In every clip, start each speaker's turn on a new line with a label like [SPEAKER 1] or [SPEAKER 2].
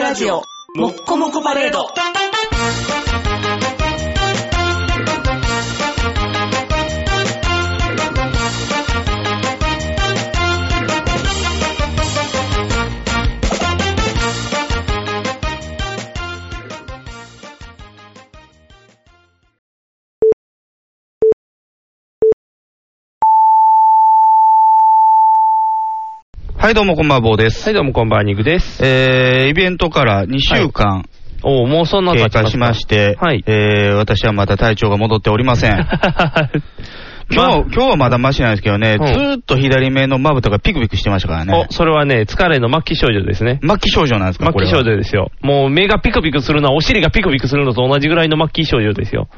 [SPEAKER 1] ラジオ、もっこもこパレード。
[SPEAKER 2] はい、どうもこんばんは、坊です。
[SPEAKER 3] はい、どうもこんばんは、ニグです。
[SPEAKER 2] えー、イベントから2週間
[SPEAKER 3] おお、もうそんな
[SPEAKER 2] 経
[SPEAKER 3] 経ち
[SPEAKER 2] 過しまして、
[SPEAKER 3] はい。
[SPEAKER 2] えー、私はまだ体調が戻っておりま せん。今日、今日はまだマシなんですけどね、
[SPEAKER 3] うん
[SPEAKER 2] ずーっと左目のまぶたがピクピクしてましたからね
[SPEAKER 3] お、。それはね、疲れの末期症状ですね。
[SPEAKER 2] 末期症状なんですか、
[SPEAKER 3] 末
[SPEAKER 2] これ
[SPEAKER 3] 期
[SPEAKER 2] は。
[SPEAKER 3] 症状ですよ。もう目がピクピクするのは、お尻がピクピクするのと同じぐらいの末期症状ですよ。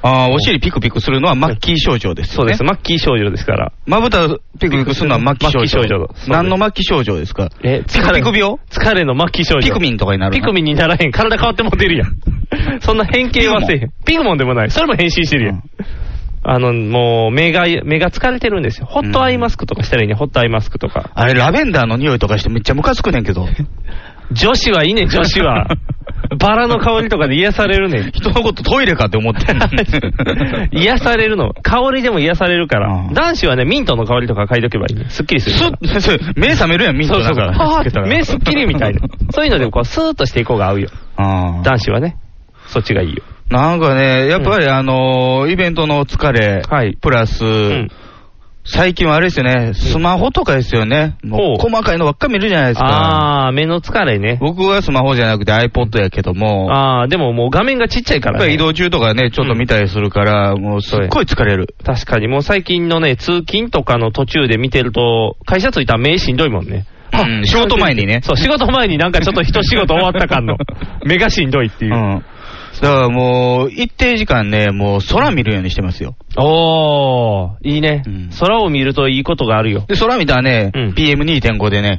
[SPEAKER 2] あーお尻ピクピクするのは末期症状です、ね。
[SPEAKER 3] そうです、末期症状ですから。
[SPEAKER 2] まぶたピクピクするのは末期症状。
[SPEAKER 3] 末期症状そうです
[SPEAKER 2] 何の末期症状ですか
[SPEAKER 3] え、
[SPEAKER 2] ピクピク病
[SPEAKER 3] 疲れの末期症状。
[SPEAKER 2] ピクミンとかになる
[SPEAKER 3] ピクミンにならへん。体変わってもてるや ん。そんな変形はせえへん。ピグモンでもない。それも変身してるやん。
[SPEAKER 2] うん
[SPEAKER 3] あの、もう、目が、目が疲れてるんですよ。ホットアイマスクとかしたらいいね、ホットアイマスクとか。
[SPEAKER 2] あれ、ラベンダーの匂いとかしてめっちゃムカつくねんけど。
[SPEAKER 3] 女子はいいね、女子 は。バラの香りとかで癒されるねん。
[SPEAKER 2] 人のことトイレかって思ってんの
[SPEAKER 3] 癒されるの。香りでも癒されるか
[SPEAKER 2] う
[SPEAKER 3] ら
[SPEAKER 2] ん。
[SPEAKER 3] 男子はね、ミントの香りとか嗅いとけばいいね。すっきりする
[SPEAKER 2] す
[SPEAKER 3] か
[SPEAKER 2] っ
[SPEAKER 3] ら。、
[SPEAKER 2] それ目覚めるやん、ミント
[SPEAKER 3] そうそ
[SPEAKER 2] だ
[SPEAKER 3] う
[SPEAKER 2] か
[SPEAKER 3] そう。
[SPEAKER 2] ら。
[SPEAKER 3] は
[SPEAKER 2] つけた
[SPEAKER 3] ぁ
[SPEAKER 2] ら
[SPEAKER 3] 目すっきりみたいな。そういうので、こう、スーッとしていこうが合うよ。
[SPEAKER 2] あー
[SPEAKER 3] 男子はね。そっちがいいよ。
[SPEAKER 2] なんかね、やっぱりあのーイベントの疲れ、
[SPEAKER 3] はい
[SPEAKER 2] プラス、
[SPEAKER 3] うん。
[SPEAKER 2] 最近はあれですよね、スマホとかですよね。もう
[SPEAKER 3] ほう
[SPEAKER 2] 細かいのばっか見るじゃないですか。
[SPEAKER 3] あー、目の疲れね。
[SPEAKER 2] 僕はスマホじゃなくて iPod やけども、
[SPEAKER 3] あー、でももう画面がちっちゃい
[SPEAKER 2] や
[SPEAKER 3] か
[SPEAKER 2] っ
[SPEAKER 3] ら
[SPEAKER 2] ぱり
[SPEAKER 3] ね
[SPEAKER 2] 移。動中とかね、ちょっと見たりするから、もうすっごい疲れる。
[SPEAKER 3] 確かに、もう最近のね、通勤とかの途中で見てると、会社着いたら目しんどいもんね。
[SPEAKER 2] うん仕事前にね。
[SPEAKER 3] そう、仕事前になんかちょっと一仕事終わっ た感の、目がしんどいって
[SPEAKER 2] う
[SPEAKER 3] い
[SPEAKER 2] ん。
[SPEAKER 3] う。
[SPEAKER 2] だからもう、一定時間ね、もう空見るようにしてますよ。
[SPEAKER 3] おー、いいね、
[SPEAKER 2] うん
[SPEAKER 3] 空を見るといいことがあるよ。
[SPEAKER 2] で、空見たらね、
[SPEAKER 3] うん
[SPEAKER 2] PM2.5 でね、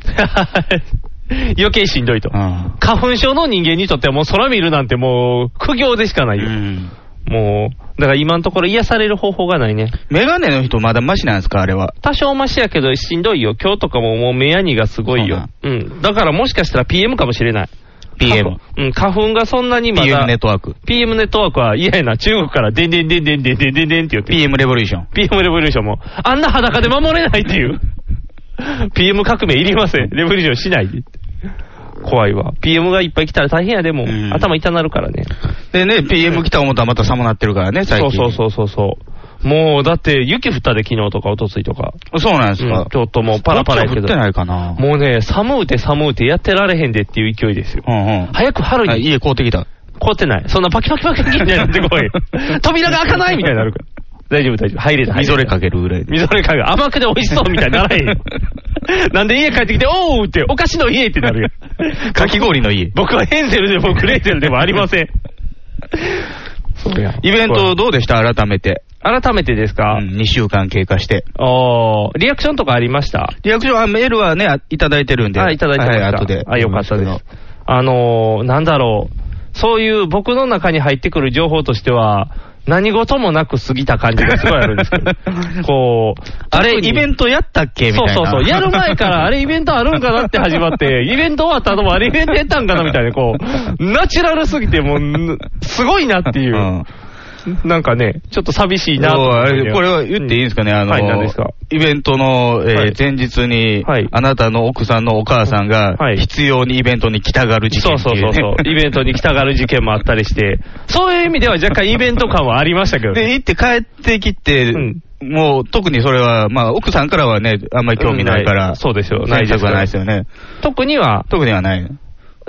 [SPEAKER 3] 余計しんどいと、
[SPEAKER 2] うん
[SPEAKER 3] 花粉症の人間にとってはもう空見るなんてもう苦行でしかな
[SPEAKER 2] う
[SPEAKER 3] いよ。
[SPEAKER 2] ん。
[SPEAKER 3] もう、だから今のところ癒される方法がないね。
[SPEAKER 2] メガネの人まだマシなんですか、あれは。
[SPEAKER 3] 多少マシやけどしんどいよ。今日とかももう目やにがすごいよ。うん。だからもしかしたら PM かもしれない。
[SPEAKER 2] PM
[SPEAKER 3] 花粉うん、花粉がそんなにまだ。
[SPEAKER 2] PM ネットワーク。
[SPEAKER 3] PM ネットワークは嫌やな。中国からでんでんでんでんでんでんでんでんって言って。
[SPEAKER 2] PM レボリューション。
[SPEAKER 3] PM レボリューションも、あんな裸で守れないっていう。PM 革命いりません。レボリューションしないで。怖いわ。PM がいっぱい来たら大変やでもう、
[SPEAKER 2] うん
[SPEAKER 3] 頭痛なるからね。
[SPEAKER 2] でね、PM 来た思ったらまた寒なってるからね、最
[SPEAKER 3] そう
[SPEAKER 2] 近。
[SPEAKER 3] そうそうそうそう。もう、だって雪降ったで昨日とかおとついとか。
[SPEAKER 2] う。そうなんです
[SPEAKER 3] う
[SPEAKER 2] か
[SPEAKER 3] ん。ちょっともうパラパラや
[SPEAKER 2] こっ
[SPEAKER 3] け
[SPEAKER 2] ちは降って。
[SPEAKER 3] ど
[SPEAKER 2] ないかな。
[SPEAKER 3] もうね、寒うて寒うてやってられへんでっていう勢いですよ。
[SPEAKER 2] うんうん。
[SPEAKER 3] 早く春
[SPEAKER 2] あ
[SPEAKER 3] に
[SPEAKER 2] 家凍ってきた。
[SPEAKER 3] 凍ってない。そんなパキパキパキパキみたいになってこ い。扉が開かないみたいになるから。大丈夫大丈夫。入れた。入
[SPEAKER 2] み
[SPEAKER 3] れた
[SPEAKER 2] ぞれかけるぐらいで。
[SPEAKER 3] みぞれかが甘くて美味しそうみたいにならへんよ。 なんで家帰ってきて、おーって、お菓子の家ってなる よ。
[SPEAKER 2] かき氷の家。
[SPEAKER 3] 僕はヘンゼルでもグレーゼルでもありません。そうや。
[SPEAKER 2] イベントどうでした改めて。
[SPEAKER 3] 改めてです
[SPEAKER 2] う
[SPEAKER 3] か、
[SPEAKER 2] ん、2週間経過して。
[SPEAKER 3] おー、リアクションとかありました
[SPEAKER 2] リアクションはメールはね、あいただいてるんで。
[SPEAKER 3] あ、いただいてました。
[SPEAKER 2] はい、後で。
[SPEAKER 3] あ、よかったです。あのー、なんだろう。そういう僕の中に入ってくる情報としては、何事もなく過ぎた感じがすごいあるんですけ ど。こう、
[SPEAKER 2] あれ、イベ
[SPEAKER 3] ン
[SPEAKER 2] ントやったっけみた
[SPEAKER 3] そ
[SPEAKER 2] いうな。
[SPEAKER 3] そうそう。やる前から、あれイベントあるんかなって始ま って、イベント終わった後もあれイベントやったんかなみたいな、こう、ナチュラルすぎて、もうぬ、すごいなっていうう。
[SPEAKER 2] ん。
[SPEAKER 3] なんかね、ちょっと寂しいなと
[SPEAKER 2] そう
[SPEAKER 3] 思っ
[SPEAKER 2] あ
[SPEAKER 3] て
[SPEAKER 2] れこれは言っていいんですかね、
[SPEAKER 3] うん
[SPEAKER 2] あの、
[SPEAKER 3] はい、何ですか。
[SPEAKER 2] イベントの、えー
[SPEAKER 3] はい
[SPEAKER 2] 前日に、
[SPEAKER 3] はい
[SPEAKER 2] あなたの奥さんのお母さんが、
[SPEAKER 3] はい
[SPEAKER 2] 必要にイベントに来たがる事
[SPEAKER 3] そ
[SPEAKER 2] 件
[SPEAKER 3] う
[SPEAKER 2] って
[SPEAKER 3] そう
[SPEAKER 2] いね、
[SPEAKER 3] そうそ う。イベントに来たがる事件もあったりして、そういう意味では若干イベント感はありましたけどね。
[SPEAKER 2] で、行って帰ってきて、
[SPEAKER 3] うん
[SPEAKER 2] もう特にそれは、まあ、奥さんからはね、あんまり興味ないか
[SPEAKER 3] うん
[SPEAKER 2] ら、
[SPEAKER 3] そうですよ。
[SPEAKER 2] ないです
[SPEAKER 3] から
[SPEAKER 2] ないですよね。
[SPEAKER 3] 特には、
[SPEAKER 2] 特にはない。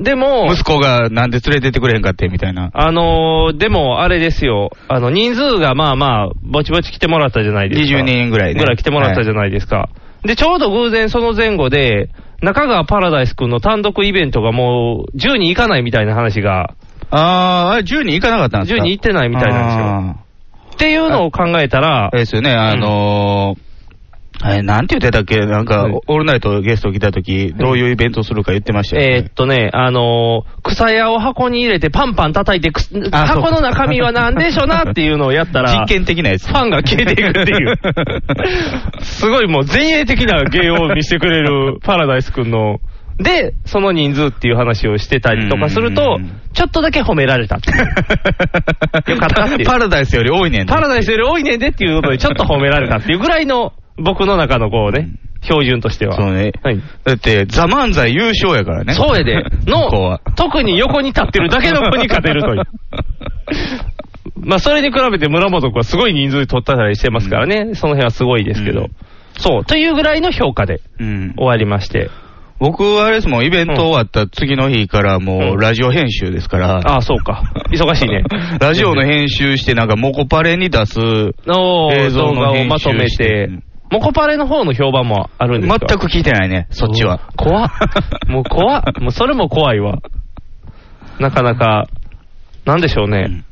[SPEAKER 3] でも、
[SPEAKER 2] 息子がなんで連れてってくれへんかって、みたいな。
[SPEAKER 3] あのーでもあれですよ、あの、人数がまあまあ、ぼちぼち来てもらったじゃないですか。
[SPEAKER 2] 20人ぐらいね
[SPEAKER 3] ぐらい来てもらったじゃないですか。で、ちょうど偶然その前後で、中川パラダイス君の単独イベントがもう10人行かないみたいな話が、
[SPEAKER 2] あー、あれ10人行かなかったんですか
[SPEAKER 3] 10人行ってないみたいなん
[SPEAKER 2] ですよ。
[SPEAKER 3] っていうのを考えたら
[SPEAKER 2] あれ、ですよね、あのーあれなんて言ってたっけなんか、
[SPEAKER 3] はい
[SPEAKER 2] オールナイトゲスト来た時、どういうイベントするか言ってましたよね。
[SPEAKER 3] えーっとね、あのー草屋を箱に入れてパンパン叩いて、くす
[SPEAKER 2] あそう
[SPEAKER 3] 箱の中身は何でしょうなっていうのをやったら、
[SPEAKER 2] 実験的なやつ。
[SPEAKER 3] ファンが消えていくっ て いう。すごいもう前衛的な芸を見せてくれるパラダイス君ので、その人数っていう話をしてたりとかすると
[SPEAKER 2] うん、
[SPEAKER 3] ちょっとだけ褒められた っていうよかったっていう
[SPEAKER 2] パラダイスより多いねんね
[SPEAKER 3] パラダイスより多いねんでっていうことでちょっと褒められたっていうぐらいの、僕の中のこうね、標準としては。
[SPEAKER 2] そうね。
[SPEAKER 3] はい。
[SPEAKER 2] だって、ザ・漫才優勝やからね。
[SPEAKER 3] そうや で。
[SPEAKER 2] ここ
[SPEAKER 3] の
[SPEAKER 2] は、
[SPEAKER 3] 特に横に立ってるだけの子に勝てる という。まあ、それに比べて村本君はすごい人数取ったりしてますからね。その辺はすごいですけど。
[SPEAKER 2] うん
[SPEAKER 3] そう。というぐらいの評価で
[SPEAKER 2] うん
[SPEAKER 3] 終わりまして。
[SPEAKER 2] 僕はあれですもん、イベント終わった次の日からも
[SPEAKER 3] うん
[SPEAKER 2] うラジオ編集ですから。。
[SPEAKER 3] ああ、そうか。忙しいね
[SPEAKER 2] ラジオの編集して、なんかモコパレに出す、
[SPEAKER 3] の
[SPEAKER 2] 映像
[SPEAKER 3] 動
[SPEAKER 2] の
[SPEAKER 3] 画をまとめ
[SPEAKER 2] 編集して
[SPEAKER 3] て、モコパレの方の評判もあるんで
[SPEAKER 2] 全
[SPEAKER 3] すか
[SPEAKER 2] く聞いてないね、そっちは。
[SPEAKER 3] うわ怖っ。もう怖っ。もうそれも怖いわ。なかなか、なんでしょうね。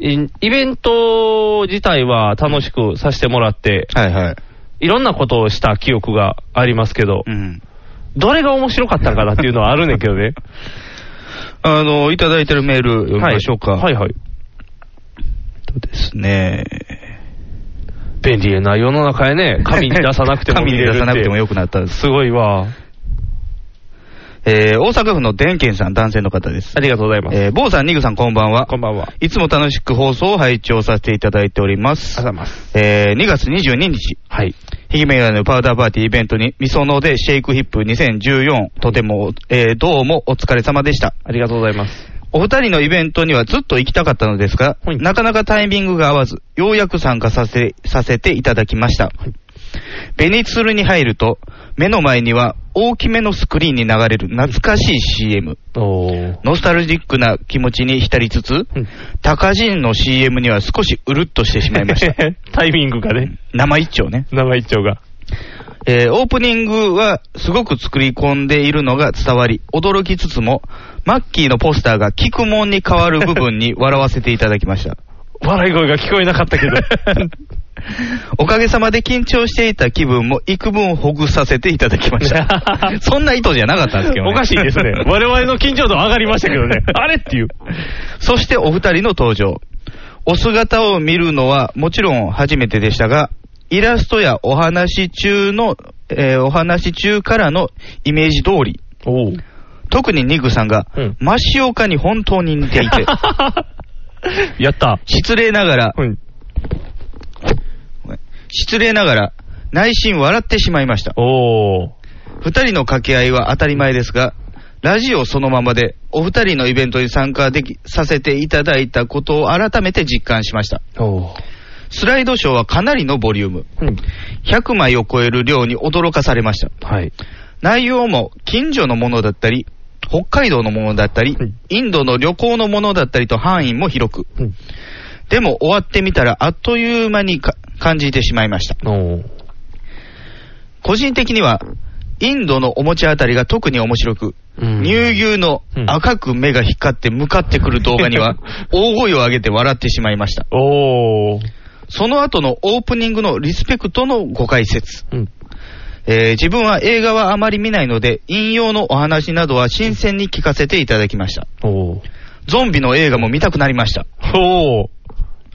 [SPEAKER 3] いイベント自体は楽しくさせてもらって、
[SPEAKER 2] はいはい。
[SPEAKER 3] いろんなことをした記憶がありますけど、
[SPEAKER 2] うん。
[SPEAKER 3] どれが面白かったかなっていうのはあるねんけどね。
[SPEAKER 2] あの、いただいてるメール読みましょ うか。
[SPEAKER 3] はいはい。
[SPEAKER 2] とですね。
[SPEAKER 3] 便利な世の中 へね、紙に出さなくても
[SPEAKER 2] 紙に
[SPEAKER 3] 見れるっ
[SPEAKER 2] 出さ
[SPEAKER 3] て
[SPEAKER 2] なくてもよくなったんです。
[SPEAKER 3] すごいわ。
[SPEAKER 2] えー、大阪府のデンケンさん、男性の方です
[SPEAKER 3] あ。りがとうございます。
[SPEAKER 2] えー、坊さん、ニグさん、こんばんは。
[SPEAKER 3] こんばんは。
[SPEAKER 2] いつも楽しく放送を拝聴させていただいております。
[SPEAKER 3] います。
[SPEAKER 2] えー、2月22日、
[SPEAKER 3] はい。
[SPEAKER 2] ひげめがねのパウダーパーティーイベントに、みそのでシェイクヒップ2014、とても、えー、どうもお疲れ様でした。
[SPEAKER 3] ありがとうございます。
[SPEAKER 2] お二人のイベントにはずっと行きたかったのですが、
[SPEAKER 3] はい
[SPEAKER 2] なかなかタイミングが合わず、ようやく参加させ、させていただきました。ベニツルに入ると、目の前には大きめのスクリーンに流れる懐かしい CM。
[SPEAKER 3] おー。
[SPEAKER 2] ノスタルジックな気持ちに浸りつつ、タカジンの CM には少しうるっとしてしまいま した。
[SPEAKER 3] タイミングがね、
[SPEAKER 2] 生一丁ね。
[SPEAKER 3] 生一丁が。
[SPEAKER 2] えーオープニングはすごく作り込んでいるのが伝わり、驚きつつも、マッキーのポスターが菊門に変わる部分に笑わせていただきました。
[SPEAKER 3] 笑い声が聞こえなかったけど。
[SPEAKER 2] おかげさまで緊張していた気分も幾分ほぐさせていただきま した。そんな意図じゃなかったんですけど、ね、
[SPEAKER 3] おかしいです ね。我々の緊張度上がりましたけど ね。あれっていう。
[SPEAKER 2] そしてお二人の登場。お姿を見るのはもちろん初めてでしたが、イラストやお話中の、えーお話中からのイメージ通り、
[SPEAKER 3] お
[SPEAKER 2] 特にニグさんが、
[SPEAKER 3] うん
[SPEAKER 2] マシオカに本当に似て いて、
[SPEAKER 3] やった。
[SPEAKER 2] 失礼ながら、
[SPEAKER 3] うん。
[SPEAKER 2] 失礼ながら、内心笑ってしまいました。
[SPEAKER 3] おー。
[SPEAKER 2] 二人の掛け合いは当たり前ですが、ラジオそのままで、お二人のイベントに参加でき、させていただいたことを改めて実感しました。
[SPEAKER 3] お
[SPEAKER 2] スライドショーはかなりのボリューム。
[SPEAKER 3] うん。
[SPEAKER 2] 100枚を超える量に驚かされました。
[SPEAKER 3] はい。
[SPEAKER 2] 内容も近所のものだったり、北海道のものだったり
[SPEAKER 3] はい、
[SPEAKER 2] インドの旅行のものだったりと範囲も広く。
[SPEAKER 3] うん。
[SPEAKER 2] でも終わってみたらあっという間にか感じてしまいました。
[SPEAKER 3] おー。
[SPEAKER 2] 個人的には、インドのお餅あたりが特に面白く、
[SPEAKER 3] うん
[SPEAKER 2] 乳牛の赤く目が光って向かってくる動画 には、大声を上げて笑ってしまいました。
[SPEAKER 3] おー。
[SPEAKER 2] その後のオープニングのリスペクトのご解説。
[SPEAKER 3] うん。
[SPEAKER 2] えー自分は映画はあまり見ないので、引用のお話などは新鮮に聞かせていただきました。
[SPEAKER 3] おー。
[SPEAKER 2] ゾンビの映画も見たくなりました。
[SPEAKER 3] おー。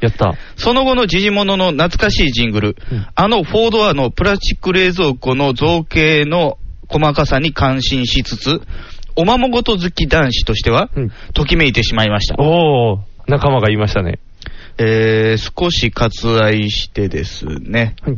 [SPEAKER 3] やった。
[SPEAKER 2] その後の時事物の懐かしいジングル、
[SPEAKER 3] うん
[SPEAKER 2] あのフォードアのプラスチック冷蔵庫の造形の細かさに感心しつつ、おままごと好き男子としては、
[SPEAKER 3] うん
[SPEAKER 2] ときめいてしまいました。
[SPEAKER 3] おー。仲間が言いましたね。
[SPEAKER 2] えー、少し割愛してですね、
[SPEAKER 3] はい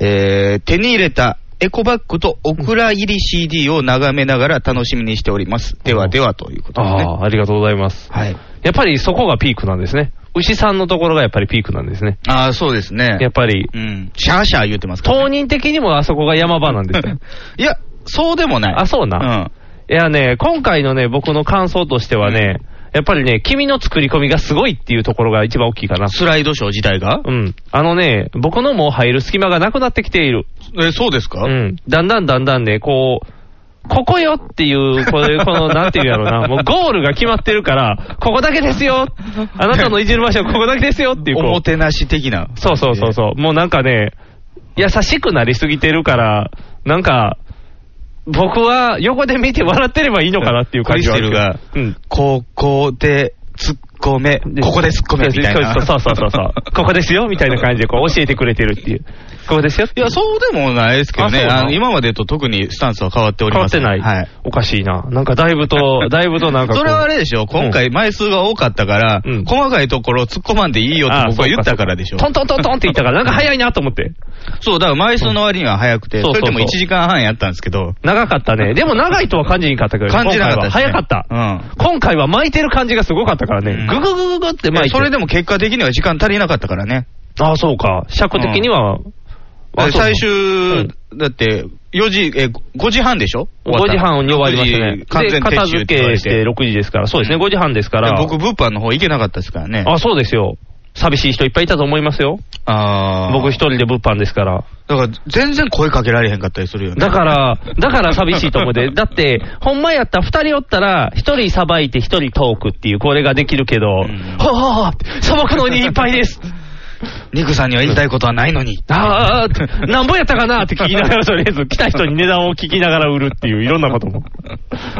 [SPEAKER 2] えー、手に入れたエコバッグとオクラ入り CD を眺めながら楽しみにしております。ではではということですね。
[SPEAKER 3] ああ、ありがとうございます。
[SPEAKER 2] はい。
[SPEAKER 3] やっぱりそこがピークなんですね。牛さんのところがやっぱりピークなんですね。
[SPEAKER 2] ああ、そうですね。
[SPEAKER 3] やっぱり、
[SPEAKER 2] うん。シャーシャー言ってますから
[SPEAKER 3] 当人的にもあそこが山場なんですよ。
[SPEAKER 2] いや、そうでもない。
[SPEAKER 3] あ、そうな。いやね、今回のね、僕の感想としてはね、やっぱりね、君の作り込みがすごいっていうところが一番大きいか
[SPEAKER 2] う。。
[SPEAKER 3] なん
[SPEAKER 2] スライドショー自体が
[SPEAKER 3] うん。あのね、僕のもう入る隙間がなくなってきている。
[SPEAKER 2] え、そうですか
[SPEAKER 3] うん。だんだんだんだんね、こう、ここよっていう、これ、この、 なんていうやろうな、もうゴールが決まってるから、ここだけですよあなたのいじる場所はここだけですよっていう、こう
[SPEAKER 2] おもてなし的な。
[SPEAKER 3] そうそうそうそう。もうなんかね、優しくなりすぎてるから、なんか、僕は横で見て笑ってればいいのかなっていう感じはあるけど。
[SPEAKER 2] クリステルここで突っコめ、ここで突っ込めみたいな。
[SPEAKER 3] そうそうそうそう。ここですよみたいな感じでこう教えてくれてるっていう。ここですよって
[SPEAKER 2] いや、そうでもないですけどね。
[SPEAKER 3] あそうなの
[SPEAKER 2] あの今までと特にスタンスは変わっており
[SPEAKER 3] 変わ
[SPEAKER 2] ま
[SPEAKER 3] っ
[SPEAKER 2] せ
[SPEAKER 3] て
[SPEAKER 2] ん。
[SPEAKER 3] ない。
[SPEAKER 2] はい。
[SPEAKER 3] おかしいな。なんかだい ぶと、だいぶとなんかこう。
[SPEAKER 2] それはあれでしょ今回枚数が多かったから、
[SPEAKER 3] うん
[SPEAKER 2] 細かいところ突っ込まんでいいよって僕は言ったからでしょ
[SPEAKER 3] トントントントンって言ったから、なんか早いなと思って。
[SPEAKER 2] そう、だから枚数の割には早くて、
[SPEAKER 3] うん
[SPEAKER 2] それでも
[SPEAKER 3] そうそうそう
[SPEAKER 2] 1時間半やったんですけど、
[SPEAKER 3] 長かったね。でも長いとは感じにかったけど、
[SPEAKER 2] 感じなかったです、ね。
[SPEAKER 3] 今回は早かった。
[SPEAKER 2] うん。
[SPEAKER 3] 今回は巻いてる感じがすごかったから
[SPEAKER 2] うん
[SPEAKER 3] ね。ぐぐぐぐぐって巻いて。
[SPEAKER 2] それでも結果的には時間足りなかったからね。
[SPEAKER 3] ああ、そうか。尺的には。あそう
[SPEAKER 2] 最終、
[SPEAKER 3] うん
[SPEAKER 2] だって、4時、え、5時半でしょ
[SPEAKER 3] 5時半に終わりました
[SPEAKER 2] 6時
[SPEAKER 3] ね。
[SPEAKER 2] 完
[SPEAKER 3] で、
[SPEAKER 2] 全
[SPEAKER 3] 片
[SPEAKER 2] 撤収
[SPEAKER 3] 付
[SPEAKER 2] って言わ
[SPEAKER 3] け
[SPEAKER 2] れ
[SPEAKER 3] して
[SPEAKER 2] て。
[SPEAKER 3] 6時ですから。そうですね、
[SPEAKER 2] うん
[SPEAKER 3] 5時半ですから。
[SPEAKER 2] 僕、物販の方行けなかったですからね。
[SPEAKER 3] あ、そうですよ。寂しい人いっぱいいたと思いますよ。
[SPEAKER 2] あー
[SPEAKER 3] 僕一。人で物販ですから。
[SPEAKER 2] だから、全然声かけられへんかったりするよね。
[SPEAKER 3] だから、だから寂しいと思 うで。だって、ほんまやったら二人おったら、一人さばいて一人トークっていう、これができるけど、は
[SPEAKER 2] ん
[SPEAKER 3] ぁはぁはぁ、さばくのにいっぱいです。
[SPEAKER 2] ニクさんには言いたいことはないの に。
[SPEAKER 3] ああ、なんぼやったかなって聞きながら、とりあえず来た人に値段を聞きながら売るっていう、いろんなこと も。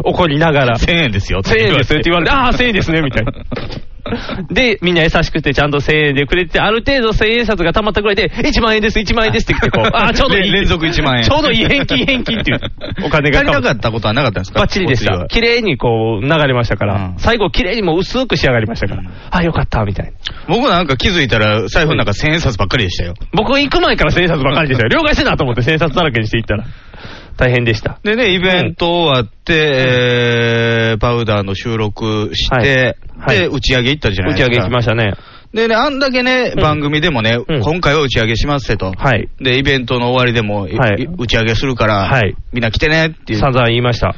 [SPEAKER 3] 怒りなが ら。
[SPEAKER 2] 1000円ですよ。
[SPEAKER 3] 1000円ですよって言われて、ああ、1000円ですね、みたいな。 で、みんな優しくて、ちゃんと1000円でくれて、ある程度1000円札が溜まったぐらいで、1万円です、1万円ですって来て、こ う、ああ、ちょうどいい。
[SPEAKER 2] 連連続1万円
[SPEAKER 3] ちょうどいい、返金、返金っていう。 お金が
[SPEAKER 2] 足りなかったことはなかったんですか
[SPEAKER 3] バッチリでし
[SPEAKER 2] お釣
[SPEAKER 3] た。
[SPEAKER 2] りは
[SPEAKER 3] 綺麗にこう、流れましたか
[SPEAKER 2] う
[SPEAKER 3] ら
[SPEAKER 2] ん、
[SPEAKER 3] 最後綺麗にもう薄く仕上がりましたから
[SPEAKER 2] うん、
[SPEAKER 3] あ、よかった、みたいな。
[SPEAKER 2] 僕なんか気づいたら、財布の中1000円札ばっかりでしたよ。
[SPEAKER 3] 僕行く前から1000札ばかりでしたよ。両替してなと思って1000札だらけにしていったら、大変でした。
[SPEAKER 2] でね、イベント終わって、えーパウダーの収録して、
[SPEAKER 3] はいは
[SPEAKER 2] で、
[SPEAKER 3] い
[SPEAKER 2] 打ち上げ行ったじゃな
[SPEAKER 3] 打
[SPEAKER 2] い
[SPEAKER 3] ち
[SPEAKER 2] です
[SPEAKER 3] 上
[SPEAKER 2] か。
[SPEAKER 3] げ行きましたね。
[SPEAKER 2] でね、あんだけね、
[SPEAKER 3] うん
[SPEAKER 2] 番組でもね、
[SPEAKER 3] うん
[SPEAKER 2] 今回は打ち上げしますってと。
[SPEAKER 3] はい。
[SPEAKER 2] で、イベントの終わりでも、い
[SPEAKER 3] はい
[SPEAKER 2] 打ち上げするから、
[SPEAKER 3] はい
[SPEAKER 2] みんな来てねっていう
[SPEAKER 3] 散。々言いました。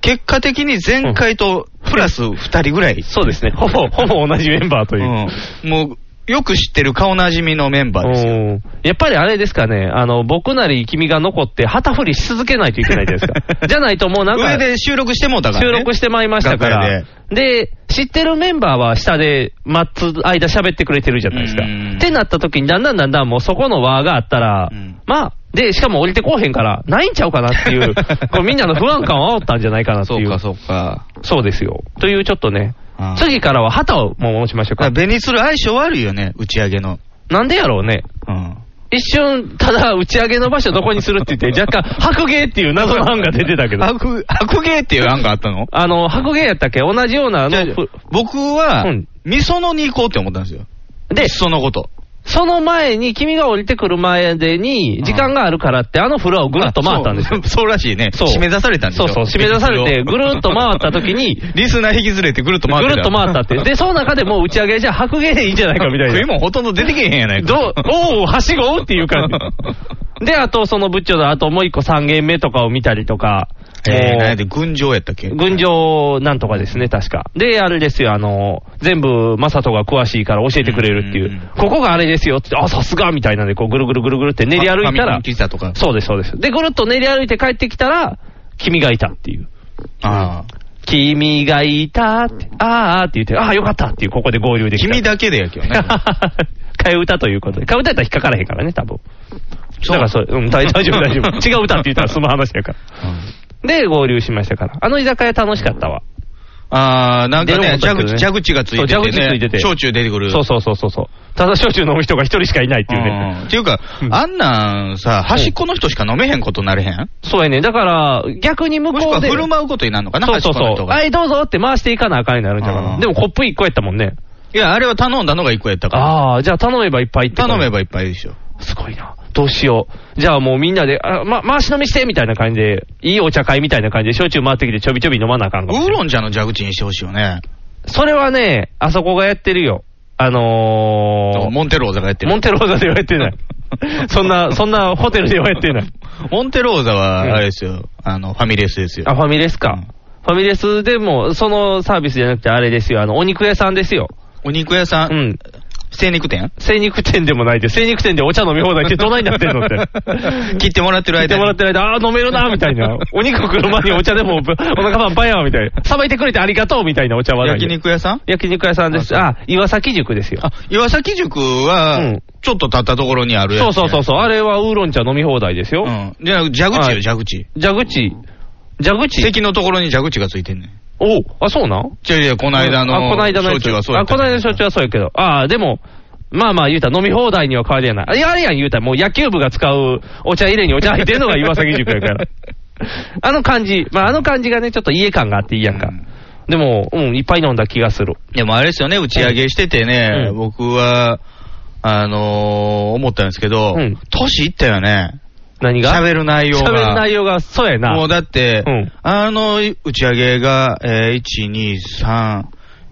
[SPEAKER 2] 結果的に前回とプラス2人ぐらい。
[SPEAKER 3] そうですね。ほぼ、ほぼ同じメンバーという。
[SPEAKER 2] うんもう、よく知ってる顔なじみのメンバーですよ。
[SPEAKER 3] うんやっぱりあれですかね、あの、僕なり君が残って、旗振りし続けないといけないじゃないです か。じゃないともうなんか
[SPEAKER 2] 上、で収録してもうたから、
[SPEAKER 3] 収
[SPEAKER 2] ね。
[SPEAKER 3] 録してまいりましたから
[SPEAKER 2] 楽。
[SPEAKER 3] で、知ってるメンバーは下で待つ間喋ってくれてるじゃないですか。
[SPEAKER 2] うん
[SPEAKER 3] ってなった時に、だんだんだんだんもうそこの輪があったら、
[SPEAKER 2] うん
[SPEAKER 3] まあ、で、しかも降りてこうへんから、ないんちゃうかなって いう、こうみんなの不安感を煽ったんじゃないかなって
[SPEAKER 2] そう
[SPEAKER 3] いう。
[SPEAKER 2] か、そうか。
[SPEAKER 3] そうですよ。というちょっとね
[SPEAKER 2] ああ、
[SPEAKER 3] 次からは旗をもう持ちましょ
[SPEAKER 2] だ
[SPEAKER 3] う
[SPEAKER 2] から
[SPEAKER 3] か。
[SPEAKER 2] ベニスル相性悪いよね、打ち上げの。
[SPEAKER 3] なんでやろうね。
[SPEAKER 2] うん。
[SPEAKER 3] 一瞬、ただ、打ち上げの場所どこにするっ て言って、若干、白芸っていう謎の案が出てたけど。
[SPEAKER 2] 白、白芸っていう案があったの
[SPEAKER 3] あの、白芸やったっけ同じような、あ
[SPEAKER 2] じゃあ
[SPEAKER 3] の、ふ
[SPEAKER 2] 僕は
[SPEAKER 3] うん、
[SPEAKER 2] みそのに行こうって思ったんですよ。
[SPEAKER 3] で
[SPEAKER 2] いっ、そのこと。
[SPEAKER 3] その前に、君が降りてくる前でに、時間があるからって、あのフロアをぐるっと回ったんですよ
[SPEAKER 2] あ。そうそうらしいね。
[SPEAKER 3] そう
[SPEAKER 2] 締め出されたんです
[SPEAKER 3] そ
[SPEAKER 2] よ。
[SPEAKER 3] うそう、締め出されて、ぐるっと回った時に、
[SPEAKER 2] リスナー引きずれてぐるっと
[SPEAKER 3] ぐ
[SPEAKER 2] 回って
[SPEAKER 3] るっと回ったって。で、
[SPEAKER 2] そ
[SPEAKER 3] その中でもう打ち上げじゃあ白芸でいいんじゃないかみたい
[SPEAKER 2] 食い
[SPEAKER 3] な。
[SPEAKER 2] もんほとんど出てけへんやないか。
[SPEAKER 3] どう、おう、はしごっていう感じ。で、あと、その部長の、あともう一個3軒目とかを見たりとか。
[SPEAKER 2] え
[SPEAKER 3] も
[SPEAKER 2] ー、
[SPEAKER 3] う
[SPEAKER 2] なんやで、群青やったっけ
[SPEAKER 3] 群青なんとかですね、確か。で、あれですよ、あの、全部、マサトが詳しいから教えてくれるってい
[SPEAKER 2] うんうん
[SPEAKER 3] う。ここがあれですよって、あ、さすがみたいなんで、こう、ぐるぐるぐるぐるって練り歩いた
[SPEAKER 2] ファ
[SPEAKER 3] ら
[SPEAKER 2] ミコン、ピザとか。
[SPEAKER 3] そうです、そうです。で、ぐるっと練り歩いて帰ってきたら、君がいたっていう。
[SPEAKER 2] ああ。
[SPEAKER 3] 君がいたって、あーって言って、あーよかったっていう、ここで合流できた。
[SPEAKER 2] 君だけでやけどね。
[SPEAKER 3] 替え歌ということで。替え歌やったら引っかからへんからね、多分。
[SPEAKER 2] そう
[SPEAKER 3] だからそう、うん、大大丈夫、大丈 夫。違う歌って言ったらその話やから。
[SPEAKER 2] うん
[SPEAKER 3] で、合流しましたから。あの居酒屋楽しかったわ。
[SPEAKER 2] ああ、なんか
[SPEAKER 3] 出
[SPEAKER 2] ね
[SPEAKER 3] る、
[SPEAKER 2] 蛇
[SPEAKER 3] も
[SPEAKER 2] 口、
[SPEAKER 3] んだけどね
[SPEAKER 2] 蛇口がついてて、
[SPEAKER 3] そう
[SPEAKER 2] ね。
[SPEAKER 3] 蛇口ついてて
[SPEAKER 2] 焼酎出てくる。
[SPEAKER 3] そうそうそうそうそう。ただ焼酎飲む人が一人しかいないっていう
[SPEAKER 2] うん
[SPEAKER 3] ね
[SPEAKER 2] っ。ていうか、
[SPEAKER 3] うん
[SPEAKER 2] あんなんさ、端っこの人しか飲めへんことなれへん
[SPEAKER 3] そうやね。だから、逆に向
[SPEAKER 2] もしく
[SPEAKER 3] こ
[SPEAKER 2] は
[SPEAKER 3] うで。
[SPEAKER 2] 振る舞うことになるのかな
[SPEAKER 3] そうそう
[SPEAKER 2] 端っこの
[SPEAKER 3] そ
[SPEAKER 2] 人
[SPEAKER 3] う。
[SPEAKER 2] が
[SPEAKER 3] はい、どうぞって回していかなあかんになるんじゃうか
[SPEAKER 2] あー
[SPEAKER 3] な。でもコップ1個やったもんね。
[SPEAKER 2] いや、あれは頼んだのが1個やったから。
[SPEAKER 3] ああ、じゃあ頼めばいっぱいってこと
[SPEAKER 2] 頼めばいっぱいでしょ。
[SPEAKER 3] すごいな。どうしよう。じゃあもうみんなで、あま、回し飲みしてみたいな感じで、いいお茶会みたいな感じで、焼酎回ってきてちょびちょび飲まなあかん
[SPEAKER 2] ウ
[SPEAKER 3] かもし
[SPEAKER 2] ー
[SPEAKER 3] れん
[SPEAKER 2] ロン茶の蛇口にしてほしいよね。
[SPEAKER 3] それはね、あそこがやってるよ。あのー、
[SPEAKER 2] モンテローザがやって
[SPEAKER 3] モ
[SPEAKER 2] る
[SPEAKER 3] ン。テローザではやっ てない。そんな、そんなホテルではやってない。
[SPEAKER 2] モンテローザは、
[SPEAKER 3] うん
[SPEAKER 2] あれですよ、あの、ファミレスですよ
[SPEAKER 3] あ、。ファミレス
[SPEAKER 2] う
[SPEAKER 3] か。
[SPEAKER 2] ん
[SPEAKER 3] ファミレスでも、そのサービスじゃなくて、あれですよ、あの、お肉屋さんですよ。
[SPEAKER 2] お肉屋さ、
[SPEAKER 3] うんん。
[SPEAKER 2] 精肉店
[SPEAKER 3] 精肉店でもないで、精肉店でお茶飲み放題ってどないなってん のって。
[SPEAKER 2] 切ってもらってる
[SPEAKER 3] 聞いて
[SPEAKER 2] 間
[SPEAKER 3] もらっ
[SPEAKER 2] に。
[SPEAKER 3] てる間、ああ、飲める な、みたいな。お肉来る前にお茶でも、お腹パンパンや、みたいな。さばいてくれてありがとう、みたいなお茶はない
[SPEAKER 2] 焼肉屋さん
[SPEAKER 3] 焼肉屋さんです。あ、岩崎塾ですよ。
[SPEAKER 2] あ、岩崎塾
[SPEAKER 3] う
[SPEAKER 2] は
[SPEAKER 3] ん、
[SPEAKER 2] ちょっと立ったところにあるやつ
[SPEAKER 3] そ
[SPEAKER 2] ね。
[SPEAKER 3] うそうそうそう。あれはウーロン茶飲み放題ですよ。
[SPEAKER 2] うん。じゃあ、蛇口
[SPEAKER 3] は
[SPEAKER 2] よ、
[SPEAKER 3] い
[SPEAKER 2] 蛇口。
[SPEAKER 3] 蛇口。蛇口。
[SPEAKER 2] 席のところに蛇口がついてんねん。
[SPEAKER 3] おうあ、そうなん
[SPEAKER 2] じゃいや、この間の、
[SPEAKER 3] あ、この間のや
[SPEAKER 2] 焼
[SPEAKER 3] つ
[SPEAKER 2] 酎はそうや
[SPEAKER 3] あ、この間の焼酎はそうやけど。ああ、でも、まあまあ言うたら飲み放題には変わりやない。あいや、あれやん言うたらもう野球部が使うお茶入れにお茶入ってんのが岩崎塾や から。あの感じ、まああの感じがね、ちょっと家感があっていいやんか。
[SPEAKER 2] うん
[SPEAKER 3] でも、うん、いっぱい飲んだ気がする。
[SPEAKER 2] でもあれですよね、打ち上げしててね、
[SPEAKER 3] うん
[SPEAKER 2] 僕は、あのー思ったんですけど、
[SPEAKER 3] うん
[SPEAKER 2] 年いったよね。
[SPEAKER 3] 何が
[SPEAKER 2] 喋る内容が。
[SPEAKER 3] 喋る内容が、そうやな。
[SPEAKER 2] もうだって、
[SPEAKER 3] うん
[SPEAKER 2] あの打ち上げが、えー、1、2、3、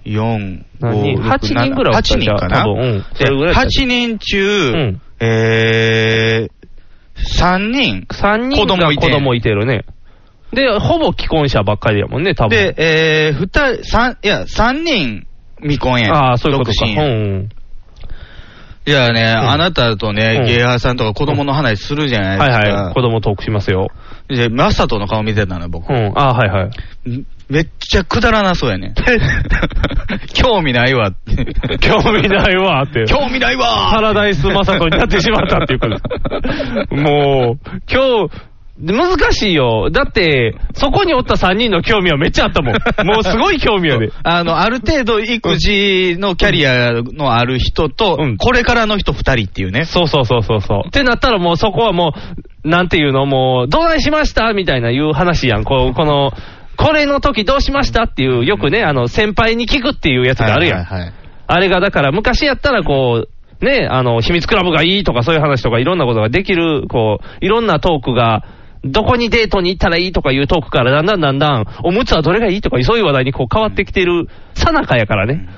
[SPEAKER 2] 4、
[SPEAKER 3] 何
[SPEAKER 2] 5、6、
[SPEAKER 3] 8人ぐらいおった
[SPEAKER 2] 8
[SPEAKER 3] じゃ
[SPEAKER 2] 人
[SPEAKER 3] あ
[SPEAKER 2] かな。
[SPEAKER 3] 多分うんそれぐらいだ
[SPEAKER 2] 8
[SPEAKER 3] った
[SPEAKER 2] 人中、
[SPEAKER 3] ん
[SPEAKER 2] えー、3人。
[SPEAKER 3] 3人
[SPEAKER 2] 子供
[SPEAKER 3] が
[SPEAKER 2] いて
[SPEAKER 3] 子供いてるね。で、ほぼ既婚者ばっかりやもんね、多分。
[SPEAKER 2] で、えー、二人、三、いや、三人未婚やん。
[SPEAKER 3] ああ、そういうことか。
[SPEAKER 2] 独身
[SPEAKER 3] うん
[SPEAKER 2] やん
[SPEAKER 3] うん。
[SPEAKER 2] いやね、あなたと
[SPEAKER 3] う
[SPEAKER 2] ね
[SPEAKER 3] ん、
[SPEAKER 2] ゲイハーさんとか子供の話するじゃない
[SPEAKER 3] はい
[SPEAKER 2] ですか。
[SPEAKER 3] はい。子供トークしますよ。
[SPEAKER 2] で、マサトの顔見てたのよ、僕
[SPEAKER 3] う。ん。ああ、はいはい。
[SPEAKER 2] めっちゃくだらなそうや ねん。興味ないわって。
[SPEAKER 3] 興味ないわって。
[SPEAKER 2] 興味ないわ
[SPEAKER 3] パラダイスマサトになってしまったっていうこと。もう、今日、難しいよ。だって、そこにおった3人の興味はめっちゃあったもん。もうすごい興味やで。
[SPEAKER 2] あの、ある程度育児のキャリアのある人と、
[SPEAKER 3] うん
[SPEAKER 2] これからの人二人っていうね。
[SPEAKER 3] そうそうそうそうそう。ってなったらもうそこはもう、なんていうの、もう、どないしましたみたいないう話やん。こうこの、これの時どうしましたっていう、よくね、あの、先輩に聞くっていうやつがあるやん。
[SPEAKER 2] はいはいはい
[SPEAKER 3] あれがだから昔やったらこう、ね、あの、秘密クラブがいいとかそういう話とかいろんなことができる、こう、いろんなトークが、どこにデートに行ったらいいとかいうトークからだんだんだんだん、おむつはどれがいいとかそういう話題にこう変わってきてるさなかやからね。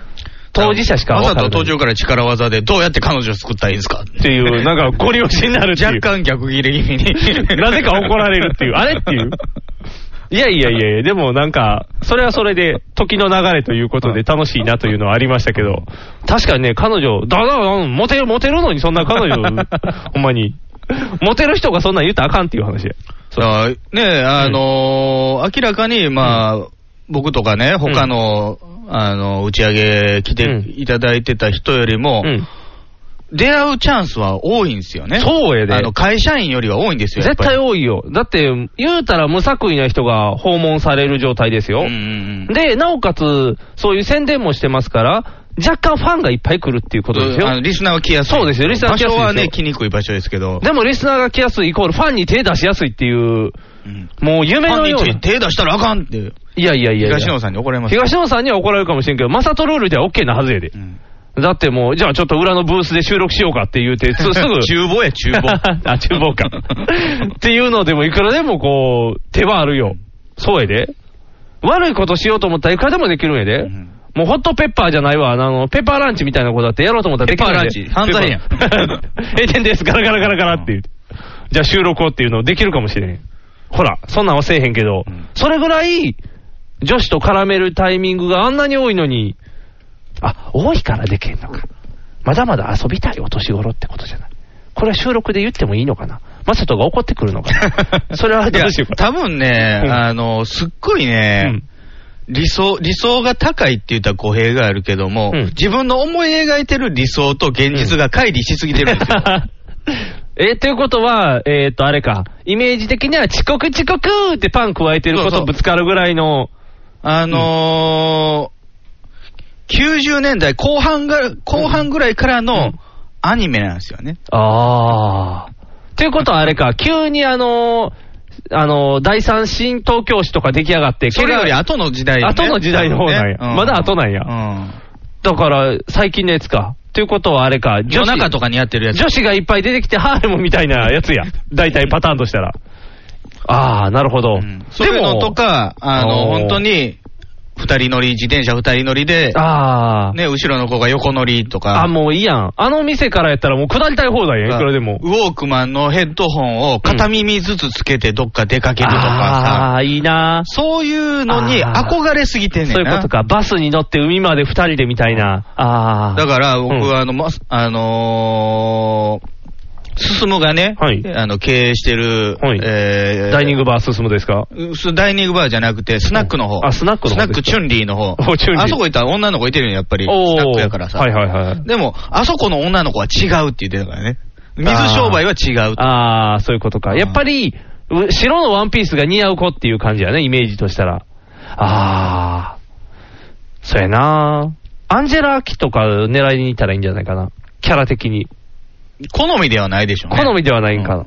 [SPEAKER 3] 当事者しか
[SPEAKER 2] わ
[SPEAKER 3] わ
[SPEAKER 2] ざ
[SPEAKER 3] からな
[SPEAKER 2] と
[SPEAKER 3] い。
[SPEAKER 2] 途上から力技でどうやって彼女を作ったらいいんですか
[SPEAKER 3] っていう、なんかゴリ押しになるってい
[SPEAKER 2] 若
[SPEAKER 3] う。
[SPEAKER 2] 干逆ギレ気味 に。
[SPEAKER 3] なぜか怒られるっていう、あれっていう。いやいやいやいや、でもなんか、それはそれで、時の流れということで楽しいなというのはありましたけど、確かにね、彼女、だだ、うんモテる、モテるのに、そんな彼 女、ほんまに。モテる人がそんなん言ったらあかんっていう話や。
[SPEAKER 2] だからねあのー明らかに、まあ、僕とかね、他の、あの、打ち上げ来
[SPEAKER 3] う
[SPEAKER 2] て
[SPEAKER 3] ん
[SPEAKER 2] いただいてた人よりも、
[SPEAKER 3] うん。
[SPEAKER 2] 出会うチャンスは多いんですよね。
[SPEAKER 3] そうやで
[SPEAKER 2] あの、会社員よりは多いんですよ、やっ
[SPEAKER 3] 絶
[SPEAKER 2] ぱり
[SPEAKER 3] 対多いよ。だって、言うたら無作為な人が訪問される状態ですよ。
[SPEAKER 2] うんうんうん
[SPEAKER 3] で、なおかつ、そういう宣伝もしてますから、若干ファンがいっぱい来るっていうことですよ。
[SPEAKER 2] あのリスナーは来やすい。
[SPEAKER 3] そうですよリスナーは来やすいですよ
[SPEAKER 2] 場所はね、来にくい場所ですけど。
[SPEAKER 3] でもリスナーが来やすいイコールファンに手出しやすいっていう、
[SPEAKER 2] うん
[SPEAKER 3] もう夢のよう
[SPEAKER 2] ファン
[SPEAKER 3] な
[SPEAKER 2] に。手出したらあかんっていう。
[SPEAKER 3] いやいやいやいや。
[SPEAKER 2] 東野さんに怒られます。
[SPEAKER 3] 東野さんには怒られるかもしれんけど、マサトルールでは OK なはずやで
[SPEAKER 2] う。ん
[SPEAKER 3] だってもう、じゃあちょっと裏のブースで収録しようかって言 うて、つすぐ。
[SPEAKER 2] 厨房や、厨房。
[SPEAKER 3] あ、厨房か。っていうのでも、いくらでもこう、手はあるよ。そうやで。悪いことしようと思ったらいくらでもできるんやで。
[SPEAKER 2] うん
[SPEAKER 3] もうホットペッパーじゃないわ。あの、ペッパーランチみたいなことだってやろうと思ったらできないんで。
[SPEAKER 2] ペッパーランチ犯 罪やん
[SPEAKER 3] 閉店です。ガラガラガラガラって言うて。じゃあ収録をっていうのできるかもしれん。ほら、そんなんはせえへんけど、
[SPEAKER 2] うん
[SPEAKER 3] それぐらい、女子と絡めるタイミングがあんなに多いのに、あ、多いからできんのか。まだまだ遊びたいお年頃ってことじゃない。これは収録で言ってもいいのかなマサトが怒ってくるのか な それはいど
[SPEAKER 2] や
[SPEAKER 3] うしようか。
[SPEAKER 2] 多分ね、
[SPEAKER 3] うん
[SPEAKER 2] あの、すっごいね、
[SPEAKER 3] うん
[SPEAKER 2] 理想、理想が高いって言ったら語弊があるけども、
[SPEAKER 3] うん
[SPEAKER 2] 自分の思い描いてる理想と現実が乖離しすぎてるんですよ。
[SPEAKER 3] え、ということは、えっ、と、あれか、イメージ的には遅刻遅刻ってパン加えてるこ
[SPEAKER 2] そうそ
[SPEAKER 3] と
[SPEAKER 2] う
[SPEAKER 3] ぶつかるぐらいの、
[SPEAKER 2] あのー、90年代後半が、後半ぐらいから
[SPEAKER 3] う
[SPEAKER 2] の
[SPEAKER 3] ん
[SPEAKER 2] アニメなんですよね。
[SPEAKER 3] ああ。ということはあれか、急にあのー、あのー、第三新東京市とか出来上がって、
[SPEAKER 2] それより後の時代、ね、
[SPEAKER 3] 後の時代の方なんやまだ後なんや
[SPEAKER 2] うん
[SPEAKER 3] だから、最近のやつか。ということはあれか、
[SPEAKER 2] 夜中と
[SPEAKER 3] か。
[SPEAKER 2] かにやってるやつ。
[SPEAKER 3] 女子がいっぱい出てきて、ハーレムみたいなやつや。大体パターンとしたら。ああ、なるほど。
[SPEAKER 2] うんそういうのとか、あの、
[SPEAKER 3] おー
[SPEAKER 2] 本当に、二人乗り、自転車二人乗りで、
[SPEAKER 3] ああ、
[SPEAKER 2] ね、後ろの子が横乗りとか。
[SPEAKER 3] あ、もういいやん。あの店からやったらもう下りたい放題やん、いくらでも
[SPEAKER 2] ウ。ォークマンのヘッドホンを片耳ずつつけてどっか出かけるとか
[SPEAKER 3] あ
[SPEAKER 2] さ、
[SPEAKER 3] あ、いいな。
[SPEAKER 2] そういうのに
[SPEAKER 3] あー
[SPEAKER 2] 憧れすぎてんねんな。
[SPEAKER 3] そういうことか。バスに乗って海まで二人でみたいな。ああ。
[SPEAKER 2] だから僕
[SPEAKER 3] うん
[SPEAKER 2] は、あの、ま、あのー、進むがね、
[SPEAKER 3] はい
[SPEAKER 2] あの、経営してる、
[SPEAKER 3] はい
[SPEAKER 2] え
[SPEAKER 3] ダイニン
[SPEAKER 2] グ
[SPEAKER 3] グバー進むですか
[SPEAKER 2] ダイニングバーじゃなくて、スナックの方。
[SPEAKER 3] あスナックの方
[SPEAKER 2] スナッ
[SPEAKER 3] です
[SPEAKER 2] ク
[SPEAKER 3] か
[SPEAKER 2] チュンリーの方。
[SPEAKER 3] おチュンリー
[SPEAKER 2] あそこ行ったら女の子いてるよ、やっぱり。ス
[SPEAKER 3] おー
[SPEAKER 2] ナックやからさ。
[SPEAKER 3] はいはいはい。
[SPEAKER 2] でも、あそこの女の子は違うって言ってたからね。水商売は違うって。
[SPEAKER 3] ああ、そういうことか。やっぱり、う白のワンピースが似合う子っていう感じやね、イメージとしたら。ああ、そうやなアンジェラ・アキとか狙いに行ったらいいんじゃないかな。キャラ的に。
[SPEAKER 2] 好みではないでしょうね。
[SPEAKER 3] 好みではないんかな。
[SPEAKER 2] うん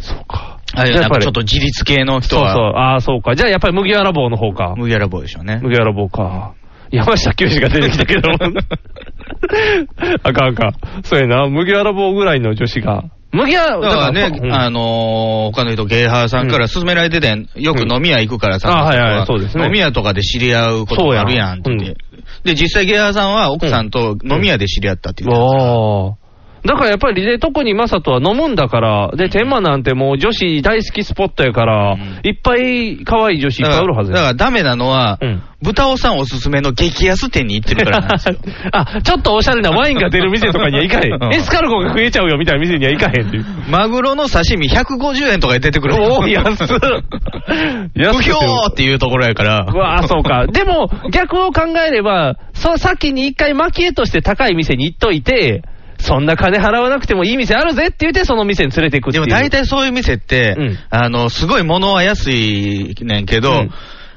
[SPEAKER 3] そうか。
[SPEAKER 2] あれ
[SPEAKER 3] じゃ
[SPEAKER 2] な
[SPEAKER 3] あ
[SPEAKER 2] んかちょっと自立系の人
[SPEAKER 3] そうそう。
[SPEAKER 2] は、
[SPEAKER 3] ああ、そうか。じゃあやっぱり麦わら帽の方か。
[SPEAKER 2] 麦わら坊でしょうね。
[SPEAKER 3] 麦わら帽か。山下清志が出てきたけど。 あかんあかん。そうやな。麦わら帽ぐらいの女子が。麦わら
[SPEAKER 2] だからね、
[SPEAKER 3] うん
[SPEAKER 2] あのー他の人、ゲイハーさんから勧められてて、よく飲み屋行くからさ、
[SPEAKER 3] うんあはいはいそうですね
[SPEAKER 2] 飲み屋とかで知り合うことがあるやんって言って、で、実際ゲイハーさんは奥さんと飲み屋で知り合ったって言ってたから
[SPEAKER 3] おーだからやっぱりね、特にマサトは飲むんだから、で、天満なんてもう女子大好きスポットやから、
[SPEAKER 2] うん
[SPEAKER 3] いっぱい可愛い女子いっ
[SPEAKER 2] だ
[SPEAKER 3] ぱい
[SPEAKER 2] か
[SPEAKER 3] おるは
[SPEAKER 2] ら、
[SPEAKER 3] ず
[SPEAKER 2] だか
[SPEAKER 3] や。
[SPEAKER 2] らダメなのは、
[SPEAKER 3] うん
[SPEAKER 2] 豚尾さんおすすめの激安店に行ってるからなん ですよ。
[SPEAKER 3] あ、ちょっとおしゃれなワインが出る店とかには行かへ
[SPEAKER 2] うん
[SPEAKER 3] ん。エスカルゴが食えちゃうよみたいな店には行かへんっていう。
[SPEAKER 2] マグロの刺身150円とかで出てくる。
[SPEAKER 3] おー安っ安っ
[SPEAKER 2] 不評っていうところやから。
[SPEAKER 3] うわあ、そうか。でも、逆を考えれば、そ先に一回蒔絵として高い店に行っといて、そんな金払わなくてもいい店あるぜって言って、その店に連れて行くって
[SPEAKER 2] で
[SPEAKER 3] い
[SPEAKER 2] も
[SPEAKER 3] う。
[SPEAKER 2] 大体そういう店って、
[SPEAKER 3] うん
[SPEAKER 2] あの、すごい物は安いねんけど、
[SPEAKER 3] うん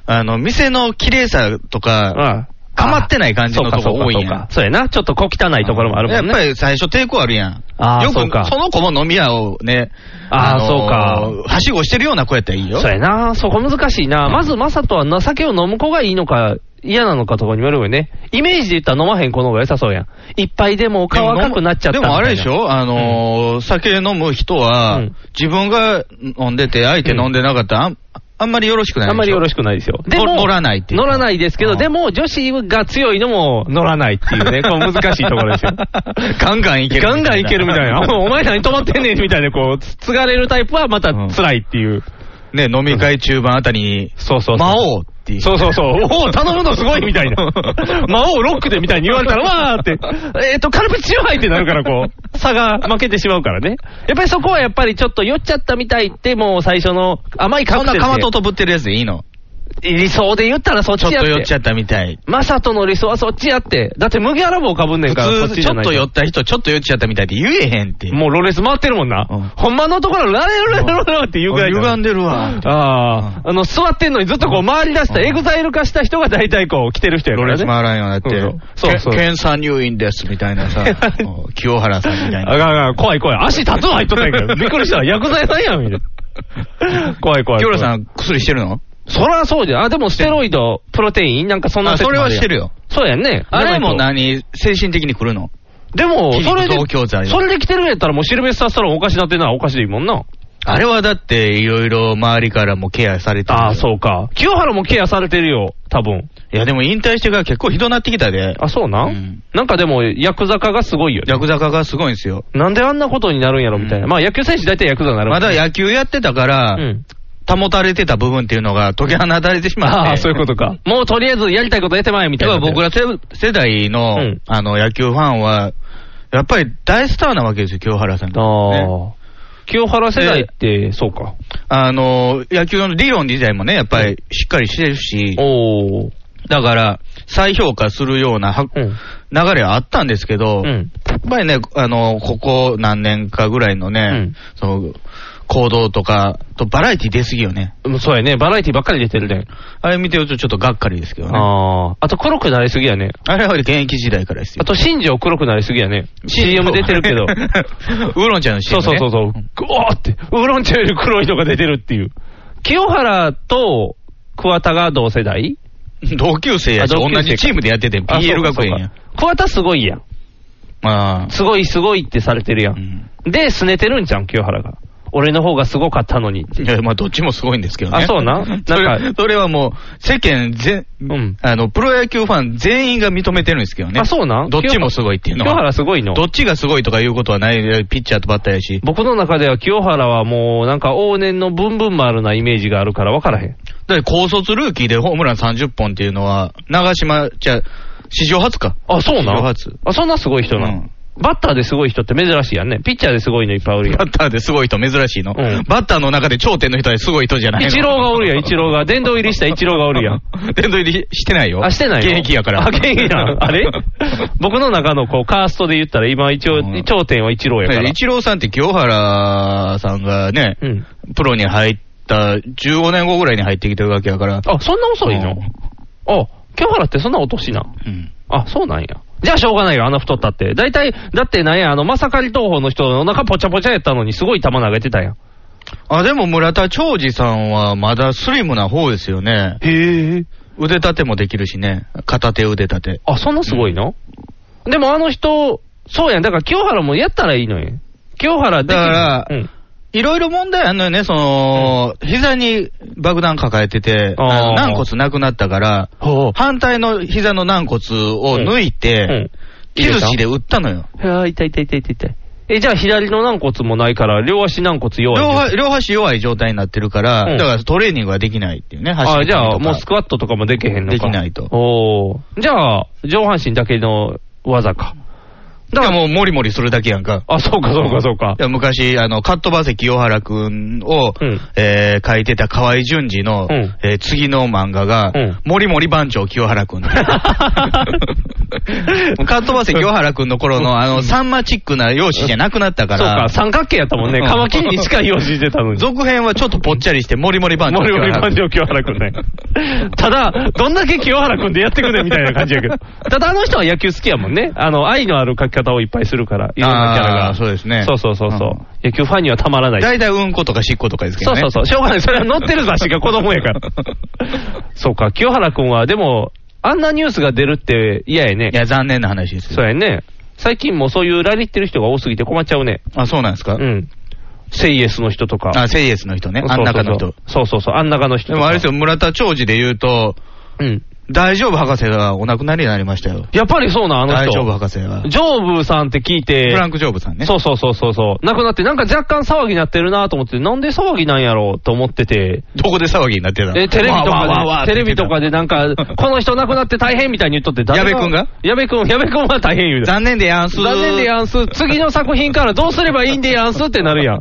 [SPEAKER 2] あの、店の綺麗さとか、
[SPEAKER 3] あ
[SPEAKER 2] かまってない感じのとこ多いやん
[SPEAKER 3] そうかそうかそうかそうやな。ちょっと小汚いところもあるもんね。
[SPEAKER 2] やっぱり最初抵抗あるやん。
[SPEAKER 3] あー
[SPEAKER 2] よく
[SPEAKER 3] そうか
[SPEAKER 2] その子も飲み屋をね、
[SPEAKER 3] あーそう
[SPEAKER 2] か。はしごしてるような子やったらいいよ。
[SPEAKER 3] そうやな。そこ難しいな。まず、マサトはな酒を飲む子がいいのか、嫌なのかとかにもよるよね。イメージで言ったら飲まへん子の方が良さそうやん。一杯でも顔赤くなっちゃった
[SPEAKER 2] で
[SPEAKER 3] みたい
[SPEAKER 2] も
[SPEAKER 3] な
[SPEAKER 2] あれでしょあのー酒飲む人は、
[SPEAKER 3] うん
[SPEAKER 2] 自分が飲んでて、相手飲んでなかったら、あんあんまりよろしくないでしょ
[SPEAKER 3] あんまりよろしくないですよ。でも、
[SPEAKER 2] 乗らないっていう
[SPEAKER 3] 乗らないですけ
[SPEAKER 2] う
[SPEAKER 3] ど、
[SPEAKER 2] ん
[SPEAKER 3] でも、女子が強いのも乗らないっていうね、こう難しいところです よ。
[SPEAKER 2] ガンガンいける。
[SPEAKER 3] ガンガンいけるみたい な。お前何止まってんねんみたいな、こう、つつがれるタイプはまた辛いっていう。
[SPEAKER 2] ね、飲み会中盤あたりに、
[SPEAKER 3] そうそうそう。
[SPEAKER 2] 魔王っていう。
[SPEAKER 3] そうそうそう。おお、頼むのすごいみたい な。魔王ロックでみたいに言われたら、わーって。えっ、と、カルピス強いってなるから、こう、差が負けてしまうからね。やっぱりそこはやっぱりちょっと酔っちゃったみたいって、もう最初の甘いカ
[SPEAKER 2] そ
[SPEAKER 3] ク
[SPEAKER 2] ん
[SPEAKER 3] テ
[SPEAKER 2] な
[SPEAKER 3] ル
[SPEAKER 2] かま
[SPEAKER 3] で
[SPEAKER 2] とぶってるやつでいいの
[SPEAKER 3] 理想で言ったらそっ
[SPEAKER 2] ち
[SPEAKER 3] ち
[SPEAKER 2] ょ
[SPEAKER 3] や
[SPEAKER 2] っ
[SPEAKER 3] って。
[SPEAKER 2] と酔っちゃったみたい。
[SPEAKER 3] マサトの理想はそっちやって。だって麦わら帽かぶんねんから、
[SPEAKER 2] 普
[SPEAKER 3] そ
[SPEAKER 2] 通、ち
[SPEAKER 3] ちじゃ
[SPEAKER 2] ょ
[SPEAKER 3] な
[SPEAKER 2] っ
[SPEAKER 3] い
[SPEAKER 2] と酔った人、ちょっと酔っちゃったみたいって言えへんって。
[SPEAKER 3] もうロレス回ってるもんな。
[SPEAKER 2] うん
[SPEAKER 3] ほんまのところ、ラレラレラレラって言うぐらい。
[SPEAKER 2] 歪んでるわ。
[SPEAKER 3] ああ、あの、座ってんのにずっとこう回り出した、
[SPEAKER 2] うん
[SPEAKER 3] エグザイル化した人が大体こう来てる人やか
[SPEAKER 2] ロ
[SPEAKER 3] ら
[SPEAKER 2] レス
[SPEAKER 3] ね。
[SPEAKER 2] 回らんようになって
[SPEAKER 3] そうそう。そう
[SPEAKER 2] け
[SPEAKER 3] そう。、
[SPEAKER 2] 検査入院ですみたいなさ もう清原さんみたい
[SPEAKER 3] あ
[SPEAKER 2] な。
[SPEAKER 3] かんあかん、怖い怖い。足タトゥー入っとったんやけど、びっくりした。薬剤さんやん、みたい な。怖い怖い怖い。
[SPEAKER 2] 清原さん、薬してるの
[SPEAKER 3] そらそうじゃん。あ、でもステロイド、プロテインなんかそんな
[SPEAKER 2] あ、
[SPEAKER 3] 説
[SPEAKER 2] そ
[SPEAKER 3] も
[SPEAKER 2] れ
[SPEAKER 3] あ
[SPEAKER 2] は
[SPEAKER 3] やん
[SPEAKER 2] してる。よ。
[SPEAKER 3] そうやんね。
[SPEAKER 2] あれも
[SPEAKER 3] な
[SPEAKER 2] 何、精神的に来るの
[SPEAKER 3] でも、
[SPEAKER 2] 筋肉
[SPEAKER 3] それで
[SPEAKER 2] 増強剤、
[SPEAKER 3] それで来てるんやったら、もうシルベスタースタローンおかしなってんのはおかしいもんな。
[SPEAKER 2] あれはだって、いろいろ周りからもケアされてる。
[SPEAKER 3] ああ、そうか。清原もケアされてるよ、多分。
[SPEAKER 2] いや、でも引退してから結構ひどなってきたで。
[SPEAKER 3] あ、そうなん、
[SPEAKER 2] うん
[SPEAKER 3] なんかでも、ヤクザ化がすごいよ。
[SPEAKER 2] ヤクザ化がすごいんですよ。
[SPEAKER 3] なんであんなことになるんやろ、みたいな。
[SPEAKER 2] うん
[SPEAKER 3] まあ、野球選手大体ヤクザになるも
[SPEAKER 2] ま
[SPEAKER 3] んね
[SPEAKER 2] だ野球やってたから、
[SPEAKER 3] うん。
[SPEAKER 2] 保たれてた部分っていうのが解き放たれてしまって。
[SPEAKER 3] ああ、そういうことか。もうとりあえずやりたいことやってまえ、みた
[SPEAKER 2] や
[SPEAKER 3] い
[SPEAKER 2] っ
[SPEAKER 3] な。
[SPEAKER 2] ぱ僕ら世世代の,、
[SPEAKER 3] うん
[SPEAKER 2] あの野球ファンは、やっぱり大スターなわけですよ、清原さんが、ね
[SPEAKER 3] ああ。清原世代って、そうか。
[SPEAKER 2] あの野球の理論自体もね、やっぱりしっかりしてるし、
[SPEAKER 3] おお。
[SPEAKER 2] だから再評価するようなは、
[SPEAKER 3] うん
[SPEAKER 2] 流れはあったんですけど、
[SPEAKER 3] う
[SPEAKER 2] やっ
[SPEAKER 3] ん。
[SPEAKER 2] ぱりね、あのここ何年かぐらいのね、
[SPEAKER 3] うん
[SPEAKER 2] その行動とか、とバラエティ出すぎよね、
[SPEAKER 3] うんそうやね。バラエティばっかり出てるね。
[SPEAKER 2] あれ見てるとちょっとがっかりですけどね、あ
[SPEAKER 3] ああ。あと黒くなりすぎやね。
[SPEAKER 2] れはやはり現役時代からですよ
[SPEAKER 3] あ。と、新庄黒くなりすぎやね。CM 出てるけ ど。
[SPEAKER 2] ウーロン茶の CM、
[SPEAKER 3] そう
[SPEAKER 2] ね、
[SPEAKER 3] そうそうそう。ぐおーって、ウーロン茶より黒いのが出てるっていう。清原と桑田が同世代
[SPEAKER 2] 同級生やし、
[SPEAKER 3] あ
[SPEAKER 2] 同
[SPEAKER 3] 同級生か
[SPEAKER 2] じチームでやってて、
[SPEAKER 3] あそう
[SPEAKER 2] PL
[SPEAKER 3] か
[SPEAKER 2] 学園
[SPEAKER 3] そう
[SPEAKER 2] や
[SPEAKER 3] か。桑田すごいやん。
[SPEAKER 2] ああ。
[SPEAKER 3] すごいすごいってされてるや。
[SPEAKER 2] うんん
[SPEAKER 3] で、拗ねてるんじゃん、清原が。俺の方がすごかったのにって。
[SPEAKER 2] いや、まあ、どっちもすごいんですけどね。
[SPEAKER 3] あそうななんか
[SPEAKER 2] それ、それはもう、世間全、
[SPEAKER 3] うん
[SPEAKER 2] あの、プロ野球ファン全員が認めてるんですけどね。
[SPEAKER 3] あ、そうなん
[SPEAKER 2] どっちもすごいっていうの
[SPEAKER 3] 清
[SPEAKER 2] は
[SPEAKER 3] 原。すごいの
[SPEAKER 2] どっちがすごいとかいうことはない、ピッチャーとバッターやし。
[SPEAKER 3] 僕の中では清原はもうなんか往年のブンブン丸なイメージがあるから分からへん。
[SPEAKER 2] だって、高卒ルーキーでホームラン30本っていうのは、長島、じゃあ史上初か。
[SPEAKER 3] あ、そうな
[SPEAKER 2] 史上
[SPEAKER 3] ん
[SPEAKER 2] 初
[SPEAKER 3] あ、そんなすごい人な
[SPEAKER 2] う
[SPEAKER 3] の
[SPEAKER 2] ん
[SPEAKER 3] バッターですごい人って珍しいやんね。ピッチャーですごいのいっぱいおるやん
[SPEAKER 2] バ。ッターですごい人珍しいの、
[SPEAKER 3] うん
[SPEAKER 2] バッターの中で頂点の人はすごい人じゃないの
[SPEAKER 3] 一郎がおるやん、一郎が。殿堂入りした一郎がおるやん。
[SPEAKER 2] 殿堂入りしてないよ。
[SPEAKER 3] あ、してないの
[SPEAKER 2] 現役やから。
[SPEAKER 3] あ、現役な のあれ僕の中のこう、カーストで言ったら今一応
[SPEAKER 2] うん、
[SPEAKER 3] 頂点は一郎やから。
[SPEAKER 2] 一郎さんって清原さんがね、
[SPEAKER 3] うん。
[SPEAKER 2] プロに入っった15年後ぐらいに入ってきてるわけやから。
[SPEAKER 3] あ、そんな遅いのあ、清原ってそんなお年な。
[SPEAKER 2] うん。
[SPEAKER 3] あ、そうなんや。じゃあしょうがないよ、あの太ったって。大体、だってなんや、あの、まさかり東宝の人、お腹ぽちゃぽちゃやったのに、すごい球投げてたやん。
[SPEAKER 2] あ、でも村田長治さんはまだスリムな方ですよね。
[SPEAKER 3] へえ。
[SPEAKER 2] 腕立てもできるしね。片手腕立て。
[SPEAKER 3] あ、そんなすごいの、でもあの人、そうやん。だから清原もやったらいいのよ。清原できる
[SPEAKER 2] だから
[SPEAKER 3] うん。
[SPEAKER 2] いろいろ問題あるのよね、その、膝に爆弾抱えてて、
[SPEAKER 3] あー
[SPEAKER 2] あの軟骨なくなったから、
[SPEAKER 3] ほ
[SPEAKER 2] 反対の膝の軟骨を抜いて、
[SPEAKER 3] うん。
[SPEAKER 2] 木
[SPEAKER 3] 入れ
[SPEAKER 2] 寿
[SPEAKER 3] た
[SPEAKER 2] 司で打ったのよ。
[SPEAKER 3] あー痛い痛い痛い痛い痛い。え、じゃあ左の軟骨もないから、両足軟骨弱い。
[SPEAKER 2] 両端両端弱い状態になってるから、
[SPEAKER 3] うん
[SPEAKER 2] だからトレーニングができないっていうね、走
[SPEAKER 3] あ
[SPEAKER 2] り込み
[SPEAKER 3] ーじ
[SPEAKER 2] とか
[SPEAKER 3] ゃあもうスクワットとかもできへんのか。
[SPEAKER 2] できないと
[SPEAKER 3] おーじゃあ、上半身だけの技か。
[SPEAKER 2] だからもうモリモリするだけやんか。
[SPEAKER 3] あ、そうかそうかそうか
[SPEAKER 2] い。や昔、あの、カットバセ清原くんを、
[SPEAKER 3] うん
[SPEAKER 2] えー書いてた河合淳二の、
[SPEAKER 3] うん
[SPEAKER 2] えー次の漫画が、
[SPEAKER 3] うん
[SPEAKER 2] モリモリ番長清原く ん。カットバセ清原くんの頃の、あの、サンマチックな容姿じゃなくなった
[SPEAKER 3] そ
[SPEAKER 2] か
[SPEAKER 3] う
[SPEAKER 2] ら
[SPEAKER 3] か、、三角形やったもんね。
[SPEAKER 2] うん
[SPEAKER 3] カマキリに近い用紙してたのに。
[SPEAKER 2] 続編はちょっとぽっちゃりして、モリモリ番長
[SPEAKER 3] モリ
[SPEAKER 2] 清
[SPEAKER 3] モリ
[SPEAKER 2] 原
[SPEAKER 3] 番
[SPEAKER 2] 君
[SPEAKER 3] 長清原くんね。 ただ、どんだけ清原くんでやってくねみたいな感じ やけど。ただあの人は野球好きやもんね。あの、愛のある書き方をいっぱいするから、いろんなキャラ
[SPEAKER 2] あー
[SPEAKER 3] が。
[SPEAKER 2] そうですね。
[SPEAKER 3] そうそうそうそううん野球ファンにはたまらない。
[SPEAKER 2] 大体うんことかしっことかですけ
[SPEAKER 3] そ
[SPEAKER 2] ど
[SPEAKER 3] う
[SPEAKER 2] ね。
[SPEAKER 3] そうそう。しょうがない。それは載ってる雑誌が子供 やから。そうか、清原くんは、でも、あんなニュースが出るって嫌やね
[SPEAKER 2] い。や、残念な話ですよ
[SPEAKER 3] そうやね。最近もうそういうラリってる人が多すぎて困っちゃうね。
[SPEAKER 2] あ、そうなんですか、
[SPEAKER 3] うん。セイエスの人とか。
[SPEAKER 2] あ、セイエスの人ね。
[SPEAKER 3] そう
[SPEAKER 2] あ
[SPEAKER 3] そ
[SPEAKER 2] ん
[SPEAKER 3] うそう
[SPEAKER 2] 中の人。。
[SPEAKER 3] そうそうそう、あん中の
[SPEAKER 2] で
[SPEAKER 3] 人とか。
[SPEAKER 2] もあれですよ、村田長治で言うと、
[SPEAKER 3] うん。
[SPEAKER 2] 大丈夫博士がお亡くなりになりましたよ。
[SPEAKER 3] やっぱりそうなん、あの人。
[SPEAKER 2] 大丈夫博士は。
[SPEAKER 3] ジョーブさんって聞いて。
[SPEAKER 2] フランク・ジョーブさんね。
[SPEAKER 3] そうそうそうそうそう。亡くなって、なんか若干騒ぎになってるなと思って、なんで騒ぎなんやろうと思ってて。
[SPEAKER 2] どこで騒ぎになってたの
[SPEAKER 3] え、テレビと
[SPEAKER 2] わあわあわあわ
[SPEAKER 3] か
[SPEAKER 2] あ
[SPEAKER 3] で、テレビとかでなん か、この人亡くなって大変みたいに言っとって、誰
[SPEAKER 2] 矢部君が
[SPEAKER 3] 矢部君、矢部君は大変言うで。
[SPEAKER 2] 残念でやんす。
[SPEAKER 3] 残念でやんす。次の作品からどうすればいいんでやんすってなるやん。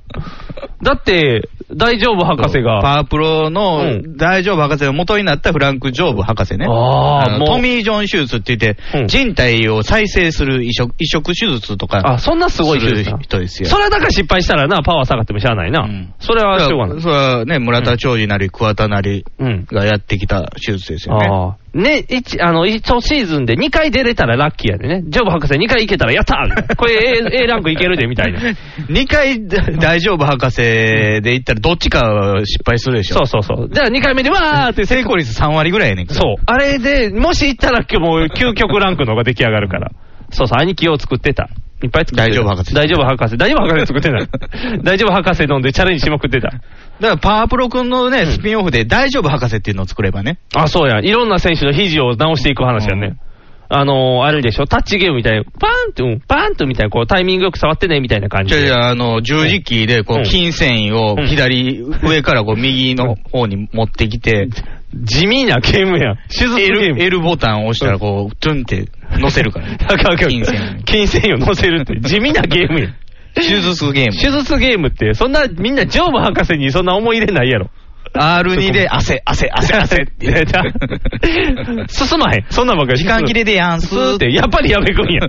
[SPEAKER 3] だって、大丈夫博士が。
[SPEAKER 2] パワープロ
[SPEAKER 3] う
[SPEAKER 2] の
[SPEAKER 3] ん
[SPEAKER 2] 大丈夫博士の元になったフランク・ジョーブ博士ね。
[SPEAKER 3] あ
[SPEAKER 2] の
[SPEAKER 3] ーもう
[SPEAKER 2] トミー・ジョン手術って言っ
[SPEAKER 3] う
[SPEAKER 2] て、
[SPEAKER 3] ん
[SPEAKER 2] 人体を再生する移植移植手術とか。
[SPEAKER 3] あ、そんなすごい
[SPEAKER 2] する
[SPEAKER 3] 人
[SPEAKER 2] 人ですよ
[SPEAKER 3] それはだから失敗したらな、パワー下がってもしゃあないな。
[SPEAKER 2] うん
[SPEAKER 3] それはしょうがない。
[SPEAKER 2] それはね、村田長治なり桑田なり
[SPEAKER 3] うん。
[SPEAKER 2] がやってきた手術ですよね。
[SPEAKER 3] ああ。ね、一、あの、一シーズンで2回出れたらラッキーやでね。ジョブ博士2回いけたらやったーみた いなこれ A, A ランクいけるで、みたいな。
[SPEAKER 2] 2回大丈夫博士で行ったらどっちか失敗するでしょ。
[SPEAKER 3] そうそうそう。じゃあ2回目でわーって成
[SPEAKER 2] 成
[SPEAKER 3] 功
[SPEAKER 2] 功率3割ぐらいやねんから。
[SPEAKER 3] そう。あれで、もし行ったらもう究極ランクの方が出来上がるから。そうそう、兄貴を作ってた。いっぱい作ってた。
[SPEAKER 2] 大丈夫博士
[SPEAKER 3] 大丈夫博士。大丈夫博士作 ってない。大丈夫博士飲んでチャレンジしまくってた。
[SPEAKER 2] だからパワープロ君のね、
[SPEAKER 3] ん
[SPEAKER 2] スピンオフで大丈夫博士っていうのを作ればね。
[SPEAKER 3] あ、そうや。いろんな選手の肘を直していく話やね。あのー、あれでしょ、タッチゲームみたいに、パーンって、うん、パーンってみたいな、こう、タイミングよく触ってね、みたいな感じ
[SPEAKER 2] じゃあ
[SPEAKER 3] で。
[SPEAKER 2] じゃあ、あの、十字キーで、こ
[SPEAKER 3] う
[SPEAKER 2] う、
[SPEAKER 3] ん
[SPEAKER 2] 筋繊維を
[SPEAKER 3] うん
[SPEAKER 2] 左上からこう、右の方に持ってきて、
[SPEAKER 3] 地味なゲームやん。手術
[SPEAKER 2] L,
[SPEAKER 3] ゲーム。。
[SPEAKER 2] L ボタンを押したら、こう、トゥンって乗せるからね
[SPEAKER 3] 金
[SPEAKER 2] 筋繊維
[SPEAKER 3] 銭。金銭を乗せるって、地味なゲ ームやん。
[SPEAKER 2] 手術ゲーム。
[SPEAKER 3] 手術ゲームって、そんな、みんな、ジョーブ博士にそんな思い入れないやろ。
[SPEAKER 2] R2 で汗、汗、汗、汗って 言って
[SPEAKER 3] 進まへん。そんなんばっかり。
[SPEAKER 2] 時間切れでやんす
[SPEAKER 3] スーって、やっぱり矢部くん や。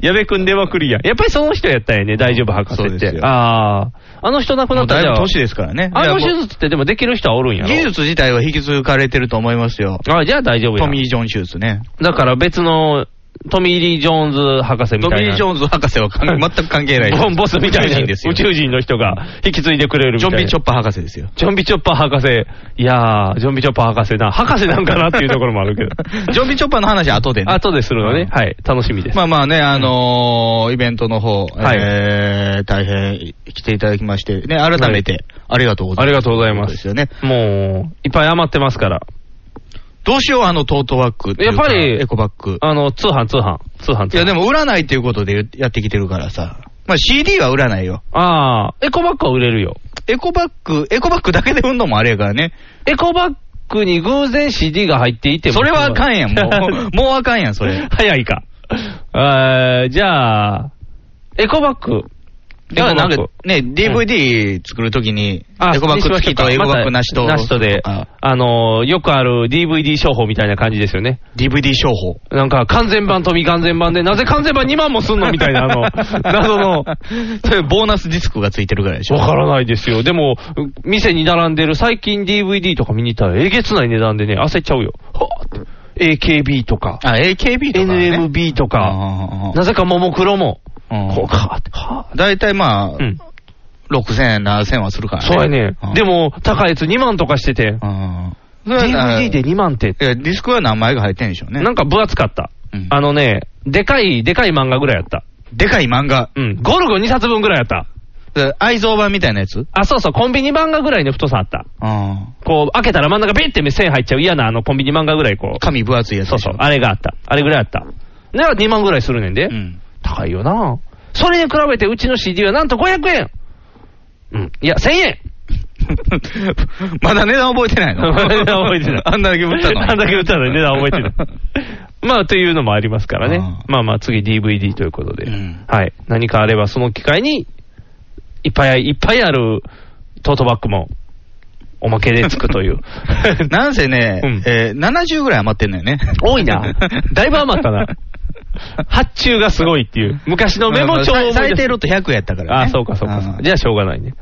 [SPEAKER 3] 矢部くん出まくりや。やっぱりその人やったんやね、大丈夫博
[SPEAKER 2] そう
[SPEAKER 3] 士っ
[SPEAKER 2] です
[SPEAKER 3] て。
[SPEAKER 2] よ
[SPEAKER 3] ああ。あの人亡く
[SPEAKER 2] も
[SPEAKER 3] な
[SPEAKER 2] う
[SPEAKER 3] った
[SPEAKER 2] だい
[SPEAKER 3] じゃ
[SPEAKER 2] ぶ
[SPEAKER 3] ん。
[SPEAKER 2] 年ですからね。
[SPEAKER 3] あの手
[SPEAKER 2] いやも
[SPEAKER 3] 術ってでもできる人はおるんや
[SPEAKER 2] う
[SPEAKER 3] ろ。
[SPEAKER 2] 技術自体は引き継がれてると思いますよ。
[SPEAKER 3] あじゃあ大丈夫や。
[SPEAKER 2] トミー・ジョン手術ね。
[SPEAKER 3] だから別の、トミー・リー・ジョーンズ博士み
[SPEAKER 2] ト
[SPEAKER 3] たいな。
[SPEAKER 2] ミー・ジョーンズ博士は 関係全く関係ないです
[SPEAKER 3] ボンボスみたい
[SPEAKER 2] 宇宙
[SPEAKER 3] な
[SPEAKER 2] 人 ですよ。
[SPEAKER 3] 宇宙人の人が引き継いでくれるみ
[SPEAKER 2] ジ
[SPEAKER 3] た
[SPEAKER 2] ョ
[SPEAKER 3] いな。
[SPEAKER 2] ンビ・チョッパー博士ですよ。
[SPEAKER 3] ジョンビチョッパー博士。いやー、ジョンビチョッパー博士な。博士なんかなっていうところもあるけど。
[SPEAKER 2] ジョンビ・チョッパーの話は後でね。
[SPEAKER 3] 後でするの
[SPEAKER 2] うん
[SPEAKER 3] ね。はい。楽しみです。
[SPEAKER 2] まあまあね、あのーイベントの方、
[SPEAKER 3] はい
[SPEAKER 2] えー大変来ていただきまして、ね、改めて、ありがとうござ
[SPEAKER 3] あ
[SPEAKER 2] い
[SPEAKER 3] り
[SPEAKER 2] ます。
[SPEAKER 3] がとうございま
[SPEAKER 2] そうです
[SPEAKER 3] す。
[SPEAKER 2] よね。
[SPEAKER 3] もう、いっぱい余ってますから。
[SPEAKER 2] どうしよう、あのトートバッグっていうか
[SPEAKER 3] やっぱり
[SPEAKER 2] エコバッグ。
[SPEAKER 3] あの、通販、通販。通販、
[SPEAKER 2] い
[SPEAKER 3] 通販。
[SPEAKER 2] や、でも売らないっていうことでやってきてるからさ。まあ CD は売らないよ。
[SPEAKER 3] ああ、エコバッグは売れるよ。
[SPEAKER 2] エコバッグ、エコバッグだけで売んのもあれやからね。
[SPEAKER 3] エコバッグに偶然 CD が入っていても。
[SPEAKER 2] それはあかんやん、も う。もうあかんやん、それ。
[SPEAKER 3] 早いか。あーじゃあ、エコバッグ。
[SPEAKER 2] だからなん
[SPEAKER 3] デコバ
[SPEAKER 2] か
[SPEAKER 3] ッグ
[SPEAKER 2] ね、DVD 作るときに、エコバック付きとエコバックなしと。
[SPEAKER 3] なしとで、
[SPEAKER 2] あ
[SPEAKER 3] あのー、よくある DVD 商法みたいな感じですよね。
[SPEAKER 2] DVD 商法。
[SPEAKER 3] なんか、完全版と未完全版で、なぜ完全版2万もすんのみたいな、あ の、謎の。
[SPEAKER 2] それボーナスディスクが付いてるぐらいでしょ。
[SPEAKER 3] わからないですよ。でも、店に並んでる最近 DVD とか見に行ったら、えげつない値段でね、焦っちゃうよ。はぁ AKB とか、
[SPEAKER 2] あ、AKB とか、ね。
[SPEAKER 3] NMB とか、
[SPEAKER 2] あ
[SPEAKER 3] なぜかももクロも、
[SPEAKER 2] あああ
[SPEAKER 3] こうかって、はぁ
[SPEAKER 2] だいたいまあ、
[SPEAKER 3] うん。
[SPEAKER 2] 6000円、7000円はするからね。
[SPEAKER 3] そうやね
[SPEAKER 2] うん。
[SPEAKER 3] で、も、高いやつ2万とかしてて、
[SPEAKER 2] うんそれは
[SPEAKER 3] DVD で2万って、
[SPEAKER 2] いやディスクは何枚が入ってんでしょうね。
[SPEAKER 3] なんか分厚かった
[SPEAKER 2] うん。
[SPEAKER 3] あのね、でかい、でかい漫画ぐらいやった。
[SPEAKER 2] でかい漫画。
[SPEAKER 3] うん。ゴルゴ2冊分ぐらいやった。
[SPEAKER 2] 愛蔵版みたいなやつ
[SPEAKER 3] あ、そうそう、コンビニ漫画ぐらいの太さあった。
[SPEAKER 2] あ
[SPEAKER 3] こう、開けたら真ん中ビって線入っちゃう嫌なあのコンビニ漫画ぐらいこ
[SPEAKER 2] あ
[SPEAKER 3] う。
[SPEAKER 2] 紙分厚いやつ
[SPEAKER 3] そう
[SPEAKER 2] でし
[SPEAKER 3] そ
[SPEAKER 2] ょ。
[SPEAKER 3] う、あれがあった。あれぐらいあった。なら2万ぐらいするねんで。
[SPEAKER 2] うん。
[SPEAKER 3] 高いよなそれに比べてうちの CD はなんと500円うん。いや、1000円
[SPEAKER 2] まだ値段覚えてないの。
[SPEAKER 3] 値段覚えてない
[SPEAKER 2] あんだけ売ったのに。
[SPEAKER 3] あんだけ売ったのに値段覚えてない。まあ、というのもありますからね
[SPEAKER 2] あ。
[SPEAKER 3] まあまあ、次 DVD ということで。
[SPEAKER 2] うん
[SPEAKER 3] はい。何かあれば、その機会に、いっぱい、いっぱいあるトートバッグも、おまけでつくと いう。
[SPEAKER 2] なんせね、
[SPEAKER 3] うん
[SPEAKER 2] えー70ぐらい余ってんのよね。
[SPEAKER 3] 多い な。だいぶ余ったな。発注がすごいっていう。昔のメモ帳を思い出す
[SPEAKER 2] 最低ロット100やったからね。
[SPEAKER 3] あ、そうかそうかそう
[SPEAKER 2] あ
[SPEAKER 3] か。
[SPEAKER 2] ー
[SPEAKER 3] じゃあしょうがないね。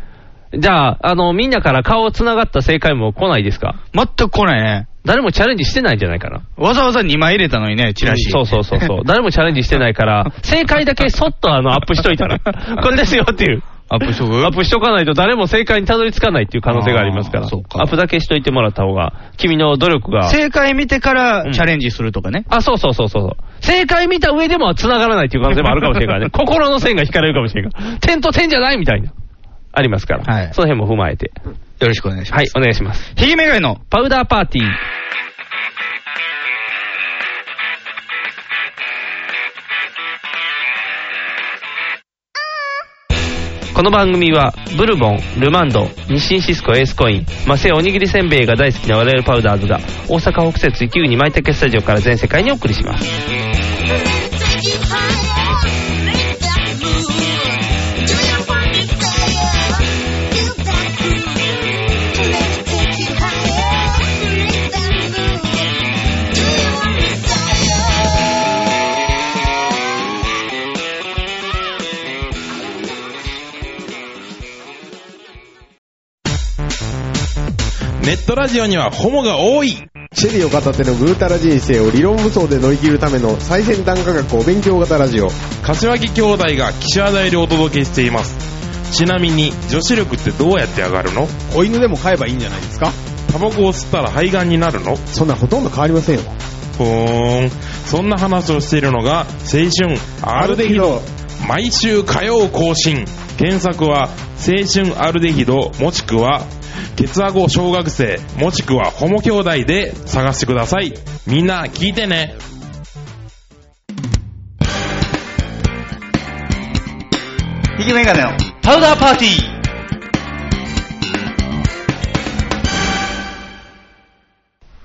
[SPEAKER 3] じゃあ、あの、みんなから顔つながった正解も来ないですか
[SPEAKER 2] 全く来ないね。
[SPEAKER 3] 誰もチャレンジしてないんじゃないかな。
[SPEAKER 2] わざわざ2枚入れたのにね、チラシ。
[SPEAKER 3] うんそうそうそう そう。誰もチャレンジしてないから、正解だけそっとあの、アップしといた ら。これですよっていう。
[SPEAKER 2] アップしとく
[SPEAKER 3] アップしとかないと誰も正解にたどり着かないっていう可能性がありますから。
[SPEAKER 2] あーそうか
[SPEAKER 3] アップだけしといてもらった方が、君の努力が。
[SPEAKER 2] 正解見てから
[SPEAKER 3] うん
[SPEAKER 2] チャレンジするとかね。
[SPEAKER 3] あ、そうそうそうそうそう。正解見た上でも繋がらないっていう可能性もあるかもしれないからね。 心の線が引かれるかもしれないから。点と点じゃないみたいな。ありますから。
[SPEAKER 2] はい
[SPEAKER 3] その辺も踏まえて。
[SPEAKER 2] よろしくお願いします。
[SPEAKER 3] はい、お願いします。
[SPEAKER 2] ひげめがいの、
[SPEAKER 3] パウダーパーティー。この番組は、ブルボン、ルマンド、日清シスコエースコイン、マセおにぎりせんべいが大好きな我々パウダーズが、大阪北節192舞茸スタジオから全世界にお送りします。
[SPEAKER 4] Take you higher, make that move. Do you want it there? Feel that groove. Let it take you higher, make that move. Do you want it there?
[SPEAKER 5] ネットラジオにはホモが多い
[SPEAKER 6] シェリーを片手のぐうたら人生を理論武装で乗り切るための最先端科学お勉強型ラジオ。
[SPEAKER 5] 柏木兄弟が岸和田よりお届けしていますちなみに女子力ってどうやって上がるの
[SPEAKER 6] 子犬でも飼えばいいんじゃないですか
[SPEAKER 5] タバコを吸ったら肺がんになるの
[SPEAKER 6] そんなんほとんど変わりませんよ。
[SPEAKER 5] ふーんそんな話をしているのが青春アルデヒド毎週火曜更新検索は青春アルデヒドもしくはケツアゴ小学生もしくはホモ兄弟で探してくださいみんな聞いてね
[SPEAKER 2] ひげめがいの、
[SPEAKER 3] パウダーパーティー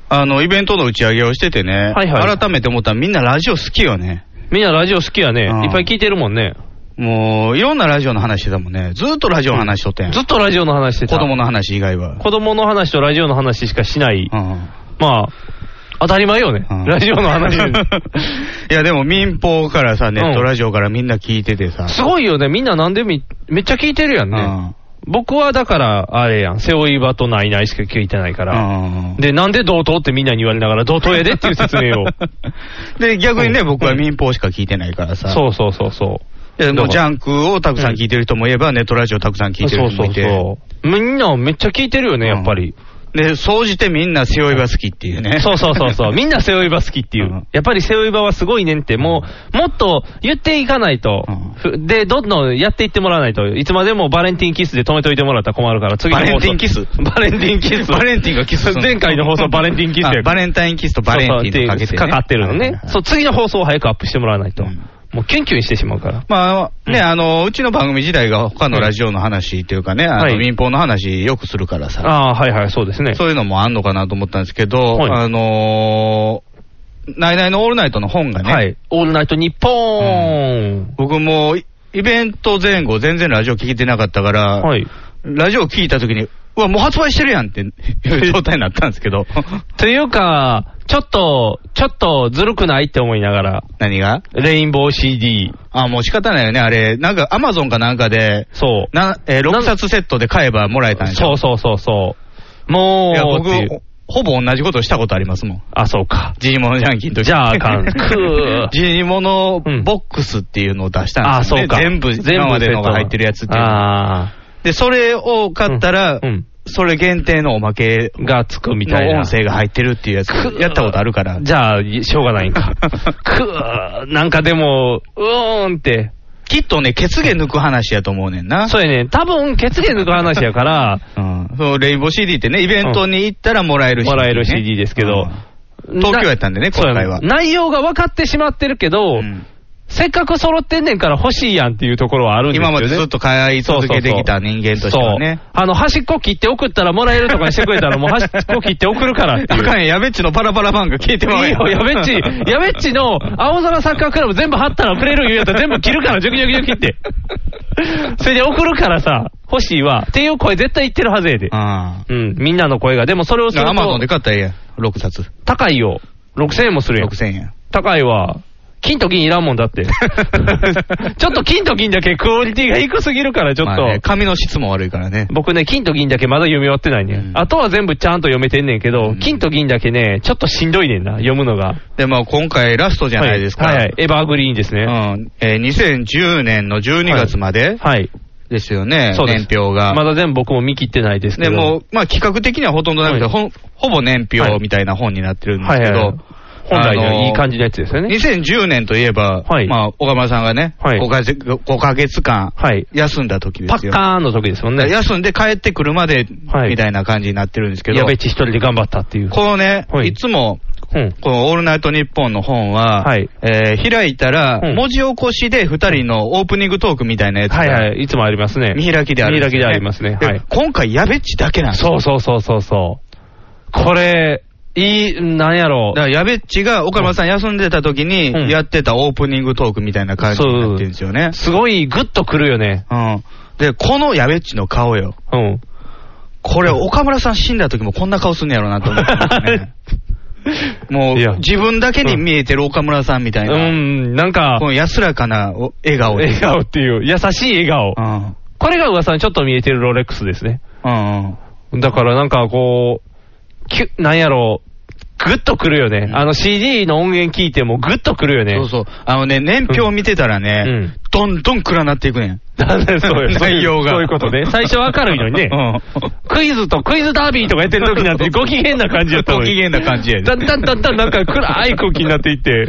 [SPEAKER 2] あの、イベントの打ち上げをしててね、
[SPEAKER 3] はいはい
[SPEAKER 2] 改めて思ったらみんなラジオ好きよね。
[SPEAKER 3] みんなラジオ好きやね。
[SPEAKER 2] うん
[SPEAKER 3] いっぱい聞いてるもんね。
[SPEAKER 2] もう、いろんなラジオの話してたもんね。ずーっとラジオの話しとってん。
[SPEAKER 3] ずっとラジオの話してた。
[SPEAKER 2] 子供の話以外は。
[SPEAKER 3] 子供の話とラジオの話しかしない。
[SPEAKER 2] うん
[SPEAKER 3] まあ、当たり前よね。
[SPEAKER 2] うん
[SPEAKER 3] ラジオの話。
[SPEAKER 2] いや、でも民放からさ、ネットラジオからみんな聞いててさ。
[SPEAKER 3] すごいよね。みんななんでみ、めっちゃ聞いてるやん
[SPEAKER 2] う
[SPEAKER 3] ね。
[SPEAKER 2] ん
[SPEAKER 3] 僕はだから、あれやん。背負い場とないないしか聞いてないから。
[SPEAKER 2] うん
[SPEAKER 3] で、なんで同等ってみんなに言われながら、同等やで っていう説明を。
[SPEAKER 2] で、逆にね、
[SPEAKER 3] うん
[SPEAKER 2] 僕は民放しか聞いてないからさ。
[SPEAKER 3] そうそうそうそう。
[SPEAKER 2] でもう
[SPEAKER 3] だから
[SPEAKER 2] ジャンクをたくさん聞いてる人もいれば、ネットラジオたくさん聞いてる人もいて。
[SPEAKER 3] そうそうそう。みんなめっちゃ聞いてるよね、やっぱり。
[SPEAKER 2] で、総じてみんな背負いは好きっていうね。
[SPEAKER 3] そうそうそ うそう。みんな背負い場好きっていう。
[SPEAKER 2] うん
[SPEAKER 3] やっぱり背負い場はすごいねんって、もう、もっと言っていかないと、ふで、どんどんやっていってもらわないと、いつまでもバレンティンキスで止めといてもらったら困るから、次の
[SPEAKER 2] バ
[SPEAKER 3] 放送
[SPEAKER 2] レンティンキス
[SPEAKER 3] バレンティンキス。
[SPEAKER 2] バレンティンがキスするの
[SPEAKER 3] 前回の放送バレンティンキスや
[SPEAKER 2] あバレンタインキスとバレンティンとかけて、ね。
[SPEAKER 3] そうそうかかってるの
[SPEAKER 2] はい
[SPEAKER 3] ね
[SPEAKER 2] は。い
[SPEAKER 3] そう、次の放送を早くアップしてもらわないと。
[SPEAKER 2] うん
[SPEAKER 3] もうキュンキュンしてしまうから。
[SPEAKER 2] まあ、ね、
[SPEAKER 3] うん
[SPEAKER 2] あの、うちの番組自体が他のラジオの話っていうかね、あ
[SPEAKER 3] は
[SPEAKER 2] の
[SPEAKER 3] い
[SPEAKER 2] 民放の話よくするからさ。
[SPEAKER 3] ああ、はいはい、そうですね。
[SPEAKER 2] そういうのもあんのかなと思ったんですけど、
[SPEAKER 3] はい
[SPEAKER 2] あのー、ナイナイのオールナイトの本がね、
[SPEAKER 3] はい。オールナイトニッポーン。
[SPEAKER 2] 僕もいイベント前後、全然ラジオ聞いてなかったから、
[SPEAKER 3] はい。
[SPEAKER 2] ラジオ聞いたときに、うわ、もう発売してるや んっていう状態になったんですけど、
[SPEAKER 3] というか、ちょっと、ちょっとずるくないって思いながら、
[SPEAKER 2] 何が
[SPEAKER 3] レインボー CD。
[SPEAKER 2] あ、もう仕方ないよね、あれ、なんかアマゾンかなんかで、
[SPEAKER 3] そう。
[SPEAKER 2] なえ6冊セットで買えばもらえたんでし
[SPEAKER 3] そ
[SPEAKER 2] ょ
[SPEAKER 3] うそうそうそう。も
[SPEAKER 2] いや、
[SPEAKER 3] う、
[SPEAKER 2] 僕
[SPEAKER 3] っていう、
[SPEAKER 2] ほぼ同じことしたことありますもん。
[SPEAKER 3] あ、そうか。
[SPEAKER 2] ジーモノジャンキーの時
[SPEAKER 3] じゃああ かんくー
[SPEAKER 2] ジーモノボックスっていうのを出したん
[SPEAKER 3] あ、
[SPEAKER 2] です
[SPEAKER 3] そ
[SPEAKER 2] よ、ね
[SPEAKER 3] うか。
[SPEAKER 2] 全部、今までのが入ってるやつっていうのが
[SPEAKER 3] あ
[SPEAKER 2] で、それを
[SPEAKER 3] あ。
[SPEAKER 2] 買ったら、
[SPEAKER 3] うん
[SPEAKER 2] それ限定のおまけ
[SPEAKER 3] うんがつくみたい
[SPEAKER 2] の
[SPEAKER 3] な。
[SPEAKER 2] 音声が入ってるっていうやつ
[SPEAKER 3] くー、
[SPEAKER 2] やったことあるから。
[SPEAKER 3] じゃあ、しょうがないん か。くーなんかでも、うーんって。
[SPEAKER 2] きっとね、血毛抜く話やと思うねんな。
[SPEAKER 3] そうやね。多分、血芸抜く話やから、
[SPEAKER 2] うん。そう、レインボー CD ってね、イベントに行ったらもらえる CD、
[SPEAKER 3] もらえる CD ですけど
[SPEAKER 2] うん 東京やったんでね
[SPEAKER 3] なそうやね
[SPEAKER 2] 今回は
[SPEAKER 3] 内容が分かってしまってるけ
[SPEAKER 2] う
[SPEAKER 3] ど、
[SPEAKER 2] ん
[SPEAKER 3] せっかく揃ってんねんから欲しいやんっていうところはあるんですよ
[SPEAKER 2] 今
[SPEAKER 3] ね。
[SPEAKER 2] までずっと買い続けてきた人間としてはね
[SPEAKER 3] そう。。あの、端っこ切って送ったらもらえるとかにしてくれたら、もう端っこ切って送るからって
[SPEAKER 2] あ
[SPEAKER 3] いう。
[SPEAKER 2] かんや、やべっちのパラパラ漫画聞いてもらえ
[SPEAKER 3] いいよ、やべっち、 やべっちの青空サッカークラブ全部貼ったらプレる言うやったら全部切るから、ジョキジョキジョキって。 それで送るからさ、欲しいわ。っていう声絶対言ってるはずやで。
[SPEAKER 2] あ
[SPEAKER 3] うん、みんなの声が。でもそれをする
[SPEAKER 2] あ。アマゾンで
[SPEAKER 3] と、
[SPEAKER 2] 買ったらええやん。6冊。
[SPEAKER 3] 高いよ。6000円もするやん。
[SPEAKER 2] 6000円。
[SPEAKER 3] 高いわ。金と銀いらんもんだって。 ちょっと金と銀だけクオリティが低すぎるから、ちょっと。
[SPEAKER 2] まあね紙の質も悪いからね。
[SPEAKER 3] 僕ね、金と銀だけまだ読み終わってないね、
[SPEAKER 2] うん
[SPEAKER 3] あとは全部ちゃんと読めてんねんけど、
[SPEAKER 2] うん
[SPEAKER 3] 金と銀だけね、ちょっとしんどいねんな、読むのが。
[SPEAKER 2] で、まあ今回ラストじゃないですか。
[SPEAKER 3] はい、はいはい、エバーグリーンですね。
[SPEAKER 2] うん。えー2010年の12月まで
[SPEAKER 3] はい。
[SPEAKER 2] ですよね、
[SPEAKER 3] そうです。
[SPEAKER 2] 年表が。
[SPEAKER 3] まだ全部僕も見切ってないです
[SPEAKER 2] で
[SPEAKER 3] けど。
[SPEAKER 2] もう、まあ、企画的にはほとんどないけど、
[SPEAKER 3] は
[SPEAKER 2] ほんほぼ年表みたいな本になってるんです
[SPEAKER 3] はい
[SPEAKER 2] け
[SPEAKER 3] はい
[SPEAKER 2] ど、
[SPEAKER 3] はい、本来
[SPEAKER 2] あの
[SPEAKER 3] のいい感じのやつですよね。
[SPEAKER 2] 2010年といえば、
[SPEAKER 3] はい
[SPEAKER 2] まあ、小川さんがね、
[SPEAKER 3] はい
[SPEAKER 2] 5, ヶ月5ヶ月間、
[SPEAKER 3] はい。
[SPEAKER 2] 休んだ時で
[SPEAKER 3] パ
[SPEAKER 2] す
[SPEAKER 3] ッ
[SPEAKER 2] よ。
[SPEAKER 3] カーンの時ですもんね。
[SPEAKER 2] 休んで帰ってくるまで、
[SPEAKER 3] はい
[SPEAKER 2] みたいな感じになってるんですけど、
[SPEAKER 3] やべっち一人で頑張ったっていう。
[SPEAKER 2] このね、
[SPEAKER 3] はい
[SPEAKER 2] い、つも、
[SPEAKER 3] うん。
[SPEAKER 2] このオールナイトニッポンの本は、
[SPEAKER 3] はい
[SPEAKER 2] えー開いたら
[SPEAKER 3] う、ん
[SPEAKER 2] 文字起こしで2人のオープニングトークみたいなやつ
[SPEAKER 3] はい
[SPEAKER 2] が
[SPEAKER 3] はい。いつもありますね。
[SPEAKER 2] 見開きであるん
[SPEAKER 3] 見開
[SPEAKER 2] す
[SPEAKER 3] き
[SPEAKER 2] よ
[SPEAKER 3] でありますね。
[SPEAKER 2] で
[SPEAKER 3] はい。
[SPEAKER 2] 今回、やべっちだけなんですよ
[SPEAKER 3] そうそうそうそうそう。これ、いい、なんやろ
[SPEAKER 2] だから、やべっちが岡村さん休んでた時
[SPEAKER 3] うん
[SPEAKER 2] に、やってたオープニングトークみたいな感じになってるんですよね。
[SPEAKER 3] すごいグッとくるよね。
[SPEAKER 2] うん。で、このやべっちの顔よ。
[SPEAKER 3] うん。
[SPEAKER 2] これ、岡村さん死んだ時もこんな顔すんねやろなと思って、ね。も
[SPEAKER 3] いや
[SPEAKER 2] う、自分だけに見えてる岡村さんみたいうな、
[SPEAKER 3] ん、なんか
[SPEAKER 2] こ、の安らかなお笑顔で
[SPEAKER 3] 笑。顔っていう、優しい笑顔
[SPEAKER 2] う。ん。
[SPEAKER 3] これが噂にちょっと見えてるロレックスですね。
[SPEAKER 2] うんうん。
[SPEAKER 3] だからなんかこう、きゅなんやろう、グッとくるよね。
[SPEAKER 2] ん
[SPEAKER 3] あの CD の音源聞いてもグッとくるよね。
[SPEAKER 2] そうそう。あのね、年表見てたら
[SPEAKER 3] う
[SPEAKER 2] ね
[SPEAKER 3] ん、
[SPEAKER 2] どんどん暗なっていくねん。
[SPEAKER 3] なんでそうい う
[SPEAKER 2] 内容が
[SPEAKER 3] そういうことね。最初は明るいのに ね。
[SPEAKER 2] うん。
[SPEAKER 3] クイズとクイズダービーとかやってる時なん てご機嫌な感じやったのに。
[SPEAKER 2] ご機嫌な感じやね
[SPEAKER 3] だんだんだんだんなんか暗い空気になっていって。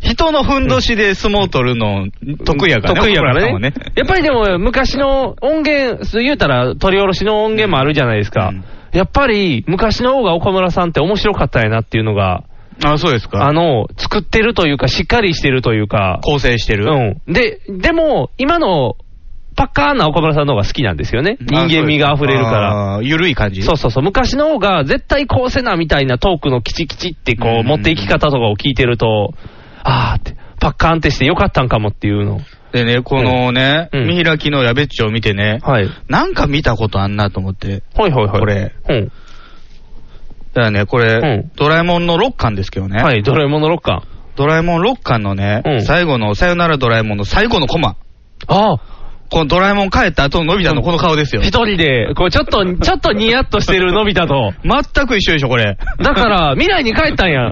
[SPEAKER 2] 人のふんどしで相撲取るの得意やからね。
[SPEAKER 3] 得意やから
[SPEAKER 2] 岡村さんは
[SPEAKER 3] ね。やっぱりでも、昔の音源、そう言うたら、取り下ろしの音源もあるじゃないですか。
[SPEAKER 2] うん
[SPEAKER 3] やっぱり、昔の方が岡村さんって面白かったんやなっていうのが、
[SPEAKER 2] あ、そうですか。
[SPEAKER 3] あの、作ってるというか、しっかりしてるというか。
[SPEAKER 2] 構成してる。
[SPEAKER 3] うん。で、でも、今の、パッカーンな岡村さんの方が好きなんですよね。人間味が溢れるから。
[SPEAKER 2] ら。ゆるい感じ
[SPEAKER 3] そうそうそう。昔の方が、絶対こうせなみたいなトークのキチキチって、こ
[SPEAKER 2] う
[SPEAKER 3] う、
[SPEAKER 2] ん
[SPEAKER 3] 持っていき方とかを聞いてると、あーって、パッカーンってしてよかったんかもっていうの。
[SPEAKER 2] でね、このね、
[SPEAKER 3] うん
[SPEAKER 2] 見開きのやべっちを見てね、
[SPEAKER 3] はい。
[SPEAKER 2] なんか見たことあんなと思って。
[SPEAKER 3] はいはいはい。
[SPEAKER 2] これ。
[SPEAKER 3] うん。
[SPEAKER 2] だからね、これ、
[SPEAKER 3] うん
[SPEAKER 2] ドラえもんの6巻ですけどね。
[SPEAKER 3] はい、ドラえもんの6巻。
[SPEAKER 2] ドラえもん6巻のね、
[SPEAKER 3] うん
[SPEAKER 2] 最後の、さよならドラえもんの最後のコマ。
[SPEAKER 3] ああ、
[SPEAKER 2] このドラえもん帰った後ののび太のこの顔ですよ。
[SPEAKER 3] 一人で、こう、ちょっと、ちょっとニヤッとしてるのび太と。
[SPEAKER 2] 全く一緒でしょ、これ。
[SPEAKER 3] だから、未来に帰ったんや。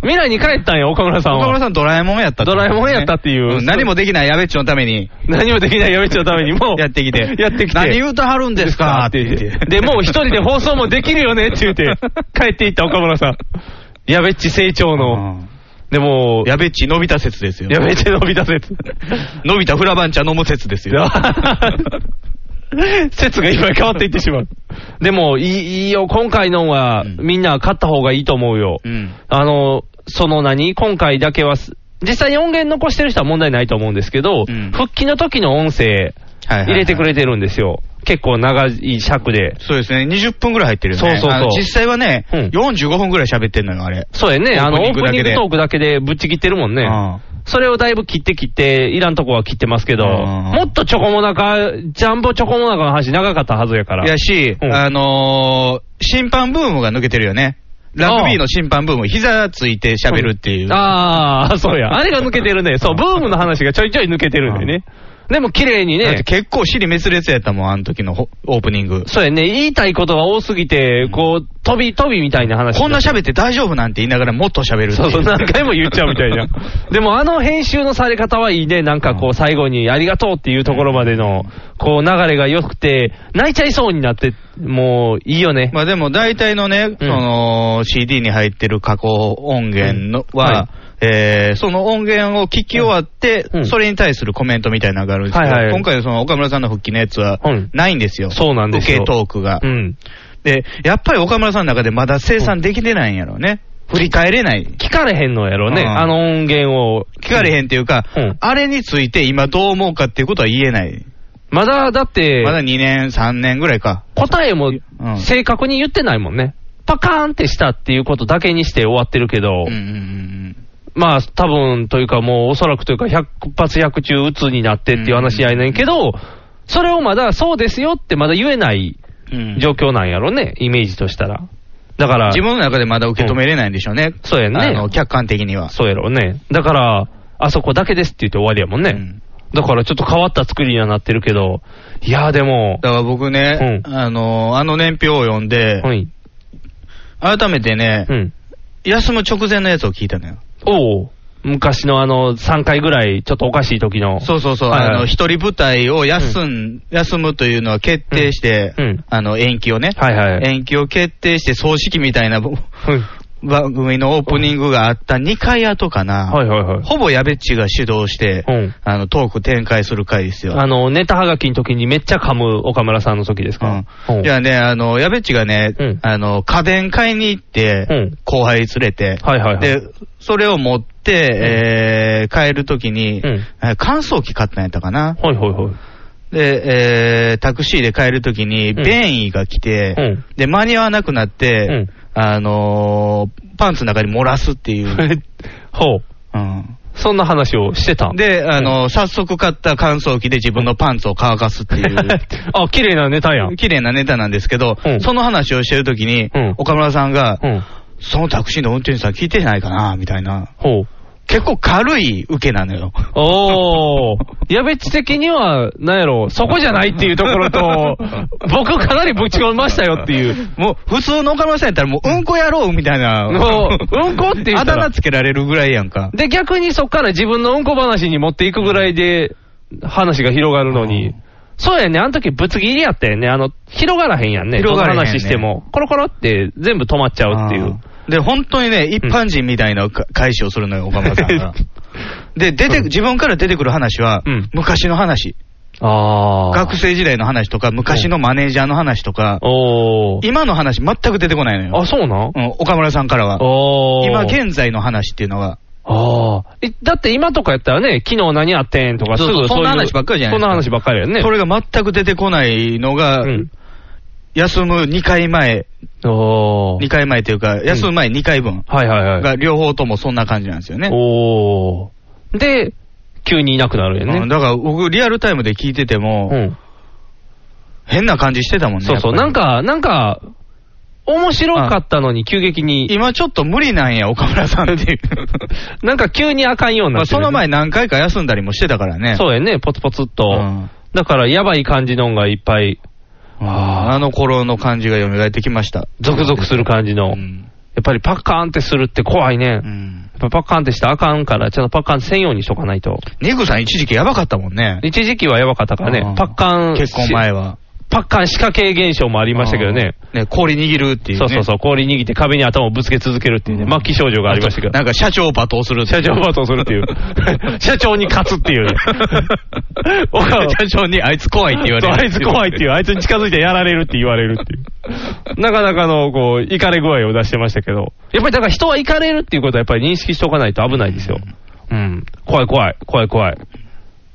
[SPEAKER 3] 未来に帰ったんや、岡村さん
[SPEAKER 2] 岡村
[SPEAKER 3] は。
[SPEAKER 2] さんドラえもんやったってことね
[SPEAKER 3] ドラえもんやったっていう
[SPEAKER 2] うん何もできないやべっちのために
[SPEAKER 3] 何もできないやめちゃうためにも う。
[SPEAKER 2] やってきて。
[SPEAKER 3] やってきて。
[SPEAKER 2] 何言うとはるんですかって言って。
[SPEAKER 3] で、もう一人で放送もできるよねって 言って、帰っていった岡村さん。やべっち成長 の。でも、
[SPEAKER 2] やべっち伸びた説ですよ。
[SPEAKER 3] やべっちのび太説。
[SPEAKER 2] 伸びたフラバン茶飲む説ですよ。
[SPEAKER 3] 説が今変わっていってしまう。でも、いいいいよ、今回のは、
[SPEAKER 2] うん
[SPEAKER 3] みんな勝った方がいいと思うよ。
[SPEAKER 2] うん。
[SPEAKER 3] あの、その何今回だけはす、実際に音源残してる人は問題ないと思うんですけど、
[SPEAKER 2] うん
[SPEAKER 3] 復帰の時の音声、
[SPEAKER 2] はいはいはい
[SPEAKER 3] 入れてくれてるんですよ。結構長い尺で。
[SPEAKER 2] そうですね。20分ぐらい入ってるよね。
[SPEAKER 3] そうそうそう
[SPEAKER 2] あの実際はね、
[SPEAKER 3] うん
[SPEAKER 2] 45分ぐらい喋ってんのよ、あれ。
[SPEAKER 3] そうやね、あの、
[SPEAKER 2] オ
[SPEAKER 3] オ
[SPEAKER 2] ー
[SPEAKER 3] ー
[SPEAKER 2] プ
[SPEAKER 3] プ
[SPEAKER 2] ニ
[SPEAKER 3] ニ
[SPEAKER 2] ン
[SPEAKER 3] ン
[SPEAKER 2] グだけ
[SPEAKER 3] グ
[SPEAKER 2] で
[SPEAKER 3] トークだけでぶっちぎってるもんね。
[SPEAKER 2] うん
[SPEAKER 3] それをだいぶ切って切って、いらんとこは切ってますけど、
[SPEAKER 2] うん
[SPEAKER 3] もっとチョコモナカ、ジャンボチョコモナカの話長かったはずやから。
[SPEAKER 2] やし、
[SPEAKER 3] うん
[SPEAKER 2] あのー審判ブームが抜けてるよね。ラグビーの審判ブーム、膝ついて喋るっていう。
[SPEAKER 3] あ あ、そうや。あれが抜けてるね。そう、ブームの話がちょいちょい抜けてるんでね。でも綺麗に
[SPEAKER 2] だって
[SPEAKER 3] ね。
[SPEAKER 2] 結構尻滅裂やったもん、あの時のほオープニング。
[SPEAKER 3] そうやね。言いたいことが多すぎて、こう、飛び飛びみたいな話。
[SPEAKER 2] こんな喋って大丈夫なんて言いながらもっと喋るってい
[SPEAKER 3] そうそう、何回も言っちゃうみたい な。 でもあの編集のされ方はいいね。なんかこう最後にありがとうっていうところまでの、こう流れが良くて、泣いちゃいそうになって、もういいよね。
[SPEAKER 2] まあでも大体のね、その CD に入ってる加工音源の
[SPEAKER 3] うんは
[SPEAKER 2] は、えーその音源を聞き終わって
[SPEAKER 3] うん、
[SPEAKER 2] それに対するコメントみたいなのがあるんですけど
[SPEAKER 3] はいはい、
[SPEAKER 2] 今回のその岡村さんの復帰のやつは
[SPEAKER 3] うん
[SPEAKER 2] ないんですよ。
[SPEAKER 3] そうなんですよ
[SPEAKER 2] 受けトークが
[SPEAKER 3] う。ん。
[SPEAKER 2] で、やっぱり岡村さんの中でまだ生産できてないんやろうね。振り返れない。
[SPEAKER 3] 聞かれへんのやろね。
[SPEAKER 2] うん
[SPEAKER 3] あの音源を。
[SPEAKER 2] 聞かれへんっていうか
[SPEAKER 3] うん、
[SPEAKER 2] あれについて今どう思うかっていうことは言えない。
[SPEAKER 3] まだだって、
[SPEAKER 2] まだ2年、3年ぐらいか。
[SPEAKER 3] 答えも
[SPEAKER 2] うん
[SPEAKER 3] 正確に言ってないもんね。パカーンってしたっていうことだけにして終わってるけ
[SPEAKER 2] う
[SPEAKER 3] ど、
[SPEAKER 2] んうんうんうん。
[SPEAKER 3] まあ多分というかもうおそらくというか100発100中鬱になってっていう話やいねんけど、それをまだそうですよってまだ言えない
[SPEAKER 2] うん
[SPEAKER 3] 状況なんやろね、イメージとしたら。だから、
[SPEAKER 2] 自分の中でまだ受け止めれないんでしょうね。
[SPEAKER 3] そうやんね
[SPEAKER 2] あの、客観的には。
[SPEAKER 3] そうやろうね。だから、あそこだけですって言って終わりやもんね。
[SPEAKER 2] うん
[SPEAKER 3] だからちょっと変わった作りにはなってるけど、いやーでも、
[SPEAKER 2] だから僕ね、
[SPEAKER 3] う
[SPEAKER 2] あの、あの年表を読んで、
[SPEAKER 3] はい。
[SPEAKER 2] 改めてね、
[SPEAKER 3] うん。
[SPEAKER 2] 休む直前のやつを聞いたのよ。
[SPEAKER 3] おう昔のあの3回ぐらいちょっとおかしい時の。
[SPEAKER 2] そうそうそう、
[SPEAKER 3] はいはい
[SPEAKER 2] あの、一人舞台を休ん、休むというのは決定して、
[SPEAKER 3] うんうん
[SPEAKER 2] あの、延期をね、
[SPEAKER 3] はいはい。
[SPEAKER 2] 延期を決定して、葬式みたいなぼ
[SPEAKER 3] はい
[SPEAKER 2] 番組のオープニングがあった2回後かな、
[SPEAKER 3] はいはい。
[SPEAKER 2] ほぼやべっちが主導して、
[SPEAKER 3] うん
[SPEAKER 2] あの、トーク展開する回ですよ。
[SPEAKER 3] あの、ネタはがきの時にめっちゃ噛む岡村さんの時ですか。
[SPEAKER 2] うん。
[SPEAKER 3] うん
[SPEAKER 2] じゃあね、あの、やべっちがね、
[SPEAKER 3] うん
[SPEAKER 2] あの、家電買いに行って、
[SPEAKER 3] うん
[SPEAKER 2] 後輩連れて、
[SPEAKER 3] はいはいはい。
[SPEAKER 2] で、それを持って、えー帰るときに、
[SPEAKER 3] うん
[SPEAKER 2] えー乾燥機買ったんやったかな。
[SPEAKER 3] はいはいはい。
[SPEAKER 2] で、えータクシーで帰るときに、
[SPEAKER 3] うん
[SPEAKER 2] 便意が来て、
[SPEAKER 3] うん
[SPEAKER 2] で、間に合わなくなって、
[SPEAKER 3] うん
[SPEAKER 2] あのーパンツの中に漏らすって いう。
[SPEAKER 3] ほう。
[SPEAKER 2] うん
[SPEAKER 3] そんな話をしてた。、
[SPEAKER 2] で、あのー早速買った乾燥機で自分のパンツを乾かすって いう。
[SPEAKER 3] あ、綺麗なネタやん。
[SPEAKER 2] 綺麗なネタなんですけど、
[SPEAKER 3] うん
[SPEAKER 2] その話をしてるときに、
[SPEAKER 3] うん
[SPEAKER 2] 岡村さんが、
[SPEAKER 3] うん。
[SPEAKER 2] そのタクシーの運転手さん聞いてないかな、みたいな。
[SPEAKER 3] ほう。
[SPEAKER 2] 結構軽い受けなのよ。
[SPEAKER 3] おー、矢部知的には、なんやろ、そこじゃないっていうとこ ろと、僕かなりぶち込みましたよっていう。
[SPEAKER 2] もう、普通の岡村さんやったらもう、うんこやろうみたいな。
[SPEAKER 3] もううんこって言っ
[SPEAKER 2] あ
[SPEAKER 3] た
[SPEAKER 2] だ
[SPEAKER 3] ら
[SPEAKER 2] 名つけられるぐらいやんか。
[SPEAKER 3] で、逆にそっから自分のうんこ話に持っていくぐらいで、話が広がるのに。そうやね、あの時ぶつ切りやったよね。あの、広がらへんやんね。
[SPEAKER 2] 広がらへんね
[SPEAKER 3] どの話しても。コロコロって全部止まっちゃうっていう。
[SPEAKER 2] あーで、本当にね、一般人みたいなか返しをするのよ、岡村さん が。で、出て、自分から出てくる話は
[SPEAKER 3] うん、
[SPEAKER 2] 昔の話。
[SPEAKER 3] ああ。
[SPEAKER 2] 学生時代の話とか、昔のマネージャーの話とか、
[SPEAKER 3] おー。
[SPEAKER 2] 今の話全く出てこないのよ。
[SPEAKER 3] あ、そうなん
[SPEAKER 2] うん、岡村さんからは。
[SPEAKER 3] おー。
[SPEAKER 2] 今現在の話っていうのが、
[SPEAKER 3] ああ。えだって今とかやったらね、昨日何あってんとか、す
[SPEAKER 2] そう
[SPEAKER 3] ぐ
[SPEAKER 2] そう
[SPEAKER 3] そうい
[SPEAKER 2] そん
[SPEAKER 3] う
[SPEAKER 2] な話ばっかりじゃない
[SPEAKER 3] そんな話ばっかりやね。
[SPEAKER 2] それが全く出てこないのが、
[SPEAKER 3] うん。
[SPEAKER 2] 休む2回前、
[SPEAKER 3] おー
[SPEAKER 2] 2。回前というか、休む前2回分
[SPEAKER 3] はいはいはい。
[SPEAKER 2] が両方ともそんな感じなんですよね。
[SPEAKER 3] おー。で、急にいなくなるよ
[SPEAKER 2] うん
[SPEAKER 3] ね。
[SPEAKER 2] だから僕、リアルタイムで聞いてても、
[SPEAKER 3] うん。
[SPEAKER 2] 変な感じしてたもんね。
[SPEAKER 3] そうそう。
[SPEAKER 2] やっぱり
[SPEAKER 3] なん、か、なんか、面白かったのに急激に、
[SPEAKER 2] 今ちょっと無理なんや、岡村さん っていう。
[SPEAKER 3] なんか急にあかんように
[SPEAKER 2] ま
[SPEAKER 3] な
[SPEAKER 2] あ
[SPEAKER 3] ってる
[SPEAKER 2] そ
[SPEAKER 3] ね
[SPEAKER 2] の前何回か休んだりもしてたからね。
[SPEAKER 3] そうやね、ポツポツっ
[SPEAKER 2] う
[SPEAKER 3] と。
[SPEAKER 2] ん
[SPEAKER 3] だから、やばい感じのんがいっぱい、
[SPEAKER 2] あーあの頃の感じが蘇ってきました。
[SPEAKER 3] ゾクゾクする感じの。
[SPEAKER 2] う
[SPEAKER 3] や
[SPEAKER 2] ん
[SPEAKER 3] っぱりパッカーンってするって怖いね
[SPEAKER 2] う。ん。
[SPEAKER 3] やっぱパッカーンってしたらあかんから、ちょっとパッカーン専用にしとかないと。
[SPEAKER 2] ニグさん一時期やばかったもんね。
[SPEAKER 3] 一時期はやばかったから
[SPEAKER 2] う
[SPEAKER 3] ね
[SPEAKER 2] ん、
[SPEAKER 3] パッカン、
[SPEAKER 2] 結婚前は。
[SPEAKER 3] パッカン仕掛け現象もありましたけどね。
[SPEAKER 2] うん。ね、氷握るっていう、
[SPEAKER 3] そ
[SPEAKER 2] ね。
[SPEAKER 3] うそうそう、氷握って壁に頭をぶつけ続けるっていうね、末期症状がありましたけど
[SPEAKER 2] な。んか社長を罵倒するってい
[SPEAKER 3] 社
[SPEAKER 2] う。
[SPEAKER 3] 長バトンす るっていう。社長に勝つっていうね。
[SPEAKER 2] 社長にあいつ怖いって言われる。
[SPEAKER 3] あいつ怖いっていう、あいつに近づいてやられるって言われるっていう。なかなかの、こう、イカれ具合を出してましたけど。やっぱりだから人はイカれるっていうことはやっぱり認識しておかないと危ないですよ。うん。怖い怖い、怖い怖い。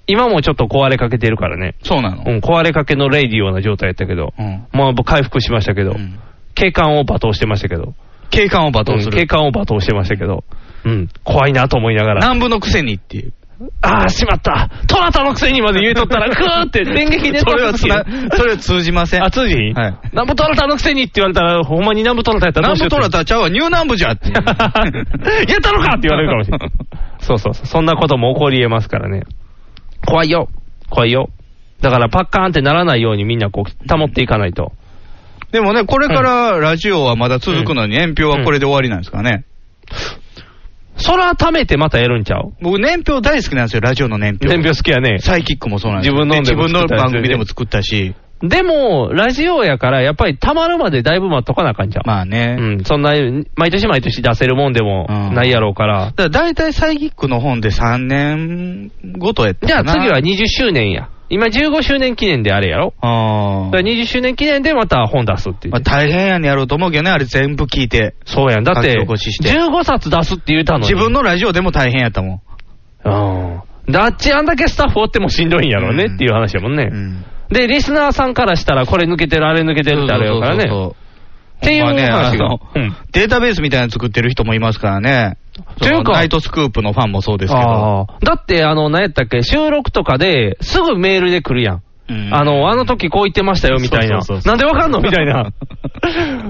[SPEAKER 3] 今もちょっと壊れかけてるからね。
[SPEAKER 2] そうなの。
[SPEAKER 3] うん、壊れかけのレイディオな状態やったけど。
[SPEAKER 2] うん
[SPEAKER 3] まあ、回復しましたけど、
[SPEAKER 2] うん
[SPEAKER 3] 警官を罵倒してましたけど、
[SPEAKER 2] 警官を罵倒す
[SPEAKER 3] うん
[SPEAKER 2] る。
[SPEAKER 3] 警官を罵倒してましたけど、うん、怖いなと思いながら。
[SPEAKER 2] 南部のくせにっていう。
[SPEAKER 3] ああ、しまった。トラタのくせにまで言えとった ら、グーって電撃で
[SPEAKER 2] それはつな
[SPEAKER 3] 突き
[SPEAKER 2] それは通じません。
[SPEAKER 3] あ、通じひん、
[SPEAKER 2] はい
[SPEAKER 3] 南部トラタのくせにって言われたら、ほんまに南部トラタやったらどう
[SPEAKER 2] 南
[SPEAKER 3] しよ
[SPEAKER 2] 部
[SPEAKER 3] う
[SPEAKER 2] 取ら
[SPEAKER 3] って
[SPEAKER 2] たらちゃうわ、ニュー南部じゃ っていう。
[SPEAKER 3] やったのかって言われるかもしれない。そうそうそう。そんなことも起こり得ますからね。怖いよ。怖いよ。だからパッカーンってならないようにみんなこう、保っていかないと。
[SPEAKER 2] でもね、これからラジオはまだ続くのに、年表はこれで終わりなんですかね。
[SPEAKER 3] そら貯めてまたやるんちゃう
[SPEAKER 2] 僕、年表大好きなんですよ、ラジオの年表。
[SPEAKER 3] 年表好きやね。
[SPEAKER 2] サイキックもそうなんですよ
[SPEAKER 3] 自分ので
[SPEAKER 2] 自
[SPEAKER 3] も
[SPEAKER 2] 分
[SPEAKER 3] 作っ
[SPEAKER 2] の
[SPEAKER 3] たやつ
[SPEAKER 2] 番組でも作ったし、
[SPEAKER 3] でも、ラジオやから、やっぱり溜まるまでだいぶ待っとかなあかんじゃん。
[SPEAKER 2] まあね。
[SPEAKER 3] うん、そんな、毎年毎年出せるもんでも
[SPEAKER 2] うん
[SPEAKER 3] ないやろうから。
[SPEAKER 2] だから大体サイキックの本で3年ごとやった
[SPEAKER 3] じゃ
[SPEAKER 2] か
[SPEAKER 3] あ
[SPEAKER 2] な
[SPEAKER 3] 次は、20周年や。今15周年記念であれやろ
[SPEAKER 2] あー
[SPEAKER 3] だから20周年記念でまた本出すって言
[SPEAKER 2] ま
[SPEAKER 3] っ
[SPEAKER 2] あ、
[SPEAKER 3] て。
[SPEAKER 2] 大変やねやろうと思うけどね、あれ全部聞いて。
[SPEAKER 3] そうやん。だって、
[SPEAKER 2] 書き起こしして
[SPEAKER 3] 15冊出すって言うたのに。
[SPEAKER 2] 自分のラジオでも大変やったもん。
[SPEAKER 3] うん。だっちあんだけスタッフおってもしんどいんやろうねっていう話やもんね。
[SPEAKER 2] うん
[SPEAKER 3] で、リスナーさんからしたら、これ抜けてる、あれ抜けてるってあれやからね。
[SPEAKER 2] そうそうそうそう
[SPEAKER 3] っていう
[SPEAKER 2] ほんまね
[SPEAKER 3] 話が
[SPEAKER 2] あの
[SPEAKER 3] うん
[SPEAKER 2] データベースみたいなの作ってる人もいますからね。
[SPEAKER 3] というか
[SPEAKER 2] そのナイトスクープのファンもそうですけど。
[SPEAKER 3] あーだって、あの、何やったっけ、収録とかですぐメールで来るやん。
[SPEAKER 2] うん
[SPEAKER 3] あの、あの時こう言ってましたよ、みたいな
[SPEAKER 2] そうそうそう。そう
[SPEAKER 3] なんでわ かんのみたいな。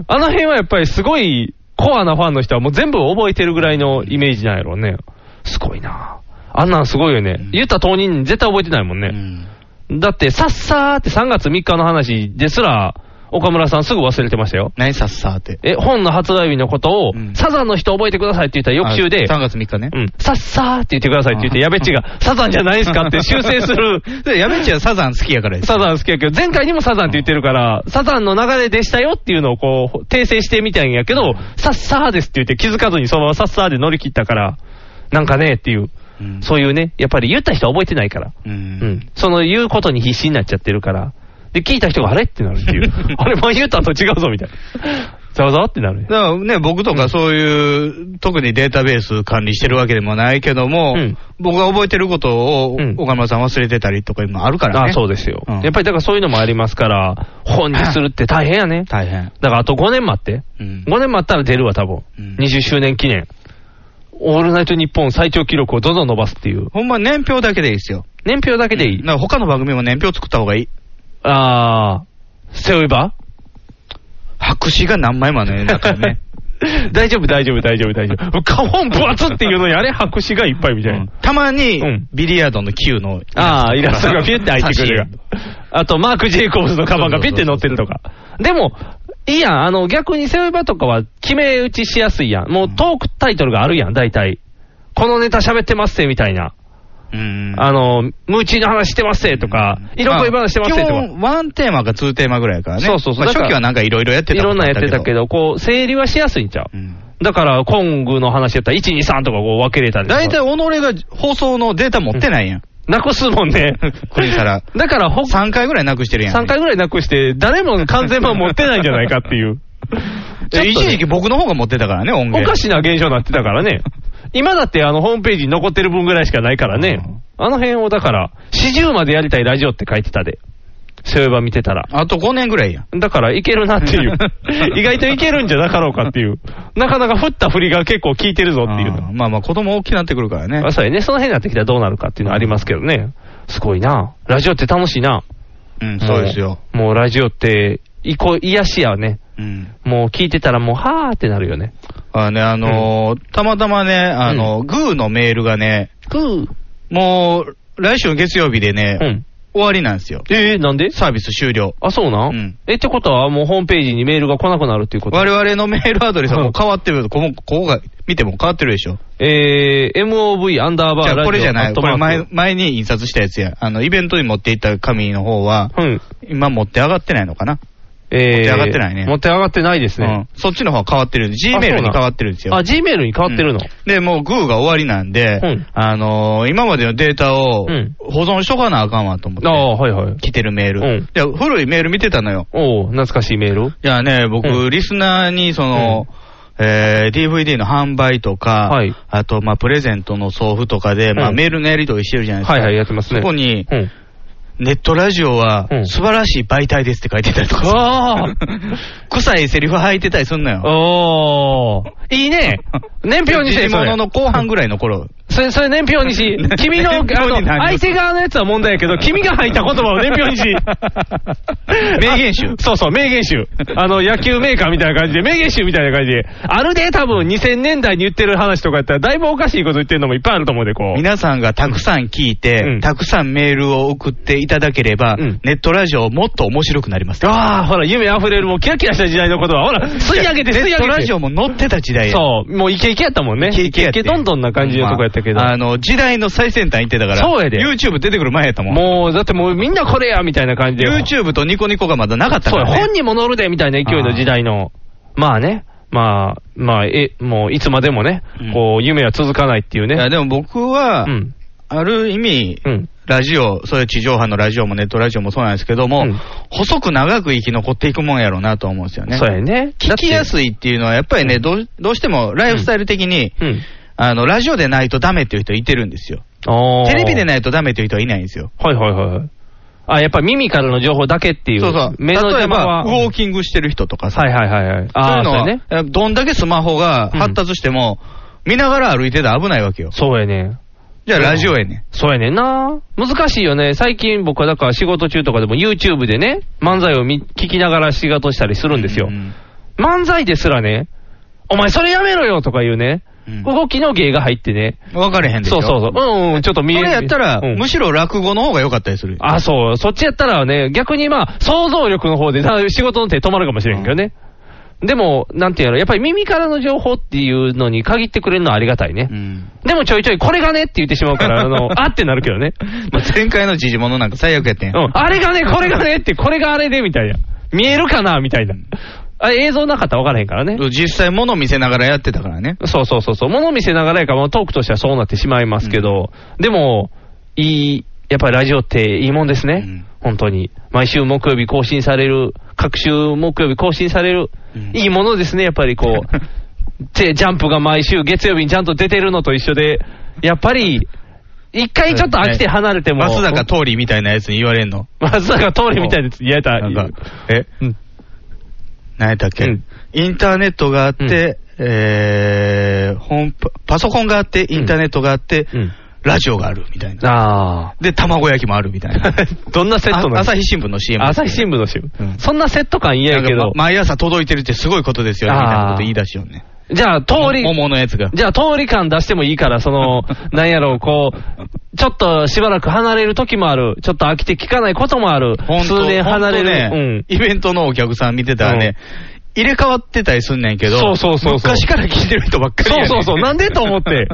[SPEAKER 3] あの辺はやっぱりすごい、コアなファンの人はもう全部覚えてるぐらいのイメージなんやろうね。すごいなあんなんすごいよね
[SPEAKER 2] ん。
[SPEAKER 3] 言った当人絶対覚えてないもん
[SPEAKER 2] う
[SPEAKER 3] ね。
[SPEAKER 2] ん
[SPEAKER 3] だって、さっさーって3月3日の話ですら、岡村さんすぐ忘れてましたよ。
[SPEAKER 2] 何さっさーって。
[SPEAKER 3] え、本の発売日のことを
[SPEAKER 2] うん、
[SPEAKER 3] サザンの人覚えてくださいって言ったら翌週で、
[SPEAKER 2] 3月3日ね
[SPEAKER 3] う。ん、さっさーって言ってくださいって言って、やべっちが、サザンじゃないですかって修正する。
[SPEAKER 2] で、やめちゃサザン好きやからです。
[SPEAKER 3] サザン好きやけど、前回にもサザンって言ってるから、サザンの流れでしたよっていうのをこう、訂正してみたんやけど、さっさーですって言って気づかずにそのままさっさーで乗り切ったから、なんかねっていう、
[SPEAKER 2] うん
[SPEAKER 3] そういうね、やっぱり言った人は覚えてないから、
[SPEAKER 2] う
[SPEAKER 3] うんん。その言うことに必死になっちゃってるから、で、聞いた人があれってなるっていう。あれ、前言ったんと違うぞみたいな。ざわざわってなる
[SPEAKER 2] だ。からね、僕とかそういう、特にデータベース管理してるわけでもないけども、
[SPEAKER 3] うん
[SPEAKER 2] 僕が覚えてることを
[SPEAKER 3] うん
[SPEAKER 2] 岡村さん忘れてたりとか今あるからね。
[SPEAKER 3] あそうですよ、
[SPEAKER 2] うん
[SPEAKER 3] やっぱりだからそういうのもありますから、本にするって大変やね。
[SPEAKER 2] 大変。
[SPEAKER 3] だからあと5年待って。
[SPEAKER 2] うん
[SPEAKER 3] 5年待ったら出るわ、多分。
[SPEAKER 2] うん
[SPEAKER 3] 20周年記念。オールナイト日本最長記録をどんどん伸ばすっていう。
[SPEAKER 2] ほんま年表だけでいいですよ。
[SPEAKER 3] 年表だけでいい。
[SPEAKER 2] なんか他の番組も年表作った方がいい。
[SPEAKER 3] あー、背負いば
[SPEAKER 2] 白紙が何枚もあ るのよ、中にね。
[SPEAKER 3] 大丈夫、大丈夫、大丈夫、大丈夫。カホン分厚っていうのにあれ白紙がいっぱいみたいな。
[SPEAKER 2] うんたまに
[SPEAKER 3] うん、
[SPEAKER 2] ビリヤードの Q のイラストとか
[SPEAKER 3] ああ、イラストがピュって開いてくるやん。あと、マーク・ジェイコブスのカバンがピュって乗ってるとか。でも、いいやん、あの、逆に背負い場とかは決め打ちしやすいやん。もうトークタイトルがあるやん、大体。このネタ喋ってますぜ、みたいな。
[SPEAKER 2] うん
[SPEAKER 3] あの、ムーチーの話してますぜ、とか、色恋話してますぜ、と
[SPEAKER 2] まあ基
[SPEAKER 3] か。
[SPEAKER 2] 本、ワンテーマかツーテーマぐらいやからね。
[SPEAKER 3] そうそうそう
[SPEAKER 2] まあ
[SPEAKER 3] だから
[SPEAKER 2] 初期はなんかいろいろやってた
[SPEAKER 3] いろんなやってたけ
[SPEAKER 2] ど。
[SPEAKER 3] ど、こう、整理はしやすいんちゃう
[SPEAKER 2] うん
[SPEAKER 3] だから、コングの話やったら、1、2、3とかこう分けれたりとか
[SPEAKER 2] 大体、己が放送のデータ持ってないやん。。
[SPEAKER 3] なくすもんね
[SPEAKER 2] これから
[SPEAKER 3] だから、ほ
[SPEAKER 2] 3回ぐらいなくしてるやん。
[SPEAKER 3] 3回ぐらいなくして、誰も完全版持ってないんじゃないかっていう。ちょっ と
[SPEAKER 2] え
[SPEAKER 3] ね
[SPEAKER 2] 一時期僕の方が持ってたからね、音
[SPEAKER 3] お
[SPEAKER 2] 源。
[SPEAKER 3] かしな現象になってたからね。今だってあのホームページに残ってる分ぐらいしかないからね。あの辺をだから、40までやりたいラジオって書いてたで。そういえば見てたら。
[SPEAKER 2] あと5年ぐらいやん。
[SPEAKER 3] だからいけるなっ ていう。意外といけるんじゃなかろうかっていう。なかなか振った振りが結構効いてるぞっていう
[SPEAKER 2] あー
[SPEAKER 3] の。
[SPEAKER 2] まあまあ子供大きくなってくるからね
[SPEAKER 3] まあ、。そうやね。その辺になってきたらどうなるかっていうのはありますけどね。すごいな。ラジオって楽しいな。
[SPEAKER 2] うん、そうですよ。
[SPEAKER 3] もう。もうラジオって、いこ、癒しやね。
[SPEAKER 2] うん。
[SPEAKER 3] もう聞いてたらもう、はーってなるよね。
[SPEAKER 2] あね、あのーたまたまね、あのーグーのメールがね、
[SPEAKER 3] グー。
[SPEAKER 2] もう、来週の月曜日でね、
[SPEAKER 3] うん。
[SPEAKER 2] 終わりなんですよ。
[SPEAKER 3] えー、なんで
[SPEAKER 2] サービス終了。
[SPEAKER 3] あ、そうなん、
[SPEAKER 2] うん
[SPEAKER 3] え、ってことは、もうホームページにメールが来なくなるっていうこと
[SPEAKER 2] 我々のメールアドレスはもう変わってる。ここここが見ても変わってるでしょ。
[SPEAKER 3] えー、MOV アンダーバー
[SPEAKER 2] じゃあこれじゃない。これ前
[SPEAKER 3] 前、
[SPEAKER 2] 前に印刷したやつや。あの、イベントに持っていった紙の方は、
[SPEAKER 3] うん。
[SPEAKER 2] 今持って上がってないのかな。
[SPEAKER 3] えー、持
[SPEAKER 2] って上がってないね
[SPEAKER 3] 持って上がってないですね。
[SPEAKER 2] うん。そっちの方は変わってる。G
[SPEAKER 3] あ
[SPEAKER 2] メール
[SPEAKER 3] そう
[SPEAKER 2] に
[SPEAKER 3] なん
[SPEAKER 2] 変わってるんですよ。
[SPEAKER 3] あ、G メールに変わってる
[SPEAKER 2] う
[SPEAKER 3] の、
[SPEAKER 2] んで、もうグーが終わりなんで、
[SPEAKER 3] うん
[SPEAKER 2] あのー今までのデータを
[SPEAKER 3] うん
[SPEAKER 2] 保存しとかなあかんわと思って。
[SPEAKER 3] ああ、はいはい。
[SPEAKER 2] 来てるメール。
[SPEAKER 3] うん
[SPEAKER 2] で古いメール見てたのよ。
[SPEAKER 3] おお懐かしいメール
[SPEAKER 2] いやね、僕、
[SPEAKER 3] うん
[SPEAKER 2] リスナーに、その、えー DVD の販売とか、
[SPEAKER 3] はい
[SPEAKER 2] あと、まあ、プレゼントの送付とかで、まあ、
[SPEAKER 3] うん
[SPEAKER 2] メールのやり取りしてるじゃないですか。
[SPEAKER 3] はいはい、やってますね。
[SPEAKER 2] そこに、
[SPEAKER 3] うん。
[SPEAKER 2] ネットラジオは
[SPEAKER 3] うん
[SPEAKER 2] 素晴らしい媒体ですって書いてたりとか、
[SPEAKER 3] あ
[SPEAKER 2] 臭いセリフ吐いてたりすんのよ。
[SPEAKER 3] あー。い いね。年表にして、
[SPEAKER 2] 時事
[SPEAKER 3] それ
[SPEAKER 2] 物。の後半ぐらいの頃。、
[SPEAKER 3] それ、それ年表にし君の、あ
[SPEAKER 2] 年表に何を。
[SPEAKER 3] の、相手側のやつは問題やけど、君が入った言葉を年表にし
[SPEAKER 2] 名言集
[SPEAKER 3] そうそう、名言集。あの、野球メーカーみたいな感じで、名言集みたいな感じで。あるで、多分、2000年代に言ってる話とかやったら、だいぶおかしいこと言ってるのもいっぱいあると思うで、こう。
[SPEAKER 2] 皆さんがたくさん聞いて、
[SPEAKER 3] うん
[SPEAKER 2] たくさんメールを送っていただければ、
[SPEAKER 3] うん
[SPEAKER 2] ネットラジオもっと面白くなりますよ。
[SPEAKER 3] ああ、ほら、夢あふれる、もうキラキラした時代のことは、ほら、吸い上げて、吸い上げて。
[SPEAKER 2] ネットラジオも乗ってた時代や。
[SPEAKER 3] そう、もうイケイケやったもんね。
[SPEAKER 2] イケイケやって
[SPEAKER 3] どんどんな感じのとこやったけど。
[SPEAKER 2] まああの、時代の最先端行ってたから、
[SPEAKER 3] そうやで
[SPEAKER 2] YouTube 出てくる前やったもん。
[SPEAKER 3] もう、だってもうみんなこれや、みたいな感じで。
[SPEAKER 2] YouTube とニコニコがまだなかった
[SPEAKER 3] そ
[SPEAKER 2] か
[SPEAKER 3] う
[SPEAKER 2] ら、
[SPEAKER 3] や、
[SPEAKER 2] ね。
[SPEAKER 3] 本にも載るで、みたいな勢いの時代の。まあね。まあ、まあ、え、もういつまでもね、
[SPEAKER 2] うん
[SPEAKER 3] こう、夢は続かないっていう
[SPEAKER 2] いや、
[SPEAKER 3] ね。
[SPEAKER 2] でも僕は、
[SPEAKER 3] うん。
[SPEAKER 2] ある意味、
[SPEAKER 3] うん。
[SPEAKER 2] ラジオ、そういう地上波のラジオもネットラジオもそうなんですけども、
[SPEAKER 3] うん
[SPEAKER 2] 細く長く生き残っていくもんやろうなと思うんですよね。
[SPEAKER 3] そうやね。
[SPEAKER 2] 聞きや
[SPEAKER 3] い。
[SPEAKER 2] すいっていうのは、やっぱりね、どうどうしてもライフスタイル的に、
[SPEAKER 3] うん。
[SPEAKER 2] あの、ラジオでないとダメっていう人いてるんですよ。
[SPEAKER 3] あー
[SPEAKER 2] テレビで。ないとダメっていう人はいないんですよ。
[SPEAKER 3] はいはいはいはい。あ、やっぱ耳からの情報だけっていう。
[SPEAKER 2] そうそう。
[SPEAKER 3] 目の
[SPEAKER 2] 例え
[SPEAKER 3] 邪魔
[SPEAKER 2] ば、
[SPEAKER 3] は。
[SPEAKER 2] ウ
[SPEAKER 3] は
[SPEAKER 2] ォ
[SPEAKER 3] い
[SPEAKER 2] ーキングしてる人とかさ、
[SPEAKER 3] はいはいはい。
[SPEAKER 2] そうい
[SPEAKER 3] あ
[SPEAKER 2] うの
[SPEAKER 3] あ、そうや
[SPEAKER 2] は、
[SPEAKER 3] ね。
[SPEAKER 2] どんだけスマホが発達しても、見ながら歩いてたら危ないわけよ。
[SPEAKER 3] そうやね。
[SPEAKER 2] じゃあラジオやね
[SPEAKER 3] そうやねんな。難しいよね。最近僕はだから仕事中とかでも YouTube でね、漫才を見聞きながら仕事したりするん
[SPEAKER 2] ん。
[SPEAKER 3] ですよ。
[SPEAKER 2] うん
[SPEAKER 3] 漫才ですらね、お前それやめろよとか言うね、
[SPEAKER 2] うん
[SPEAKER 3] 動きの芸が入ってね。
[SPEAKER 2] 分かれへんでし
[SPEAKER 3] そ
[SPEAKER 2] ょ。
[SPEAKER 3] うそうそう。うんうん、ちょっと見え
[SPEAKER 2] それやったら、
[SPEAKER 3] うん
[SPEAKER 2] むしろ落語の方が良かったりする。
[SPEAKER 3] あ、そう。そっちやったらね、逆にまあ、想像力の方でだ仕事の手止まるかもしれんけどね。でも、なんていうの、やっぱり耳からの情報っていうのに限ってくれるのはありがたいね。
[SPEAKER 2] うん。
[SPEAKER 3] でもちょいちょい、これがねって言ってしまうから、あ の、あってなるけどね。
[SPEAKER 2] まあ前回の時事物なんか最悪やってん。
[SPEAKER 3] うん、あれがね、これがねって、これがあれで、みたいな。見えるかなみたいな。あ映像なかったら分からへんからね。
[SPEAKER 2] 実際物見せながらやってたからね。
[SPEAKER 3] そうそうそうそう。物見せながらやから、もうトークとしてはそうなってしまいますけど、でも、いい、やっぱりラジオっていいもんですね。
[SPEAKER 2] うん
[SPEAKER 3] 本当に。毎週木曜日更新される。各週木曜日更新される。
[SPEAKER 2] うん
[SPEAKER 3] いいものですね、やっぱ りこう。でジャンプが毎週月曜日にちゃんと出てるのと一緒で、やっぱり、一回ちょっと飽きて離れても。
[SPEAKER 2] 松坂通りみたいなやつに言われんの。
[SPEAKER 3] 松坂通りみたいなやつ嫌やった
[SPEAKER 2] なんか、え、
[SPEAKER 3] うん
[SPEAKER 2] 何やったっけ、
[SPEAKER 3] うん
[SPEAKER 2] インターネットがあって、えー、本パ、パソコンがあって、インターネットがあって、
[SPEAKER 3] うん
[SPEAKER 2] ラジオがあるみたいな。
[SPEAKER 3] あ
[SPEAKER 2] で、卵焼きもあるみたい な。
[SPEAKER 3] あ。どんなセットなの
[SPEAKER 2] あ朝日新聞の CM。
[SPEAKER 3] 朝日新聞の CM
[SPEAKER 2] うん
[SPEAKER 3] そんなセット感嫌
[SPEAKER 2] な
[SPEAKER 3] や
[SPEAKER 2] んか
[SPEAKER 3] けど
[SPEAKER 2] ま。毎朝届いてるってすごいことですよね、みたいなこと
[SPEAKER 3] あー
[SPEAKER 2] 言い出しようね。
[SPEAKER 3] じゃあ、通り、
[SPEAKER 2] 桃のやつが。
[SPEAKER 3] じゃあ通り感出してもいいから、その、 なんやろう、こう、ちょっとしばらく離れる時もある。ちょっと飽きて聞かないこともある。
[SPEAKER 2] ほんと
[SPEAKER 3] 数年離れ
[SPEAKER 2] ほんとね
[SPEAKER 3] る。
[SPEAKER 2] イベントのお客さん見てたらね、入れ替わってたりすんねんけど、
[SPEAKER 3] そうそうそうそう
[SPEAKER 2] 昔から聞いてる人ばっかりや
[SPEAKER 3] そ
[SPEAKER 2] ね
[SPEAKER 3] うんそうそう。なんでと思って。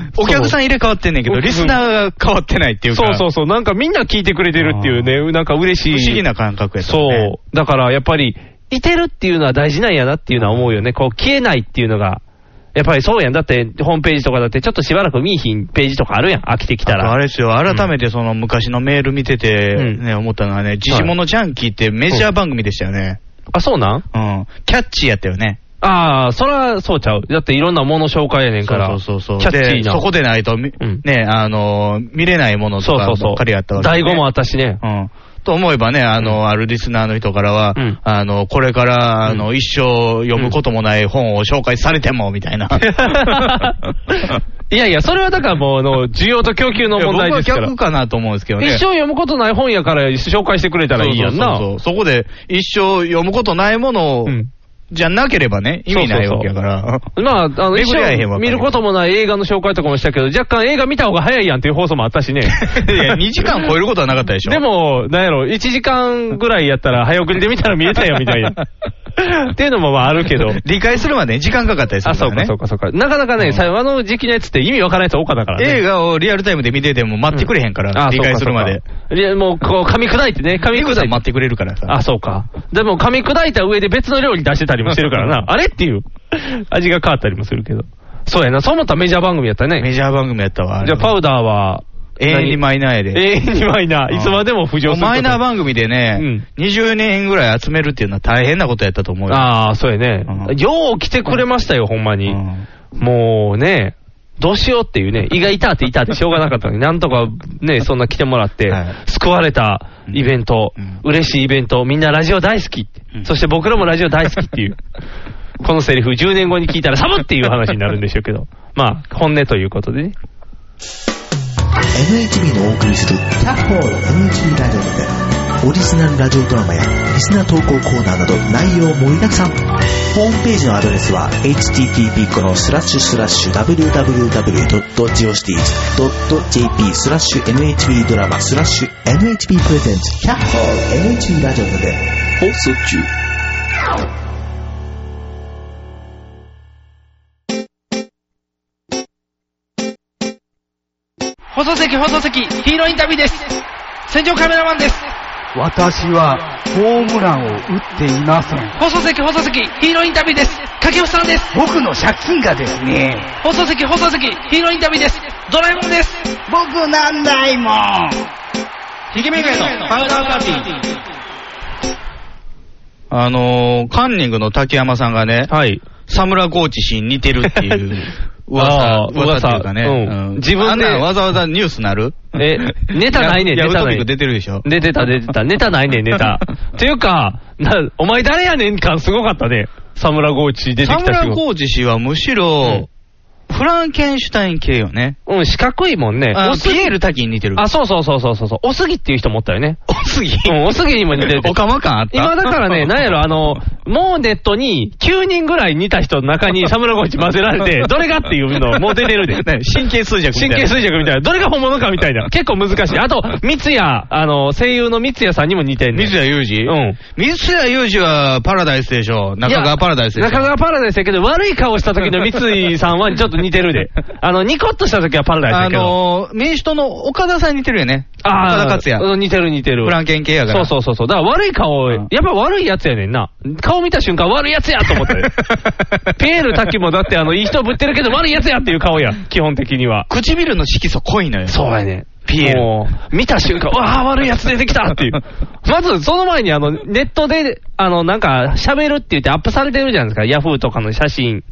[SPEAKER 2] お客さん入れ替わってんねんけど、
[SPEAKER 3] そう
[SPEAKER 2] リスナーが変わってないっていうか、
[SPEAKER 3] そうそうそう。なんかみんな聞いてくれてるっていうね、なんか嬉しい。
[SPEAKER 2] 不思議な感覚やったもんね。
[SPEAKER 3] そう。だからやっぱり、いてるっていうのは大事なんやなっていうのは思うよね。こう、消えないっていうのが。やっぱりそうやん。だって、ホームページとかだって、ちょっとしばらく見いひんページとかあるやん。飽きてきた
[SPEAKER 2] あとあ
[SPEAKER 3] ら。
[SPEAKER 2] れですよ、改めてその昔のメール見てて、
[SPEAKER 3] うん
[SPEAKER 2] ね、思ったのはね、自信者ジャンキーってメジャー番組でしたよね。
[SPEAKER 3] あ、そう
[SPEAKER 2] う
[SPEAKER 3] なん
[SPEAKER 2] ん。キャッチーやったよね。
[SPEAKER 3] ああ、そら、そうちゃう。だっていろんなもの紹介やねんから。
[SPEAKER 2] そうそうそうそう。
[SPEAKER 3] キャッチ
[SPEAKER 2] で
[SPEAKER 3] ーな。
[SPEAKER 2] そこでないとみ、
[SPEAKER 3] うん
[SPEAKER 2] ね、あのー、見れないものと
[SPEAKER 3] そう
[SPEAKER 2] か
[SPEAKER 3] そうそ
[SPEAKER 2] ば
[SPEAKER 3] う
[SPEAKER 2] っかりやったわ。け、ね。
[SPEAKER 3] 醍醐もあった しね。
[SPEAKER 2] うん。と思えばね、あの、あるリスナーの人からは、
[SPEAKER 3] うん
[SPEAKER 2] あの、これから、あの、一生読むこともない本を紹介されても、みたい な。
[SPEAKER 3] いやいや、それはだからもう、あの、需要と供給の問題ですか
[SPEAKER 2] いや僕は
[SPEAKER 3] ら
[SPEAKER 2] 逆。かなと思うんですけどね。
[SPEAKER 3] 一生読むことない本やから紹介してくれたらいいやん
[SPEAKER 2] そうそ
[SPEAKER 3] な。
[SPEAKER 2] うそうそうそこで、一生読むことないものを、
[SPEAKER 3] うん
[SPEAKER 2] じゃなければね、意味ないわけやから。
[SPEAKER 3] まあ、あの、
[SPEAKER 2] 巡
[SPEAKER 3] 一
[SPEAKER 2] り合えへんわ。
[SPEAKER 3] 応見ることもない映画の紹介とかもしたけど、若干映画見た方が早いやんっていう放送もあったしね
[SPEAKER 2] いや、2時間超えることはなかったでしょ。
[SPEAKER 3] で、も、なんやろ、1時間ぐらいやったら早送りで見たら見えたよみたいな。 っていうのもまああるけど。
[SPEAKER 2] 理解するまでに時間かかったりす
[SPEAKER 3] あ、
[SPEAKER 2] るか
[SPEAKER 3] そう
[SPEAKER 2] らね。
[SPEAKER 3] かそうかそうか。なかなかね、さあの時期のやつって意味わからないやつ多かったからね。
[SPEAKER 2] 映画をリアルタイムで見てても待ってくれへんから、
[SPEAKER 3] あ
[SPEAKER 2] 理解するまで。。
[SPEAKER 3] そうかそうかいや、もう、こう、噛み砕いてね、噛み
[SPEAKER 2] リ
[SPEAKER 3] 砕
[SPEAKER 2] ク
[SPEAKER 3] い
[SPEAKER 2] さん
[SPEAKER 3] て。
[SPEAKER 2] 待ってくれるからさ。
[SPEAKER 3] あ、そうか。でも噛み砕いた上で別の料理出してたりもしてるからな。あれっていう味が変わったりもするけど。そうやな。そう思ったらメジャー番組やったね。
[SPEAKER 2] メジャー番組やったわ。あれ
[SPEAKER 3] じゃあ、パウダーは、
[SPEAKER 2] 永遠にマイナーやで。
[SPEAKER 3] 永遠にマイナ
[SPEAKER 2] うん
[SPEAKER 3] ー。いつまでも浮上すること。
[SPEAKER 2] マイナー番組でね、20人ぐらい集めるっていうのは大変なことやったと思うよ。
[SPEAKER 3] ああ、そうやね
[SPEAKER 2] うん。
[SPEAKER 3] よう来てくれましたよ、ほんま
[SPEAKER 2] う
[SPEAKER 3] に。
[SPEAKER 2] ん
[SPEAKER 3] もうね、どうしようっていうね、胃が痛って痛ってしょうがな かったのに、なんとかね、そんな来てもらって、
[SPEAKER 2] はい
[SPEAKER 3] 救われたイベント、
[SPEAKER 2] うん
[SPEAKER 3] 嬉しいイベント、みんなラジオ大好きって、
[SPEAKER 2] うん
[SPEAKER 3] そして僕らもラジオ大好きっていう。このセリフ10年後に聞いたら寒っていう話になるんでしょう けど。まあ、本音ということでね。
[SPEAKER 7] NHB のお送りするキャッホール NHB ラジオでオリジナルラジオドラマやリスナー投稿コーナーなど内容盛りだくさんホームページのアドレスは http このスラッシュスラッシュ www.geocities.jp スラッシュ NHB ドラマスラッシュ NHB プレゼンツキャッホール NHB ラジオで
[SPEAKER 8] 放送中
[SPEAKER 3] 放送席、放送席、ヒーローインタビューです。戦場カメラマンです。
[SPEAKER 9] 私はホームランを打っていません。
[SPEAKER 3] 放送席、放送席、ヒーローインタビューです。掛布さんです。
[SPEAKER 9] 僕の借金がですね、
[SPEAKER 3] 放送席、放送席、ヒーローインタビューです。ドラえもんです。
[SPEAKER 9] 僕なんないもん。
[SPEAKER 3] ヒゲメガネのパウダーパーティー。
[SPEAKER 2] あのーカンニングの竹山さんがね、
[SPEAKER 3] はい。
[SPEAKER 2] サムラコーチ氏に似てるっていう 噂
[SPEAKER 3] あ、ー
[SPEAKER 2] 噂っていうかね。
[SPEAKER 3] 噂うん自分で
[SPEAKER 2] あんなんわざわざニュースなる
[SPEAKER 3] えネタないねん
[SPEAKER 2] ヤフ
[SPEAKER 3] ネタ
[SPEAKER 2] ト
[SPEAKER 3] ない
[SPEAKER 2] ピック出てるでしょ。
[SPEAKER 3] 出てた、出てた。ネタないねん、ネタ。ていうか、な、お前誰やねん感すごかったね。サムラゴーチ出てきた
[SPEAKER 2] サ
[SPEAKER 3] し。
[SPEAKER 2] ムラコーチ氏はむしろ、フランケンシュタイン系よね。
[SPEAKER 3] うん、四角いもんね。
[SPEAKER 2] あ
[SPEAKER 3] おすぎ
[SPEAKER 2] ピエール滝に似てる。
[SPEAKER 3] あ、そうそうそうそうそうそう。おすぎっていう人もおったよね。
[SPEAKER 2] おすぎ。
[SPEAKER 3] うん、おすぎにも似てる
[SPEAKER 2] おかま感あった
[SPEAKER 3] 今だから ね、なんやろ、あの、もうネットに9人ぐらい似た人の中 にサムラゴーチ混ぜられて、どれがっていうのもう出てる で。
[SPEAKER 2] ね神経衰弱みたい
[SPEAKER 3] 神
[SPEAKER 2] な。
[SPEAKER 3] 経衰弱みたいな。どれが本物かみたいな。結構難しい。あと、三ツ矢、あの、声優の三ツ矢さんにも似てる、ね。
[SPEAKER 2] 水谷裕二
[SPEAKER 3] うん。
[SPEAKER 2] 水谷裕二はパラダイスでしょ。中川パラダイスでしょ。
[SPEAKER 3] 中川パラダイスやけど、悪い顔した時の三井さんはちょっと似て るで。あの、ニコッとした時はパラダイス
[SPEAKER 2] あ
[SPEAKER 3] やけど。
[SPEAKER 2] のー、民主党の岡田さんに似てるよね。
[SPEAKER 3] ー
[SPEAKER 2] 岡田克也。
[SPEAKER 3] うん似てる似てる。
[SPEAKER 2] フランケン系やか
[SPEAKER 3] そう
[SPEAKER 2] ら。
[SPEAKER 3] そううそうそう。だから悪い顔、
[SPEAKER 2] う
[SPEAKER 3] やっ
[SPEAKER 2] ん
[SPEAKER 3] ぱ悪いやつやねんな。顔見た瞬間悪いやつやと思っ たよペール滝もだってあの、いい人ぶってるけど悪いやつやっていう顔や。基本的には。
[SPEAKER 2] 唇の色素濃いのよ。
[SPEAKER 3] そうやね。
[SPEAKER 2] ピエール
[SPEAKER 3] もう、見た瞬間、わあ、悪いやつ出てきた っていう。まず、その前に、あの、ネットで、あの、なんか、喋るって言ってアップされてるじゃないですか。ヤフーとかの写真。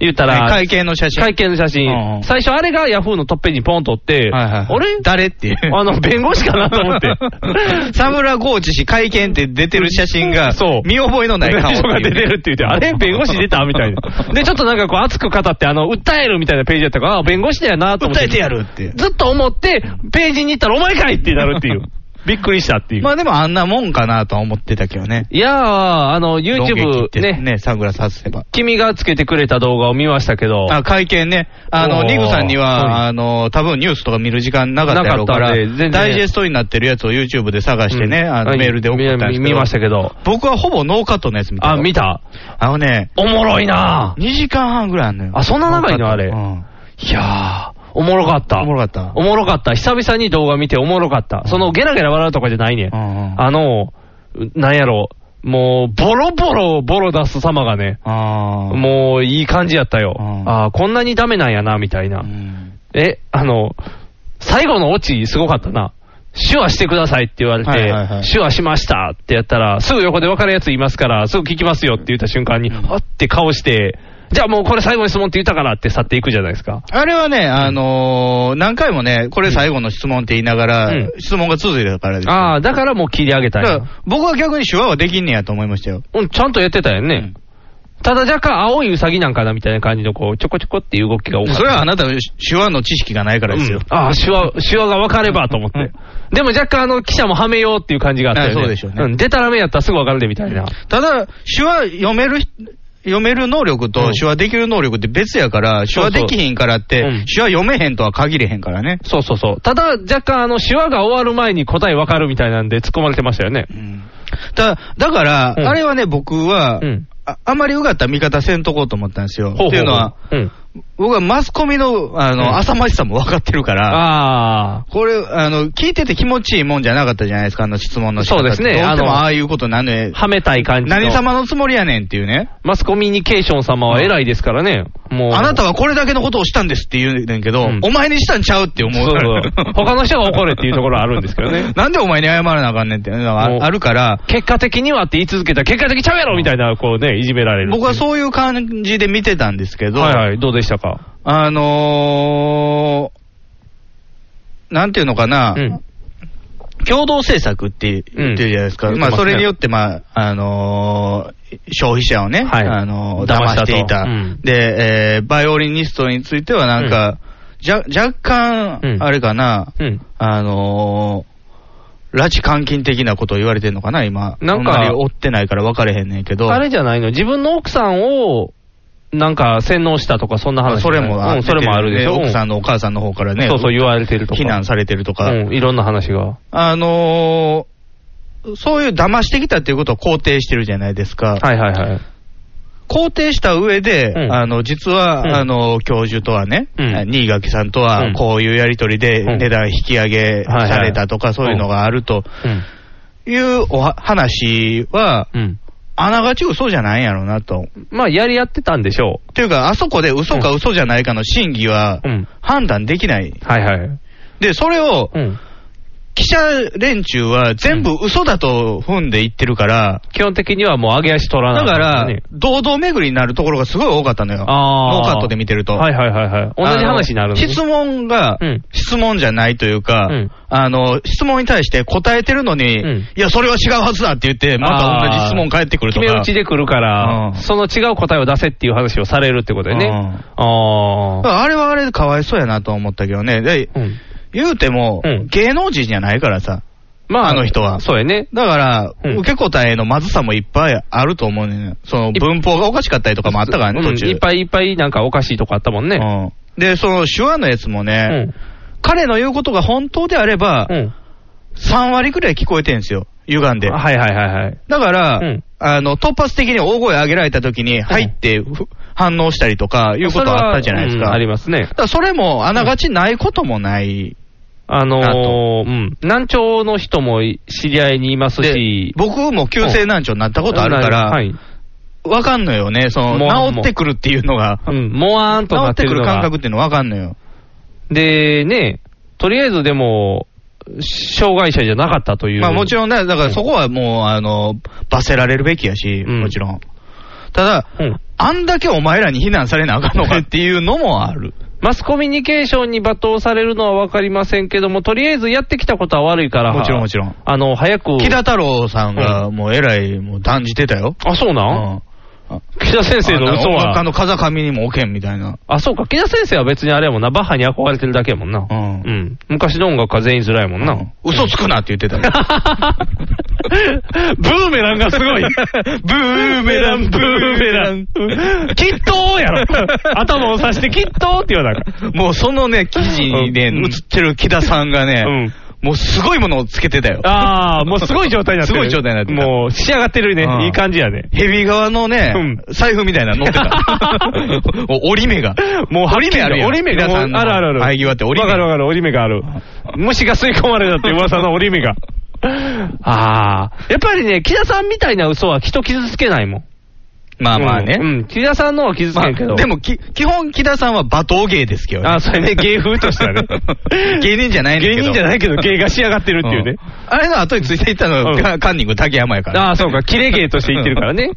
[SPEAKER 3] 言ったら、
[SPEAKER 2] 会計の写真。
[SPEAKER 3] 会見の写真、
[SPEAKER 2] うんうん
[SPEAKER 3] 最初、あれがヤフーのトップページにポンとおって、
[SPEAKER 2] はいはいはい
[SPEAKER 3] あれ
[SPEAKER 2] 誰っていう。、
[SPEAKER 3] あの弁護士かなと思って
[SPEAKER 2] サムラゴーチ氏会見って出てる写真が、
[SPEAKER 3] そう
[SPEAKER 2] 見覚えのない顔っていう
[SPEAKER 3] 人が出てるって言って、あれ、弁護士出たみた いな。で、ちょっとなんかこう、熱く語って、あの、訴えるみたいなページやったから、あ弁護士だよなと思って。
[SPEAKER 2] 訴えてやるって
[SPEAKER 3] ずっと思って、ページに行ったら、お前かいってなるって いう。びっくりしたっていう。
[SPEAKER 2] まあでもあんなもんかなとは思ってたけどね。
[SPEAKER 3] いやー、あの、
[SPEAKER 2] ロン毛切っ
[SPEAKER 3] YouTube
[SPEAKER 2] て
[SPEAKER 3] ね、
[SPEAKER 2] ね、サングラス外せば。
[SPEAKER 3] 君がつけてくれた動画を見ましたけど、
[SPEAKER 2] あ会見ね、あ
[SPEAKER 3] お
[SPEAKER 2] の
[SPEAKER 3] ー
[SPEAKER 2] リグさんに
[SPEAKER 3] はい
[SPEAKER 2] は、あの多分ニュースとか見る時間なかったやろうか
[SPEAKER 3] な
[SPEAKER 2] ら
[SPEAKER 3] かったんで全然、
[SPEAKER 2] ダイジェストになってるやつを YouTube で探してね、
[SPEAKER 3] うん
[SPEAKER 2] あ
[SPEAKER 3] は
[SPEAKER 2] の
[SPEAKER 3] い
[SPEAKER 2] メールで送ったんですけど
[SPEAKER 3] 見見ましたけど、
[SPEAKER 2] 僕はほぼノーカットのやつ見たよ
[SPEAKER 3] あ、見た
[SPEAKER 2] あのね、
[SPEAKER 3] おもろいな
[SPEAKER 2] 2時間半ぐらいあんのよ。
[SPEAKER 3] あそんな長いのあれ
[SPEAKER 2] うん
[SPEAKER 3] いやー、おもろかった。
[SPEAKER 2] おもろかった
[SPEAKER 3] おもろかった。久々に動画見ておもろかった。そのゲラゲラ笑うとかじゃないね。
[SPEAKER 2] うんうん
[SPEAKER 3] あの、なんやろ、もう、ボロボロボロ出す様がね、
[SPEAKER 2] あー
[SPEAKER 3] もういい感じやったよ。
[SPEAKER 2] うん
[SPEAKER 3] ああ、こんなにダメなんやな、みたいな。
[SPEAKER 2] うん
[SPEAKER 3] え、あの、最後のオチすごかったな。手話してくださいって言われて、
[SPEAKER 2] はいはいはい
[SPEAKER 3] 手話しましたってやったら、すぐ横で分かるやついますから、すぐ聞きますよって言った瞬間に、あって顔して、じゃあもうこれ最後の質問って言ったからって去っていくじゃないですか。
[SPEAKER 2] あれはね、あのー何回もね、これ最後の質問って言いながら、
[SPEAKER 3] うん
[SPEAKER 2] 質問が続いてたからですよ。
[SPEAKER 3] ああ、だからもう切り上げた
[SPEAKER 2] だ
[SPEAKER 3] ん
[SPEAKER 2] か
[SPEAKER 3] や
[SPEAKER 2] ら僕は逆に手話はできんねやと思いましたよ。
[SPEAKER 3] うん、ちゃんとやってたよ
[SPEAKER 2] う
[SPEAKER 3] ね
[SPEAKER 2] ん。
[SPEAKER 3] ただ若干青いウサギなんかなみたいな感じの、こう、ちょこちょこっていう動きが多かった。
[SPEAKER 2] それはあなたの手話の知識がないからですよ。
[SPEAKER 3] うんああ、手話、手話が分かればと思って。でも若干あの、記者もはめようっていう感じがあったよね。
[SPEAKER 2] あそうでしょうね
[SPEAKER 3] ん、でたらめやったらすぐ分かるでみたいな。
[SPEAKER 2] ただ、手話読める人、読める能力
[SPEAKER 3] う
[SPEAKER 2] と
[SPEAKER 3] ん
[SPEAKER 2] 手話できる能力って別やから、手
[SPEAKER 3] そうそう
[SPEAKER 2] 話できへんからって、
[SPEAKER 3] うん
[SPEAKER 2] 手話読めへんとは限れへんからね。
[SPEAKER 3] そうそうそう。ただ若干あの、手話が終わる前に答え分かるみたいなんで突っ込まれてましたよね。
[SPEAKER 2] ただ、だから、
[SPEAKER 3] うん
[SPEAKER 2] あれはね、僕は、
[SPEAKER 3] うん
[SPEAKER 2] あ、あまりうがった見方せんとこうと思ったんですよ。っていうのは、
[SPEAKER 3] うん。
[SPEAKER 2] 僕はマスコミの、あの、
[SPEAKER 3] うん
[SPEAKER 2] 浅ましさも分かってるから、
[SPEAKER 3] ああ。
[SPEAKER 2] これ、あの、聞いてて気持ちいいもんじゃなかったじゃないですか、あの質問の仕方
[SPEAKER 3] そうですね
[SPEAKER 2] どうしても
[SPEAKER 3] あの
[SPEAKER 2] ああいうことなんで、
[SPEAKER 3] はめたい感じの。
[SPEAKER 2] 何様のつもりやねんっていうね。
[SPEAKER 3] マスコミュニケーション様は偉いですからね。もう。
[SPEAKER 2] あなたはこれだけのことをしたんですって言うねんけど、
[SPEAKER 3] うん
[SPEAKER 2] お前にしたんちゃうって思う。。
[SPEAKER 3] そうそう。他の人が怒れっていうところはあるんですけどね
[SPEAKER 2] なんでお前に謝らなあかんねんっていうのが
[SPEAKER 3] もう
[SPEAKER 2] ああるから、
[SPEAKER 3] 結果的にはって言い続けたら、結果的にちゃうやろみたいな、こうね、いじめられる。
[SPEAKER 2] 僕はそういう感じで見てたんですけど、
[SPEAKER 3] はいはい、どうでしたか。
[SPEAKER 2] あのー、なんていうのかな、
[SPEAKER 3] うん。
[SPEAKER 2] 共同政策って言ってるじゃないですか。
[SPEAKER 3] うん
[SPEAKER 2] まあ、
[SPEAKER 3] 言ってますね
[SPEAKER 2] それによって、まあ、あのー消費者をね、
[SPEAKER 3] はい
[SPEAKER 2] あの、騙
[SPEAKER 3] 騙したと
[SPEAKER 2] していた。
[SPEAKER 3] うん
[SPEAKER 2] で、えーバイオリニストについてはなんか、じゃ、若干
[SPEAKER 3] う、ん
[SPEAKER 2] あれかな、
[SPEAKER 3] うん。
[SPEAKER 2] あのー、拉致監禁的なことを言われてんのかな、今。
[SPEAKER 3] なんか
[SPEAKER 2] あまり追ってないから分かれへんねんけど。
[SPEAKER 3] あれじゃないの自分の奥さんを、なんか洗脳したとか、そんな話じ
[SPEAKER 2] そ
[SPEAKER 3] ゃな
[SPEAKER 2] れ
[SPEAKER 3] い。
[SPEAKER 2] も
[SPEAKER 3] うん、それもあるでしょ。
[SPEAKER 2] ね奥さ
[SPEAKER 3] うん
[SPEAKER 2] のお母さんの方から
[SPEAKER 3] ん
[SPEAKER 2] ね、
[SPEAKER 3] そうそう言われてるとか。
[SPEAKER 2] 非難されてるとか。
[SPEAKER 3] うん、いろんな話が。
[SPEAKER 2] あのーそういう騙してきたっていうことを肯定してるじゃないですか。
[SPEAKER 3] はいはいはい。
[SPEAKER 2] 肯定した上で、
[SPEAKER 3] うん
[SPEAKER 2] あの、実は、
[SPEAKER 3] うん
[SPEAKER 2] あの、教授とはね、
[SPEAKER 3] うん
[SPEAKER 2] 新垣さんと
[SPEAKER 3] う
[SPEAKER 2] は
[SPEAKER 3] ん、
[SPEAKER 2] こういうやりとりで
[SPEAKER 3] うん
[SPEAKER 2] 値段引き上げされたとか、
[SPEAKER 3] はい
[SPEAKER 2] そ
[SPEAKER 3] は
[SPEAKER 2] う
[SPEAKER 3] い
[SPEAKER 2] いうのがあると
[SPEAKER 3] うん。
[SPEAKER 2] いうおは話は、
[SPEAKER 3] うん。
[SPEAKER 2] あながち嘘じゃないんやろうなと。
[SPEAKER 3] まあ、やり合ってたんでしょ
[SPEAKER 2] というか、あそこで嘘か嘘じゃないかの真偽は
[SPEAKER 3] う。う、ん。
[SPEAKER 2] 判断できない。
[SPEAKER 3] はいはい。
[SPEAKER 2] で、それを、
[SPEAKER 3] うん。
[SPEAKER 2] 記者連中は全部嘘だと踏んで言ってるから、
[SPEAKER 3] 基本的にはもう上げ足取らな
[SPEAKER 2] だ
[SPEAKER 3] い、
[SPEAKER 2] から、堂々巡りになるところがすごい多かったのよ。
[SPEAKER 3] あー
[SPEAKER 2] ノーカットで見てると。
[SPEAKER 3] はいはいはいはい。同じ話になる
[SPEAKER 2] あの
[SPEAKER 3] のね
[SPEAKER 2] 質問が、
[SPEAKER 3] うん
[SPEAKER 2] 質問じゃないというか、
[SPEAKER 3] うん
[SPEAKER 2] あの、質問に対して答えてるのに、
[SPEAKER 3] うん
[SPEAKER 2] いや、それは違うはずだって言って、また同じ質問返ってくる
[SPEAKER 3] 決
[SPEAKER 2] とか。
[SPEAKER 3] め打ちで来るから、
[SPEAKER 2] うん
[SPEAKER 3] その違う答えを出せっていう話をされるってことよね。
[SPEAKER 2] うん
[SPEAKER 3] あ
[SPEAKER 2] だから
[SPEAKER 3] あ。
[SPEAKER 2] あれはあれでかわいそうやなと思ったけどね。で、
[SPEAKER 3] うん
[SPEAKER 2] 言うても、
[SPEAKER 3] うん
[SPEAKER 2] 芸能人じゃないからさ。
[SPEAKER 3] まあ、
[SPEAKER 2] あの人は
[SPEAKER 3] そうやね。
[SPEAKER 2] だから、
[SPEAKER 3] うん
[SPEAKER 2] 受け答えのまずさもいっぱいあると思うねんよその
[SPEAKER 3] い
[SPEAKER 2] 文法がおかしかったりとかもあったからね、
[SPEAKER 3] うん
[SPEAKER 2] 途中。
[SPEAKER 3] いっぱいいっぱいなんかおかしいとこあったもんね。
[SPEAKER 2] うんで、その手話のやつもね、彼の言うことが本当であれば、
[SPEAKER 3] うん。うん。
[SPEAKER 2] 3割くらい聞こえてんすよ、歪んで。
[SPEAKER 3] はいはいはいはい。
[SPEAKER 2] だから、
[SPEAKER 3] うん
[SPEAKER 2] あの、突発的に大声上げられた時に、入ってふ反応したりとか、いうことはあったじゃないです
[SPEAKER 3] それは
[SPEAKER 2] か。
[SPEAKER 3] うんありますね
[SPEAKER 2] だ。からそれも、あながちないこともない。
[SPEAKER 3] あの
[SPEAKER 2] あ
[SPEAKER 3] ー、うん。難聴の人も知り合いにいます
[SPEAKER 2] で
[SPEAKER 3] し、、
[SPEAKER 2] 僕も急性難聴になったことあるから、
[SPEAKER 3] はい。
[SPEAKER 2] わかんのよね、そ
[SPEAKER 3] もう
[SPEAKER 2] の、治ってくるっていうのが、
[SPEAKER 3] うん。もわーんと
[SPEAKER 2] 治
[SPEAKER 3] な
[SPEAKER 2] っ
[SPEAKER 3] っ
[SPEAKER 2] て
[SPEAKER 3] てる
[SPEAKER 2] く
[SPEAKER 3] の
[SPEAKER 2] る
[SPEAKER 3] が
[SPEAKER 2] 感覚っていうのわかんのよ。
[SPEAKER 3] で、ね、とりあえずでも、障害者じゃなかったという。
[SPEAKER 2] まあもちろんね、だからそこはもう、あの、罰せられるべきやし、
[SPEAKER 3] うん
[SPEAKER 2] もちろん。ただ、
[SPEAKER 3] うん。
[SPEAKER 2] あんだけお前らに非難されなあかんのかっていうのもある。
[SPEAKER 3] マスコミュニケーションに罵倒されるのはわかりませんけども、とりあえずやってきたことは悪いから、
[SPEAKER 2] もちろんもちろん。
[SPEAKER 3] あの、早く。
[SPEAKER 2] 木田太郎さんがもうえらい、もう断じてたよ。
[SPEAKER 3] あ、そうなん、木田先生の
[SPEAKER 2] あ
[SPEAKER 3] 嘘
[SPEAKER 2] んな音楽家
[SPEAKER 3] は。
[SPEAKER 2] の風上にも置けんみたいな。
[SPEAKER 3] あ、そうか。木田先生は別にあれやもんな。バッハに憧れてるだけやもんな。
[SPEAKER 2] う
[SPEAKER 3] うんん。昔の音楽家全員辛いもんな。
[SPEAKER 2] うん嘘つくなって言ってたよ。
[SPEAKER 3] ブーメランがすごい。
[SPEAKER 2] ブーメラン、 ブーメラン。
[SPEAKER 3] きっとーや ろ。頭を刺してきっとーって言わなあかん
[SPEAKER 2] もうそのね、記事にね、
[SPEAKER 3] うん
[SPEAKER 2] 映ってる木田さんがね、もうすごいものをつけてたよ。
[SPEAKER 3] ああ、もうすごい状態になってる。
[SPEAKER 2] すごい状態になってた
[SPEAKER 3] もう仕上がってる
[SPEAKER 2] うん
[SPEAKER 3] ね。いい感じやね。
[SPEAKER 2] ヘビ側のね、
[SPEAKER 3] うん
[SPEAKER 2] 財布みたいなの乗って た。お折り目が。
[SPEAKER 3] もうはっき
[SPEAKER 2] 折り目
[SPEAKER 3] り
[SPEAKER 2] あるやん
[SPEAKER 3] 折り目
[SPEAKER 2] 皆
[SPEAKER 3] がもう
[SPEAKER 2] さんの
[SPEAKER 3] あるあるある。
[SPEAKER 2] 生え際って折り目
[SPEAKER 3] わかるわかる、折り目が ある。虫が吸い込まれたって噂の折り目が。 ああ。やっぱりね、木田さんみたいな嘘は人傷つけないもん。
[SPEAKER 2] まあまあね。
[SPEAKER 3] うんうん、木田さんのは傷つ
[SPEAKER 2] ま
[SPEAKER 3] け
[SPEAKER 2] あ
[SPEAKER 3] んけど。
[SPEAKER 2] でもき、基本、木田さんは罵倒芸ですけどね。。
[SPEAKER 3] あーそれね、芸風としてはね
[SPEAKER 2] 芸人じゃないんだけ
[SPEAKER 3] 芸
[SPEAKER 2] ど
[SPEAKER 3] 人じゃないけど、芸が仕上がってるって いうね。
[SPEAKER 2] んあれの後についていったの
[SPEAKER 3] うん
[SPEAKER 2] が、カンニング竹山やから。
[SPEAKER 3] ああ、そうか、キレ芸として言って るからね。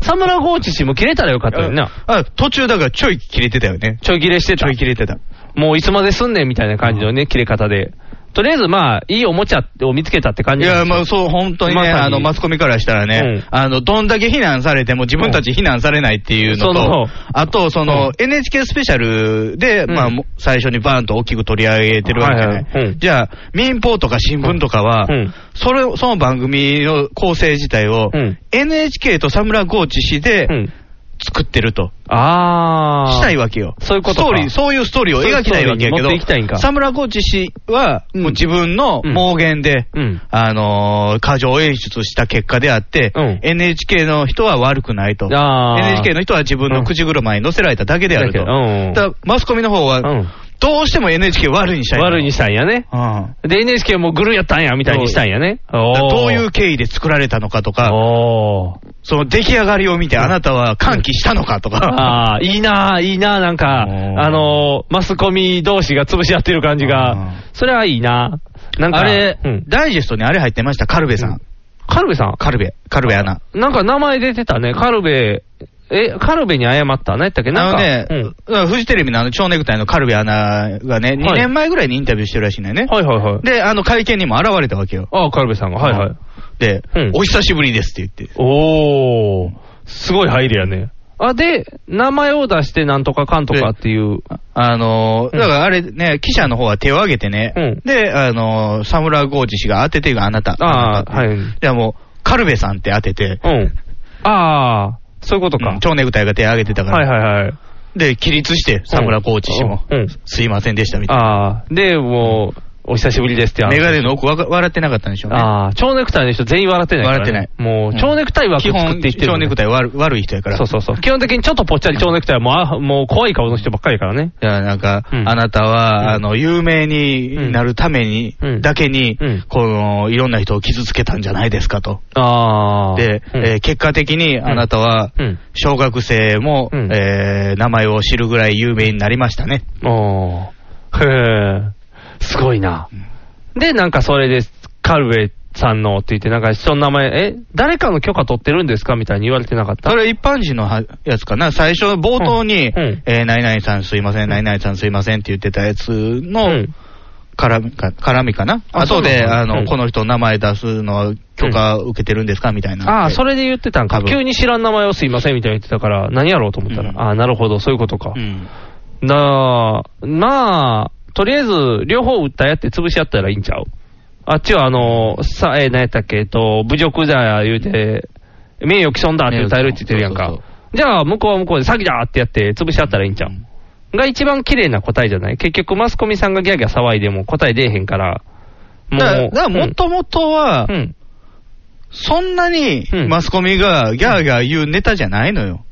[SPEAKER 3] サムラゴーチ氏もキレたらよかったのにな。
[SPEAKER 2] あ途中だからちょい切れてたよね。
[SPEAKER 3] ちょいキレして
[SPEAKER 2] ち
[SPEAKER 3] た
[SPEAKER 2] ょい。切れてた。
[SPEAKER 3] もういつまですんねんみたいな感じのね、切れ方で。とりあえずまあ、いいおもちゃを見つけたって感
[SPEAKER 2] い
[SPEAKER 3] じな
[SPEAKER 2] や、
[SPEAKER 3] んですよ
[SPEAKER 2] まあそう、本当にね、
[SPEAKER 3] まさに
[SPEAKER 2] あの、マスコミからしたらね、
[SPEAKER 3] う
[SPEAKER 2] あの、どんだけ非難されても自分たち非難されないっていうの
[SPEAKER 3] そ
[SPEAKER 2] と
[SPEAKER 3] の、
[SPEAKER 2] あと、その、
[SPEAKER 3] うん
[SPEAKER 2] NHK スペシャルで、
[SPEAKER 3] うん
[SPEAKER 2] まあ、も最初にバーンと大きく取り上げてるわけじゃない。
[SPEAKER 3] はいはいうん
[SPEAKER 2] じゃあ、民放とか新聞とかは、
[SPEAKER 3] うん
[SPEAKER 2] それ、その番組の構成自体を、
[SPEAKER 3] うん
[SPEAKER 2] NHK とサムラゴーチ氏で
[SPEAKER 3] うん。
[SPEAKER 2] 作ってると。
[SPEAKER 3] ああ。
[SPEAKER 2] したいわけよ。
[SPEAKER 3] そういうことか
[SPEAKER 2] ストーリー、そういうストーリーを描きたいわけやけ
[SPEAKER 3] そういうストーリーに持っていきたいん
[SPEAKER 2] ど、
[SPEAKER 3] か
[SPEAKER 2] サムラコーチ氏は、
[SPEAKER 3] うん
[SPEAKER 2] もう自分の妄言で、
[SPEAKER 3] うん。
[SPEAKER 2] あのー、過剰演出した結果であって、
[SPEAKER 3] うん
[SPEAKER 2] NHK の人は悪くないと。
[SPEAKER 3] あー
[SPEAKER 2] NHK の人は自分の口車に乗せられただけであると。
[SPEAKER 3] だけうん
[SPEAKER 2] だからマスコミの方は、
[SPEAKER 3] うん
[SPEAKER 2] どうしても NHK 悪いにしたいの。
[SPEAKER 3] 悪いにしたんやね。
[SPEAKER 2] うん
[SPEAKER 3] で、NHK もグルやったんや、みたいにしたんやね。お
[SPEAKER 2] だから
[SPEAKER 3] ー
[SPEAKER 2] どういう経緯で作られたのかとか、
[SPEAKER 3] おー
[SPEAKER 2] その出来上がりを見てあなたは歓喜したのかとか、
[SPEAKER 3] ああ、いいなあいいなあなんか、あ
[SPEAKER 2] うん
[SPEAKER 3] のーマスコミ同士が潰し合ってる感じ
[SPEAKER 2] うん
[SPEAKER 3] が、それはいいななんか、
[SPEAKER 2] あれ
[SPEAKER 3] うん、
[SPEAKER 2] ダイジェストにあれ入ってました、カルベさん。
[SPEAKER 3] カルベさん、
[SPEAKER 2] カルベ、カルベアナ。
[SPEAKER 3] なんか名前出てたね、カルベ、え、カルベに謝った、何やったっけ、な
[SPEAKER 2] あ
[SPEAKER 3] ん
[SPEAKER 2] の
[SPEAKER 3] か、
[SPEAKER 2] ね、
[SPEAKER 3] うん
[SPEAKER 2] フジテレビのあの蝶ネクタイのカルビアナがね、2年前ぐらいにインタビューしてるらしいんだよね。
[SPEAKER 3] はいはいはい。
[SPEAKER 2] で、あの会見にも現れたわけよ。
[SPEAKER 3] ああ、カルベさんが、はいは
[SPEAKER 2] うん
[SPEAKER 3] い。
[SPEAKER 2] で、
[SPEAKER 3] うん
[SPEAKER 2] お久しぶりですって言って。
[SPEAKER 3] おー、すごい入りやね。あ、で、名前を出してなんとかかんとかっていう。
[SPEAKER 2] あのーだからあれね、記者の方は手を挙げてね、
[SPEAKER 3] うん
[SPEAKER 2] で、あのー、サムラ・ゴージ氏が当ててがあなた。
[SPEAKER 3] ああ、はい。う
[SPEAKER 2] じゃあもう、カルベさんって当てて、
[SPEAKER 3] ん。ああ、そういうこと
[SPEAKER 2] う
[SPEAKER 3] か
[SPEAKER 2] ん。超ネクタイが手を挙げてたから、
[SPEAKER 3] はいはいはい。
[SPEAKER 2] で、起立して、サムラ・ゴージ氏も、
[SPEAKER 3] うんうん
[SPEAKER 2] すいませんでしたみたいな。
[SPEAKER 3] ああ、で、もう、お久しぶりですって。あの
[SPEAKER 2] メガネの奥わか笑ってなかったんでしょうね。
[SPEAKER 3] ああ、蝶ネクタイの人全員笑ってないから、ね。
[SPEAKER 2] 笑ってない
[SPEAKER 3] もう、蝶ネクタイは
[SPEAKER 2] 基
[SPEAKER 3] 作
[SPEAKER 2] 本
[SPEAKER 3] っていってる、
[SPEAKER 2] 蝶ネクタイ悪悪い人やから。
[SPEAKER 3] そうそうそう。基本的にちょっとぽっちゃり蝶ネクタイはもうあ、もう怖い顔の人ばっかりやからね。
[SPEAKER 2] いや、なんか、
[SPEAKER 3] うん
[SPEAKER 2] あなたは、
[SPEAKER 3] うん
[SPEAKER 2] あの、有名になるために、
[SPEAKER 3] うん
[SPEAKER 2] だけに、
[SPEAKER 3] うん
[SPEAKER 2] この、いろんな人を傷つけたんじゃないですかと。
[SPEAKER 3] ああ。
[SPEAKER 2] で、
[SPEAKER 3] うん
[SPEAKER 2] えー結果的にあなたは、
[SPEAKER 3] うん。
[SPEAKER 2] 小学生も、
[SPEAKER 3] うん
[SPEAKER 2] えー名前を知るぐらい有名になりましたね。
[SPEAKER 3] おー。へえ。すごいな。で、なんかそれで、カルウェイさんのって言って、なんか人の名前、え、誰かの許可取ってるんですかみたいに言われてなかった
[SPEAKER 2] それ一般人のはやつかな。最初、冒頭に、
[SPEAKER 3] うんうん
[SPEAKER 2] えー何々さんすいません、何々さんすいませんって言ってたやつ
[SPEAKER 3] う
[SPEAKER 2] の
[SPEAKER 3] ん。
[SPEAKER 2] 絡みか,、絡みかな。
[SPEAKER 3] あ
[SPEAKER 2] 後
[SPEAKER 3] そう
[SPEAKER 2] で、
[SPEAKER 3] な
[SPEAKER 2] あ
[SPEAKER 3] の
[SPEAKER 2] の、
[SPEAKER 3] うん
[SPEAKER 2] この人の名前出すのは許可受けてるんですかみたいな。
[SPEAKER 3] ああ、それで言ってたんか
[SPEAKER 2] 多。分
[SPEAKER 3] 急に知らん名前をすいませんみたいに言ってたから、何やろうと思ったら。
[SPEAKER 2] うん
[SPEAKER 3] ああ、なるほど、そういうことか。
[SPEAKER 2] うん。
[SPEAKER 3] なあ、まあ、とりあえず、両方訴え合って潰し合ったらいいんちゃうあっちは、あの、さ、えー、何やったっけ、えっと、侮辱だ言うて、名誉毀損だって訴えるって言ってるやん
[SPEAKER 2] そう
[SPEAKER 3] か
[SPEAKER 2] そう。
[SPEAKER 3] じゃあ、向こうは向こうで詐欺だってやって潰し合ったらいいんちゃうが一番綺麗な答えじゃない結局、マスコミさんがギャーギャー騒いでも答え出えへんから、も
[SPEAKER 2] だから、だからもともとは、
[SPEAKER 3] うんうん
[SPEAKER 2] そんなに
[SPEAKER 3] うん
[SPEAKER 2] マスコミがギャーギャー言うネタじゃないのよ。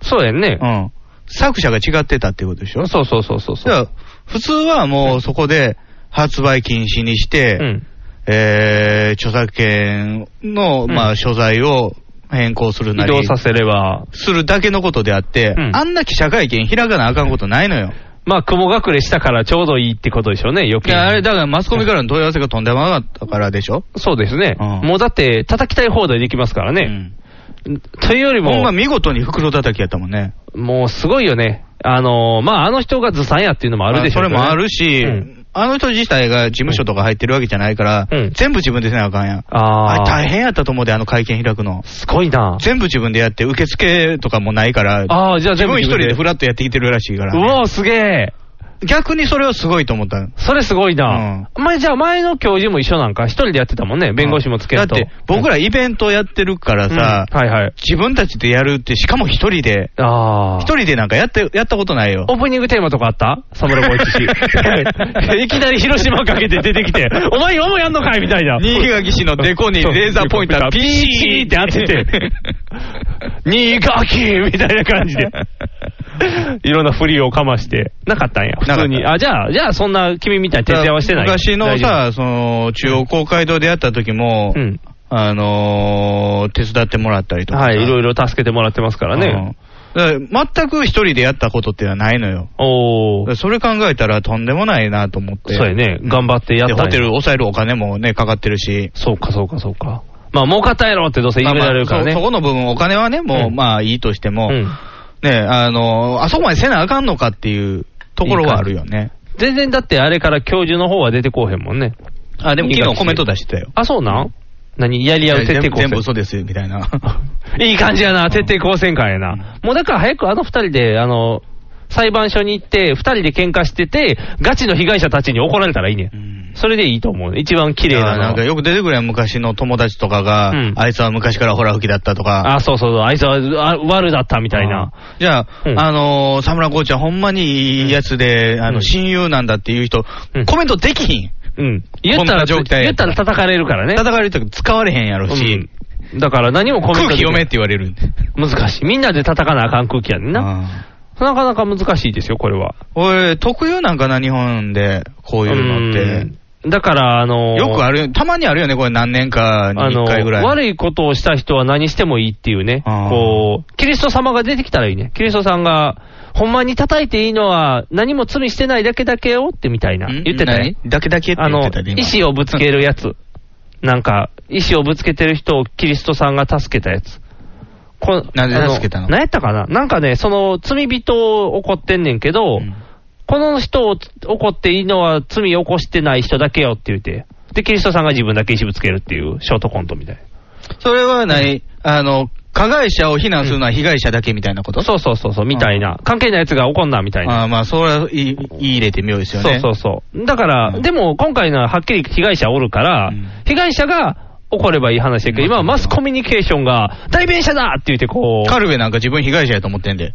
[SPEAKER 3] そうやんね
[SPEAKER 2] う。ん。作者が違ってたってことでしょ
[SPEAKER 3] そうそうそうそうそ
[SPEAKER 2] だ
[SPEAKER 3] う。
[SPEAKER 2] から普通はもうそこで発売禁止にして、
[SPEAKER 3] うん。
[SPEAKER 2] えー、著作権の、
[SPEAKER 3] うん
[SPEAKER 2] まあ、所在を変更する
[SPEAKER 3] 移
[SPEAKER 2] な
[SPEAKER 3] 動
[SPEAKER 2] り
[SPEAKER 3] させれば、
[SPEAKER 2] するだけのことであって、
[SPEAKER 3] うん
[SPEAKER 2] あんな記者会見開かなあかんことないのよ。
[SPEAKER 3] まあ、雲隠れしたからちょうどいいってことでしょうね、余
[SPEAKER 2] い
[SPEAKER 3] 計に
[SPEAKER 2] や、あれ、だからマスコミからの問い合わせがとんでもなかったからでしょ。
[SPEAKER 3] そうですね、
[SPEAKER 2] うん
[SPEAKER 3] もうだって、叩きたい放題できますから
[SPEAKER 2] う
[SPEAKER 3] ね。
[SPEAKER 2] ん。
[SPEAKER 3] というより
[SPEAKER 2] ほん
[SPEAKER 3] も
[SPEAKER 2] ま、見事に袋叩きやったもんね。
[SPEAKER 3] もうすごいよね、あのーまあ、あの人がずさんやっていうのもあるでしょう
[SPEAKER 2] それ
[SPEAKER 3] けどね
[SPEAKER 2] もあるし、
[SPEAKER 3] うん
[SPEAKER 2] あの人自体が事務所とか入ってるわけじゃないから、
[SPEAKER 3] うん
[SPEAKER 2] 全部自分でせなあかんやん。あ
[SPEAKER 3] あ
[SPEAKER 2] れ
[SPEAKER 3] ー
[SPEAKER 2] 大変やったと思うで、あの会見開くの。
[SPEAKER 3] すごいな、
[SPEAKER 2] 全部自分でやって、受付とかもないから、
[SPEAKER 3] ああ、じゃあ
[SPEAKER 2] 自
[SPEAKER 3] 全部
[SPEAKER 2] 分一人でフ
[SPEAKER 3] ら
[SPEAKER 2] ラッとやってきてるらしいから
[SPEAKER 3] う
[SPEAKER 2] ね、
[SPEAKER 3] おー、すげえ、
[SPEAKER 2] 逆にそれはすごいと思ったの
[SPEAKER 3] それすごいな、前じゃあ、前の教授も一緒なんか、一人でやってたもんね、弁護士もつけると。
[SPEAKER 2] だって、僕らイベントやってるからさ、
[SPEAKER 3] うんはいはい、
[SPEAKER 2] 自分たちでやるって、しかも一人で、
[SPEAKER 3] ああ。
[SPEAKER 2] 一人でなんかやって、やったことないよ
[SPEAKER 3] オ。ープニングテーマとかあったサムラゴイチ 氏。いきなり広島かけて出てきて、お前今もやんのかいみたいな。
[SPEAKER 2] 新垣氏 のデコにレーザーポインターピ
[SPEAKER 3] ピー
[SPEAKER 2] ー
[SPEAKER 3] って当て て、新垣みたいな感じで。 いろんな振りをかまして、なかったんや、普通に。
[SPEAKER 2] なか
[SPEAKER 3] あ、じゃあ、じゃあそんな君みたいに徹夜はしてない。
[SPEAKER 2] 昔の
[SPEAKER 3] 大丈
[SPEAKER 2] さ、その、中央公会堂でやった時も、
[SPEAKER 3] 夫、うん。
[SPEAKER 2] あのー手伝ってもらったりとかさ。
[SPEAKER 3] はい、いろいろ助けてもらってますからね。
[SPEAKER 2] うん。だから全く一人でやったことっていうのはないのよ。
[SPEAKER 3] おー。
[SPEAKER 2] それ考えたらとんでもないなと思って。
[SPEAKER 3] そうやね、頑張ってやっ
[SPEAKER 2] で、
[SPEAKER 3] たんや
[SPEAKER 2] ホテル抑えるお金もね、かかってるし。
[SPEAKER 3] そうか、そうか、そうか。まあ、儲かったやろってどうせ言い
[SPEAKER 2] ま
[SPEAKER 3] め
[SPEAKER 2] あ
[SPEAKER 3] ら
[SPEAKER 2] ま
[SPEAKER 3] れ
[SPEAKER 2] あ
[SPEAKER 3] るからね。
[SPEAKER 2] そそこの部分、お金はね、もう、
[SPEAKER 3] うん
[SPEAKER 2] まあいいとしても、
[SPEAKER 3] うん
[SPEAKER 2] ね、あのーあそこまでせなあかんのかっていうところはあるよね。
[SPEAKER 3] 全然だってあれから教授の方は出てこうへんもんね。
[SPEAKER 2] あ、でも昨日コメント出してたよ。
[SPEAKER 3] あ、そうなん何やり合う徹
[SPEAKER 2] 全
[SPEAKER 3] 底
[SPEAKER 2] 部
[SPEAKER 3] 抗
[SPEAKER 2] 全部
[SPEAKER 3] 戦。
[SPEAKER 2] 嘘ですよ、みたい な。
[SPEAKER 3] いい感じやな、徹底抗戦感やな。もうだから早くあの二人で、あの、裁判所に行って、二人で喧嘩してて、ガチの被害者たちに怒られたらいいね。
[SPEAKER 2] うんん
[SPEAKER 3] それでいいと思うね。一番綺
[SPEAKER 2] い
[SPEAKER 3] 麗
[SPEAKER 2] や
[SPEAKER 3] な
[SPEAKER 2] なん
[SPEAKER 3] の
[SPEAKER 2] か
[SPEAKER 3] は。
[SPEAKER 2] よく出てくるやん、昔の友達とかが、
[SPEAKER 3] うん
[SPEAKER 2] あいつは昔からホラ吹きだったとか。
[SPEAKER 3] あ、そうそうそう、あいつはあ悪だったみたいな。
[SPEAKER 2] うん。じゃあ、
[SPEAKER 3] うん
[SPEAKER 2] あのー、沢村コーチはほんまにいいやつで、あ
[SPEAKER 3] う
[SPEAKER 2] の、
[SPEAKER 3] ん
[SPEAKER 2] 親友なんだっていう人、
[SPEAKER 3] うん
[SPEAKER 2] コメントできひん。
[SPEAKER 3] うん。言った
[SPEAKER 2] こんな
[SPEAKER 3] ら、
[SPEAKER 2] 状態
[SPEAKER 3] 言ったら叩かれるからね。
[SPEAKER 2] 叩かれるとき使われへんやろし、
[SPEAKER 3] うんだから何もコメン
[SPEAKER 2] 空
[SPEAKER 3] ト
[SPEAKER 2] 気
[SPEAKER 3] でき
[SPEAKER 2] 読
[SPEAKER 3] な
[SPEAKER 2] め
[SPEAKER 3] い
[SPEAKER 2] って言われるんで。
[SPEAKER 3] 難しい。みんなで叩かなあかん空気やねんな。
[SPEAKER 2] あ
[SPEAKER 3] なかなか難しいですよ、これは。
[SPEAKER 2] ー俺、特有なんかな、日本で、こういうのって。
[SPEAKER 3] うんだから、あのー
[SPEAKER 2] よくあるよ、たまにあるよね、これ何年かに
[SPEAKER 3] あの
[SPEAKER 2] 1回ぐらい。
[SPEAKER 3] 悪いことをした人は何してもいいっていうね、
[SPEAKER 2] あー
[SPEAKER 3] こう、キリスト様が出てきたらいいね。キリストさんが、ほんまに叩いていいのは、何も罪してないだけだけよってみたいな、
[SPEAKER 2] ん
[SPEAKER 3] 言ってたね。
[SPEAKER 2] 何だけだけって
[SPEAKER 3] あ
[SPEAKER 2] 言って
[SPEAKER 3] の
[SPEAKER 2] た、ね、今
[SPEAKER 3] 石をぶつけるやつ。なんか、石をぶつけてる人をキリストさんが助けたやつ。こ
[SPEAKER 2] なんで
[SPEAKER 3] あ
[SPEAKER 2] 助けたの
[SPEAKER 3] 何やったかななんかね、その罪人を怒ってんねんけど、
[SPEAKER 2] うん
[SPEAKER 3] この人を怒っていいのは罪を起こしてない人だけよって言って。で、キリストさんが自分だけ石ぶつけるっていうショートコントみたいな。
[SPEAKER 2] それはない、あの、加害者を非難するのは被害者だけみたいなこと、
[SPEAKER 3] そうそうそうそう、みたいな。関係ないやつが怒んな、みたいな。
[SPEAKER 2] あーまあ、それは言い言い入れて妙ですよね。
[SPEAKER 3] そうそうそう。だから、
[SPEAKER 2] うん
[SPEAKER 3] でも今回のははっきり被害者おるから、
[SPEAKER 2] うん
[SPEAKER 3] 被害者が怒ればいい話だけど、今はマスコミュニケーションが、代弁者だって言ってこ う。
[SPEAKER 2] カルベなんか自分被害者やと思ってんで。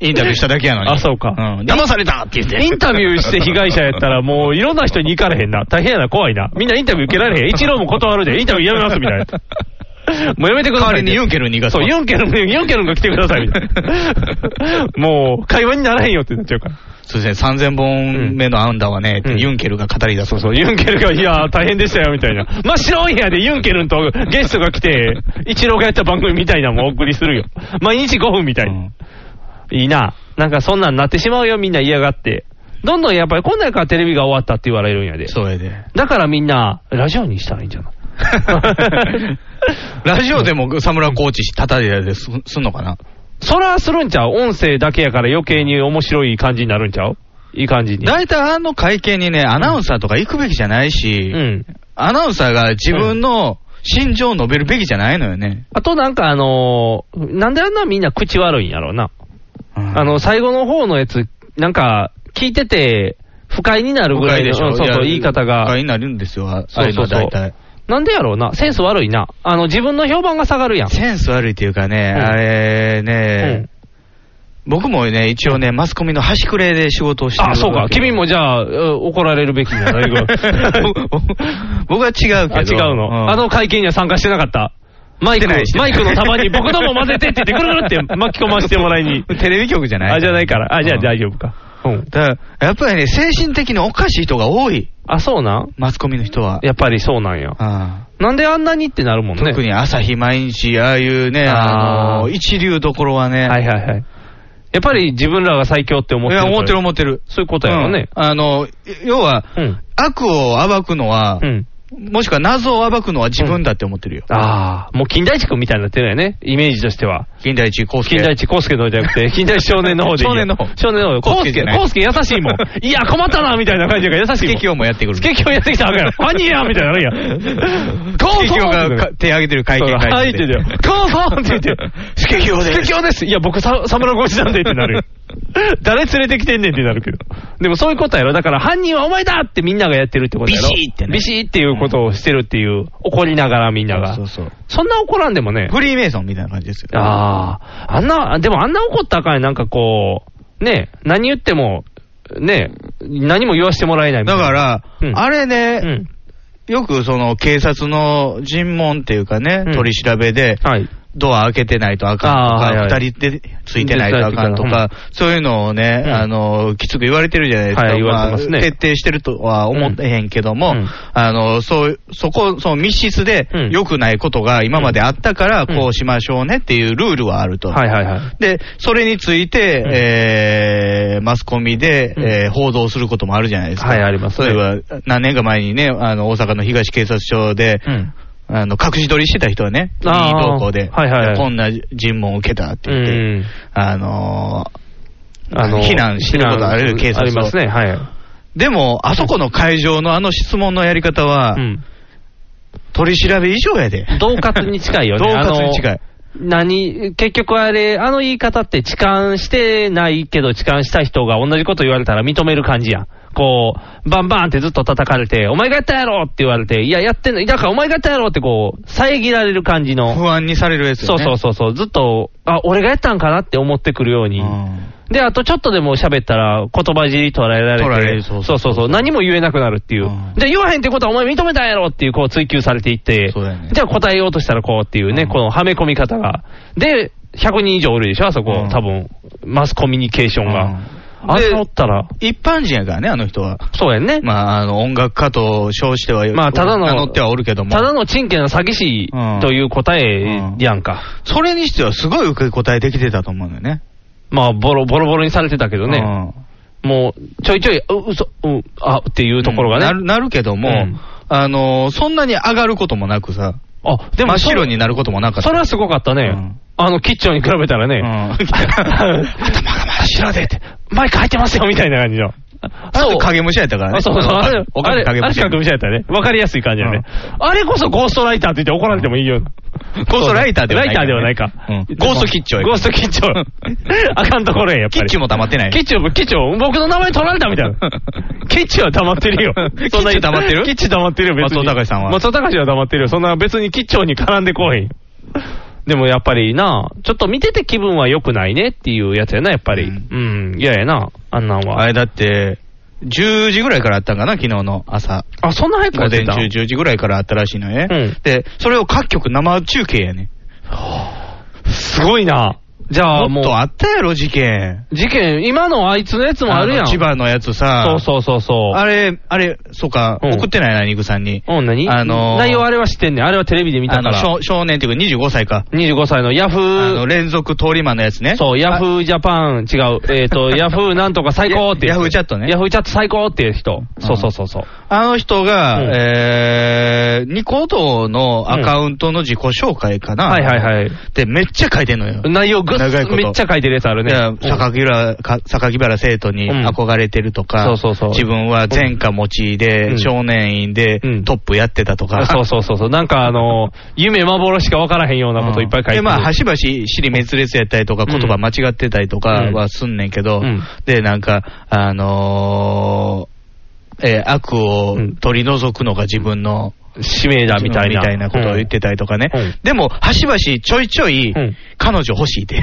[SPEAKER 2] インタビューしただけやのに。
[SPEAKER 3] あ、そうか。
[SPEAKER 2] うん。騙されたって言って。
[SPEAKER 3] インタビューして被害者やった ら、もういろんな人に行かれへんな。大変やな、怖いな。みんなインタビュー受けられへん。一郎も断るで、インタビューやめます、みた いな。もうやめてくだ
[SPEAKER 2] 代
[SPEAKER 3] さい。
[SPEAKER 2] わりにユンケルに行かせ
[SPEAKER 3] そう、
[SPEAKER 2] ます
[SPEAKER 3] ユンケルも、ユンケルが来てく ださい、みたいな。もう、会話にならへんよってなっちゃうから。
[SPEAKER 2] そうですね、3000本目のアンダーはね、って
[SPEAKER 3] うん
[SPEAKER 2] ユンケルが語り出す。
[SPEAKER 3] そうそう、ユンケルが、いやー、大変でしたよ、みたいな。真っ白い部屋でユンケルンとゲストが来て、一郎がやった番組みたいなのもお送りするよ。毎日5分みたいな。
[SPEAKER 2] うん
[SPEAKER 3] いいな。なんかそんなんなってしまうよ、みんな嫌がって。どんどんやっぱり、こんなんやからテレビが終わったって言われるんやで。
[SPEAKER 2] そうや で。
[SPEAKER 3] だからみんな、ラジオにしたらいいんじゃない
[SPEAKER 2] ラジオでも草村コーチ叩いたりですすんのかな
[SPEAKER 3] そらするんちゃう音声だけやから余計に面白い感じになるんちゃういい感じに。
[SPEAKER 2] 大体あの会見にね、アナウンサーとか行くべきじゃないし、
[SPEAKER 3] うん。
[SPEAKER 2] アナウンサーが自分の心情を述べるべきじゃないのよね。
[SPEAKER 3] あとなんかあのーなんであんなみんな口悪いんやろうな。
[SPEAKER 2] うん
[SPEAKER 3] あの、最後の方のやつ、なんか、聞いてて、不快になるぐらい
[SPEAKER 2] 誤解でしょ
[SPEAKER 3] うんそう
[SPEAKER 2] や
[SPEAKER 3] そう、言い方
[SPEAKER 2] 誤
[SPEAKER 3] が
[SPEAKER 2] 解。になるんですよ、あ
[SPEAKER 3] そ
[SPEAKER 2] あ
[SPEAKER 3] う
[SPEAKER 2] れ
[SPEAKER 3] そ
[SPEAKER 2] の
[SPEAKER 3] うそう
[SPEAKER 2] 大体。
[SPEAKER 3] なんでやろうな。センス悪いな。あの、自分の評判が下がるやん。
[SPEAKER 2] センス悪いっていうかね、
[SPEAKER 3] うん
[SPEAKER 2] あれね、僕もね、一応ね、マスコミの端くれで仕事をしてる
[SPEAKER 3] あ、そうか
[SPEAKER 2] わ。け
[SPEAKER 3] 君もじゃあ、うん怒られるべきじゃない
[SPEAKER 2] 僕は違うけど。
[SPEAKER 3] あ、違うの、
[SPEAKER 2] ん
[SPEAKER 3] あの会見には参加してなかった。マイク、
[SPEAKER 2] してないして
[SPEAKER 3] マ
[SPEAKER 2] な
[SPEAKER 3] イ
[SPEAKER 2] い
[SPEAKER 3] クの束に僕のも混ぜてって言って、ぐる ぐるって巻き込ませてもらいに。
[SPEAKER 2] テレビ局じゃない
[SPEAKER 3] あ、じゃないから。あ、じゃあ大
[SPEAKER 2] 丈
[SPEAKER 3] 丈夫か。うん。
[SPEAKER 2] 夫。だから、やっぱりね、精神的におかしい人が多い。
[SPEAKER 3] あ、そうなん
[SPEAKER 2] マスコミの人は。
[SPEAKER 3] やっぱりそうなんや。
[SPEAKER 2] ああ
[SPEAKER 3] なんであんなにってなるもんね。
[SPEAKER 2] 特に朝日毎日、ああいうね、
[SPEAKER 3] あー
[SPEAKER 2] あの、一流どころはね、
[SPEAKER 3] はいはいはい。やっぱり自分らが最強って思っ
[SPEAKER 2] い
[SPEAKER 3] てる
[SPEAKER 2] や、
[SPEAKER 3] から。
[SPEAKER 2] 思ってる思ってる。
[SPEAKER 3] そういうことやろね。
[SPEAKER 2] うんあの、要は、
[SPEAKER 3] うん。
[SPEAKER 2] 悪を暴くのは
[SPEAKER 3] う、ん。
[SPEAKER 2] もしくは謎を暴くのは自分だって思ってるよ。
[SPEAKER 3] ああ、もう金田一君みたいになってるよね。イメージとしては。
[SPEAKER 2] 金田一耕介。
[SPEAKER 3] 金田一康介の方じゃな くて、金田一少年の方でいいよ。
[SPEAKER 2] 少年の方
[SPEAKER 3] 少年の方。康
[SPEAKER 2] 康介じ
[SPEAKER 3] 介、
[SPEAKER 2] ゃない
[SPEAKER 3] 康介優しいも ん。いや、困ったな、みたいな感じが優しいもん。
[SPEAKER 2] 助教もやってくる。
[SPEAKER 3] スケキョやってきたわけや。ファニーやみたいなのあるやん。
[SPEAKER 2] 助教がか手挙げて る会見
[SPEAKER 3] そうはい
[SPEAKER 2] 会
[SPEAKER 3] って言
[SPEAKER 2] 見
[SPEAKER 3] うてよ。カーソンって言って。
[SPEAKER 2] スケキョです
[SPEAKER 3] スケキョです。いや、僕サ、サムラゴチなんでってな るよ。誰連れてきてんねんってなるけど。でもそういうことやろ。だから犯人はお前だってみんながやってるってことやろ。
[SPEAKER 2] ビシーってね
[SPEAKER 3] ビシーっていうことをしてるっていう、怒りながらみんなが
[SPEAKER 2] そう。そうそう
[SPEAKER 3] そんな怒らんでもね。
[SPEAKER 2] フリーメイソンみたいな感じですよ。
[SPEAKER 3] ああ、あんな、でもあんな怒ったらあかんやんなんかこう、ねえ、何言っても、ねえ、何も言わせてもらえないみた
[SPEAKER 2] だ
[SPEAKER 3] いな
[SPEAKER 2] から、
[SPEAKER 3] うん
[SPEAKER 2] あれ
[SPEAKER 3] う
[SPEAKER 2] ね、
[SPEAKER 3] ん。
[SPEAKER 2] よくその警察の尋問っていうかね、
[SPEAKER 3] うん
[SPEAKER 2] 取り調べで、
[SPEAKER 3] はい。
[SPEAKER 2] ドア開けてないとあ
[SPEAKER 3] あー
[SPEAKER 2] か
[SPEAKER 3] は
[SPEAKER 2] ん
[SPEAKER 3] い
[SPEAKER 2] と
[SPEAKER 3] は
[SPEAKER 2] か、
[SPEAKER 3] い
[SPEAKER 2] 二人でついてないとあかんと
[SPEAKER 3] うん
[SPEAKER 2] か、そういうのをね、
[SPEAKER 3] うん
[SPEAKER 2] あの、きつく言われてるじゃないです
[SPEAKER 3] は
[SPEAKER 2] か。
[SPEAKER 3] い言われてますね
[SPEAKER 2] あ徹底してるとは思ってへんけども
[SPEAKER 3] うん、
[SPEAKER 2] あの、そう、そこ、その密室で
[SPEAKER 3] うん
[SPEAKER 2] 良くないことが今まであったから、
[SPEAKER 3] うん
[SPEAKER 2] こうしましょうねっていうルールはあると。
[SPEAKER 3] はいはいはい。
[SPEAKER 2] で、それについて、
[SPEAKER 3] うん
[SPEAKER 2] えーマスコミで、
[SPEAKER 3] うん
[SPEAKER 2] えー報道することもあるじゃないですか。
[SPEAKER 3] はいありますね
[SPEAKER 2] 例えば、何年か前にね、あの、大阪の東警察署で、
[SPEAKER 3] うん。
[SPEAKER 2] あの、隠し撮りしてた人はね、任
[SPEAKER 3] あー
[SPEAKER 2] 意同行で、
[SPEAKER 3] はいはいはい
[SPEAKER 2] こんな尋問を受けたって
[SPEAKER 3] う
[SPEAKER 2] 言って、
[SPEAKER 3] ん。
[SPEAKER 2] あのー避難してることある警察を
[SPEAKER 3] ありますね、はい。
[SPEAKER 2] でも、あそこの会場のあの質問のやり方は、
[SPEAKER 3] うん。
[SPEAKER 2] 取り調べ以上やで。
[SPEAKER 3] 同喝に近いよね。
[SPEAKER 2] 同喝に近
[SPEAKER 3] あの
[SPEAKER 2] い。
[SPEAKER 3] 何、結局あれ、あの言い方って痴漢してないけど痴漢した人が同じこと言われたら認める感じやん。こう、バンバンってずっと叩かれて、お前がやったやろって言われて、いや、やってんの、だからお前がやったやろってこう、遮られる感じの。
[SPEAKER 2] 不安にされるやつ
[SPEAKER 3] そ
[SPEAKER 2] よ
[SPEAKER 3] う
[SPEAKER 2] ね。
[SPEAKER 3] そうそうそう、ずっと、あ、俺がやったんかなって思ってくるように。
[SPEAKER 2] うん
[SPEAKER 3] で、あとちょっとでも喋ったら、言葉尻捉えられて、
[SPEAKER 2] 捉えられる
[SPEAKER 3] そ
[SPEAKER 2] そうう
[SPEAKER 3] そ
[SPEAKER 2] そうう
[SPEAKER 3] そう何も言えなくなるっていう、
[SPEAKER 2] うん
[SPEAKER 3] じゃあ言わへんってことはお前認めたんやろっていう、こう追求されていって、
[SPEAKER 2] そうだよね
[SPEAKER 3] じゃあ答えようとしたらこうっていうね、
[SPEAKER 2] うん
[SPEAKER 3] このはめ込み方が。で、100人以上おるでしょ、あそこ、
[SPEAKER 2] うん
[SPEAKER 3] 多分マスコミュニケーションが。
[SPEAKER 2] うん
[SPEAKER 3] あ
[SPEAKER 2] で
[SPEAKER 3] そったら、
[SPEAKER 2] 一般人やからね、あの人は。
[SPEAKER 3] そうやんね。
[SPEAKER 2] まあ、あの、音楽家と称しては、
[SPEAKER 3] まあただの
[SPEAKER 2] 名乗ってはおるけども。
[SPEAKER 3] ただの陳家の詐欺師
[SPEAKER 2] うん
[SPEAKER 3] という答えやんか。
[SPEAKER 2] それにしてはすごい受け答えできてたと思うんだよね。
[SPEAKER 3] まあ、ボロボロボロにされてたけどね。
[SPEAKER 2] うん
[SPEAKER 3] もう、ちょいちょい、う、嘘、うん、あ、っていうところがね。
[SPEAKER 2] うんなるなるけども、
[SPEAKER 3] うん
[SPEAKER 2] あのーそんなに上がることもなくさ、
[SPEAKER 3] あ、で
[SPEAKER 2] で
[SPEAKER 3] も
[SPEAKER 2] も真っ
[SPEAKER 3] それ
[SPEAKER 2] 白になることもなかった。
[SPEAKER 3] それはすごかったね。
[SPEAKER 2] うん
[SPEAKER 3] あの、キッチョンに比べたらね。
[SPEAKER 2] うん
[SPEAKER 3] 頭が真っ白でって、マイク入ってますよみたいな感じの。あ
[SPEAKER 2] あの時影武者やったからね。
[SPEAKER 3] あそうそう、あれ、あれ、
[SPEAKER 2] 影
[SPEAKER 3] あ
[SPEAKER 2] 武
[SPEAKER 3] れ、
[SPEAKER 2] 者
[SPEAKER 3] 影武者やったね。わかりやすい感じやね。あれこそゴーストライターって言って怒られてもいいような。
[SPEAKER 2] ゴーストライターではない
[SPEAKER 3] ライターではないか。
[SPEAKER 2] うんゴーストキッチョや
[SPEAKER 3] ゴーストキッチョ。あかんところや、やっぱ
[SPEAKER 2] キ
[SPEAKER 3] り。
[SPEAKER 2] ッチンも溜まってない。
[SPEAKER 3] キッチョ、キッチョ、僕の名前取られたみたい な。キッチョは黙ってるよ。 そんな
[SPEAKER 2] キッチョ黙ってる
[SPEAKER 3] キッチョ黙ってるよ、別に。
[SPEAKER 2] 松尾隆さんは
[SPEAKER 3] 松尾隆は黙ってるよ。そんな別にキッチョに絡んでこい。でもやっぱりな、ちょっと見てて気分は良くないねっていうやつやな、やっぱり。
[SPEAKER 2] う
[SPEAKER 3] うん、嫌ややな、あんなん
[SPEAKER 2] あ
[SPEAKER 3] は。
[SPEAKER 2] れだって、10時ぐらいからあったんかな、昨日の朝。
[SPEAKER 3] あ、そんな早くや
[SPEAKER 2] 午
[SPEAKER 3] って
[SPEAKER 2] 前
[SPEAKER 3] た
[SPEAKER 2] 中10時ぐらいからあったらしいのね。
[SPEAKER 3] うん
[SPEAKER 2] で、それを各局生中継やね。
[SPEAKER 3] すごいな。じゃあ
[SPEAKER 2] も
[SPEAKER 3] も
[SPEAKER 2] っ
[SPEAKER 3] う、
[SPEAKER 2] とあったやろ、事件。
[SPEAKER 3] 事件、今のあいつのやつもあるやん。
[SPEAKER 2] の千葉のやつさ。
[SPEAKER 3] そうそうそうそう。
[SPEAKER 2] あれ、あれ、そうか、
[SPEAKER 3] うん
[SPEAKER 2] 送ってないな、ニグさんに。
[SPEAKER 3] うん、何
[SPEAKER 2] あのー
[SPEAKER 3] 内容あれは知ってんねん。あれはテレビで見た
[SPEAKER 2] あ
[SPEAKER 3] か
[SPEAKER 2] の、
[SPEAKER 3] ら。
[SPEAKER 2] 少少年っていうか25歳か。
[SPEAKER 3] 25歳のヤフ
[SPEAKER 2] あの、
[SPEAKER 3] ー、
[SPEAKER 2] 連続通り魔のやつね。
[SPEAKER 3] そう、ヤフージャパン、違う、え っと、ヤフーなんとか最高っていう人。
[SPEAKER 2] ヤヤフーチャットね
[SPEAKER 3] ヤフーチャット最高っていう人。そうそうそうそう。
[SPEAKER 2] あの人が、
[SPEAKER 3] うん
[SPEAKER 2] えー、ニコ動のアカウントの自己紹介かな。
[SPEAKER 3] はいはいはい。
[SPEAKER 2] で、めっちゃ書いてんのよ。
[SPEAKER 3] 内容ぐっ
[SPEAKER 2] 長いこと
[SPEAKER 3] めっちゃ書いてるやつある
[SPEAKER 2] い
[SPEAKER 3] ね。
[SPEAKER 2] や
[SPEAKER 3] うん
[SPEAKER 2] 榊原、か榊原生徒に
[SPEAKER 3] うん
[SPEAKER 2] 憧れてるとか、
[SPEAKER 3] そうそうそう
[SPEAKER 2] 自分は前科持ちで、
[SPEAKER 3] うん
[SPEAKER 2] 少年院で
[SPEAKER 3] うん
[SPEAKER 2] トップやってたとか、
[SPEAKER 3] そうそうそうそう。なんかあのー、夢幻しかわからへんようなこといっぱい書いて
[SPEAKER 2] で、
[SPEAKER 3] る。
[SPEAKER 2] まあ、はしばし、尻滅裂やったりとか、
[SPEAKER 3] うん
[SPEAKER 2] 言葉間違ってたりとかはすんねんけど、
[SPEAKER 3] うん
[SPEAKER 2] で、なんか、あのーえー悪を取り除くのが自分の、
[SPEAKER 3] 使命だみたいな。
[SPEAKER 2] みたいなことを言ってたりとかね。
[SPEAKER 3] うん
[SPEAKER 2] でも、はしばし、ちょいちょい、
[SPEAKER 3] うん
[SPEAKER 2] 彼女欲しいって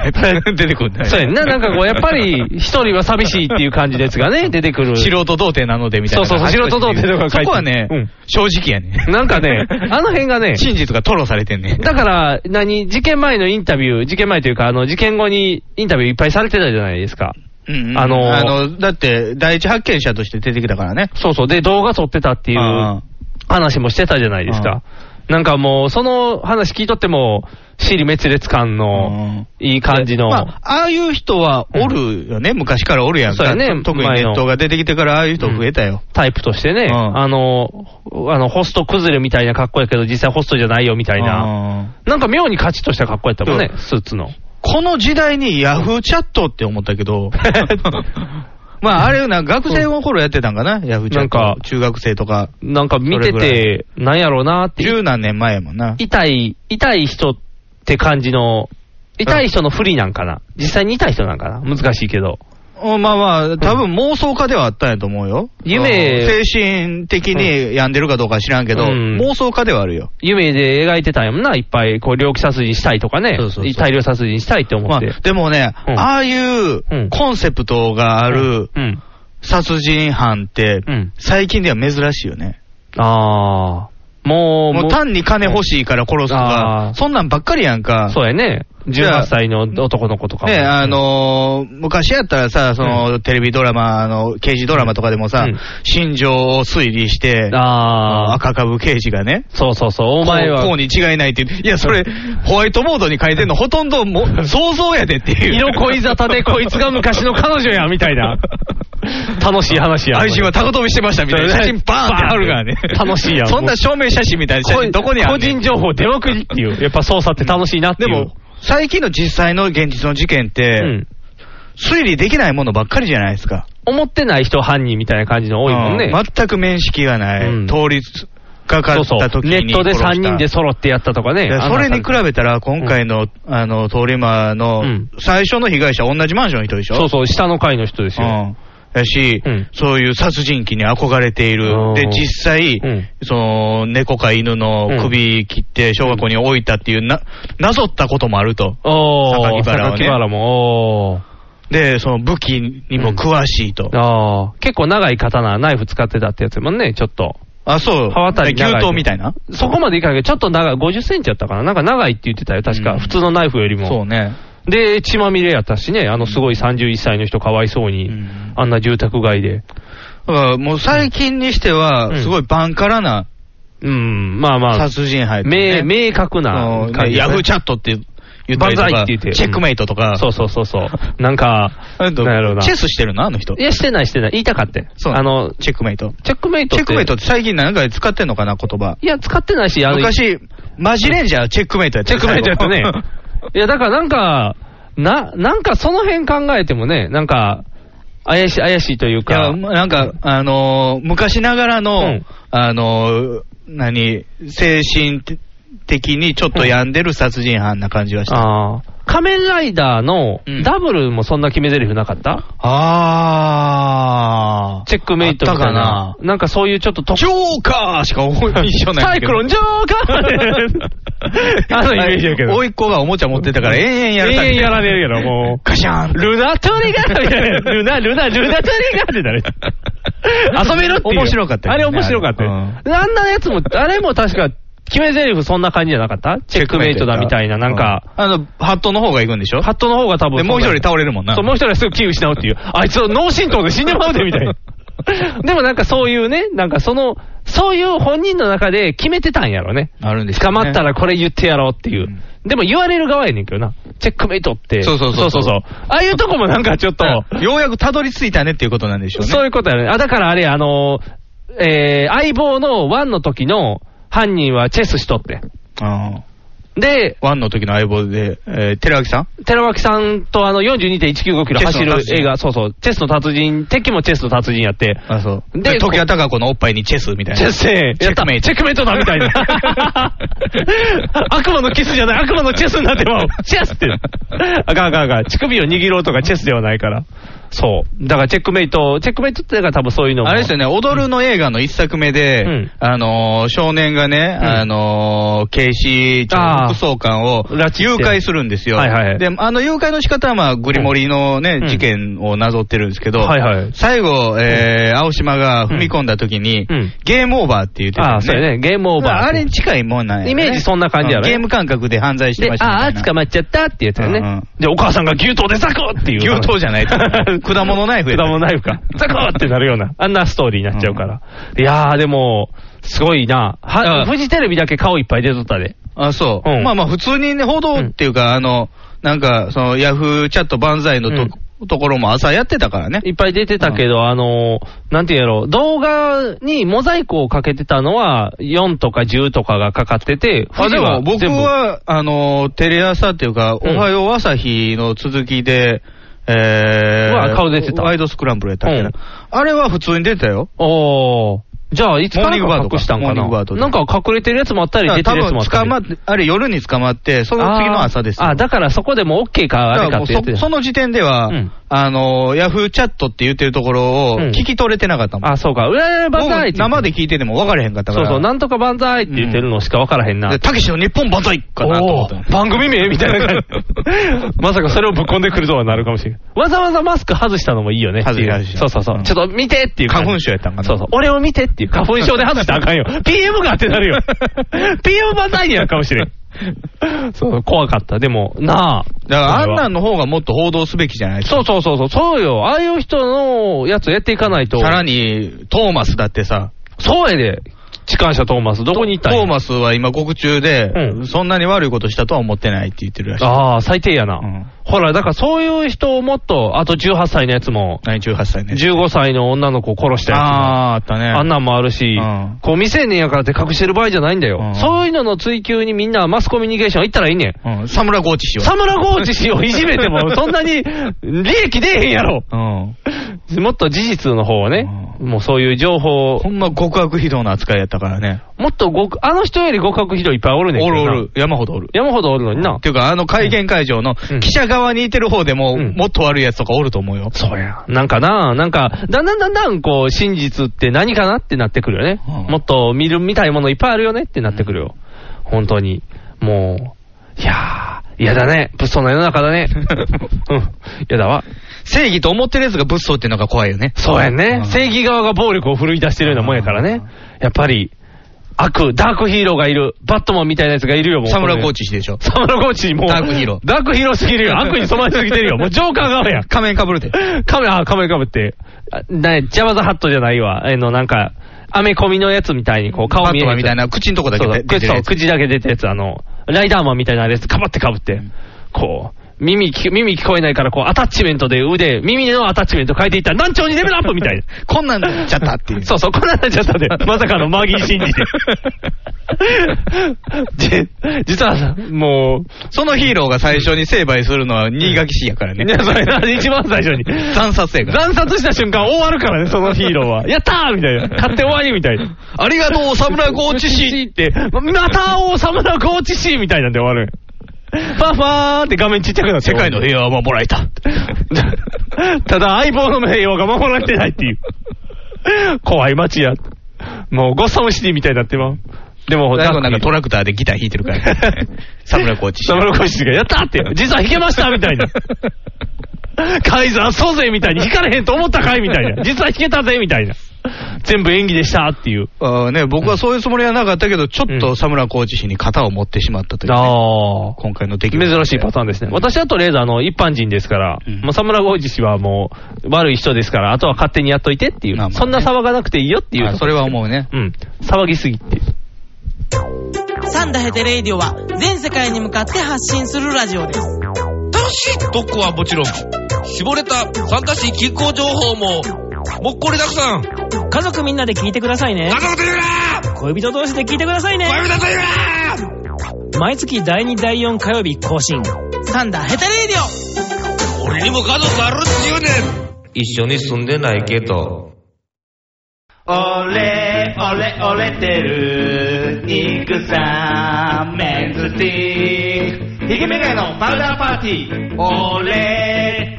[SPEAKER 2] 出てくるんだよね
[SPEAKER 3] そうやんな、な んかこう、やっぱり、一人は寂しいっていう感じですがね、出てくる。
[SPEAKER 2] 素人童貞なのでみたいな。
[SPEAKER 3] そうそうそう素人童貞とか書いて
[SPEAKER 2] そこはね、
[SPEAKER 3] うん
[SPEAKER 2] 正直やね。
[SPEAKER 3] なんかね、あの辺がね、
[SPEAKER 2] 真実が吐露されてんね。
[SPEAKER 3] だから、何、事件前のインタビュー、事件前というか、あの、事件後にインタビューいっぱいされてたじゃないですか。
[SPEAKER 2] うんうん
[SPEAKER 3] あのー
[SPEAKER 2] あの、だって、第一発見者として出てきたからね。
[SPEAKER 3] そうそう。で、動画撮ってたってい
[SPEAKER 2] あ
[SPEAKER 3] う
[SPEAKER 2] あ
[SPEAKER 3] 話もしてたじゃないですか。なんかもう、その話聞いとっても、死に滅裂感の、いい感じの。
[SPEAKER 2] まあ、ああいう人はおるよね、昔からおるやんか。
[SPEAKER 3] そうやね
[SPEAKER 2] と特に
[SPEAKER 3] 前
[SPEAKER 2] ネ
[SPEAKER 3] の
[SPEAKER 2] ットが出てきてから、ああいう人増えたよ。
[SPEAKER 3] タイプとしてね、
[SPEAKER 2] うん
[SPEAKER 3] あの、あの、ホスト崩れみたいな格好やけど、実際ホストじゃないよみたいな。
[SPEAKER 2] うん
[SPEAKER 3] なんか妙にカチッとした格好やったもんね、スーツの。
[SPEAKER 2] この時代にヤフーチャットって思ったけ ど、まあ、あれ、なんか学生の頃やってたんかな、ヤフーチャット。
[SPEAKER 3] なんか
[SPEAKER 2] 中学生とか、
[SPEAKER 3] なんか見て
[SPEAKER 2] それ
[SPEAKER 3] て、なんやろうなって。
[SPEAKER 2] 十何年前やもんな。
[SPEAKER 3] 痛い、痛い人って感じの、痛い人の不利なんかな。実際に痛い人なんかな。難しいけど。
[SPEAKER 2] おまあまあ、多分妄想家ではあったんやと思うよ。
[SPEAKER 3] 夢
[SPEAKER 2] うん精神的に病んでるかどうかは知らんけど、
[SPEAKER 3] うん
[SPEAKER 2] 妄想家ではあるよ。
[SPEAKER 3] 夢で描いてたんやもんな、いっぱい、こう、猟奇殺人したいとかね、
[SPEAKER 2] そうそうそう
[SPEAKER 3] 大量殺人したいって思
[SPEAKER 2] ま
[SPEAKER 3] っ
[SPEAKER 2] あ
[SPEAKER 3] て。、
[SPEAKER 2] でもね、
[SPEAKER 3] うん
[SPEAKER 2] ああいう
[SPEAKER 3] うん
[SPEAKER 2] コンセプトがある
[SPEAKER 3] うん。
[SPEAKER 2] 殺人犯って、
[SPEAKER 3] うん。
[SPEAKER 2] 最近では珍しいよね。
[SPEAKER 3] あー。もう、
[SPEAKER 2] もう単に金欲しいから殺すと
[SPEAKER 3] あ
[SPEAKER 2] か
[SPEAKER 3] ー、
[SPEAKER 2] そんなんばっかりやんか。
[SPEAKER 3] そうやね。
[SPEAKER 2] じゃあ
[SPEAKER 3] 18歳の男の子とかも
[SPEAKER 2] ねあ、のー昔やったらさ、その、テレビドラマ、あの、刑事ドラマとかでもさ、
[SPEAKER 3] うん
[SPEAKER 2] 心情を推理して、
[SPEAKER 3] あー。
[SPEAKER 2] 赤株刑事がね、
[SPEAKER 3] そうそうそう、お前は
[SPEAKER 2] こうこう、に違いないっていう、いや、それ、ホワイトボードに書いてんの、ほとんども う想像やでっていう。
[SPEAKER 3] 色恋沙汰でこいつが昔の彼女や、みたい な。楽しい話や。
[SPEAKER 2] 愛人は高飛びしてましたみたいな写真バーンってあるからね。
[SPEAKER 3] 楽しいや ん
[SPEAKER 2] そんな証明写真みたいな写
[SPEAKER 3] こい
[SPEAKER 2] 真どこにあ
[SPEAKER 3] 個
[SPEAKER 2] るね
[SPEAKER 3] 人
[SPEAKER 2] ん
[SPEAKER 3] 情報出まくりっていう。やっぱ捜査って楽しいなってい
[SPEAKER 2] で
[SPEAKER 3] う。
[SPEAKER 2] も、最近の実際の現実の事件っ
[SPEAKER 3] う
[SPEAKER 2] て、
[SPEAKER 3] ん。
[SPEAKER 2] 推理できないものばっかりじゃないですか。
[SPEAKER 3] 思ってない人犯人みたいな感じの多いもんね。
[SPEAKER 2] うん全く面識がない。
[SPEAKER 3] うん
[SPEAKER 2] 通りかかった時に
[SPEAKER 3] ネットで
[SPEAKER 2] 殺した
[SPEAKER 3] 3人で揃ってやったとかね
[SPEAKER 2] い。やそれに比べたら、今回の、あの、通り魔の
[SPEAKER 3] うん、
[SPEAKER 2] 最初の被害者、同じマンションの人でしょ
[SPEAKER 3] そうそう、下の階の人ですよ。
[SPEAKER 2] うん。やし、
[SPEAKER 3] うん
[SPEAKER 2] そういう殺人鬼に憧れてい
[SPEAKER 3] うん
[SPEAKER 2] る。で、実際、
[SPEAKER 3] うん
[SPEAKER 2] その、猫か犬の首切って小学校に置いたっていう、な、なぞったこともあると。
[SPEAKER 3] お
[SPEAKER 2] 榊
[SPEAKER 3] ー、
[SPEAKER 2] 原はね
[SPEAKER 3] 榊原も、おー。
[SPEAKER 2] で、その武器にも詳しいと。
[SPEAKER 3] あー結構長い刀、ナイフ使ってたってやつやもんね、ちょっと。
[SPEAKER 2] あ、そう。
[SPEAKER 3] 刃渡り長い
[SPEAKER 2] 牛刀みたいな
[SPEAKER 3] そこまでいかないけど、ちょっと長い、50センチやったかな。なんか長いって言ってたよ、確か。
[SPEAKER 2] うん
[SPEAKER 3] 普通のナイフよりも。
[SPEAKER 2] そうね。
[SPEAKER 3] で、血まみれやったしね、あのすごい31歳の人かわいそうに、
[SPEAKER 2] うん
[SPEAKER 3] あんな住宅街で。
[SPEAKER 2] だからもう最近にして
[SPEAKER 3] う
[SPEAKER 2] は、
[SPEAKER 3] ん
[SPEAKER 2] すごいバンカラな
[SPEAKER 3] うん、まあまあ、
[SPEAKER 2] 殺人犯やった
[SPEAKER 3] 明
[SPEAKER 2] ね
[SPEAKER 3] 明確
[SPEAKER 2] あ
[SPEAKER 3] な
[SPEAKER 2] の
[SPEAKER 3] 感
[SPEAKER 2] ね
[SPEAKER 3] じですね、
[SPEAKER 2] ヤフーチャットって言ったりと
[SPEAKER 3] 万歳っ
[SPEAKER 2] か、
[SPEAKER 3] て言って
[SPEAKER 2] チェックメイトとか、
[SPEAKER 3] そうそうそうそう。なんか、
[SPEAKER 2] あと
[SPEAKER 3] なんやろうな。
[SPEAKER 2] チェスしてるのあの人
[SPEAKER 3] い。や、してないしてない。言いたかって。
[SPEAKER 2] そう
[SPEAKER 3] あの、
[SPEAKER 2] チェックメイト。
[SPEAKER 3] チェックメイトっ
[SPEAKER 2] チェ
[SPEAKER 3] て。
[SPEAKER 2] ックメイトって最近なんか使ってんのかな、言葉。
[SPEAKER 3] いや、使ってないし、あの、
[SPEAKER 2] 昔、マジレンジャーチェックメイトやった。
[SPEAKER 3] チェックメイトやった ね いや、だからなんか、な、なんかその辺考えてもね、なんか、怪しい、怪しいという
[SPEAKER 2] いや、
[SPEAKER 3] か。
[SPEAKER 2] なんか、あのー昔ながらの、
[SPEAKER 3] うん
[SPEAKER 2] あのー何、精神的にちょっと病んでる殺人犯な感じはした。
[SPEAKER 3] ああ。仮面ライダーの
[SPEAKER 2] うん
[SPEAKER 3] ダブルもそんな決め台詞なかった、
[SPEAKER 2] あ
[SPEAKER 3] チェックメイトみたいな。
[SPEAKER 2] あったか
[SPEAKER 3] なんかそういうちょっと特
[SPEAKER 2] ジョーカーしか思い一緒な
[SPEAKER 3] サ
[SPEAKER 2] い
[SPEAKER 3] イク ロンジョーカー あのイメージやけど。
[SPEAKER 2] 甥っ子がおもちゃ持ってたから、延々やらされ
[SPEAKER 3] 永遠やられるやろ、もう。
[SPEAKER 2] ガシャン
[SPEAKER 3] ルナトリガーみた いな。ルナ、ルナ、ルナトリガー ってなる。遊べるっていう。
[SPEAKER 2] 面白かったよ
[SPEAKER 3] あ
[SPEAKER 2] ね
[SPEAKER 3] れ面白かったよ。
[SPEAKER 2] う
[SPEAKER 3] あ
[SPEAKER 2] ん
[SPEAKER 3] んなやつも、あれも確か、決め台詞そんな感じじゃなかったチェックメイトだみたいな、なんか、
[SPEAKER 2] うんあの、ハットの方が行くんでしょ
[SPEAKER 3] ハットの方が多
[SPEAKER 2] で、
[SPEAKER 3] 分そんな。
[SPEAKER 2] もう一人倒れるもんな。
[SPEAKER 3] そう、もう一人はすぐ気を失うっていう。あいつ、脳震盪で死んでまうで、み たいな。でもなんかそういうね、なんかその、そういう本人の中で決めてたんやろね。
[SPEAKER 2] あるんです
[SPEAKER 3] 捕まったらこれ言ってやろうっていう
[SPEAKER 2] うん。
[SPEAKER 3] でも言われる側やねんけどな。チェックメイトって。
[SPEAKER 2] そうそうそう
[SPEAKER 3] そ
[SPEAKER 2] そうう
[SPEAKER 3] そうああいうとこもなんかちょっと、
[SPEAKER 2] うんようやくたどり着いたねっていうことなんでしょうね。
[SPEAKER 3] そういうことやね。あ、だからあれ、あの、えー、相棒のワンの時の犯人はチェスしとって。
[SPEAKER 2] うん
[SPEAKER 3] で、
[SPEAKER 2] ワンの時の相棒で、えー、寺脇さん
[SPEAKER 3] 寺脇さんとあの42.195キロ
[SPEAKER 2] チェス
[SPEAKER 3] 走
[SPEAKER 2] の
[SPEAKER 3] る
[SPEAKER 2] 達人
[SPEAKER 3] 映画、そうそう、チェスの達人、敵もチェスの達人やって、
[SPEAKER 2] あ、そう。
[SPEAKER 3] で
[SPEAKER 2] で、時は高子のおっぱいにチェスみたいな。
[SPEAKER 3] チェスねやったチェックメイトだみたいな。 悪魔のキスじゃない、悪魔のチェスになってまう。チェスって。あかんあかんあかん。乳首を握ろうとかチェスではないから。そう。だからチェックメイト、チェックメイトってだから多分そういうのも
[SPEAKER 2] あれですよね、踊るの映画の一作目で、
[SPEAKER 3] うん
[SPEAKER 2] あのー少年がね、あのー警視庁
[SPEAKER 3] あー
[SPEAKER 2] の副総監を
[SPEAKER 3] 拉致して
[SPEAKER 2] 誘拐するんですよ。
[SPEAKER 3] はいはい
[SPEAKER 2] で、あの誘拐の仕方は、まあ、グリモリのね、
[SPEAKER 3] うん
[SPEAKER 2] 事件をなぞってるんですけど、
[SPEAKER 3] はいはい
[SPEAKER 2] 最後、えー青島が踏み込んだ時に、
[SPEAKER 3] うん
[SPEAKER 2] ゲームオーバーって言ってたよ
[SPEAKER 3] ああ、そうやね。ゲームオー
[SPEAKER 2] ま
[SPEAKER 3] バー。
[SPEAKER 2] ああれに近いもんなんや、ね。
[SPEAKER 3] イメージそんな感じやろね
[SPEAKER 2] ゲーム感覚で犯罪して
[SPEAKER 3] で、
[SPEAKER 2] ましたみたいな。
[SPEAKER 3] ああ、捕まっちゃったってやつよね。
[SPEAKER 2] うんうん
[SPEAKER 3] で、お母さんが牛刀でザクッっていう。
[SPEAKER 2] 牛刀じゃない 果物ナイフや
[SPEAKER 3] 果物ナイフか。ザクッってなるような、あんなストーリーになっちゃうから。いやー、でも、すごいな。は
[SPEAKER 2] うん
[SPEAKER 3] フジテレビだけ顔いっぱい出とったで。
[SPEAKER 2] あ、そう。
[SPEAKER 3] うん
[SPEAKER 2] まあまあ、普通にね、報道っていうか、あの、なんか、その、ヤフーチャット万歳のと,、ところも朝やってたからね。
[SPEAKER 3] いっぱい出てたけど、あのー、なんていうんやろ、動画にモザイクをかけてたのは、4とか10とかがかかってて、
[SPEAKER 2] あ
[SPEAKER 3] フジ
[SPEAKER 2] でも僕
[SPEAKER 3] 全部、
[SPEAKER 2] は、あの、テレ朝っていうか、
[SPEAKER 3] うん
[SPEAKER 2] おはよう朝日の続きで、え
[SPEAKER 3] うわ
[SPEAKER 2] ー、
[SPEAKER 3] 顔出てた
[SPEAKER 2] ワイドスクランブルやったっけな、
[SPEAKER 3] うん
[SPEAKER 2] あれは普通に出てたよ。
[SPEAKER 3] おー。じゃあ、いつからか隠したん
[SPEAKER 2] モ
[SPEAKER 3] か
[SPEAKER 2] ーニングバ
[SPEAKER 3] な
[SPEAKER 2] ードとか
[SPEAKER 3] なんか隠れてるやつもあったり、出て
[SPEAKER 2] 多
[SPEAKER 3] るやつ
[SPEAKER 2] 分
[SPEAKER 3] もあった
[SPEAKER 2] 捕
[SPEAKER 3] り。
[SPEAKER 2] まって、あれ夜に捕まって、その次の朝ですよ。
[SPEAKER 3] あーあー、だからそこでも OK か、あ
[SPEAKER 2] だ
[SPEAKER 3] れ
[SPEAKER 2] から
[SPEAKER 3] か
[SPEAKER 2] も
[SPEAKER 3] っ
[SPEAKER 2] う
[SPEAKER 3] て言って
[SPEAKER 2] そその時点では、
[SPEAKER 3] うん
[SPEAKER 2] あの、ヤフーチャットって言ってるところを
[SPEAKER 3] うん
[SPEAKER 2] 聞き取れてなかったもん。
[SPEAKER 3] あ、そうか。うらららば
[SPEAKER 2] 僕
[SPEAKER 3] ざいって言って
[SPEAKER 2] 生で聞いてても分からへんかったか
[SPEAKER 3] そう
[SPEAKER 2] ら。
[SPEAKER 3] そう、なんとか万歳って言ってるのしか分からへんな。
[SPEAKER 2] で、たけしの日本万歳かなと思
[SPEAKER 3] お
[SPEAKER 2] ったの
[SPEAKER 3] ー番組名みたいな感じ。 まさかそれをぶっ込んでくるとはなるかもしれない。わざわざマスク外したのもいいよね。
[SPEAKER 2] 外した
[SPEAKER 3] っていうそうそうそう。
[SPEAKER 2] うん
[SPEAKER 3] ちょっと見てっていう感じ。
[SPEAKER 2] 花粉症やったんかな
[SPEAKER 3] そうそう。俺を見てっていう。花粉症で外したらあか んよ。PM がってなるよ。PM 万歳になるかもし れん。そう、怖かった。でも、なあ。
[SPEAKER 2] だから、あん
[SPEAKER 3] それ
[SPEAKER 2] な
[SPEAKER 3] は
[SPEAKER 2] んの方がもっと報道すべきじゃないですか。
[SPEAKER 3] そうそうそうそう。そうよ。ああいう人のやつをやっていかないと。
[SPEAKER 2] さらに、トーマスだってさ、
[SPEAKER 3] そうやで。痴漢者トーマス、どこに行っ
[SPEAKER 2] ト
[SPEAKER 3] たんや
[SPEAKER 2] ーマスは今告中で、
[SPEAKER 3] うん
[SPEAKER 2] そんなに悪いことしたとは思ってないって言ってるらしい。
[SPEAKER 3] ああ、最低やな。
[SPEAKER 2] うん
[SPEAKER 3] ほら、だからそういう人をもっと、あと18歳のやつも、
[SPEAKER 2] 何18歳ね。
[SPEAKER 3] 15歳の女の子を殺したやつも。
[SPEAKER 2] あーあったね。
[SPEAKER 3] あんなんもあるし、
[SPEAKER 2] うん
[SPEAKER 3] こう未成年やからって隠してる場合じゃないんだよ。
[SPEAKER 2] うん
[SPEAKER 3] そういうのの追求にみんなマスコミュニケーション行ったらいいねん。
[SPEAKER 2] うん、サムラゴーチ氏は。
[SPEAKER 3] サムラゴーチ氏をいじめ ても、そんなに利益出えへんやろ。
[SPEAKER 2] うん。
[SPEAKER 3] もっと事実の方をね、もうそういう情報を
[SPEAKER 2] ほ、んま極悪非道な扱いやったからね。
[SPEAKER 3] もっとごく、あの人より互角人いっぱいおるねん
[SPEAKER 2] お
[SPEAKER 3] けど
[SPEAKER 2] る
[SPEAKER 3] な
[SPEAKER 2] おる、山ほどおる。
[SPEAKER 3] 山ほどおるのにな
[SPEAKER 2] っ。ていうか、あの会見会場の
[SPEAKER 3] うん
[SPEAKER 2] 記者側にいてる方でも、
[SPEAKER 3] うん
[SPEAKER 2] もっと悪いやつとかおると思うよ。
[SPEAKER 3] そうや。なんかな、なんか、だんだんだんだん、こう、真実って何かなってなってくるよね。
[SPEAKER 2] うん
[SPEAKER 3] もっと見る、見たいものいっぱいあるよねってなってくるよ。本当に。もう、いやー、嫌だね。物騒な世の中 だね。うん。嫌だわ。
[SPEAKER 2] 正義と思ってるやつが物騒っていうのが怖いよね。
[SPEAKER 3] そうやね
[SPEAKER 2] う。ん
[SPEAKER 3] 正義側が暴力を振るい出してるようなもんやからね。やっぱり、悪、ダークヒーローがいる。バットマンみたいなやつがいるよ、もう。
[SPEAKER 2] サムラゴーチ
[SPEAKER 3] チ。
[SPEAKER 2] 氏でしょ。
[SPEAKER 3] サムラゴーチもう。
[SPEAKER 2] ダークヒーロー
[SPEAKER 3] ダークヒーローすぎる よ。悪に染まりすぎてるよ。もうジョーカー側や。
[SPEAKER 2] 仮面かぶるで。
[SPEAKER 3] カメラ、あカメラかぶって。あなジャバザハットじゃないわ。あの、なんか、アメコミのやつみたいに、こう、顔
[SPEAKER 2] バ
[SPEAKER 3] 見
[SPEAKER 2] ット
[SPEAKER 3] えへ
[SPEAKER 2] マ
[SPEAKER 3] ん
[SPEAKER 2] ンみたいな、口んとこだけ
[SPEAKER 3] そう
[SPEAKER 2] 出
[SPEAKER 3] そ
[SPEAKER 2] てる
[SPEAKER 3] う口
[SPEAKER 2] や
[SPEAKER 3] そう
[SPEAKER 2] つ
[SPEAKER 3] 口だけ出たやつ、あの、ライダーマンみたいなやつ、かばってかぶって、こう、耳聞、耳聞こえないから、こう、アタッチメントで腕、耳のアタッチメント変えていったら、難聴にレベルアップみたいな。
[SPEAKER 2] こんなんなっちゃったっていう。
[SPEAKER 3] そうそう、こんなんなっち ゃったんで、まさかのマギー信じ て。じ、実は、も
[SPEAKER 2] そのヒーローが最初に成敗するのは新垣市やから
[SPEAKER 3] う、
[SPEAKER 2] ね。
[SPEAKER 3] ね、それな、一番最初に。
[SPEAKER 2] 惨殺やから。
[SPEAKER 3] 惨殺した瞬間終わるからね、そのヒーロー は。やったーみたいな。勝って終わりみたいな。
[SPEAKER 2] ありがとう、サムラコーチ
[SPEAKER 3] シ
[SPEAKER 2] 氏。
[SPEAKER 3] ーって、また王様のコーチシーみたいなんで終わる。ファーファーって画面ちっちゃくなって
[SPEAKER 2] 世界の平和は守られた。
[SPEAKER 3] ただ相棒の名誉が守られてないっていう。怖い街や。もうゴッサムシティみたいになってまう。でも、
[SPEAKER 2] 最後なんかト
[SPEAKER 3] ラ
[SPEAKER 2] ラクターでギター弾いてるから、ね。サムラコーチ氏
[SPEAKER 3] サ。ムラコーチシーがやったって、実は弾けましたみたい な。カイザーそうぜみたいに弾かれへんと思ったかいみ たいな。実は弾けたぜみたいな。全部演技でしたっていう。
[SPEAKER 2] あーね、僕はそういうつもりはなかったけど、ちょっ
[SPEAKER 3] う
[SPEAKER 2] と
[SPEAKER 3] ん
[SPEAKER 2] サムラコーチ氏に型を持ってしまったというね、
[SPEAKER 3] ああ。
[SPEAKER 2] 今回の出来事
[SPEAKER 3] 珍しいパターンですね。私はとりあえず、あの、一般人ですから、
[SPEAKER 2] うん
[SPEAKER 3] もう、サムラゴイジ氏はもう、悪い人ですから、あとは勝手にやっといてっていう、
[SPEAKER 2] まあまあね
[SPEAKER 3] そんな騒がなくていいよっていう、
[SPEAKER 2] あそれは思うね。
[SPEAKER 3] うん、騒ぎすぎっていう。
[SPEAKER 8] サンダヘテレイディオは全世界に向かって発信するラジオです。
[SPEAKER 10] 楽しい特攻はもちろん、絞れた参加し気候情報も、もっこりたくさん。
[SPEAKER 8] 家族みんなで聞いてくださいね
[SPEAKER 10] 家。族と言うな
[SPEAKER 8] 恋人同士で聞いてくださいね。
[SPEAKER 10] 恋人と言うな
[SPEAKER 8] 毎月第2第4火曜日更新。サンダヘテレイディオ
[SPEAKER 10] 俺にも家族あるって言うねん一緒に住んでないけど。
[SPEAKER 1] 俺、俺、俺てる、肉さん、メンズティー。ヒゲメガネのパウダーパーティー。俺、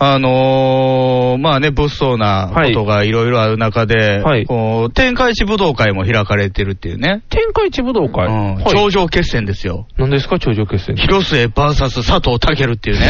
[SPEAKER 2] あのー、まあね、物騒なことがいろいろある中で、
[SPEAKER 3] はい
[SPEAKER 2] こう天下一武道会も開かれてるっていうね。
[SPEAKER 3] 天下一武道会。
[SPEAKER 2] うん
[SPEAKER 3] はい
[SPEAKER 2] 頂上決戦ですよ。
[SPEAKER 3] 何ですか、頂上決戦。
[SPEAKER 2] 広末 VS 佐藤健っ ていうね。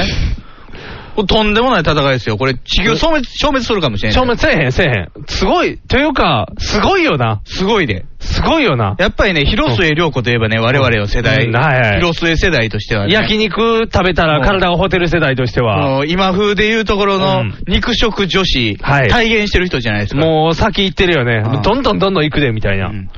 [SPEAKER 2] これとんでもない戦いですよ。これ、地球消滅、消滅するかもしれない。
[SPEAKER 3] 正面せえへん、せえへん。すごい、というか、すごいよな。
[SPEAKER 2] すごいで。
[SPEAKER 3] すごいよな。
[SPEAKER 2] やっぱりね、広末涼子といえばね、我々の世代、
[SPEAKER 3] うんはいはい
[SPEAKER 2] 広末世代としてはね、
[SPEAKER 3] 焼肉食べたら体をホテル世代として
[SPEAKER 2] あ
[SPEAKER 3] は、
[SPEAKER 2] の今風でいうところ
[SPEAKER 3] う
[SPEAKER 2] の
[SPEAKER 3] ん
[SPEAKER 2] 肉食女子、
[SPEAKER 3] はい
[SPEAKER 2] 体現してる人じゃないですか。
[SPEAKER 3] もう先行ってるよ
[SPEAKER 2] う
[SPEAKER 3] ね
[SPEAKER 2] ん。
[SPEAKER 3] どんどんどんどん行くで、みたいな。
[SPEAKER 2] うん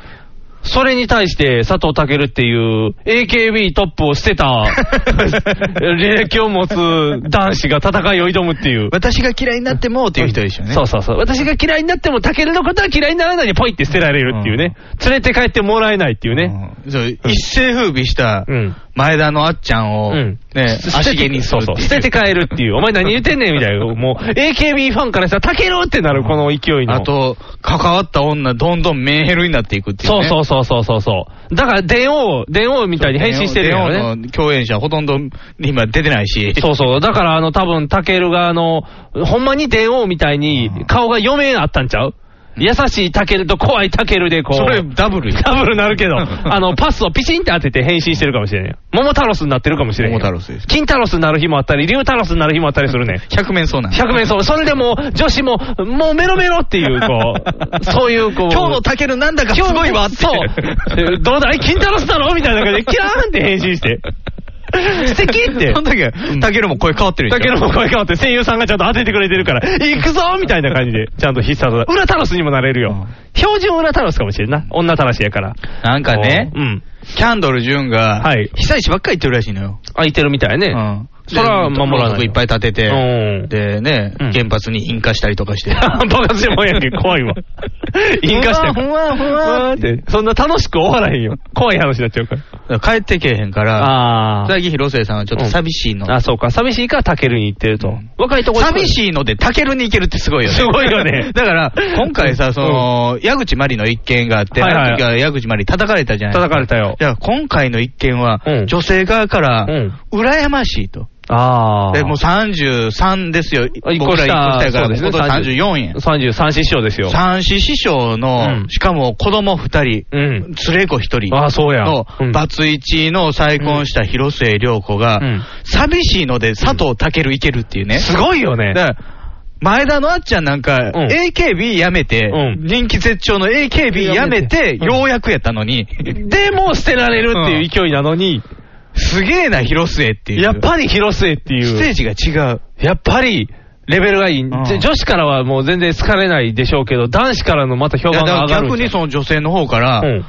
[SPEAKER 3] それに対して佐藤健っていう AKB トップを捨て た履歴を持つ男子が戦いを挑むっていう。
[SPEAKER 2] 私が嫌いになってもっていう人でしょうね。
[SPEAKER 3] そうそうそう。私が嫌いになっても、タケルのことは嫌いにならないでポイって捨てられるっていうね。連れて帰ってもらえないっていうね。
[SPEAKER 2] うんそう一世風靡した
[SPEAKER 3] うん
[SPEAKER 2] 前田のあっちゃんを、
[SPEAKER 3] うん
[SPEAKER 2] ね、足毛にす
[SPEAKER 3] そう
[SPEAKER 2] る
[SPEAKER 3] そ
[SPEAKER 2] っ
[SPEAKER 3] う。
[SPEAKER 2] てい
[SPEAKER 3] 捨てて帰るっていう。お前何言ってんねんみたいな。もう、AKB ファンからしたら、タケルってなる、この勢いの。
[SPEAKER 2] あと、関わった女、どんどんメンヘルになっていくっていう、
[SPEAKER 3] そう
[SPEAKER 2] ね。
[SPEAKER 3] そうそうそうそうそう。だから、電王、電王みたいに変身してるよね。
[SPEAKER 2] レオの共演者ほとんど今出てないし。
[SPEAKER 3] そうそう。だから、あの、多分タケルが、あの、ほんまに電王みたいに、顔が4面あったんちゃう優しいタケルと怖いタケルで、こう。
[SPEAKER 2] それダブルよ
[SPEAKER 3] ダブルなるけど、あの、パスをピチンって当てて変身してるかもしれんよ。桃太郎スになってるかもしれんよ。
[SPEAKER 2] 桃太郎スです
[SPEAKER 3] 金太郎スになる日もあったり、竜太郎スになる日もあったりするね。
[SPEAKER 2] 百面相なん。
[SPEAKER 3] 百面相。それでもう、女子も、もうメロメロっていう、こ う、そういう、こう。
[SPEAKER 2] 今日のタケルなんだかす
[SPEAKER 3] 今日
[SPEAKER 2] ごいわって。
[SPEAKER 3] そう。どうだい金太郎スだろみたいな感じで、キラーンって変身 して。素敵って。
[SPEAKER 2] その時はタケルも声変わってるで
[SPEAKER 3] だ
[SPEAKER 2] しょ
[SPEAKER 3] けども声変わって声優さんがちゃんと当ててくれてるから、行くぞみたいな感じで、 ちゃんと必殺技。裏タロスにもなれるよ。標準裏タロスかもしれんな。女タロスやから。
[SPEAKER 2] なんかね
[SPEAKER 3] う、ん。
[SPEAKER 2] キャンドル・ジュンが
[SPEAKER 3] はい、
[SPEAKER 2] 被災地ばっかり言ってるらしいのよ。
[SPEAKER 3] 空いてるみたいね。
[SPEAKER 2] うん
[SPEAKER 3] それは守ら
[SPEAKER 2] ろうそ
[SPEAKER 3] ない。
[SPEAKER 2] くいっぱい立てて、
[SPEAKER 3] うん。
[SPEAKER 2] でね
[SPEAKER 3] うん、
[SPEAKER 2] 原発に引火したりとか して。
[SPEAKER 3] 爆発してもええやんけ、怖い わ。引火して。
[SPEAKER 2] ふわふわふわ
[SPEAKER 3] ふわって。そんな楽しく終わらへんよ。怖い話になっちゃうから。
[SPEAKER 2] 帰ってけえへんから、
[SPEAKER 3] あ
[SPEAKER 2] 最近広末さんはちょっと寂しいの。
[SPEAKER 3] あ、そうか。寂しいからタケルに行ってると。若いとこ
[SPEAKER 2] 寂
[SPEAKER 3] い。
[SPEAKER 2] しいので、タケルに行けるってすごいよね。
[SPEAKER 3] すごいよね
[SPEAKER 2] だから、今回さ、その、矢口まりの一件があって、
[SPEAKER 3] はいはい
[SPEAKER 2] あの時は矢口まり叩かれたじゃないです
[SPEAKER 3] 叩
[SPEAKER 2] か。
[SPEAKER 3] かれたよ。
[SPEAKER 2] じゃあ、今回の一件は
[SPEAKER 3] うん、
[SPEAKER 2] 女性側から
[SPEAKER 3] うん、
[SPEAKER 2] 羨ましいと。
[SPEAKER 3] ああ。
[SPEAKER 2] で、もう33ですよ。僕ら1
[SPEAKER 3] 一個
[SPEAKER 2] 個
[SPEAKER 3] 下
[SPEAKER 2] 下やから、
[SPEAKER 3] そうですね
[SPEAKER 2] 今年34円。
[SPEAKER 3] 33師匠ですよ。
[SPEAKER 2] 三子師匠
[SPEAKER 3] うん
[SPEAKER 2] の、しかも子供2人、
[SPEAKER 3] うん。
[SPEAKER 2] 連れ子1人。
[SPEAKER 3] ああ、そうや。
[SPEAKER 2] の
[SPEAKER 3] うん、
[SPEAKER 2] バツイチの再婚した広末涼子が
[SPEAKER 3] うん、
[SPEAKER 2] 寂しいので佐藤健いけるっていうね。
[SPEAKER 3] すごいよね。
[SPEAKER 2] だから前田のあっちゃんなんか、
[SPEAKER 3] ん
[SPEAKER 2] AKB やめて、
[SPEAKER 3] うん
[SPEAKER 2] 人気絶頂の AKB やめて、
[SPEAKER 3] うん
[SPEAKER 2] ようやくやったの に、
[SPEAKER 3] でも捨てられるっていう勢いなのに、
[SPEAKER 2] すげえな、広末っていう。
[SPEAKER 3] やっぱり広末ってい
[SPEAKER 2] ス
[SPEAKER 3] う。
[SPEAKER 2] テージが違う。
[SPEAKER 3] やっぱり、レベルがいい、
[SPEAKER 2] ん
[SPEAKER 3] じゃ女子からはもう全然好かれないでしょうけど、男子からのまた評
[SPEAKER 2] いや
[SPEAKER 3] 判
[SPEAKER 2] だ
[SPEAKER 3] が
[SPEAKER 2] か
[SPEAKER 3] 上が
[SPEAKER 2] ら
[SPEAKER 3] るん
[SPEAKER 2] 逆
[SPEAKER 3] じゃん。
[SPEAKER 2] にその女性の方から、
[SPEAKER 3] うん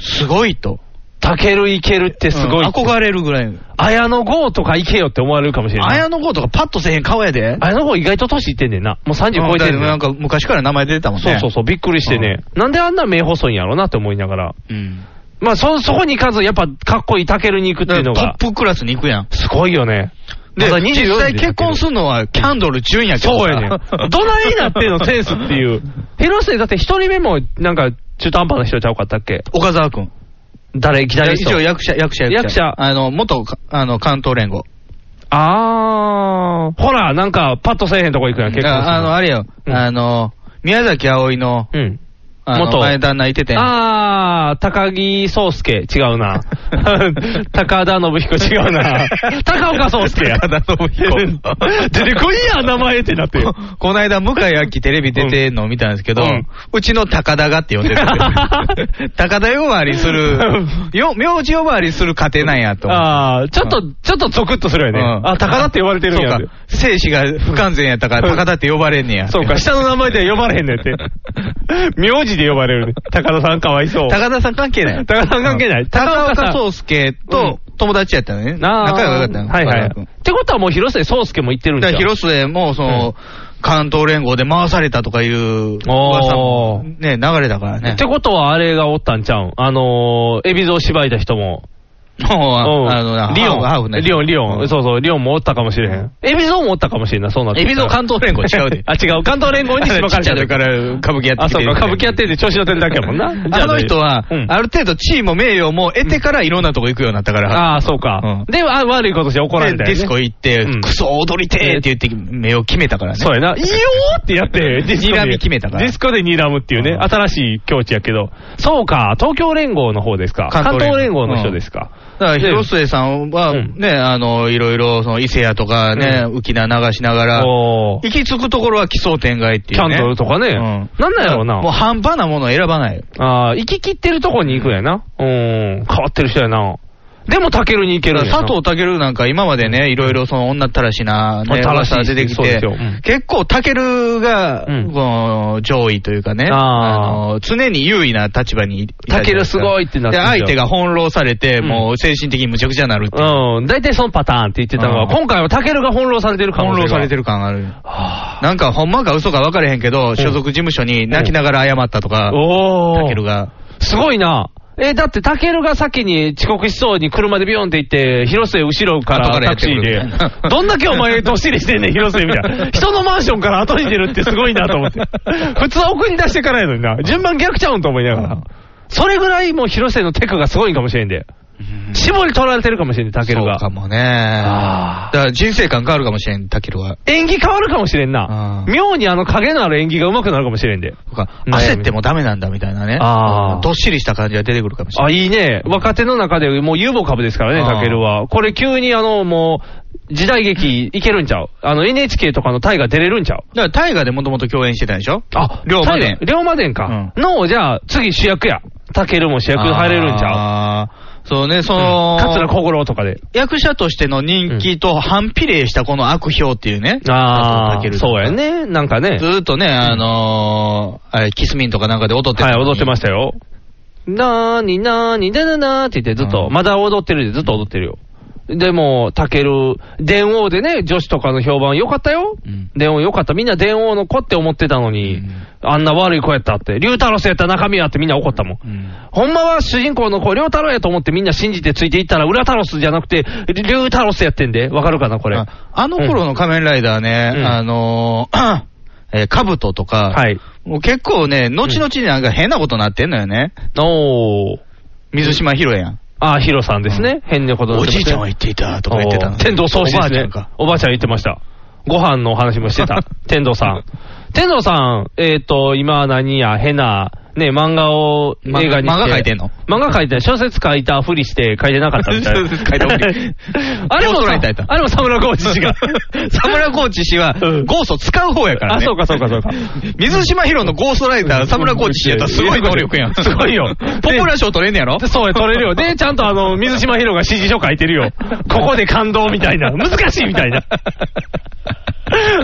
[SPEAKER 2] すごいと。
[SPEAKER 3] タケルいけるってすご
[SPEAKER 2] うん
[SPEAKER 3] い。
[SPEAKER 2] 憧れるぐらい。
[SPEAKER 3] 綾野剛とかいけよって思われるかもしれない。
[SPEAKER 2] 綾野剛とかパッとせえへん顔やで。
[SPEAKER 3] 綾野剛意外と年いってんねんな。もう30超えてん
[SPEAKER 2] うん
[SPEAKER 3] ね
[SPEAKER 2] だな
[SPEAKER 3] ん
[SPEAKER 2] んか昔から名前出てたもんね。
[SPEAKER 3] そうそうそう、びっくりしてね。なんであんな目細いんやろなって思いながら。
[SPEAKER 2] うん。
[SPEAKER 3] まあ、そ、そこに行かず、やっぱ、かっこいいタケルに行くっていうのが、
[SPEAKER 2] トップクラスに行くやん。
[SPEAKER 3] すごいよね。
[SPEAKER 2] で、
[SPEAKER 3] まだ24
[SPEAKER 2] 実際結婚
[SPEAKER 3] る
[SPEAKER 2] するのはキャンドル純やけど
[SPEAKER 3] そ
[SPEAKER 2] さ
[SPEAKER 3] うや ねん。どないなってんの、センスっていう。広末、だって一人目も、なんか、中途半端な人ちゃうかったっけ
[SPEAKER 2] 岡沢君。
[SPEAKER 3] 誰ギタリス
[SPEAKER 2] 一
[SPEAKER 3] ト
[SPEAKER 2] 応役者、役者、
[SPEAKER 3] 役者
[SPEAKER 2] あの、元か、あの、関東連合。
[SPEAKER 3] あー。ほら、なんか、パッとせえへんとこ行くやん、結婚する
[SPEAKER 2] ああの、あれよ、
[SPEAKER 3] うん
[SPEAKER 2] あの、宮崎葵の、
[SPEAKER 3] うん。
[SPEAKER 2] あの
[SPEAKER 3] 元
[SPEAKER 2] 前旦那いてて。
[SPEAKER 3] あー、高木宗介、違 うな。高田信彦、違うな。高岡宗介や。
[SPEAKER 2] 高田信彦
[SPEAKER 3] 出てこいや、名前ってなって。
[SPEAKER 2] この間、向井明テレビ出てんのを見たんですけど、
[SPEAKER 3] う
[SPEAKER 2] うんちの高田がって呼んで る。高田呼ばわりする、よ名字呼ばわりする家庭なんやと思って。
[SPEAKER 3] あー、ちょっと
[SPEAKER 2] う、
[SPEAKER 3] ちょっとゾクッとするよね。
[SPEAKER 2] うん
[SPEAKER 3] あ、高田って呼ばれてるんや
[SPEAKER 2] そうか。精子が不完全やったから、高田って呼ばれんねや。
[SPEAKER 3] そうか、 下の名前では呼ばれへんねんって。名字で呼ばれるね。高田さんかわいそう。
[SPEAKER 2] 高田さん関係ない。
[SPEAKER 3] 高田さん関係ない
[SPEAKER 2] 高
[SPEAKER 3] 高岡
[SPEAKER 2] 岡
[SPEAKER 3] さん
[SPEAKER 2] 壮介と友達やったのね。
[SPEAKER 3] あー
[SPEAKER 2] 仲良かったの。
[SPEAKER 3] はいはい。
[SPEAKER 2] 高田君
[SPEAKER 3] ってことはもう広末宗介も行ってるん
[SPEAKER 2] だ
[SPEAKER 3] で
[SPEAKER 2] から
[SPEAKER 3] すよ。
[SPEAKER 2] 広末も、その、関東連合で回されたとかいう噂
[SPEAKER 3] お
[SPEAKER 2] も、
[SPEAKER 3] ー
[SPEAKER 2] ね、流れだからね
[SPEAKER 3] って。ことはあれがおったんちゃうんあのー、エビゾを縛いた人も。
[SPEAKER 2] もう
[SPEAKER 3] うん
[SPEAKER 2] あのな
[SPEAKER 3] リオ
[SPEAKER 2] ハーフ
[SPEAKER 3] ン、
[SPEAKER 2] のやつ
[SPEAKER 3] リオン、リオン。そうそう、リオンもおったかもしれへん。エビゾもおったかもしれんな、そうなってきたら。
[SPEAKER 2] 海老蔵関東連合違うで
[SPEAKER 3] あ、違う。関東連合に
[SPEAKER 2] あ
[SPEAKER 3] 縛
[SPEAKER 2] れちっちゃい時から
[SPEAKER 3] れ
[SPEAKER 2] ら歌舞伎やって
[SPEAKER 3] あ、
[SPEAKER 2] き
[SPEAKER 3] そ
[SPEAKER 2] て
[SPEAKER 3] うか、歌舞伎やってて調子乗ってるだけやもんな。じゃ
[SPEAKER 2] あの人は、
[SPEAKER 3] うん
[SPEAKER 2] ある程度地位も名誉も得てからいろんなとこ行くようになったから。
[SPEAKER 3] ああ、そうか
[SPEAKER 2] う。ん
[SPEAKER 3] で、あ悪いことして怒られ
[SPEAKER 2] で
[SPEAKER 3] た
[SPEAKER 2] デ
[SPEAKER 3] よね
[SPEAKER 2] ィスコ行って、
[SPEAKER 3] うん
[SPEAKER 2] クソ踊りてーって言って目を決めたからね。
[SPEAKER 3] そうやな。いいよーってやって、ディスコで。
[SPEAKER 2] 睨み決めたから
[SPEAKER 3] ディスコで睨むっていうね、
[SPEAKER 2] うん
[SPEAKER 3] 新しい境地やけど。そうか、東京連合の方ですか。関
[SPEAKER 2] 関
[SPEAKER 3] 東
[SPEAKER 2] 東
[SPEAKER 3] 連
[SPEAKER 2] 連
[SPEAKER 3] 合
[SPEAKER 2] 合
[SPEAKER 3] の人ですか。
[SPEAKER 2] だから広末さんは、
[SPEAKER 3] うん
[SPEAKER 2] ね、あの、いろいろ、その、伊勢屋とかね、
[SPEAKER 3] う
[SPEAKER 2] 浮き名流しながら、
[SPEAKER 3] おー
[SPEAKER 2] 行き着くところは奇想天外ってい
[SPEAKER 3] キ
[SPEAKER 2] う
[SPEAKER 3] ャン
[SPEAKER 2] ね。
[SPEAKER 3] ドルとか
[SPEAKER 2] う
[SPEAKER 3] ね。なんなんやろう
[SPEAKER 2] もう
[SPEAKER 3] な。
[SPEAKER 2] 半端なものを選ばない。
[SPEAKER 3] ああ、行き切ってるとこに行くんやな。うん、変わってる人やな。でも、タケルに行けるんやな
[SPEAKER 2] 佐藤健なんか今までね、いろいろその女ったらしな、ね、
[SPEAKER 3] たらしい
[SPEAKER 2] 噂出てき
[SPEAKER 3] そうで
[SPEAKER 2] て
[SPEAKER 3] すようん、
[SPEAKER 2] 結構健が、
[SPEAKER 3] うん
[SPEAKER 2] この上位というかね、
[SPEAKER 3] あー
[SPEAKER 2] あの常に優位な立場にいたじゃな
[SPEAKER 3] タケ
[SPEAKER 2] で
[SPEAKER 3] ル
[SPEAKER 2] す
[SPEAKER 3] す
[SPEAKER 2] か
[SPEAKER 3] ごいってなっ
[SPEAKER 2] で、
[SPEAKER 3] てるじゃん
[SPEAKER 2] 相手が翻弄されて、
[SPEAKER 3] うん
[SPEAKER 2] もう精神的にむちゃくちゃなるっていう。
[SPEAKER 3] うん、大体そのパターンって言ってたの
[SPEAKER 2] う
[SPEAKER 3] が、
[SPEAKER 2] ん
[SPEAKER 3] 今回はタケルが翻弄されてる可能
[SPEAKER 2] 翻
[SPEAKER 3] 性が
[SPEAKER 2] 弄されてる感ある。
[SPEAKER 3] はあ
[SPEAKER 2] なんか、ほんまか嘘か分かれへんけど、所属事務所に泣きながら謝ったとか、
[SPEAKER 3] おー
[SPEAKER 2] タケルが。
[SPEAKER 3] すごいな。え、だって、タケルが先に遅刻しそうに車でビヨンって行って、広末後ろから
[SPEAKER 2] 後からやっ
[SPEAKER 3] タク
[SPEAKER 2] て
[SPEAKER 3] シ
[SPEAKER 2] く
[SPEAKER 3] ー
[SPEAKER 2] る
[SPEAKER 3] で、どんだけお前どっしりしてんねん、広末みた いな。人のマンションから後に出るってすごいなと思って。普通は奥に出していかないのにな。順番逆ちゃうんと思いながら。それぐらいもう広末のテクがすごいんかもしれんで。絞り取られてるかもしれんで、タケル
[SPEAKER 2] そう
[SPEAKER 3] が。
[SPEAKER 2] かもね。
[SPEAKER 3] あ
[SPEAKER 2] だ
[SPEAKER 3] ー
[SPEAKER 2] から人生観変わるかもしれん、タケルは。
[SPEAKER 3] 演技変わるかもしれんな。
[SPEAKER 2] うん
[SPEAKER 3] 妙にあの影のある演技が上手くなるかもしれんで。
[SPEAKER 2] とか、
[SPEAKER 3] 悩み
[SPEAKER 2] 焦ってもダメなんだみたいなね。
[SPEAKER 3] あー
[SPEAKER 2] どっしりした感じが出てくるかもしれ
[SPEAKER 3] あ、
[SPEAKER 2] ない。
[SPEAKER 3] いいね。若手の中でもう有望株ですからね、
[SPEAKER 2] ああ
[SPEAKER 3] タケルは。これ急にあの、もう、時代劇いけるんちゃうあの、NHK とかの大河出れるんちゃう
[SPEAKER 2] だから、大河でもともと共演してたんでしょ
[SPEAKER 3] あ
[SPEAKER 2] 龍馬伝
[SPEAKER 3] 大河龍馬伝か。の、じゃあ、次主役や。タケルも主役入れるんちゃう
[SPEAKER 2] ゃうそうね、その、
[SPEAKER 3] 桂小五郎とかで。
[SPEAKER 2] 役者としての人気と反比例したこの悪評っていうね。
[SPEAKER 3] あ
[SPEAKER 2] タケル
[SPEAKER 3] あ、
[SPEAKER 2] と
[SPEAKER 3] そ
[SPEAKER 2] か
[SPEAKER 3] うやね。なんかね
[SPEAKER 2] ず。ーっとね、あのー、あれ、キスミンとかなんかで踊って
[SPEAKER 3] はい、踊ってま
[SPEAKER 2] し
[SPEAKER 3] したよ。なーになーにでななーって言ってずっと、
[SPEAKER 2] うん
[SPEAKER 3] まだ踊ってるでずっと踊ってるよ。でも、タケル、電王でね、女子とかの評判良かったよ。
[SPEAKER 2] うん
[SPEAKER 3] 電王良かった。みんな電王の子って思ってたのに、
[SPEAKER 2] うん
[SPEAKER 3] あんな悪い子やったって。龍太郎さんやったら中身やってみんな怒ったもん。
[SPEAKER 2] うん
[SPEAKER 3] ほんまは主人公の子、龍太郎やと思ってみんな信じてついていったら、裏タロスじゃなくて、龍太郎さんやってんで。わかるかな、これ。
[SPEAKER 2] ああの頃の仮面ライダーね、
[SPEAKER 3] うん
[SPEAKER 2] あのー、 えー、カブトとか、
[SPEAKER 3] はい。
[SPEAKER 2] もう結構ね、後々になんか変なことなってんのよね。
[SPEAKER 3] おー。
[SPEAKER 2] 水島ヒロやん。
[SPEAKER 3] あー、ヒロさんですね。変なことな
[SPEAKER 2] お
[SPEAKER 3] ってますね
[SPEAKER 2] じいちゃんは言っていたとか言ってた
[SPEAKER 3] お
[SPEAKER 2] の。
[SPEAKER 3] ー天童総司
[SPEAKER 2] おば
[SPEAKER 3] で
[SPEAKER 2] あ
[SPEAKER 3] す
[SPEAKER 2] ちゃ
[SPEAKER 3] ね
[SPEAKER 2] んか。。
[SPEAKER 3] おばあちゃん言ってました。ご飯のお話もして た。天童さん。天童さん、えっ、と、今何や、変な、ね、漫画を映
[SPEAKER 2] 漫画
[SPEAKER 3] 画にして。
[SPEAKER 2] 漫画書いてんの
[SPEAKER 3] 漫画書いてない小説書いたふりして書いてなかったみたいな。
[SPEAKER 2] 小説書いたふり
[SPEAKER 3] あれも
[SPEAKER 2] ゴーストラ
[SPEAKER 3] さ、
[SPEAKER 2] イターやった。
[SPEAKER 3] あれも沢村浩二氏が
[SPEAKER 2] 沢村コーチ氏は、
[SPEAKER 3] うん
[SPEAKER 2] ゴースト使う方やからね。
[SPEAKER 3] あそうかそうかそうか
[SPEAKER 2] 水島ヒロのゴーストライター、沢村コーチ氏やったらすごい能力やん。
[SPEAKER 3] すごいよ
[SPEAKER 2] ポプラ賞取れんねやろ。
[SPEAKER 3] でそうや、取れるよ。で、ちゃんとあの、水島ヒロが指示書書いてるよ。ここで感動みたいな。難しいみたいな。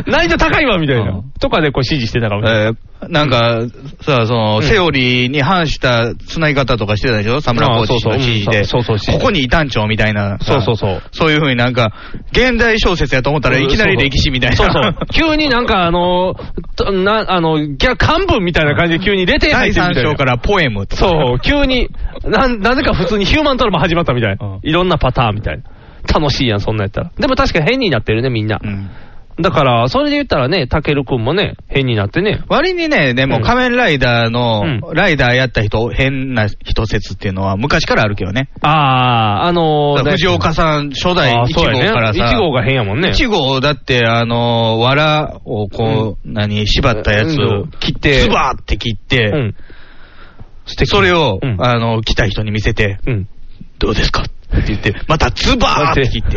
[SPEAKER 3] 難易度高いわ、みたいうなんとかでこう指示してたかもしれない。
[SPEAKER 2] えーなんか、さあ、その、
[SPEAKER 3] ん
[SPEAKER 2] セオリーに反した繋ぎ方とかしてたでしょサムラコーチの指示
[SPEAKER 3] あ
[SPEAKER 2] で。
[SPEAKER 3] そうそううんそうそう指示
[SPEAKER 2] ここに異端調みたいな。
[SPEAKER 3] そうそうそう。
[SPEAKER 2] そういうふうになんか、現代小説やと思ったらいきなり歴史みたいな。
[SPEAKER 3] そう そう。急になんかあの、とな、あの、ギャ、漢文みたいな感じで急に出て入
[SPEAKER 2] 第
[SPEAKER 3] ってるみ
[SPEAKER 2] 3
[SPEAKER 3] たいな
[SPEAKER 2] 章からポエムとか。
[SPEAKER 3] そう、急に、な、なぜか普通にヒューマントラマ始まったみたいな。いろんなパターンみたいな。楽しいやん、そんなんやったら。でも確か変になってるね、みんな
[SPEAKER 2] う。ん
[SPEAKER 3] だから、それで言ったらね、たけるくんもね、変になってね。
[SPEAKER 2] 割にね、で
[SPEAKER 3] う
[SPEAKER 2] も
[SPEAKER 3] ん
[SPEAKER 2] 仮面ライダー
[SPEAKER 3] う
[SPEAKER 2] の、ライダーやった人、変な人説っていうのは昔からあるけどね。
[SPEAKER 3] あー、あのー、ね
[SPEAKER 2] 藤岡さん、初代
[SPEAKER 3] あ
[SPEAKER 2] 1
[SPEAKER 3] ーそ
[SPEAKER 2] 号
[SPEAKER 3] うやね
[SPEAKER 2] からさ。
[SPEAKER 3] 一号が変やもんね。
[SPEAKER 2] 1号だって、あの、藁をこう、何、縛ったやつ
[SPEAKER 3] うん切って
[SPEAKER 2] ズバーって切って、
[SPEAKER 3] うん。
[SPEAKER 2] それを、
[SPEAKER 3] うん
[SPEAKER 2] あの、来た人に見せて、
[SPEAKER 3] うん。
[SPEAKER 2] どうですかって言って、またズバーって切 って、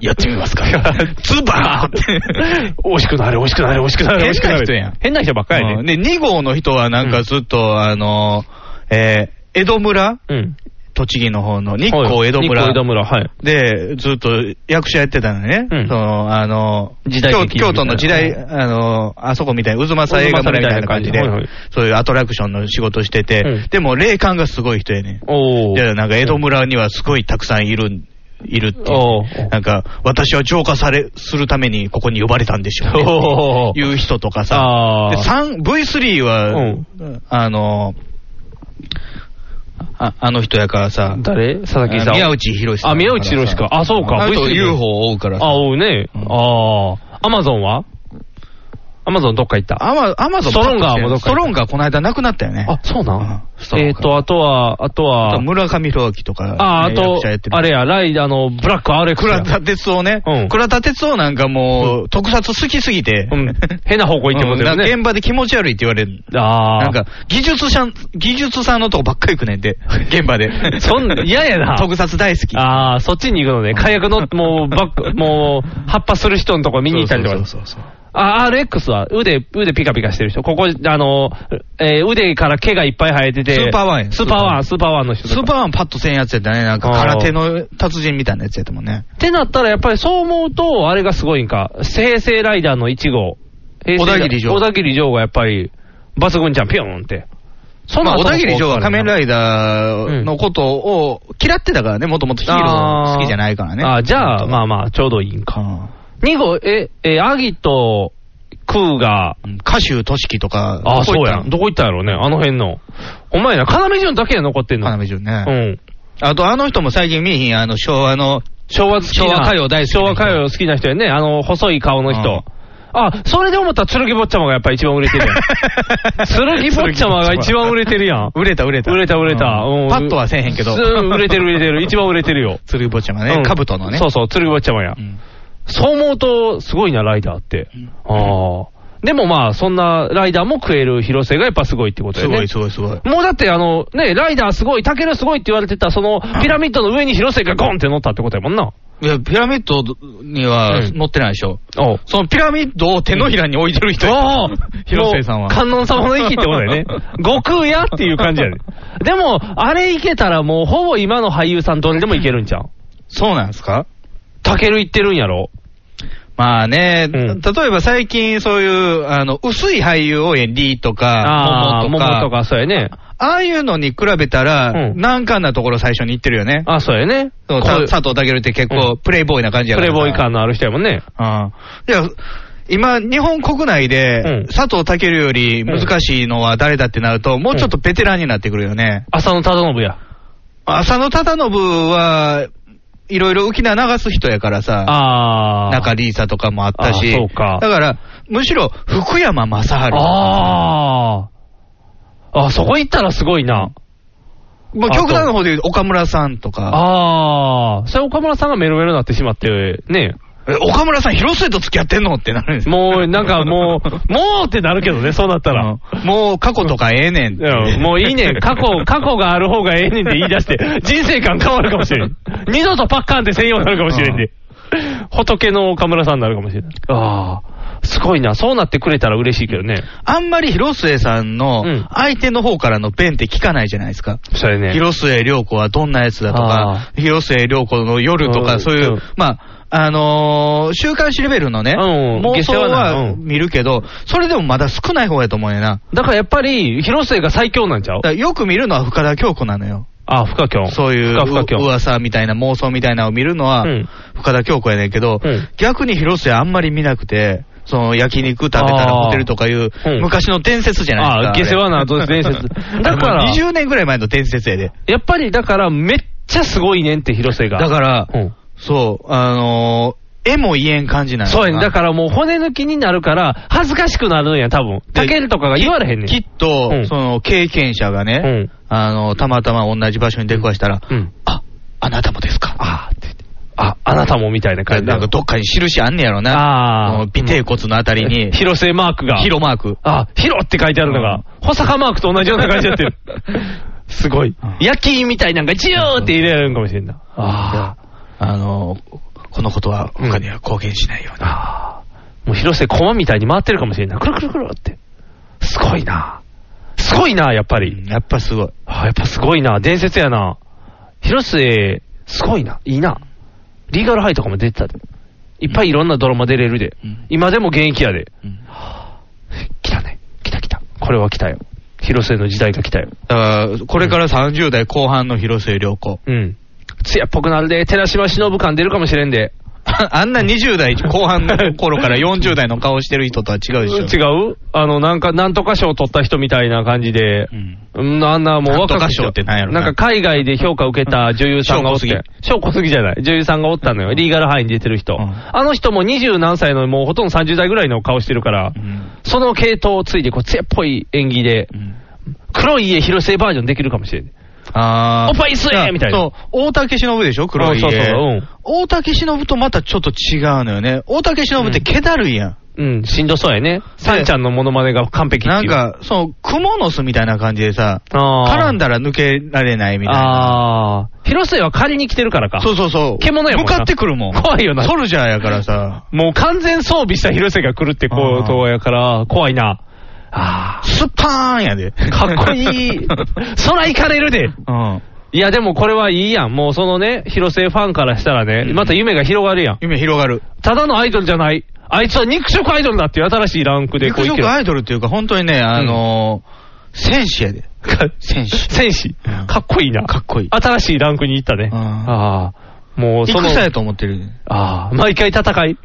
[SPEAKER 2] やってみますかズバーって。
[SPEAKER 3] 美味しくなれ、美味しくなれ、美味しくなれ、美味しくな
[SPEAKER 2] 変な
[SPEAKER 3] れ。
[SPEAKER 2] 人やん
[SPEAKER 3] 変な人ばっかりや
[SPEAKER 2] うん
[SPEAKER 3] ね。
[SPEAKER 2] で、2号の人はなん
[SPEAKER 3] う
[SPEAKER 2] か
[SPEAKER 3] ん
[SPEAKER 2] ずっと、あの、えー江戸村
[SPEAKER 3] うん。
[SPEAKER 2] 栃木の方の日
[SPEAKER 3] は
[SPEAKER 2] 光
[SPEAKER 3] い
[SPEAKER 2] 江戸
[SPEAKER 3] 日
[SPEAKER 2] 村。
[SPEAKER 3] 光江戸村、はい。
[SPEAKER 2] で、ずっと役者やってたのね、
[SPEAKER 3] うん
[SPEAKER 2] そのあの
[SPEAKER 3] 時代劇
[SPEAKER 2] 京京都の時代、
[SPEAKER 3] みたい
[SPEAKER 2] あのあそこみたいな、渦政映画村みたいな感じで、
[SPEAKER 3] 渦政みたいな感じはい
[SPEAKER 2] そ
[SPEAKER 3] はい
[SPEAKER 2] ういうアトラクションの仕事してて、
[SPEAKER 3] うん
[SPEAKER 2] でも霊感がすごい人やね
[SPEAKER 3] お
[SPEAKER 2] ん、
[SPEAKER 3] ー。
[SPEAKER 2] でなんか江戸村にはすごいたくさんいる。いるっていう
[SPEAKER 3] おー
[SPEAKER 2] なんか、私は浄化され、するためにここに呼ばれたんでしょう、ね
[SPEAKER 3] おー、
[SPEAKER 2] いう人とかさ、
[SPEAKER 3] あ
[SPEAKER 2] で
[SPEAKER 3] ー。
[SPEAKER 2] 三 V3 は、あのあ、あの人やからさ、
[SPEAKER 3] 誰佐々木さん。
[SPEAKER 2] 宮内博さん。
[SPEAKER 3] あ、宮内博か。あ、そうか。
[SPEAKER 2] あと
[SPEAKER 3] V3
[SPEAKER 2] UFO を追うから
[SPEAKER 3] あ、
[SPEAKER 2] さ。
[SPEAKER 3] おうね。
[SPEAKER 2] うん
[SPEAKER 3] ああ。アマゾンはアマゾンどっか行った
[SPEAKER 2] アマアマゾン
[SPEAKER 3] ストロンガーもどっか行った
[SPEAKER 2] ストロンガーこの間なくなったよね。
[SPEAKER 3] あ、そうなん
[SPEAKER 2] うんそうか
[SPEAKER 3] えっと、あとは、あと
[SPEAKER 2] あ
[SPEAKER 3] は
[SPEAKER 2] と、村上弘明とか、
[SPEAKER 3] あ、あ
[SPEAKER 2] ね
[SPEAKER 3] と
[SPEAKER 2] 役者やって、る
[SPEAKER 3] あれや、ライダーのブラック RX や
[SPEAKER 2] 倉田哲夫ね
[SPEAKER 3] うん。
[SPEAKER 2] 倉田哲夫なんかもう、特撮好きすぎて。
[SPEAKER 3] うん。変な方向行ってます
[SPEAKER 2] う
[SPEAKER 3] よ
[SPEAKER 2] んなんか
[SPEAKER 3] ね。
[SPEAKER 2] 現場で気持ち悪いって言われる。
[SPEAKER 3] ああ。。
[SPEAKER 2] なんか、技術者、技術さんのとこばっかり行くねんで、現場で
[SPEAKER 3] そんな嫌や な
[SPEAKER 2] 特撮大好き。
[SPEAKER 3] ああ、そっちに行くのね。火薬の、もう、バック、もう、葉っぱする人のとこ見に行ったりとか。
[SPEAKER 2] そうそうそうそう
[SPEAKER 3] あ、RX は腕、腕ピカピカしてる人。ここ、あの、えー腕から毛がいっぱい生えてて。
[SPEAKER 2] スーパーワンや
[SPEAKER 3] スーパーワン、スーパーワンの人と
[SPEAKER 2] ス
[SPEAKER 3] か。
[SPEAKER 2] ーパーマンパッとせんやつやったね。なんか空手の達人みたいなやつやったもんね。
[SPEAKER 3] ってなったら、やっぱりそう思うと、あれがすごいんか。平成ライダーの1号。平成
[SPEAKER 2] 小田切丈
[SPEAKER 3] 小田切城がやっぱり、抜群じゃん、ピョーンって。そ
[SPEAKER 2] まあ、
[SPEAKER 3] 後
[SPEAKER 2] 小田切城は仮面ラ
[SPEAKER 3] イ
[SPEAKER 2] イダーのことを嫌ってたからね、もともとヒーロー好きじゃないからね。
[SPEAKER 3] あーあー、じゃあ、まあ
[SPEAKER 2] あ、
[SPEAKER 3] まあ、ちょうどいいんか。
[SPEAKER 2] か。
[SPEAKER 3] 2号、え、え、アギと、クーが、
[SPEAKER 2] 歌手、としきとか、
[SPEAKER 3] ああ、そうや
[SPEAKER 2] ん。
[SPEAKER 3] どこ行ったんやろうね、あの辺の。お前な、要潤だけや残ってんの。
[SPEAKER 2] 要潤ね。
[SPEAKER 3] うん。
[SPEAKER 2] あと、あの人も最近見えひん、あの、昭和の、
[SPEAKER 3] 昭和好きな
[SPEAKER 2] 昭和歌謡大好きな
[SPEAKER 3] 昭
[SPEAKER 2] 人
[SPEAKER 3] 和歌謡好きな人やね。あの、細い顔の人。あ、それで思ったら、剣坊ちゃまがやっぱ一番売れてる やん。剣坊ちゃまが一番売れてるやん。
[SPEAKER 2] 売れた、売れた。
[SPEAKER 3] 売れた、売れた。
[SPEAKER 2] うん
[SPEAKER 3] うん
[SPEAKER 2] パッとはせえへんけど。
[SPEAKER 3] うん売れてる、売れてる。一番売れてるよ。
[SPEAKER 2] 鶴ぼちゃま
[SPEAKER 3] う
[SPEAKER 2] ね
[SPEAKER 3] ん、
[SPEAKER 2] かぶとのね。
[SPEAKER 3] そうそう、剣坊ちゃまや
[SPEAKER 2] う。ん。
[SPEAKER 3] そう思うと、すごいな、ライダーって。ああ。でもまあ、そんなライダーも食える広瀬がやっぱすごいってこと
[SPEAKER 2] す
[SPEAKER 3] よね。
[SPEAKER 2] ごい、すごい、すごい。
[SPEAKER 3] もうだって、あの、ね、ライダーすごい、タケルすごいって言われてた、その、ピラミッドの上に広瀬がゴンって乗ったってことやもんな。
[SPEAKER 2] いや、ピラミッドには
[SPEAKER 3] うん
[SPEAKER 2] 乗ってないでしょ。
[SPEAKER 3] おう。
[SPEAKER 2] そのピラミッドを手のひらに置いてる人
[SPEAKER 3] お
[SPEAKER 2] や。 広末さんは。
[SPEAKER 3] 観音様の息ってことだ よね。悟空やっていう感じやね。でも、あれいけたらもう、ほぼ今の俳優さんどれでもいけるんじゃん。
[SPEAKER 2] そうなんですか
[SPEAKER 3] タケルいってるんやろ。
[SPEAKER 2] まあね、
[SPEAKER 3] うん
[SPEAKER 2] 例えば最近そういう、あの、薄い俳優を演リーとか、
[SPEAKER 3] ああ、
[SPEAKER 2] モ
[SPEAKER 3] 桃
[SPEAKER 2] モとか、
[SPEAKER 3] とか、そうやね。
[SPEAKER 2] ああいうのに比べたら、
[SPEAKER 3] うん
[SPEAKER 2] 難関なところ最初に行ってるよね。
[SPEAKER 3] あそうやね。
[SPEAKER 2] そう
[SPEAKER 3] こ
[SPEAKER 2] た
[SPEAKER 3] う
[SPEAKER 2] 佐藤健って結
[SPEAKER 3] う
[SPEAKER 2] 構プレイボーイな感じや
[SPEAKER 3] プ
[SPEAKER 2] から
[SPEAKER 3] レ
[SPEAKER 2] さ。
[SPEAKER 3] ボーイ感のある人やもんね。
[SPEAKER 2] うん。いや、今、日本国内
[SPEAKER 3] うん
[SPEAKER 2] で、佐藤健より難しいのは誰だってなると、もうちょっとベテランになってくるよね。
[SPEAKER 3] 浅野忠信や。
[SPEAKER 2] 浅野忠信は、いろいろ浮き名流す人やからさ。
[SPEAKER 3] ああ。
[SPEAKER 2] 中リーサとかもあったし、
[SPEAKER 3] あそうか
[SPEAKER 2] だから、むしろ福山雅治とか、
[SPEAKER 3] ああ。あ、そこ行ったらすごいな。
[SPEAKER 2] もう極端の方で言うと岡村さんとか、
[SPEAKER 3] ああ。それ岡村さんがメロメロになってしまって、ね。
[SPEAKER 2] え岡村さん、広末と付き合ってんのってなるんですよ
[SPEAKER 3] もう、なんか もう、もうってなるけどね、そうなったら。
[SPEAKER 2] うんもう過去とかええねんって
[SPEAKER 3] うんもういい ねん。過去、過去がある方がええねんって言い出して、人生観変わるかもしれん。二度とパッカーンって専用になるかもしれんで。仏の岡村さんになるかもしれん。ああ。すごいな。そうなってくれたら嬉しいけどね。
[SPEAKER 2] あんまり広末さんの
[SPEAKER 3] うん
[SPEAKER 2] 相手の方からの弁って聞かないじゃないですか。
[SPEAKER 3] それね。
[SPEAKER 2] 広末涼子はどんなやつだと
[SPEAKER 3] あ
[SPEAKER 2] か、広末涼子の夜と
[SPEAKER 3] うん、
[SPEAKER 2] か、そういううんまあ、あのー週刊誌レベルのね、
[SPEAKER 3] うん
[SPEAKER 2] 妄
[SPEAKER 3] 下
[SPEAKER 2] 想
[SPEAKER 3] 世話な
[SPEAKER 2] は
[SPEAKER 3] うん
[SPEAKER 2] 見るけど、それでもまだ少ない方やと思うねんな。
[SPEAKER 3] だからやっぱり、広末が最強なんちゃう
[SPEAKER 2] だからよく見るのは深田恭子なのよ。
[SPEAKER 3] あ、深京。
[SPEAKER 2] そういう
[SPEAKER 3] 深深京。
[SPEAKER 2] う噂みたいな妄想みたいなのを見るのは
[SPEAKER 3] うん、
[SPEAKER 2] 深田恭子やねんけど、
[SPEAKER 3] うん
[SPEAKER 2] 逆に広末あんまり見なくて、その焼肉食べたら
[SPEAKER 3] あー
[SPEAKER 2] ホテルとかいう
[SPEAKER 3] うん
[SPEAKER 2] 昔の伝説じゃない
[SPEAKER 3] あー
[SPEAKER 2] ですか。
[SPEAKER 3] 下世話な
[SPEAKER 2] あれ
[SPEAKER 3] 伝説 だから
[SPEAKER 2] あの20年ぐらい前の伝説やで。
[SPEAKER 3] やっぱりだから、めっちゃすごいねんって、広末が。
[SPEAKER 2] だから、
[SPEAKER 3] うん
[SPEAKER 2] そう、あのー絵も言えん感じなの
[SPEAKER 3] そうやねんだからもう骨抜きになるから、恥ずかしくなるんや、多分。
[SPEAKER 2] で
[SPEAKER 3] たけるとかが言われへんねん。
[SPEAKER 2] きっと、
[SPEAKER 3] うん
[SPEAKER 2] その経験者がね、
[SPEAKER 3] うん
[SPEAKER 2] あのたまたま同じ場所に出くわしたら、
[SPEAKER 3] うん。
[SPEAKER 2] ああなたもですか、
[SPEAKER 3] あーって言って。あ、あなたもみたいな感じで。
[SPEAKER 2] なんかどっかに印あんねやろな、
[SPEAKER 3] あー
[SPEAKER 2] その尾てい骨のあたりに、
[SPEAKER 3] 広末マークが。
[SPEAKER 2] ヒロマーク。
[SPEAKER 3] あ、ヒロって書いてあるのが、保坂マークと同じような感じにな ってる。すごい。焼きみたいなんかジューって入れられるんかもしれんな。あ
[SPEAKER 2] あのこのことは他には貢献しないよう
[SPEAKER 3] ー
[SPEAKER 2] に。
[SPEAKER 3] あー。もう広瀬駒みたいに回ってるかもしれんな。くるくるくるって。すごいな。すごいな、やっぱり。
[SPEAKER 2] うんやっぱすごい。
[SPEAKER 3] あやっぱすごいな。伝説やな。広末、すごいな。いいな。リーガルハイとかも出てたで。いっぱいいろんなドラマ出れるで。
[SPEAKER 2] うん
[SPEAKER 3] 今でも現役やで。
[SPEAKER 2] うん
[SPEAKER 3] 来たね。来た来た。これは来たよ。広末の時代が来たよ。
[SPEAKER 2] だから、これから30代後半の広末涼子。
[SPEAKER 3] うん。艶っぽくなるで。寺島しのぶ感出るかもしれんで。
[SPEAKER 2] あんな20代後半の頃から40代の顔してる人とは違うでしょ。
[SPEAKER 3] 違うあの、なんか、なんとか賞取った人みたいな感じで。
[SPEAKER 2] うん
[SPEAKER 3] うん、あんなもう若く
[SPEAKER 2] なんとか賞ってなんやろな
[SPEAKER 3] なんか海外で評価受けた女優さんがおって
[SPEAKER 2] うん賞、
[SPEAKER 3] 賞小杉じゃない、女優さんがおったのよ、リーガルハイに出てる人、
[SPEAKER 2] うん
[SPEAKER 3] あの人も二十何歳の、もうほとんど30代ぐらいの顔してるから、
[SPEAKER 2] うん
[SPEAKER 3] その系統をついて、こう、艶っぽい演技で、
[SPEAKER 2] うん
[SPEAKER 3] 黒い家広末バージョンできるかもしれん。
[SPEAKER 2] あー
[SPEAKER 3] おっぱい吸えみたいな
[SPEAKER 2] そう、大竹しのぶでしょ、黒い
[SPEAKER 3] そうそうそうう
[SPEAKER 2] 家
[SPEAKER 3] ん。
[SPEAKER 2] 大竹しのぶとまたちょっと違うのよね。大竹しのぶって気だるいやん。
[SPEAKER 3] うん、しんどそうやね。サンちゃんのモノマネが完璧ってい
[SPEAKER 2] なん
[SPEAKER 3] う。
[SPEAKER 2] か、その、蜘蛛の巣みたいな感じでさ、
[SPEAKER 3] あー、
[SPEAKER 2] 絡んだら抜けられないみたいな。
[SPEAKER 3] あー広末は借りに来てるからか。
[SPEAKER 2] そうそうそう。
[SPEAKER 3] 獣やもん
[SPEAKER 2] 向
[SPEAKER 3] な
[SPEAKER 2] かってくるもん。
[SPEAKER 3] 怖いよな
[SPEAKER 2] ソルジャーやからさ、
[SPEAKER 3] もう完全装備した広瀬が来るってことやから、怖いな。あ
[SPEAKER 2] スパーンやで。。
[SPEAKER 3] あ、かっこい い空行かれるで。
[SPEAKER 2] うん。
[SPEAKER 3] いや、でもこれはいいやん。もうそのね、広瀬ファンからしたらね、また夢が広がるやん。
[SPEAKER 2] 夢広がる。
[SPEAKER 3] ただのアイドルじゃない。あいつは肉食アイドルだっていう新しいランクでこ
[SPEAKER 2] 肉
[SPEAKER 3] う行け
[SPEAKER 2] 食
[SPEAKER 3] る。
[SPEAKER 2] アイドルっていうか、本当にね、あのー、戦士やで。戦士。
[SPEAKER 3] 戦士
[SPEAKER 2] うん。
[SPEAKER 3] かっこいいな。
[SPEAKER 2] かっこいい
[SPEAKER 3] 新しいランクに行ったね。
[SPEAKER 2] うん
[SPEAKER 3] ああ。もうその。
[SPEAKER 2] 戦やと思ってる。
[SPEAKER 3] ああ。毎回戦い。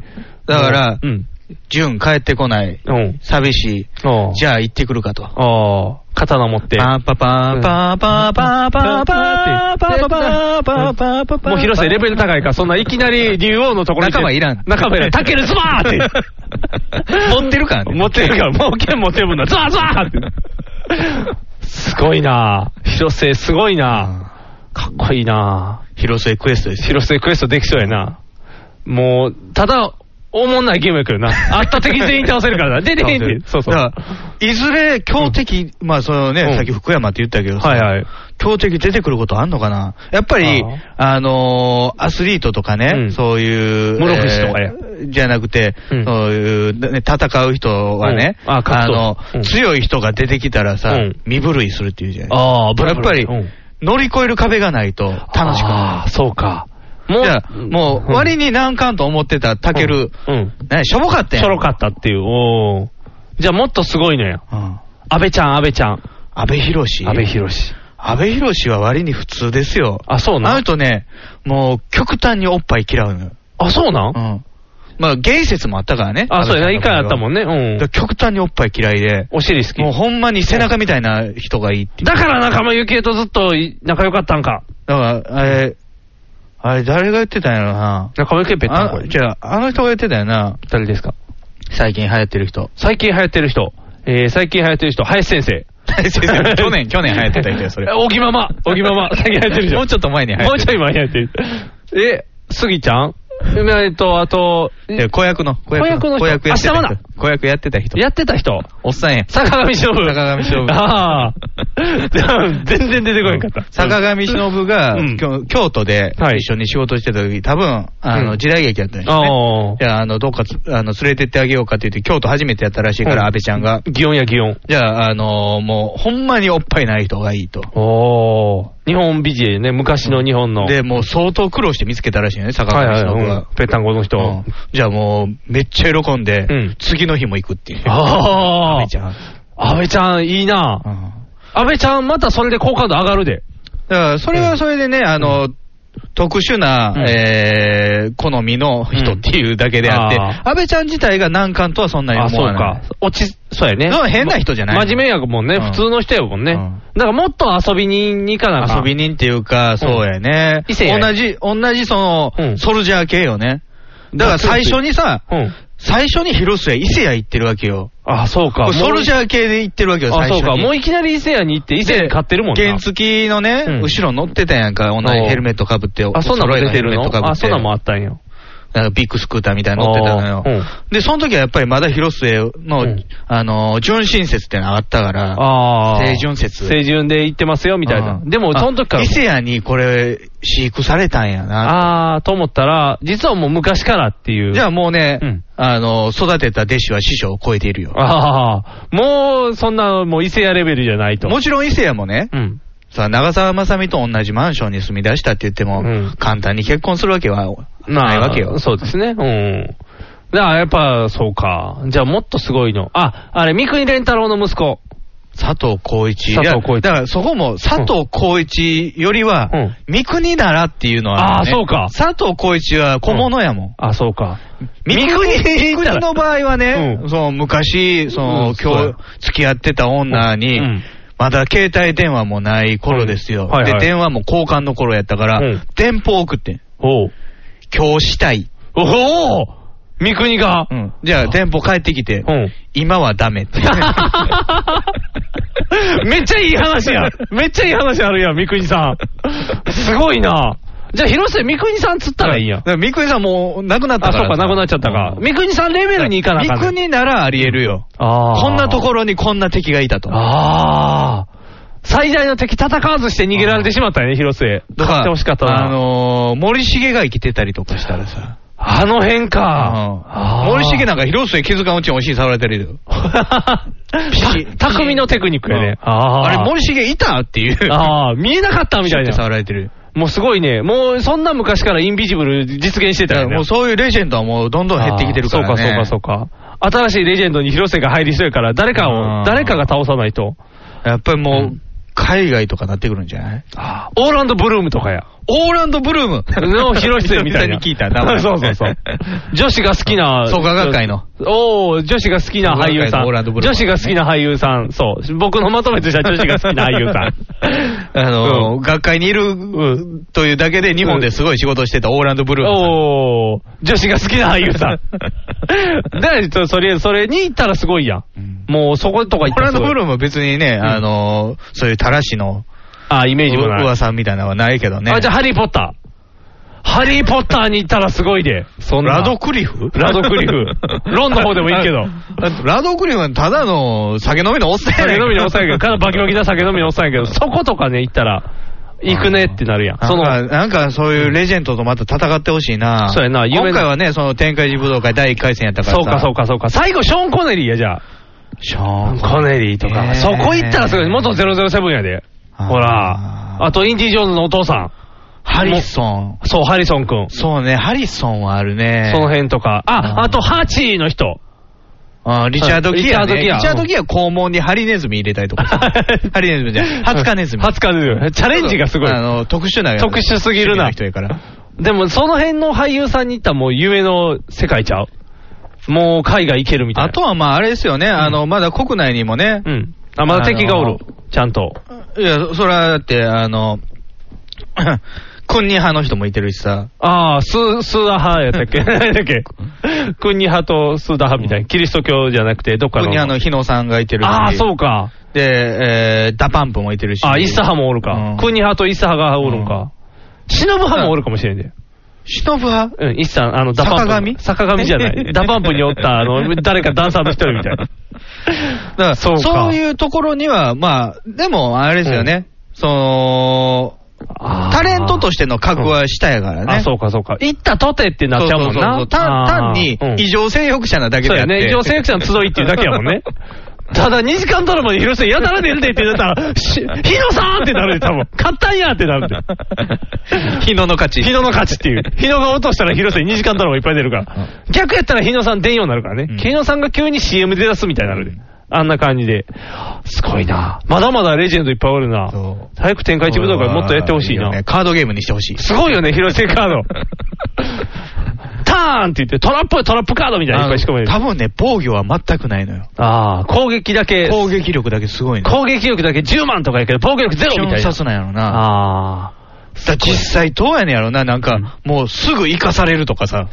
[SPEAKER 2] だから
[SPEAKER 3] うん。
[SPEAKER 2] 純帰ってこない。
[SPEAKER 3] うん。
[SPEAKER 2] 寂しい。
[SPEAKER 3] うん
[SPEAKER 2] じゃあ行ってくるかと。
[SPEAKER 3] ああ。刀持って。
[SPEAKER 2] パーパパーパーパーパーパーパーパーパーパーパーパーパーパーパーパー
[SPEAKER 3] もう広瀬レベル高いから、そんないきなり竜王のところに行
[SPEAKER 2] 仲
[SPEAKER 3] って
[SPEAKER 2] 間いらん
[SPEAKER 3] 仲 間いらん。タケルズバ ーって。
[SPEAKER 2] 持ってるからね
[SPEAKER 3] 持ってるから、もう剣持ってるもんな。ズワーズワーって。すごいなぁ広瀬すごいなぁかっこいいなぁ
[SPEAKER 2] 広瀬クエストですよ。
[SPEAKER 3] 広瀬クエストできそうやなもう、ただ、おもんないゲームやけ どな。あった敵全員倒せるからな。出てへんって。 そうそう。
[SPEAKER 2] だ
[SPEAKER 3] は
[SPEAKER 2] からいずれ強敵、まあそのね、
[SPEAKER 3] うん
[SPEAKER 2] さっき福山って言ったけどさ、
[SPEAKER 3] いはい。
[SPEAKER 2] 強敵出てくることあんのかなやっぱり、あのーアスリートとかね、
[SPEAKER 3] うん
[SPEAKER 2] そういう。
[SPEAKER 3] 室伏とかや
[SPEAKER 2] えーじゃなくて、
[SPEAKER 3] うん
[SPEAKER 2] そういう、ね戦う人はね、
[SPEAKER 3] うんあ格闘
[SPEAKER 2] の、
[SPEAKER 3] うん
[SPEAKER 2] 強い人が出てきたらさ、
[SPEAKER 3] うん
[SPEAKER 2] 身震いするっていうじゃない
[SPEAKER 3] ああ、ブ
[SPEAKER 2] や
[SPEAKER 3] ラ
[SPEAKER 2] っ
[SPEAKER 3] ブ
[SPEAKER 2] ぱ
[SPEAKER 3] ラ
[SPEAKER 2] り、
[SPEAKER 3] うん
[SPEAKER 2] 乗り越える壁がないと楽しく
[SPEAKER 3] あ
[SPEAKER 2] な
[SPEAKER 3] あ、そうか。も
[SPEAKER 2] い。じゃあ、もう、割に難関と思ってたタケル、
[SPEAKER 3] うんうん
[SPEAKER 2] ね、しょぼかったやん。
[SPEAKER 3] ちょろかったっていう。おーじゃあもっとすごいのよ。
[SPEAKER 2] うん。
[SPEAKER 3] 安倍ちゃん、安倍ちゃん。
[SPEAKER 2] 安倍博士
[SPEAKER 3] 安倍博士。
[SPEAKER 2] 安倍博士は割に普通ですよ。
[SPEAKER 3] あ、そう
[SPEAKER 2] あ
[SPEAKER 3] な
[SPEAKER 2] の
[SPEAKER 3] ん
[SPEAKER 2] 人ね、もう極端におっぱい嫌うのよ。
[SPEAKER 3] あ、そうなん
[SPEAKER 2] うん。まあ、ゲイ説もあったからね。
[SPEAKER 3] あ、そうやな。一回あったもん
[SPEAKER 2] ね。
[SPEAKER 3] ね。う
[SPEAKER 2] だ
[SPEAKER 3] ん。
[SPEAKER 2] から極端におっぱい嫌いで、
[SPEAKER 3] お尻好き
[SPEAKER 2] もう。ほんまに背中みたいな人がいいっていう。
[SPEAKER 3] だから仲間由紀恵とずっとい仲良かったんか。
[SPEAKER 2] だから、あれ、あれ誰が言ってたんやろな。
[SPEAKER 3] 仲間由紀恵ペットの
[SPEAKER 2] あ
[SPEAKER 3] 声。
[SPEAKER 2] じゃあ、あの人が言ってたよな。
[SPEAKER 3] 誰ですか
[SPEAKER 2] 最近流行ってる人。
[SPEAKER 3] 最近流行ってる人。えー、最近流行ってる人、林先生。
[SPEAKER 2] 先生 去年、去年流行ってた人や、 それ。
[SPEAKER 3] 小木ママ。小木ママ。最近流行ってる人。
[SPEAKER 2] もうちょっと前に流行
[SPEAKER 3] も
[SPEAKER 2] っ
[SPEAKER 3] う
[SPEAKER 2] て
[SPEAKER 3] ちょい
[SPEAKER 2] る。
[SPEAKER 3] 前にやってる。え、スギちゃんえっと、あと、
[SPEAKER 2] え子役の、子
[SPEAKER 3] 子役の人
[SPEAKER 2] 子役やってた
[SPEAKER 3] あ下
[SPEAKER 2] 人
[SPEAKER 3] まだ。
[SPEAKER 2] 子役やってた人。
[SPEAKER 3] やってた人
[SPEAKER 2] おっさんや。
[SPEAKER 3] 坂上忍。
[SPEAKER 2] 坂上忍
[SPEAKER 3] ああ。全然出てこへんかった。
[SPEAKER 2] 坂上忍が、
[SPEAKER 3] うん
[SPEAKER 2] 京京都で
[SPEAKER 3] はい
[SPEAKER 2] 一緒に仕事してた時、多分、あの、
[SPEAKER 3] うん
[SPEAKER 2] 時代劇やったんですよね。じ
[SPEAKER 3] あ
[SPEAKER 2] ゃあ、あの、どっかつ、あの、連れてってあげようかって言って、京都初めてやったらしいから、
[SPEAKER 3] うん
[SPEAKER 2] 安倍ちゃんが
[SPEAKER 3] あ。。祇園や祇園。
[SPEAKER 2] じゃあ、あのもう、ほんまにおっぱいない人がいいと。
[SPEAKER 3] おー。日本美人ね、昔の日本の。
[SPEAKER 2] で、もう相当苦労して見つけたらしいよね、坂
[SPEAKER 3] はいは
[SPEAKER 2] 上
[SPEAKER 3] い、
[SPEAKER 2] 忍
[SPEAKER 3] う
[SPEAKER 2] は
[SPEAKER 3] ん。、ぺったんこの人。
[SPEAKER 2] うんじゃあもう、めっちゃ喜んで、
[SPEAKER 3] うん
[SPEAKER 2] 次の日も行くっていう。
[SPEAKER 3] ああ
[SPEAKER 2] めちゃん。
[SPEAKER 3] 安倍ちゃん、いいな
[SPEAKER 2] う。ん
[SPEAKER 3] 安倍ちゃん、またそれで好感度上がるで。
[SPEAKER 2] だから、それはそれでね、あの、特殊な、
[SPEAKER 3] うん
[SPEAKER 2] えー好みの人っていうだけであって、
[SPEAKER 3] うんあ
[SPEAKER 2] 安倍ちゃん自体が難関とはそんなに
[SPEAKER 3] あ、
[SPEAKER 2] 思
[SPEAKER 3] そう
[SPEAKER 2] わない
[SPEAKER 3] か。。落ち、そうやね。
[SPEAKER 2] の変な人じゃない
[SPEAKER 3] ま真面目やもんね、
[SPEAKER 2] うん
[SPEAKER 3] 普通の人やもんね。
[SPEAKER 2] うん
[SPEAKER 3] だからもっと遊び人に行かなあかん
[SPEAKER 2] 遊び人っていうか、そうやね。
[SPEAKER 3] 異性や
[SPEAKER 2] 同じ、同じその、
[SPEAKER 3] うん
[SPEAKER 2] ソルジャー系よね。だから最初にさ、
[SPEAKER 3] うん。
[SPEAKER 2] 最初に広末伊勢屋行ってるわけよ。
[SPEAKER 3] あ、そうか。
[SPEAKER 2] これソルジ
[SPEAKER 3] ャ
[SPEAKER 2] ャー系で行ってるわけよ、
[SPEAKER 3] あ、
[SPEAKER 2] 最
[SPEAKER 3] そ
[SPEAKER 2] 初
[SPEAKER 3] う
[SPEAKER 2] に。
[SPEAKER 3] か。もういきなり伊勢屋に行って、伊勢屋に買ってるもんな。
[SPEAKER 2] 原付きのね、
[SPEAKER 3] うん
[SPEAKER 2] 後ろ乗ってたやんか、同じヘルメットかぶって、
[SPEAKER 3] あ、そんなんも
[SPEAKER 2] お揃い
[SPEAKER 3] 出てる
[SPEAKER 2] ヘルメ
[SPEAKER 3] の
[SPEAKER 2] ット被
[SPEAKER 3] あ、
[SPEAKER 2] って
[SPEAKER 3] そんなんもあったんよ。
[SPEAKER 2] なんかビッグスクーターみたいに乗ってたのよ。
[SPEAKER 3] あーうん
[SPEAKER 2] で、その時はやっぱりまだ広末の、
[SPEAKER 3] うん
[SPEAKER 2] あのー、純真説ってのがあったから、
[SPEAKER 3] ああ。
[SPEAKER 2] 清純説
[SPEAKER 3] 清純で行ってますよ、みたいな
[SPEAKER 2] う。ん
[SPEAKER 3] でも、その時から
[SPEAKER 2] あ伊。勢屋にこれ、飼育されたんやな。
[SPEAKER 3] あーと思ったら、実はもう昔からっていう。
[SPEAKER 2] じゃあもうね、
[SPEAKER 3] うん
[SPEAKER 2] あのー、育てた弟子は師匠を超えているよ。
[SPEAKER 3] ああ、もう、そんな、もう伊勢屋レベルじゃないと。
[SPEAKER 2] もちろん伊勢屋もね、
[SPEAKER 3] うん。
[SPEAKER 2] さあ長澤まさみと同じマンションに住み出したって言っても、
[SPEAKER 3] うん
[SPEAKER 2] 簡単に結婚するわけはないわけよ。
[SPEAKER 3] そうですね。うん。だからやっぱ、そうか。じゃあもっとすごいの。あ、あれ、三國連太郎の息子。
[SPEAKER 2] 佐藤浩市。
[SPEAKER 3] 佐藤浩市
[SPEAKER 2] いやだからそこも佐藤浩市よりは、
[SPEAKER 3] うん
[SPEAKER 2] 三国ならっていうのは、ね。
[SPEAKER 3] あーそうか
[SPEAKER 2] 佐藤浩市は小物やもん。
[SPEAKER 3] あ、そうか。
[SPEAKER 2] 三国三国の場合はね、
[SPEAKER 3] う
[SPEAKER 2] その昔、その、
[SPEAKER 3] うんそうや
[SPEAKER 2] 今日付き合ってた女に、
[SPEAKER 3] うん
[SPEAKER 2] まだ携帯電話もない頃ですよ。
[SPEAKER 3] うんはいはい
[SPEAKER 2] で、電話も交換の頃やったから、
[SPEAKER 3] うん
[SPEAKER 2] 電報送ってん、
[SPEAKER 3] おう。
[SPEAKER 2] 今日したい。
[SPEAKER 3] おお三國が。
[SPEAKER 2] うんじゃあ、電報帰ってきて、
[SPEAKER 3] うん。
[SPEAKER 2] 今はダメって。
[SPEAKER 3] めっちゃいい話や。めっちゃいい話あるやん、三國さん。すごいな。じゃあ、広瀬三國さんつったらいいやん
[SPEAKER 2] だ。から三國さんもう亡くなった
[SPEAKER 3] あ、
[SPEAKER 2] か
[SPEAKER 3] そ
[SPEAKER 2] ら。
[SPEAKER 3] うか、なくなっちゃったか。三國さんレベルに行かなあかんね。
[SPEAKER 2] 三国ならあり得るよ。
[SPEAKER 3] ああ。
[SPEAKER 2] こんなところにこんな敵がいたと。
[SPEAKER 3] ああ。最大の敵戦わずして逃げられてしまったよね、広末。
[SPEAKER 2] と
[SPEAKER 3] 勝ってほしかったな。
[SPEAKER 2] あ
[SPEAKER 3] あの、
[SPEAKER 2] のー、森重が生きてたりとかしたらさ。
[SPEAKER 3] 辺か。あ
[SPEAKER 2] うん
[SPEAKER 3] ー
[SPEAKER 2] 森重なんか広末気づかんうちにお尻触られてるよ。
[SPEAKER 3] た匠のテクニックや
[SPEAKER 2] う
[SPEAKER 3] ね
[SPEAKER 2] ん。
[SPEAKER 3] あ
[SPEAKER 2] あ
[SPEAKER 3] あ
[SPEAKER 2] れ、森重いたっていう。
[SPEAKER 3] ああ、見えなか ったみたい
[SPEAKER 2] シュッて
[SPEAKER 3] な。
[SPEAKER 2] 触られてる。
[SPEAKER 3] もうすごいね。もうそんな昔からインビジブル実現して
[SPEAKER 2] だ
[SPEAKER 3] た
[SPEAKER 2] か
[SPEAKER 3] よ
[SPEAKER 2] ら
[SPEAKER 3] ね。
[SPEAKER 2] もうそういうレジェンドはもうどんどん減ってきてるからね。
[SPEAKER 3] あーそうか、そうか、そうか。新しいレジェンドに広瀬が入りそうやから、誰か
[SPEAKER 2] う
[SPEAKER 3] を、
[SPEAKER 2] ん
[SPEAKER 3] 誰かが倒さないと。
[SPEAKER 2] やっぱり
[SPEAKER 3] う、
[SPEAKER 2] もうん海外とかなってくるんじゃない
[SPEAKER 3] オーランド・ブルームとかや。
[SPEAKER 2] オーランド・ブルー ム
[SPEAKER 3] の広末みたい
[SPEAKER 2] 久々
[SPEAKER 3] な。
[SPEAKER 2] に聞いた名前
[SPEAKER 3] そうそうそう。女子が好きな。
[SPEAKER 2] 創価学会の。
[SPEAKER 3] おお女子が好きな俳優さん。
[SPEAKER 2] 創価学会のオーランドブルー。
[SPEAKER 3] 女子が好きな俳優さん。そう。僕のまとめとしては女子が好き な俳優さん
[SPEAKER 2] あのー、
[SPEAKER 3] うん
[SPEAKER 2] 学会にいる、
[SPEAKER 3] ん
[SPEAKER 2] というだけで日本ですごい仕事をしてたオーランド・ブルームさん。
[SPEAKER 3] おお女子が好きな俳優さ ん。で、ちょそれ、それに行ったらすごいやん。
[SPEAKER 2] うん
[SPEAKER 3] もうそことか
[SPEAKER 2] オ
[SPEAKER 3] 行っ
[SPEAKER 2] ー
[SPEAKER 3] た
[SPEAKER 2] ラ
[SPEAKER 3] ら
[SPEAKER 2] ンド・
[SPEAKER 3] すごい
[SPEAKER 2] ブルームは別にね、あのー、そういうたらしの
[SPEAKER 3] あ、イメージもない。
[SPEAKER 2] 噂みたいなのはないけどね。
[SPEAKER 3] あ、じゃあハリーポッター。ハリーポッターに行ったらすごいで。そんな。
[SPEAKER 2] ラドクリフ
[SPEAKER 3] ラドクリ フロンの方でもいいけど
[SPEAKER 2] だってラドクリフはただの酒飲みのおっさんや
[SPEAKER 3] 酒
[SPEAKER 2] ねん
[SPEAKER 3] 飲みのおっさんやけ ど、かなバキバキな酒飲みのおっさんやけど、そことかね、行ったら、行くねってなるやん。その、
[SPEAKER 2] なんか、なんかそういうレジェンドとまた戦ってほしいな。
[SPEAKER 3] そうやな夢の
[SPEAKER 2] 今回はね、その天界寺武道会第1回戦やったからさ。
[SPEAKER 3] そうかそう
[SPEAKER 2] か。
[SPEAKER 3] かそうか。最後、ショーン・コネリーや、じゃあ。
[SPEAKER 2] ショーン
[SPEAKER 3] コネリーとか。そこ行ったらすごい。元007やで。
[SPEAKER 2] あー
[SPEAKER 3] ほら。あと、インディ・ジョーンズのお父さん。
[SPEAKER 2] ハリソン。
[SPEAKER 3] そう、ハリソン君。
[SPEAKER 2] そうね、ハリソンはあるね。
[SPEAKER 3] その辺とか。あ、
[SPEAKER 2] あー
[SPEAKER 3] あと、ハチーの人。
[SPEAKER 2] あリチャード・ギア、ね。
[SPEAKER 3] リチャードギア
[SPEAKER 2] リチャード・ギア肛門にハリネズミ入れたりと かさ。 ハリネズミじゃない。ハツカネズミ。
[SPEAKER 3] ハツカネズミ。チャレンジがすごい。
[SPEAKER 2] あの、特殊な。
[SPEAKER 3] 特殊すぎるな
[SPEAKER 2] 人やから。
[SPEAKER 3] でも、その辺の俳優さんに行ったらもう夢の世界ちゃうもう海外行けるみたいな。
[SPEAKER 2] あとはまああれですよね、あの、まだ国内にもね
[SPEAKER 3] う、ん。あ、まだ敵がおる。ちゃんと。
[SPEAKER 2] いや、それはだって、あの、 君に派の人もいてるしさ、
[SPEAKER 3] ああ、スー、スーダ派やったっ け何だっけクンニ派とスーダ派みたいな。キリスト教じゃなくて、どっか
[SPEAKER 2] 君に
[SPEAKER 3] の。
[SPEAKER 2] 派の日野さんがいてるし、
[SPEAKER 3] ああ、そうか。
[SPEAKER 2] で、えー、ダパンプもいてるし、
[SPEAKER 3] あ、イッサ派もおる
[SPEAKER 2] う
[SPEAKER 3] か
[SPEAKER 2] ん。
[SPEAKER 3] クンニ派とイッサ派がおるんか。シノブ派もおるかもしれんで。
[SPEAKER 2] シノブ派
[SPEAKER 3] うん、イッサ、あの、ダパンプ。
[SPEAKER 2] 坂上
[SPEAKER 3] 坂上じゃ ない。ダパンプにおった、あの、誰かダンサーの一人みたいな。
[SPEAKER 2] だから
[SPEAKER 3] そうか
[SPEAKER 2] そういうところには、まあ、でもあれですよね、その、
[SPEAKER 3] あー
[SPEAKER 2] タレントとしての格は下やからね。
[SPEAKER 3] あ、そうか、そうか。行ったとてってなっちゃう
[SPEAKER 2] そ
[SPEAKER 3] もん
[SPEAKER 2] うそうそうそ
[SPEAKER 3] な。
[SPEAKER 2] う単単に
[SPEAKER 3] あーうん
[SPEAKER 2] 異常性欲者なだけ
[SPEAKER 3] そう
[SPEAKER 2] であ
[SPEAKER 3] や
[SPEAKER 2] って。
[SPEAKER 3] ね。異常性欲者の集いっていうだけやもんね。 ただ2時間ドラマで広瀬やたら出るでって言 ったら、し日野さんってなるで、多分。勝ったんやってなるで。
[SPEAKER 2] 日野の勝ち。
[SPEAKER 3] 日野の勝ちっていう。日野が落としたら広瀬2時間ドラマいっぱい出るから。逆やったら日野さん出んようになるからね。日野さんが急に CM 出だすみたいになるで。あんな感じで。すごいな。まだまだレジェンドいっぱいおる な
[SPEAKER 2] そ。
[SPEAKER 3] 早く展開一部とかもっとやってほしい
[SPEAKER 2] よ
[SPEAKER 3] な
[SPEAKER 2] ね。カードゲームにしてほしい。
[SPEAKER 3] すごいよね、広瀬カー ド。ターンって言って、トラップ、トラップカードみたいなのいっぱい仕込める。
[SPEAKER 2] 多分ね、防御は全くないのよ。
[SPEAKER 3] ああ、攻撃だけ、
[SPEAKER 2] 攻撃力だけすごいの。
[SPEAKER 3] 攻撃力だけ10万とかやけど、防御力ゼロみたいな
[SPEAKER 2] 瞬。殺なんやろな。
[SPEAKER 3] ああ。
[SPEAKER 2] だ実際どうやねんやろな、なん
[SPEAKER 3] う
[SPEAKER 2] か
[SPEAKER 3] ん、
[SPEAKER 2] もうすぐ生かされるとかさ。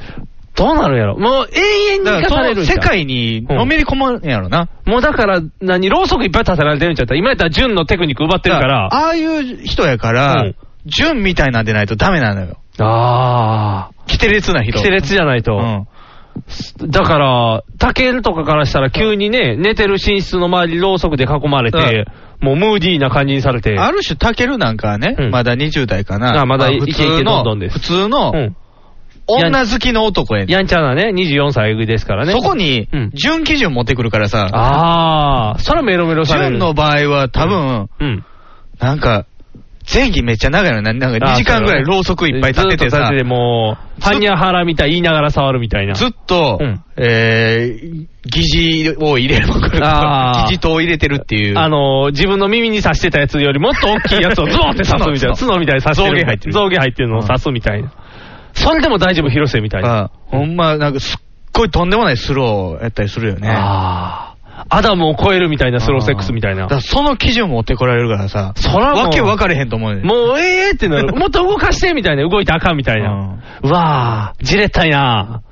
[SPEAKER 3] どうなるんやろもう永遠に
[SPEAKER 2] だ
[SPEAKER 3] 生
[SPEAKER 2] か
[SPEAKER 3] からされ
[SPEAKER 2] そ
[SPEAKER 3] る
[SPEAKER 2] の
[SPEAKER 3] んちゃ
[SPEAKER 2] 世
[SPEAKER 3] う
[SPEAKER 2] 界にのめり込まんやろな。
[SPEAKER 3] もうだから、何、ろうそくいっぱい立てられてるんちゃった今やったら純のテクニック奪ってるから。あ
[SPEAKER 2] ああいう人やか
[SPEAKER 3] う
[SPEAKER 2] ら
[SPEAKER 3] ん、
[SPEAKER 2] 純みたいなんでないとダメなのよ。
[SPEAKER 3] あー。
[SPEAKER 2] キテレツな人。
[SPEAKER 3] キテレツじゃないと。
[SPEAKER 2] うん。
[SPEAKER 3] だから、タケルとかからしたら急にね、寝てる寝室の周りろうそくで囲まれて、もうムーディーな感じにされて。
[SPEAKER 2] ある種、タケルなんかはね
[SPEAKER 3] うん、
[SPEAKER 2] まだ20代かな。
[SPEAKER 3] あまだ
[SPEAKER 2] 普
[SPEAKER 3] イケイ
[SPEAKER 2] 通
[SPEAKER 3] ケどんど
[SPEAKER 2] の、
[SPEAKER 3] んです
[SPEAKER 2] 普通の
[SPEAKER 3] う、ん。
[SPEAKER 2] 女好きの男やね
[SPEAKER 3] やんちゃなね、24歳ですからね。
[SPEAKER 2] そこに
[SPEAKER 3] うん、
[SPEAKER 2] 純基準持ってくるからさ、
[SPEAKER 3] ああ、それメロメロされる。
[SPEAKER 2] 純の場合は多分、
[SPEAKER 3] うん。
[SPEAKER 2] なんか、前期めっちゃ長いのよな。なんか2時間ぐらいろうそくいっぱい立てて
[SPEAKER 3] ずっと
[SPEAKER 2] さ
[SPEAKER 3] 立て、てもう、
[SPEAKER 2] ずっ
[SPEAKER 3] ハニャハラみたい言いながら触るみたいな。
[SPEAKER 2] ずっと、
[SPEAKER 3] うん
[SPEAKER 2] えー、疑似を入れまくる。
[SPEAKER 3] あー
[SPEAKER 2] 疑似糖を入れてるっていう。
[SPEAKER 3] あのー、自分の耳に刺してたやつよりもっと大きいやつをズボンって刺すみたいな。
[SPEAKER 2] 角
[SPEAKER 3] 角みたいに刺して
[SPEAKER 2] 象牙入ってる
[SPEAKER 3] 象牙入ってるのを刺すみたいな。それでも大丈夫、広瀬みたいな。
[SPEAKER 2] あほんま、なんかすっごいとんでもないスローやったりするよね。
[SPEAKER 3] ああ。アダムを超えるみたいなスローセックスみたい
[SPEAKER 2] だ
[SPEAKER 3] な
[SPEAKER 2] か。らその基準持ってこられるからさ、
[SPEAKER 3] そらもう
[SPEAKER 2] わけ分かれへんと思うね。
[SPEAKER 3] もうええってなる。もっと動かしてみた いな。動いたらあかんみたいな。うわあ、じれったいな。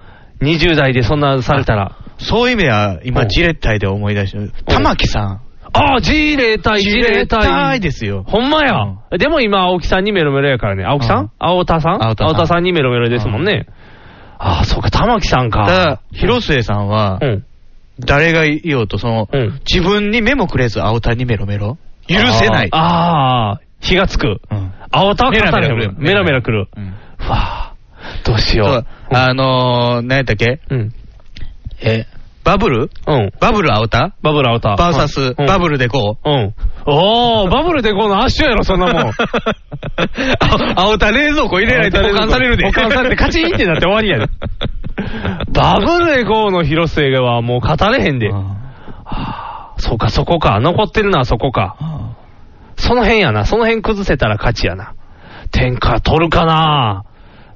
[SPEAKER 3] 20代でそんなされたら。
[SPEAKER 2] そういう意味では、
[SPEAKER 3] う
[SPEAKER 2] 今、
[SPEAKER 3] ん
[SPEAKER 2] ジレッタイで思い出してる。玉木さん。
[SPEAKER 3] ああ、じれたい、じれ
[SPEAKER 2] ジレッ
[SPEAKER 3] た
[SPEAKER 2] タ
[SPEAKER 3] い
[SPEAKER 2] イ。ですよ。
[SPEAKER 3] ほんまや。でも今、青木さんにメロメロやからね。青木さん、
[SPEAKER 2] うん
[SPEAKER 3] 青田さん
[SPEAKER 2] 青田さん
[SPEAKER 3] にメロメロですもんね。ああ、そうか、玉木さん
[SPEAKER 2] た
[SPEAKER 3] か。
[SPEAKER 2] だ、広末さんは
[SPEAKER 3] う、ん。
[SPEAKER 2] 誰がいようと、その
[SPEAKER 3] うん、
[SPEAKER 2] 自分に目もくれず、青田にメロメロ許せない。
[SPEAKER 3] あーあー、火がつく。
[SPEAKER 2] うん
[SPEAKER 3] 青田は勝たれへんもんメ
[SPEAKER 2] メ
[SPEAKER 3] ラ
[SPEAKER 2] ラメ
[SPEAKER 3] メラ
[SPEAKER 2] ラ
[SPEAKER 3] 来
[SPEAKER 2] 来
[SPEAKER 3] る
[SPEAKER 2] る。
[SPEAKER 3] うわあ、どうしよ
[SPEAKER 2] そう
[SPEAKER 3] う。
[SPEAKER 2] あのー、何やったっけ
[SPEAKER 3] うん。
[SPEAKER 2] え、バブル
[SPEAKER 3] うん。
[SPEAKER 2] バブル青田
[SPEAKER 3] バブル青田。
[SPEAKER 2] バーサス、
[SPEAKER 3] うん
[SPEAKER 2] バブルでこう。
[SPEAKER 3] うん。おー、バブルでこの圧勝やろ、そんなもん。
[SPEAKER 2] あ 青田冷蔵庫入れないと 保管されるで。
[SPEAKER 3] 保管されて、カチンってなって終わりや で。バブルでこの広末はもう勝たれへん で。そうか、そこか。残ってるのはそこか。その辺やな。その辺崩せたら勝ちやな。天下取るかな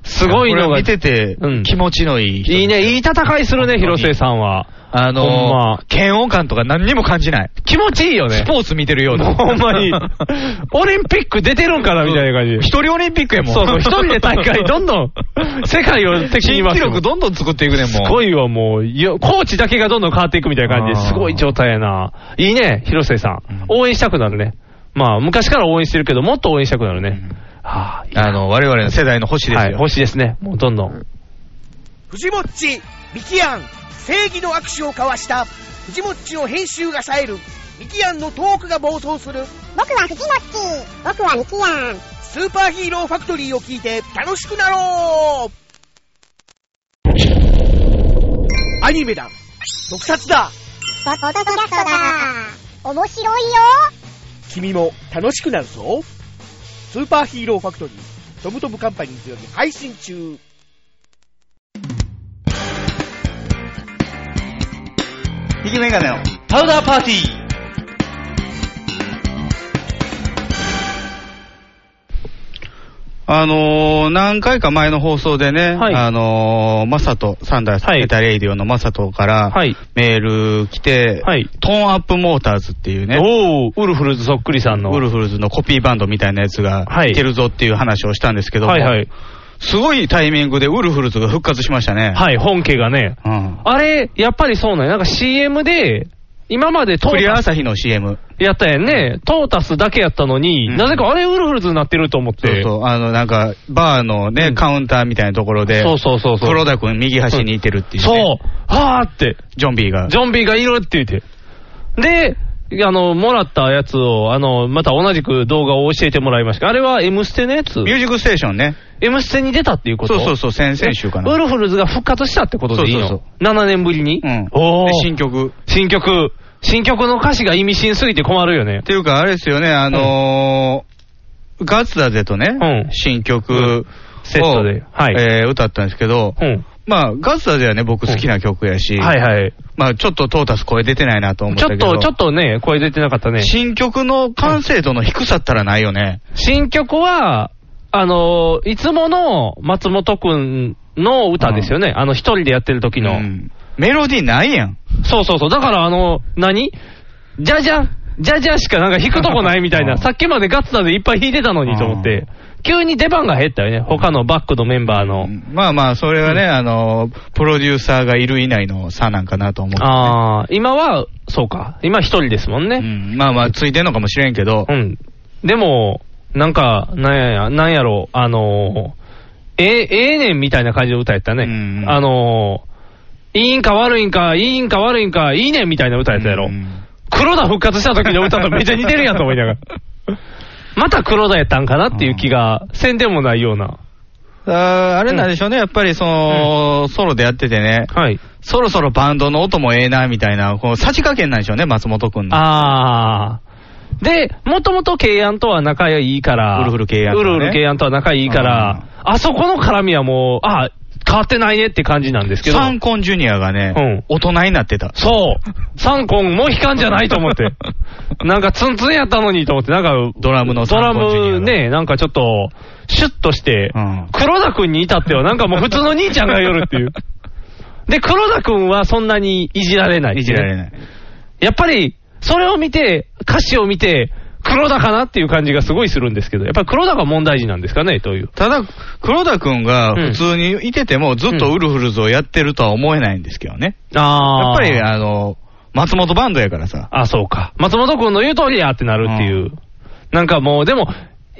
[SPEAKER 3] すごいのが。
[SPEAKER 2] これ見てて
[SPEAKER 3] うん、
[SPEAKER 2] 気持ちのいい人。
[SPEAKER 3] いいね。いい戦いするね、
[SPEAKER 2] 本当に
[SPEAKER 3] 広末さんは。
[SPEAKER 2] あのー
[SPEAKER 3] ほんま
[SPEAKER 2] 嫌悪感とか何にも感じない。
[SPEAKER 3] 気持ちいいよね
[SPEAKER 2] ス。ポーツ見てるような。
[SPEAKER 3] ほんまに。オリンピック出てるんかなみたいな感じ。
[SPEAKER 2] 一人オリンピックやもん。
[SPEAKER 3] そうそう、一人で大 会、どんどん、世界を敵に
[SPEAKER 2] 新
[SPEAKER 3] 回
[SPEAKER 2] 記
[SPEAKER 3] す。
[SPEAKER 2] 録どんどん作っていくね、もう。
[SPEAKER 3] すごいわ、もう、よコーチだけがどんどん変わっていくみたいな感じ
[SPEAKER 2] あ
[SPEAKER 3] で、
[SPEAKER 2] ー
[SPEAKER 3] すごい状態やな。いいね、広末さん。応援したくなるね。まあ、昔から応援してるけど、もっと応援したくなるね。はあ、いい
[SPEAKER 2] あの、我々の世代の星ですよ。
[SPEAKER 3] はい、星ですね。もうどんどん。
[SPEAKER 11] 藤もっち、ミキアン、正義の握手を交わした、藤もっちの編集が冴える、ミキアンのトークが暴走する、
[SPEAKER 4] 僕はフジモッチ僕はミキヤン
[SPEAKER 11] スーパーヒーローファクトリーを聞いて楽しくなろうアニメだ特撮だ
[SPEAKER 4] ポッドキャストだ面白いよ
[SPEAKER 11] 君も楽しくなるぞスーパーヒーローファクトリー、トムトムカンパニーズより配信中
[SPEAKER 1] ひげメガネのパウダーパーティー
[SPEAKER 2] あのー何回か前の放送でね、
[SPEAKER 3] はい
[SPEAKER 2] あのーマサト、サンダース
[SPEAKER 3] はい
[SPEAKER 2] メタレイディオのマサトから、
[SPEAKER 3] はい
[SPEAKER 2] メール来て、
[SPEAKER 3] はい
[SPEAKER 2] トーンアップモーターズっていうね、
[SPEAKER 3] おー、ウルフルズそっくりさんの。
[SPEAKER 2] ウルフルズのコピーバンドみたいなやつが
[SPEAKER 3] はい
[SPEAKER 2] いけるぞっていう話をしたんですけども、
[SPEAKER 3] はいはい。
[SPEAKER 2] すごいタイミングでウルフルズが復活しましたね。
[SPEAKER 3] はい、本家がね。
[SPEAKER 2] うん
[SPEAKER 3] あれ、やっぱりそうなんや。なんか CM で、今までト
[SPEAKER 2] クリ
[SPEAKER 3] ー
[SPEAKER 2] ア
[SPEAKER 3] タス
[SPEAKER 2] 朝日の CM。
[SPEAKER 3] やったやんね。トータスだけやったのに、
[SPEAKER 2] うん
[SPEAKER 3] なぜかあれウルフルズになってると思っ
[SPEAKER 2] そう
[SPEAKER 3] て。
[SPEAKER 2] そう。あの、なんか、バーのね、
[SPEAKER 3] うん
[SPEAKER 2] カウンターみたいなところで、
[SPEAKER 3] そうそうそうそう
[SPEAKER 2] 黒田君右端にいてるっていう、ね。
[SPEAKER 3] そう。はーって。
[SPEAKER 2] ジョンビーが。
[SPEAKER 3] ゾンビがいるって言って。で、あの、もらったやつを、あの、また同じく動画を教えてもらいました。あれは M ステのやつ
[SPEAKER 2] ミュージックステーションね。
[SPEAKER 3] ?M ステに出たっていうこと
[SPEAKER 2] そうそうそう、先々週かな。
[SPEAKER 3] ウルフルズが復活したってことでいいの
[SPEAKER 2] そうそう
[SPEAKER 3] ?7 年ぶりに
[SPEAKER 2] うん。
[SPEAKER 3] おー
[SPEAKER 2] で、新曲。
[SPEAKER 3] 新曲。新曲の歌詞が意味深すぎて困るよね
[SPEAKER 2] っ。ていうか、あれですよね、あのーガッツだぜとね、
[SPEAKER 3] うん
[SPEAKER 2] 新曲を、
[SPEAKER 3] うんセットではい
[SPEAKER 2] えー歌ったんですけど、
[SPEAKER 3] うん。
[SPEAKER 2] まあ、ガッツだぜはね、僕好きな曲やし、
[SPEAKER 3] はいはい。
[SPEAKER 2] まあ、ちょっとトータス声出てないなと思った
[SPEAKER 3] ちょ
[SPEAKER 2] け
[SPEAKER 3] っ
[SPEAKER 2] ど、
[SPEAKER 3] と、ちょっとね、声出てなかったね。
[SPEAKER 2] 新曲の完成度の低さったらないよね。
[SPEAKER 3] 新曲は、あの、いつもの松本くんの歌ですよね。あの、一人でやってる時の。
[SPEAKER 2] うんメロディーないやん。
[SPEAKER 3] そうそうそう。だから、あの、何じゃじゃんじゃじゃんしかなんか弾くとこないみたい
[SPEAKER 2] う
[SPEAKER 3] な。
[SPEAKER 2] ん
[SPEAKER 3] さっきまでガッツだでいっぱい弾いてたのにと思って。急に出番が減ったよね。他のバックのメンバーの。
[SPEAKER 2] まあまあ、それはね、あの、プロデューサーがいる以内の差なんかなと思う。
[SPEAKER 3] ああ、今は、そうか。今一人ですもん
[SPEAKER 2] う
[SPEAKER 3] ね。
[SPEAKER 2] ん、まあまあ、ついてんのかもしれんけど
[SPEAKER 3] う、ん。でも、なんか、なんや、なんやろう、あのー、ええ、ええねんみたいな感じの歌やったね。
[SPEAKER 2] うん
[SPEAKER 3] あのー、いいんか悪いんか、いいんか悪いんか、いいねんみたいな歌やったやろ。
[SPEAKER 2] うん
[SPEAKER 3] 黒田復活した時の歌とめっちゃ似てるやんと思い ながら。また黒田やったんかなっていう気が、せんでもないような。
[SPEAKER 2] あーあれなんでしょうね、やっぱりその、ソロでやっててね、
[SPEAKER 3] はい。
[SPEAKER 2] そろそろバンドの音もええなみたいな、こうさじ加減なんでしょうね、松本君の。
[SPEAKER 3] あー。で、もともと慶安とは仲いいから、
[SPEAKER 2] ウルフル慶安
[SPEAKER 3] と、
[SPEAKER 2] とね
[SPEAKER 3] ウルフル慶安とは仲いいから、あそこの絡みはもう、あ変わってないねって感じなんですけど。
[SPEAKER 2] サンコンジュニアがね、大人になってた。
[SPEAKER 3] そう。サンコンもう悲観じゃないと思 って。なんかツンツンやったのにと思って、なんか、
[SPEAKER 2] ドラムの
[SPEAKER 3] ド
[SPEAKER 2] サ
[SPEAKER 3] ラ
[SPEAKER 2] ンコンジュニアの
[SPEAKER 3] ムね、なんかちょっと、シュッとして、
[SPEAKER 2] うん
[SPEAKER 3] 黒田くんに至っては、なんかもう普通の兄ちゃんが寄るって いう。で、黒田くんはそんなにいじられない、
[SPEAKER 2] いじられない。
[SPEAKER 3] やっぱり、それを見て、歌詞を見て、黒田かなっていう感じがすごいするんですけど、やっぱり黒田が問題児なんですかね、という。
[SPEAKER 2] ただ、黒田君が普通にいてても、ずっとウルフルズをやってるとは思えないんですけどね。や
[SPEAKER 3] あ
[SPEAKER 2] っぱり、
[SPEAKER 3] あ
[SPEAKER 2] あの、松本バンドやからさ。
[SPEAKER 3] あ、そうか。松本君の言う通りやってなるっていう。なんかもう、でも、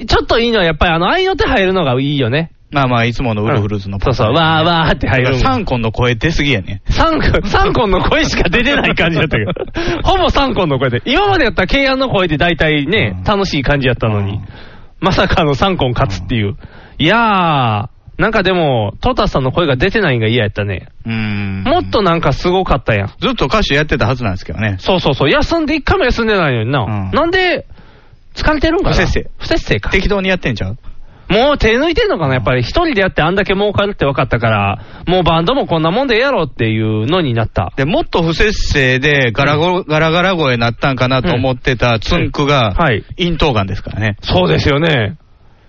[SPEAKER 3] ちょっといいのはやっぱりあの、愛の手入るのがいいよね。
[SPEAKER 2] まあまあ、いつものウルフルズの
[SPEAKER 3] そうそう、わーわーって入る。
[SPEAKER 2] サンコンの声出すぎやね。
[SPEAKER 3] サンコン、サンコンの声しか出てない感じだ ったけど。ほぼサンコンの声で。今までやったら慶安の声で大体ね、
[SPEAKER 2] うん
[SPEAKER 3] 楽しい感じやったの
[SPEAKER 2] う
[SPEAKER 3] に
[SPEAKER 2] ん。
[SPEAKER 3] まさかのサンコン勝つっていう。いやー。なんかでも、トータスさんの声が出てないんが嫌やったね。
[SPEAKER 2] うん。
[SPEAKER 3] もっとなんかすごかったやん。
[SPEAKER 2] ずっと歌手やってたはずなんですけどね。
[SPEAKER 3] そうそうそう。休んで、一回も休んでないのにな。
[SPEAKER 2] うん
[SPEAKER 3] なんで、疲れてるんかな
[SPEAKER 2] 不摂生
[SPEAKER 3] 不節制か。
[SPEAKER 2] 適当にやってんちゃう
[SPEAKER 3] もう手抜いてんのかなやっぱり一人でやってあんだけ儲かるって分かったから、もうバンドもこんなもんでええやろっていうのになった。
[SPEAKER 2] で、もっと不摂生でガラゴ、ガラガラ声になったんかなと思ってたツンクが、
[SPEAKER 3] うんはい
[SPEAKER 2] 咽頭がんですからね。
[SPEAKER 3] そうですよね。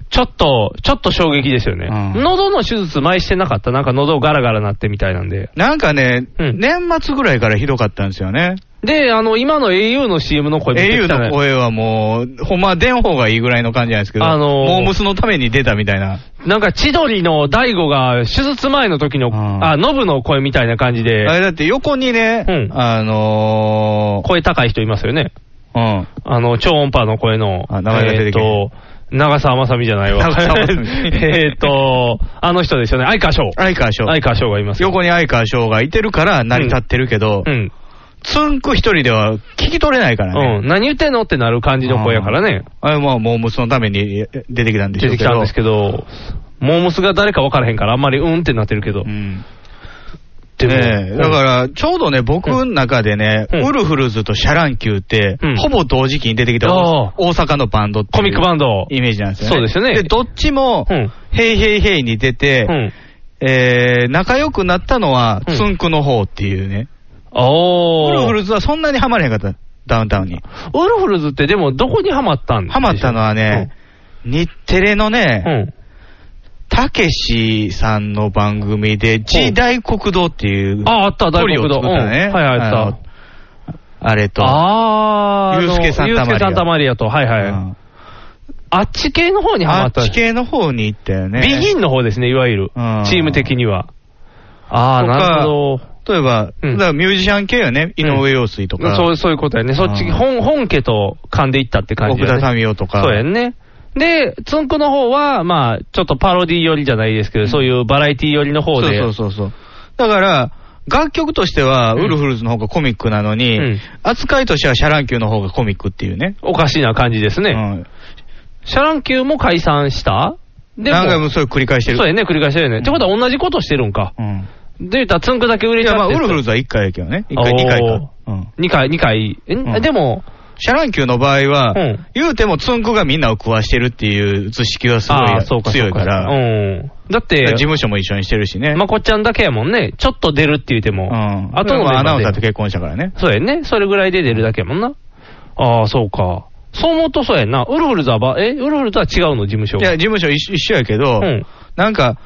[SPEAKER 3] ちょっと、ちょっと衝撃ですよね。
[SPEAKER 2] うん
[SPEAKER 3] 喉の手術前してなかった。なんか喉ガラガラなってみたいなんで。
[SPEAKER 2] なんかね、
[SPEAKER 3] うん
[SPEAKER 2] 年末ぐらいからひどかったんですよね。
[SPEAKER 3] で、あの、今の au の CM の声めっち
[SPEAKER 2] au
[SPEAKER 3] ゃ汚い
[SPEAKER 2] の声はもう、ほんま出ん方がいいぐらいの感じなんですけど、
[SPEAKER 3] あのー
[SPEAKER 2] モームスのために出たみたいな。
[SPEAKER 3] なんか千鳥の大悟が手術前の時の、
[SPEAKER 2] うん
[SPEAKER 3] あ、ノブの声みたいな感じで、
[SPEAKER 2] あれだって横にね、
[SPEAKER 3] うん
[SPEAKER 2] あのー
[SPEAKER 3] 声高い人いますよね。
[SPEAKER 2] うん。
[SPEAKER 3] あの、超音波の声の、
[SPEAKER 2] あ名前が出てけへん
[SPEAKER 3] えーっと、長澤まさみじゃないわ。
[SPEAKER 2] 長澤まさみ
[SPEAKER 3] えーっと、あの人ですよね、相川翔。
[SPEAKER 2] 相川翔。
[SPEAKER 3] 相川翔がいます。
[SPEAKER 2] 横に相川翔がいてるから成り立ってるけど、
[SPEAKER 3] うん。
[SPEAKER 2] ツンク一人では聞き取れないからね。
[SPEAKER 3] うん。何言ってんのってなる感じの声やからね。
[SPEAKER 2] あれはもう、そのためにえ出てきたんでし
[SPEAKER 3] 出
[SPEAKER 2] ょうけ
[SPEAKER 3] てき
[SPEAKER 2] ど。
[SPEAKER 3] たんですけど、モームスが誰か分からへんから、あんまりうんってなってるけど
[SPEAKER 2] う。ん。
[SPEAKER 3] でも
[SPEAKER 2] ねえだから、ちょうどね、僕の中でね、
[SPEAKER 3] うん
[SPEAKER 2] ウルフルズとシャランキューって、
[SPEAKER 3] うん
[SPEAKER 2] ほぼ同時期に出てきた
[SPEAKER 3] ああ
[SPEAKER 2] 大阪のバンドっていう
[SPEAKER 3] コミックバンド。
[SPEAKER 2] イメージなんですよね。
[SPEAKER 3] そうですよね
[SPEAKER 2] で、どっちも
[SPEAKER 3] うん、
[SPEAKER 2] ヘイヘイヘイに出て、
[SPEAKER 3] うん。
[SPEAKER 2] えー、仲良くなったのは、
[SPEAKER 3] うん
[SPEAKER 2] つんくの方っていうね。ウ
[SPEAKER 3] お
[SPEAKER 2] ルフル
[SPEAKER 3] ズ。
[SPEAKER 2] ズはそんなにハマれへんかった、ダウンタウンに。
[SPEAKER 3] ウルフルズってでもどこにハマったんでしょ
[SPEAKER 2] ハマったのはね、日テレのね、
[SPEAKER 3] うん。うん
[SPEAKER 2] たけしさんの番組で、時代国道っていう、
[SPEAKER 3] あ、あった、大
[SPEAKER 2] トリオ
[SPEAKER 3] 黒
[SPEAKER 2] を
[SPEAKER 3] 堂。う
[SPEAKER 2] 作
[SPEAKER 3] ん。
[SPEAKER 2] ったね。
[SPEAKER 3] はい、あった。
[SPEAKER 2] あれと。
[SPEAKER 3] あーあの、
[SPEAKER 2] ユースケサンタマリア
[SPEAKER 3] ユースケサンタマリアと、はいはい。
[SPEAKER 2] うん
[SPEAKER 3] あっち系の方にハマ
[SPEAKER 2] あっ
[SPEAKER 3] ったん
[SPEAKER 2] ち
[SPEAKER 3] です
[SPEAKER 2] 系の方に行ったよね。
[SPEAKER 3] ビギンの方ですね、いわゆる
[SPEAKER 2] うん。
[SPEAKER 3] チーム的には。ああ、
[SPEAKER 2] とか
[SPEAKER 3] なるほど。
[SPEAKER 2] 例えば、
[SPEAKER 3] うん
[SPEAKER 2] だからミュージシャン系よね。井上陽水とか、
[SPEAKER 3] そうそういうことやね。そっち、
[SPEAKER 2] うん
[SPEAKER 3] 本、本家と噛んでいったって感じ、
[SPEAKER 2] 奥
[SPEAKER 3] ね。
[SPEAKER 2] 田民生とか。
[SPEAKER 3] そうやんね。で、つんくの方は、まあ、ちょっとパロディ寄りじゃないですけど、そういうバラエティ寄りの方
[SPEAKER 2] そう
[SPEAKER 3] で。
[SPEAKER 2] そうそうそう。だから、楽曲としては、
[SPEAKER 3] うん
[SPEAKER 2] ウルフルズの方がコミックなのに、
[SPEAKER 3] うん
[SPEAKER 2] 扱いとしてはシャランキューの方がコミックっていうね。
[SPEAKER 3] おかしな感じですね。
[SPEAKER 2] うん、
[SPEAKER 3] シャラン級も解散したで
[SPEAKER 2] 何回もそれ繰り返してる。
[SPEAKER 3] そうやね、繰り返してるよね。ってことは同じことしてるんか。
[SPEAKER 2] うん
[SPEAKER 3] で言ったら、つんくだけ売れ
[SPEAKER 2] い
[SPEAKER 3] ちゃ
[SPEAKER 2] や、まあ、
[SPEAKER 3] っ
[SPEAKER 2] ウ
[SPEAKER 3] て。
[SPEAKER 2] ルフルズは1回やけどね。1回、2回か。うん。
[SPEAKER 3] 2回、2回。え、
[SPEAKER 2] うん
[SPEAKER 3] でも、
[SPEAKER 2] シャランキューの場合は、
[SPEAKER 3] うん
[SPEAKER 2] 言うてもツンクがみんなを食わしてるっていう図式はすご
[SPEAKER 3] ああ、そう
[SPEAKER 2] い
[SPEAKER 3] か、
[SPEAKER 2] 強いか
[SPEAKER 3] そう
[SPEAKER 2] ら、
[SPEAKER 3] うん。だって、
[SPEAKER 2] 事務所も一緒にしてるしね。
[SPEAKER 3] まこっちゃんだけやもんね。ちょっと出るって言うても。
[SPEAKER 2] うん。
[SPEAKER 3] あとの
[SPEAKER 2] ま
[SPEAKER 3] メ
[SPEAKER 2] あア
[SPEAKER 3] ン
[SPEAKER 2] ナ
[SPEAKER 3] バ
[SPEAKER 2] ウン
[SPEAKER 3] ーで
[SPEAKER 2] サーと結婚したからね。
[SPEAKER 3] そうやね。それぐらいで出るだけやもんな。ああ、そうか。そう思うとそうやんな。ウルフルズはば、え、ウルフルズは違うの、事務所
[SPEAKER 2] い
[SPEAKER 3] が。
[SPEAKER 2] や、事務所一緒一緒やけど、
[SPEAKER 3] うん。
[SPEAKER 2] なんか、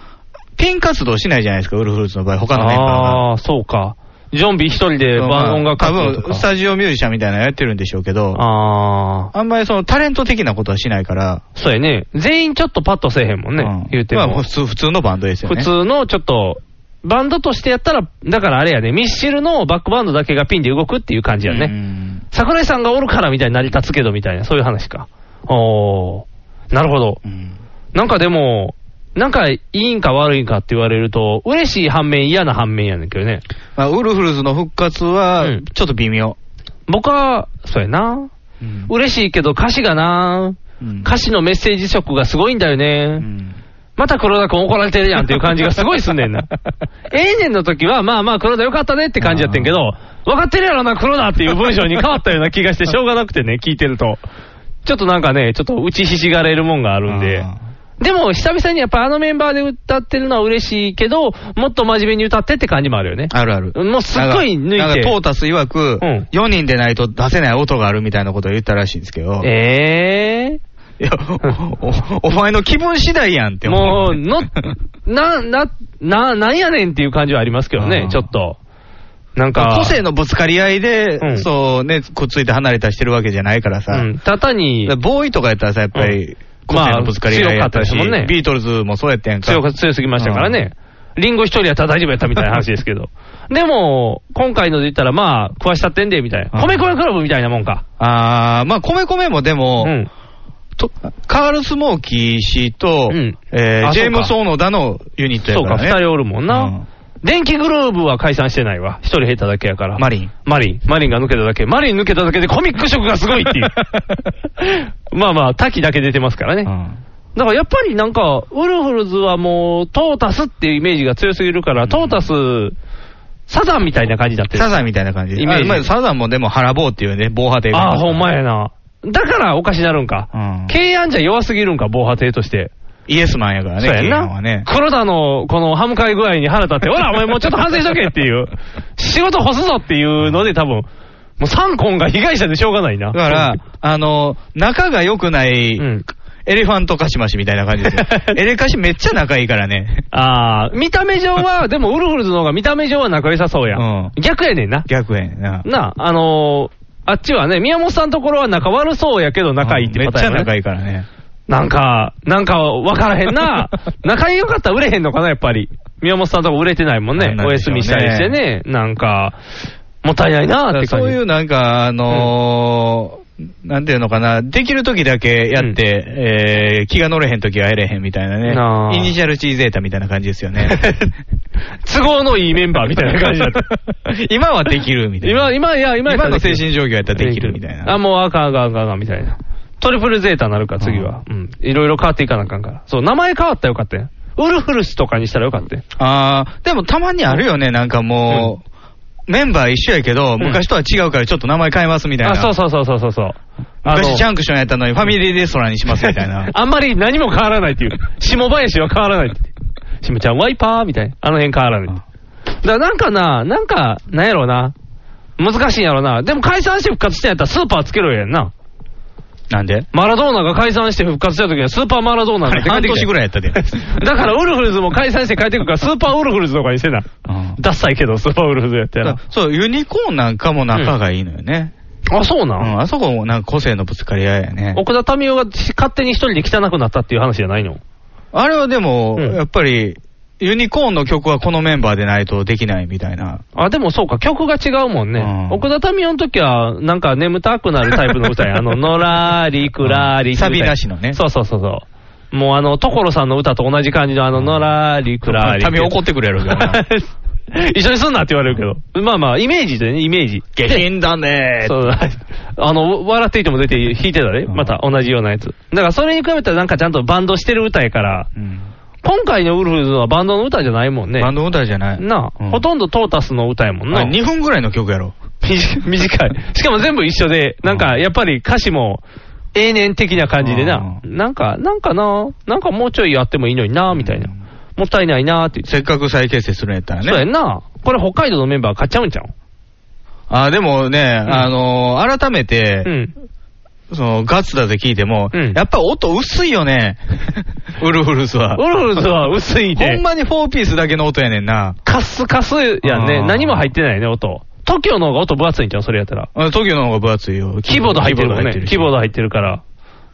[SPEAKER 2] ピン活動しないじゃないですか、ウルフルズの場合、他のメンバーが。
[SPEAKER 3] ああー、そうか。ジョンビ一人で
[SPEAKER 2] そのまあ
[SPEAKER 3] 番音楽活動
[SPEAKER 2] 多
[SPEAKER 3] と
[SPEAKER 2] 分、ス
[SPEAKER 3] か。
[SPEAKER 2] タジオミュージシャンみたいなのやってるんでしょうけど、
[SPEAKER 3] ああ、
[SPEAKER 2] あんまりそのタレント的なことはしないから、
[SPEAKER 3] そうやね。全員ちょっとパッとせえへんもんね。
[SPEAKER 2] うん
[SPEAKER 3] 言うても。
[SPEAKER 2] まあ、普通、普通のバンドですよね。
[SPEAKER 3] 普通のちょっと、バンドとしてやったら、だからあれやね、ミスチルのバックバンドだけがピンで動くっていう感じや
[SPEAKER 2] う
[SPEAKER 3] ね。
[SPEAKER 2] ん
[SPEAKER 3] 桜井さんがおるからみたいに成り立つけどみたいな、そういう話か。おー、なるほど。
[SPEAKER 2] うん
[SPEAKER 3] なんかでも、なんかいいんか悪いんかって言われると、嬉しい反面嫌な反面やねんけどね。
[SPEAKER 2] まあ、ウルフルズの復活は
[SPEAKER 3] うん、
[SPEAKER 2] ちょっと微妙。
[SPEAKER 3] 僕は、そうやな。
[SPEAKER 2] うん
[SPEAKER 3] 嬉しいけど歌詞がな、
[SPEAKER 2] うん
[SPEAKER 3] 歌詞のメッセージ色がすごいんだよね。
[SPEAKER 2] うん
[SPEAKER 3] また黒田君怒られてるやんっていう感じがすごいすんね んな。ええねんの時は、まあまあ黒田よかったねって感じやってんけど、分かってるやろな黒田っていう文章に変わったような気がしてしょうがなく てね、聞いてると。ちょっとなんかね、ちょっと打ちひしがれるもんがあるんで。でも久々にやっぱあのメンバーで歌ってるのは嬉しいけど、もっと真面目に歌ってって感じもあるよね。
[SPEAKER 2] あるある。
[SPEAKER 3] もうすっごい抜いて
[SPEAKER 2] なんか、なんかトータス曰く、
[SPEAKER 3] うん
[SPEAKER 2] 4人でないと出せない音があるみたいなことを言ったらしいんですけど、
[SPEAKER 3] え
[SPEAKER 2] い
[SPEAKER 3] え
[SPEAKER 2] や、おおお前の気分次第やんって思
[SPEAKER 3] も
[SPEAKER 2] う。
[SPEAKER 3] う、の、な、な、な、なんやねんっていう感じはありますけど
[SPEAKER 2] う
[SPEAKER 3] ね
[SPEAKER 2] ん、
[SPEAKER 3] ちょっと。なんか。
[SPEAKER 2] 個性のぶつかり合いで、
[SPEAKER 3] うん
[SPEAKER 2] そうね、くっついて離れたりしてるわけじゃないからさ、
[SPEAKER 3] うん、ただに
[SPEAKER 2] だから、ボーイとかやったらさ、やっぱり、個性のぶつかり合いやったし、
[SPEAKER 3] まあ強かったですもんね
[SPEAKER 2] ビートルズもそうやってんか。
[SPEAKER 3] 強か強すぎましたからね。リンゴ一人やったら大丈夫やったみたいな話です けど。でも、今回ので言ったら、まあ、食わしたってんで、みたいな。
[SPEAKER 2] うん
[SPEAKER 3] 米米クラブみたいなもんか。
[SPEAKER 2] あー、まあ、米米もで
[SPEAKER 3] う
[SPEAKER 2] も、
[SPEAKER 3] ん。
[SPEAKER 2] とカール・スモーキー氏と、
[SPEAKER 3] うん
[SPEAKER 2] えー
[SPEAKER 3] あ
[SPEAKER 2] ジ
[SPEAKER 3] そうか
[SPEAKER 2] ェームス・オノダのユニットや
[SPEAKER 3] そう
[SPEAKER 2] から
[SPEAKER 3] か、
[SPEAKER 2] ね。
[SPEAKER 3] 二人おるもんな。電気グルーブは解散してないわ。一人減っただけやから。
[SPEAKER 2] マリン。
[SPEAKER 3] マリン。マリンが抜けただけ。マリン抜けただけでコミック色がすごい っていう。まあまあ、滝だけ出てますからね。
[SPEAKER 2] うん
[SPEAKER 3] だからやっぱりなんか、ウルフルズはもう、トータスっていうイメージが強すぎるから、トータス、サザンみたいな感じだってる
[SPEAKER 2] サザンみたいな感じで。
[SPEAKER 3] イメージ
[SPEAKER 2] あまあサザンもでも、腹棒っていうね、防波堤が
[SPEAKER 3] ああ、ほんま
[SPEAKER 2] や。
[SPEAKER 3] やな。だからおかしなるんか。
[SPEAKER 2] うん
[SPEAKER 3] 慶安じゃ弱すぎるんか、防波堤として。
[SPEAKER 2] イエスマンやからね、
[SPEAKER 3] そうやん
[SPEAKER 2] ケイアンは
[SPEAKER 3] な。
[SPEAKER 2] ね。
[SPEAKER 3] 黒田のこの歯向かい具合に腹立って、ほら、お前もうちょっと反省しとけっ ていう、仕事干すぞっていうので、多分もう三ンが被害者でしょうがない
[SPEAKER 2] だ
[SPEAKER 3] な。
[SPEAKER 2] から、あの、仲が良くない、
[SPEAKER 3] うん。
[SPEAKER 2] エレファントカシマシみたいな感じですよエレカシめっちゃ仲いいからね。
[SPEAKER 3] ああ、見た目上 は、でもウルフルズの方が見た目上は仲良さそうや。
[SPEAKER 2] うん
[SPEAKER 3] 逆やねんな。
[SPEAKER 2] 逆やねんな。
[SPEAKER 3] なあ、あのーあっちはね、宮本さんのところは仲悪そうやけど仲いいって
[SPEAKER 2] うんめ
[SPEAKER 3] パ
[SPEAKER 2] っち
[SPEAKER 3] ター
[SPEAKER 2] ゃ
[SPEAKER 3] ンやね
[SPEAKER 2] 仲いいからね。
[SPEAKER 3] なんか、なんか分からへんな。 仲良かったら売れへんのかな、やっぱり。宮本さんとか売れてないもん
[SPEAKER 2] な
[SPEAKER 3] ね
[SPEAKER 2] ん。なん
[SPEAKER 3] お
[SPEAKER 2] でし
[SPEAKER 3] 休
[SPEAKER 2] ょうね
[SPEAKER 3] みしたりしてね。なんか、もったいないなって感じ。
[SPEAKER 2] そういうなんか、あのーなんていうのかな、できる時だけやって、えー気が乗れへん時はやれへんみたいな
[SPEAKER 3] なあ
[SPEAKER 2] ね、イニシャル C ゼータみたいな感じですよ ね。。
[SPEAKER 3] 都合のいいメンバーみたいな感じだった
[SPEAKER 2] 今はできる みたいな
[SPEAKER 3] 今、今、いや、今やっ
[SPEAKER 2] 今
[SPEAKER 3] たら
[SPEAKER 2] の
[SPEAKER 3] でき
[SPEAKER 2] 精神
[SPEAKER 3] る
[SPEAKER 2] 状況やったらできるみたいな。
[SPEAKER 3] あ、もうあかんあかんあかんあかんみたいな。トリプルゼータになるから、次は。うん。いろいろ変わっていかなあかんから。そう、名前変わったらよかったよ。ウルフルスとかにしたらよかったよ。
[SPEAKER 2] あーでもたまにあるよね、なんかもう、メンバー一緒やけど、
[SPEAKER 3] ん
[SPEAKER 2] 昔とは違うからちょっと名前変えますみたいな。
[SPEAKER 3] あ、そうそうそうそうそうそう。あの。
[SPEAKER 2] 昔ジャンクションやったのにファミリーレストランにしますみたいな
[SPEAKER 3] あんまり何も変わらないっていう。下林は変わらないって。下ちゃんワイパーみたいな。あの辺変わらないって。だからなんかな、なんか、なんやろうな。難しいんやろうな。でも解散して復活したんやったらスーパーつけろやんな。
[SPEAKER 2] なんで
[SPEAKER 3] マラドーナが解散して復活した時にはスーパーマラドーナなんて
[SPEAKER 2] 半年ぐらいや
[SPEAKER 3] い。
[SPEAKER 2] ったで。
[SPEAKER 3] だからウルフルズも解散して帰ってくるからスーパーウルフルズとかにして
[SPEAKER 2] う
[SPEAKER 3] な。
[SPEAKER 2] ん
[SPEAKER 3] ダッサいけど、スーパーウルフルズやったら。
[SPEAKER 2] そう、ユニコーンなんかも仲がいいのよね。
[SPEAKER 3] あ、そう
[SPEAKER 2] う、
[SPEAKER 3] なんん。
[SPEAKER 2] あそこもなんか個性のぶつかり合いやね。
[SPEAKER 3] 奥田民生が勝手に一人で汚くなったっていう話じゃないの
[SPEAKER 2] あれはでも、
[SPEAKER 3] うん
[SPEAKER 2] やっぱり、ユニコーンの曲はこのメンバーでないとできないみたいな。
[SPEAKER 3] あ、でもそうか、曲が違うもんね。
[SPEAKER 2] うん
[SPEAKER 3] 奥田民生の時は、なんか眠たくなるタイプの 歌や。あの、のらーりくらーりって歌や。
[SPEAKER 2] サビなしのね
[SPEAKER 3] そうそうそうそう。もうあの、所さんの歌と同じ感じのあの、のらーりくらーり。
[SPEAKER 2] 民生怒ってくるやろうけどな
[SPEAKER 3] 一緒にすんなって言われるけど。まあまあ、イメージでね、イメージ。
[SPEAKER 2] 下品だね
[SPEAKER 3] そう、 あの、笑っていても出て弾いてたね。
[SPEAKER 2] うん
[SPEAKER 3] また同じようなやつ。だからそれに比べたらなんかちゃんとバンドしてる歌やから、
[SPEAKER 2] うん
[SPEAKER 3] 今回のウルフルズはバンドの歌じゃないもんね。
[SPEAKER 2] バンドの歌じゃない。
[SPEAKER 3] なあ、
[SPEAKER 2] うん
[SPEAKER 3] ほとんどトータスの歌やもんな。
[SPEAKER 2] 2分ぐらいの曲やろ。
[SPEAKER 3] 短短い。しかも全部一緒で、なんかやっぱり歌詞も、永年的な感じでな。なんか、なんかな、なんかもうちょいやってもいいのにな、みたいな。もったいないな、って言っ
[SPEAKER 2] せ
[SPEAKER 3] て。
[SPEAKER 2] っかく再結成するんやったらね。
[SPEAKER 3] そうやんな。これ北海道のメンバー買っちゃうんちゃう
[SPEAKER 2] あーでもね、あのー改めて、
[SPEAKER 3] うん。
[SPEAKER 2] そのガッツだぜ聞いても、やっぱ音薄いよ ね、ウルフルズは。
[SPEAKER 3] ウルフルズは薄いで
[SPEAKER 2] ほんまにフォーピースだけの音やねんな。
[SPEAKER 3] カスカスやん
[SPEAKER 2] あ
[SPEAKER 3] ね。
[SPEAKER 2] ー
[SPEAKER 3] 何も入ってないね、音。TOKIO の方が音分厚いんちゃうそれやったら。
[SPEAKER 2] あトキオの方が分厚いよ。
[SPEAKER 3] キーボード入ってるもんね。キーボード入ってるから。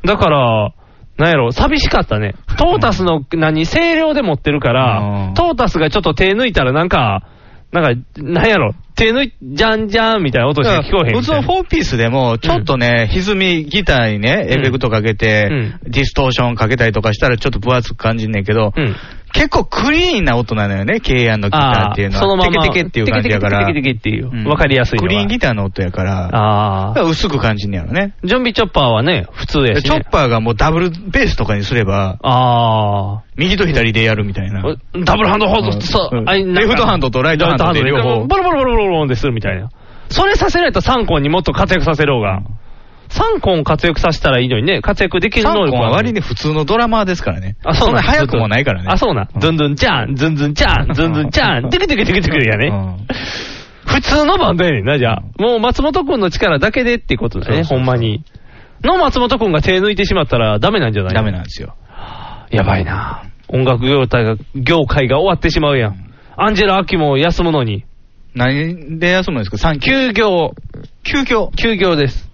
[SPEAKER 3] だから、なんやろ、寂しかったね。トータスの何、声量で持ってるから、トータスがちょっと手抜いたらなんか、なんか、なんやろ、手抜い、じゃんじゃんみたいな音しか聞こえへん
[SPEAKER 2] 普
[SPEAKER 3] み
[SPEAKER 2] 通
[SPEAKER 3] たい
[SPEAKER 2] の
[SPEAKER 3] な。
[SPEAKER 2] フォーピースでも、ちょっとね、歪みギターにね、エフェクトかけて、ディストーションかけたりとかしたら、ちょっと分厚く感じんねんけど、
[SPEAKER 3] うん
[SPEAKER 2] 結構クリーンな音なのよね、K&N のギターっていうのは。
[SPEAKER 3] あーそのまま
[SPEAKER 2] テケテケっていう感じやから。
[SPEAKER 3] テケテケテケテケっていう
[SPEAKER 2] うん
[SPEAKER 3] わかりやすいの
[SPEAKER 2] ク
[SPEAKER 3] は
[SPEAKER 2] リーンギターの音やから、
[SPEAKER 3] あ
[SPEAKER 2] だから薄く感じんねやろね。
[SPEAKER 3] ジョンビチョッパーはね、普通やし、ね。
[SPEAKER 2] チョッパーがもうダブルベースとかにすれば、
[SPEAKER 3] あ
[SPEAKER 2] 右と左でやるみたいな。
[SPEAKER 3] ー。ダブルハンドホールってさ、
[SPEAKER 2] うん
[SPEAKER 3] あいなんか
[SPEAKER 2] レフトハンドとライトハンドで
[SPEAKER 3] ライ
[SPEAKER 2] 両方
[SPEAKER 3] ボロボロボロボロボロンでするみたいな。それさせないと3コンにもっと活躍させろうが。3コン活躍させたらいいのにね、活躍できる
[SPEAKER 2] サン
[SPEAKER 3] 能
[SPEAKER 2] コン
[SPEAKER 3] 力
[SPEAKER 2] は
[SPEAKER 3] はある
[SPEAKER 2] 割に普通のドラマーですからね。
[SPEAKER 3] あ、そうな
[SPEAKER 2] な
[SPEAKER 3] ん
[SPEAKER 2] 早くもないからね。
[SPEAKER 3] あ、そうなん。ズンズンチャン、ズンズンチャン、ズンズンチャン、テクテクテクテクやね。普通のバンドやねんな、じゃあ。もう松本くんの力だけでってことだね、ほんまに。の松本くんが手抜いてしまったらダメなんじゃない
[SPEAKER 2] ダメなんですよ。
[SPEAKER 3] やばいな。音楽業態が、業界が終わってしまうやん。アンジェラ・アキも休むのに。
[SPEAKER 2] 何で休むんですか産休
[SPEAKER 3] 休業。
[SPEAKER 2] 休業
[SPEAKER 3] 休業です。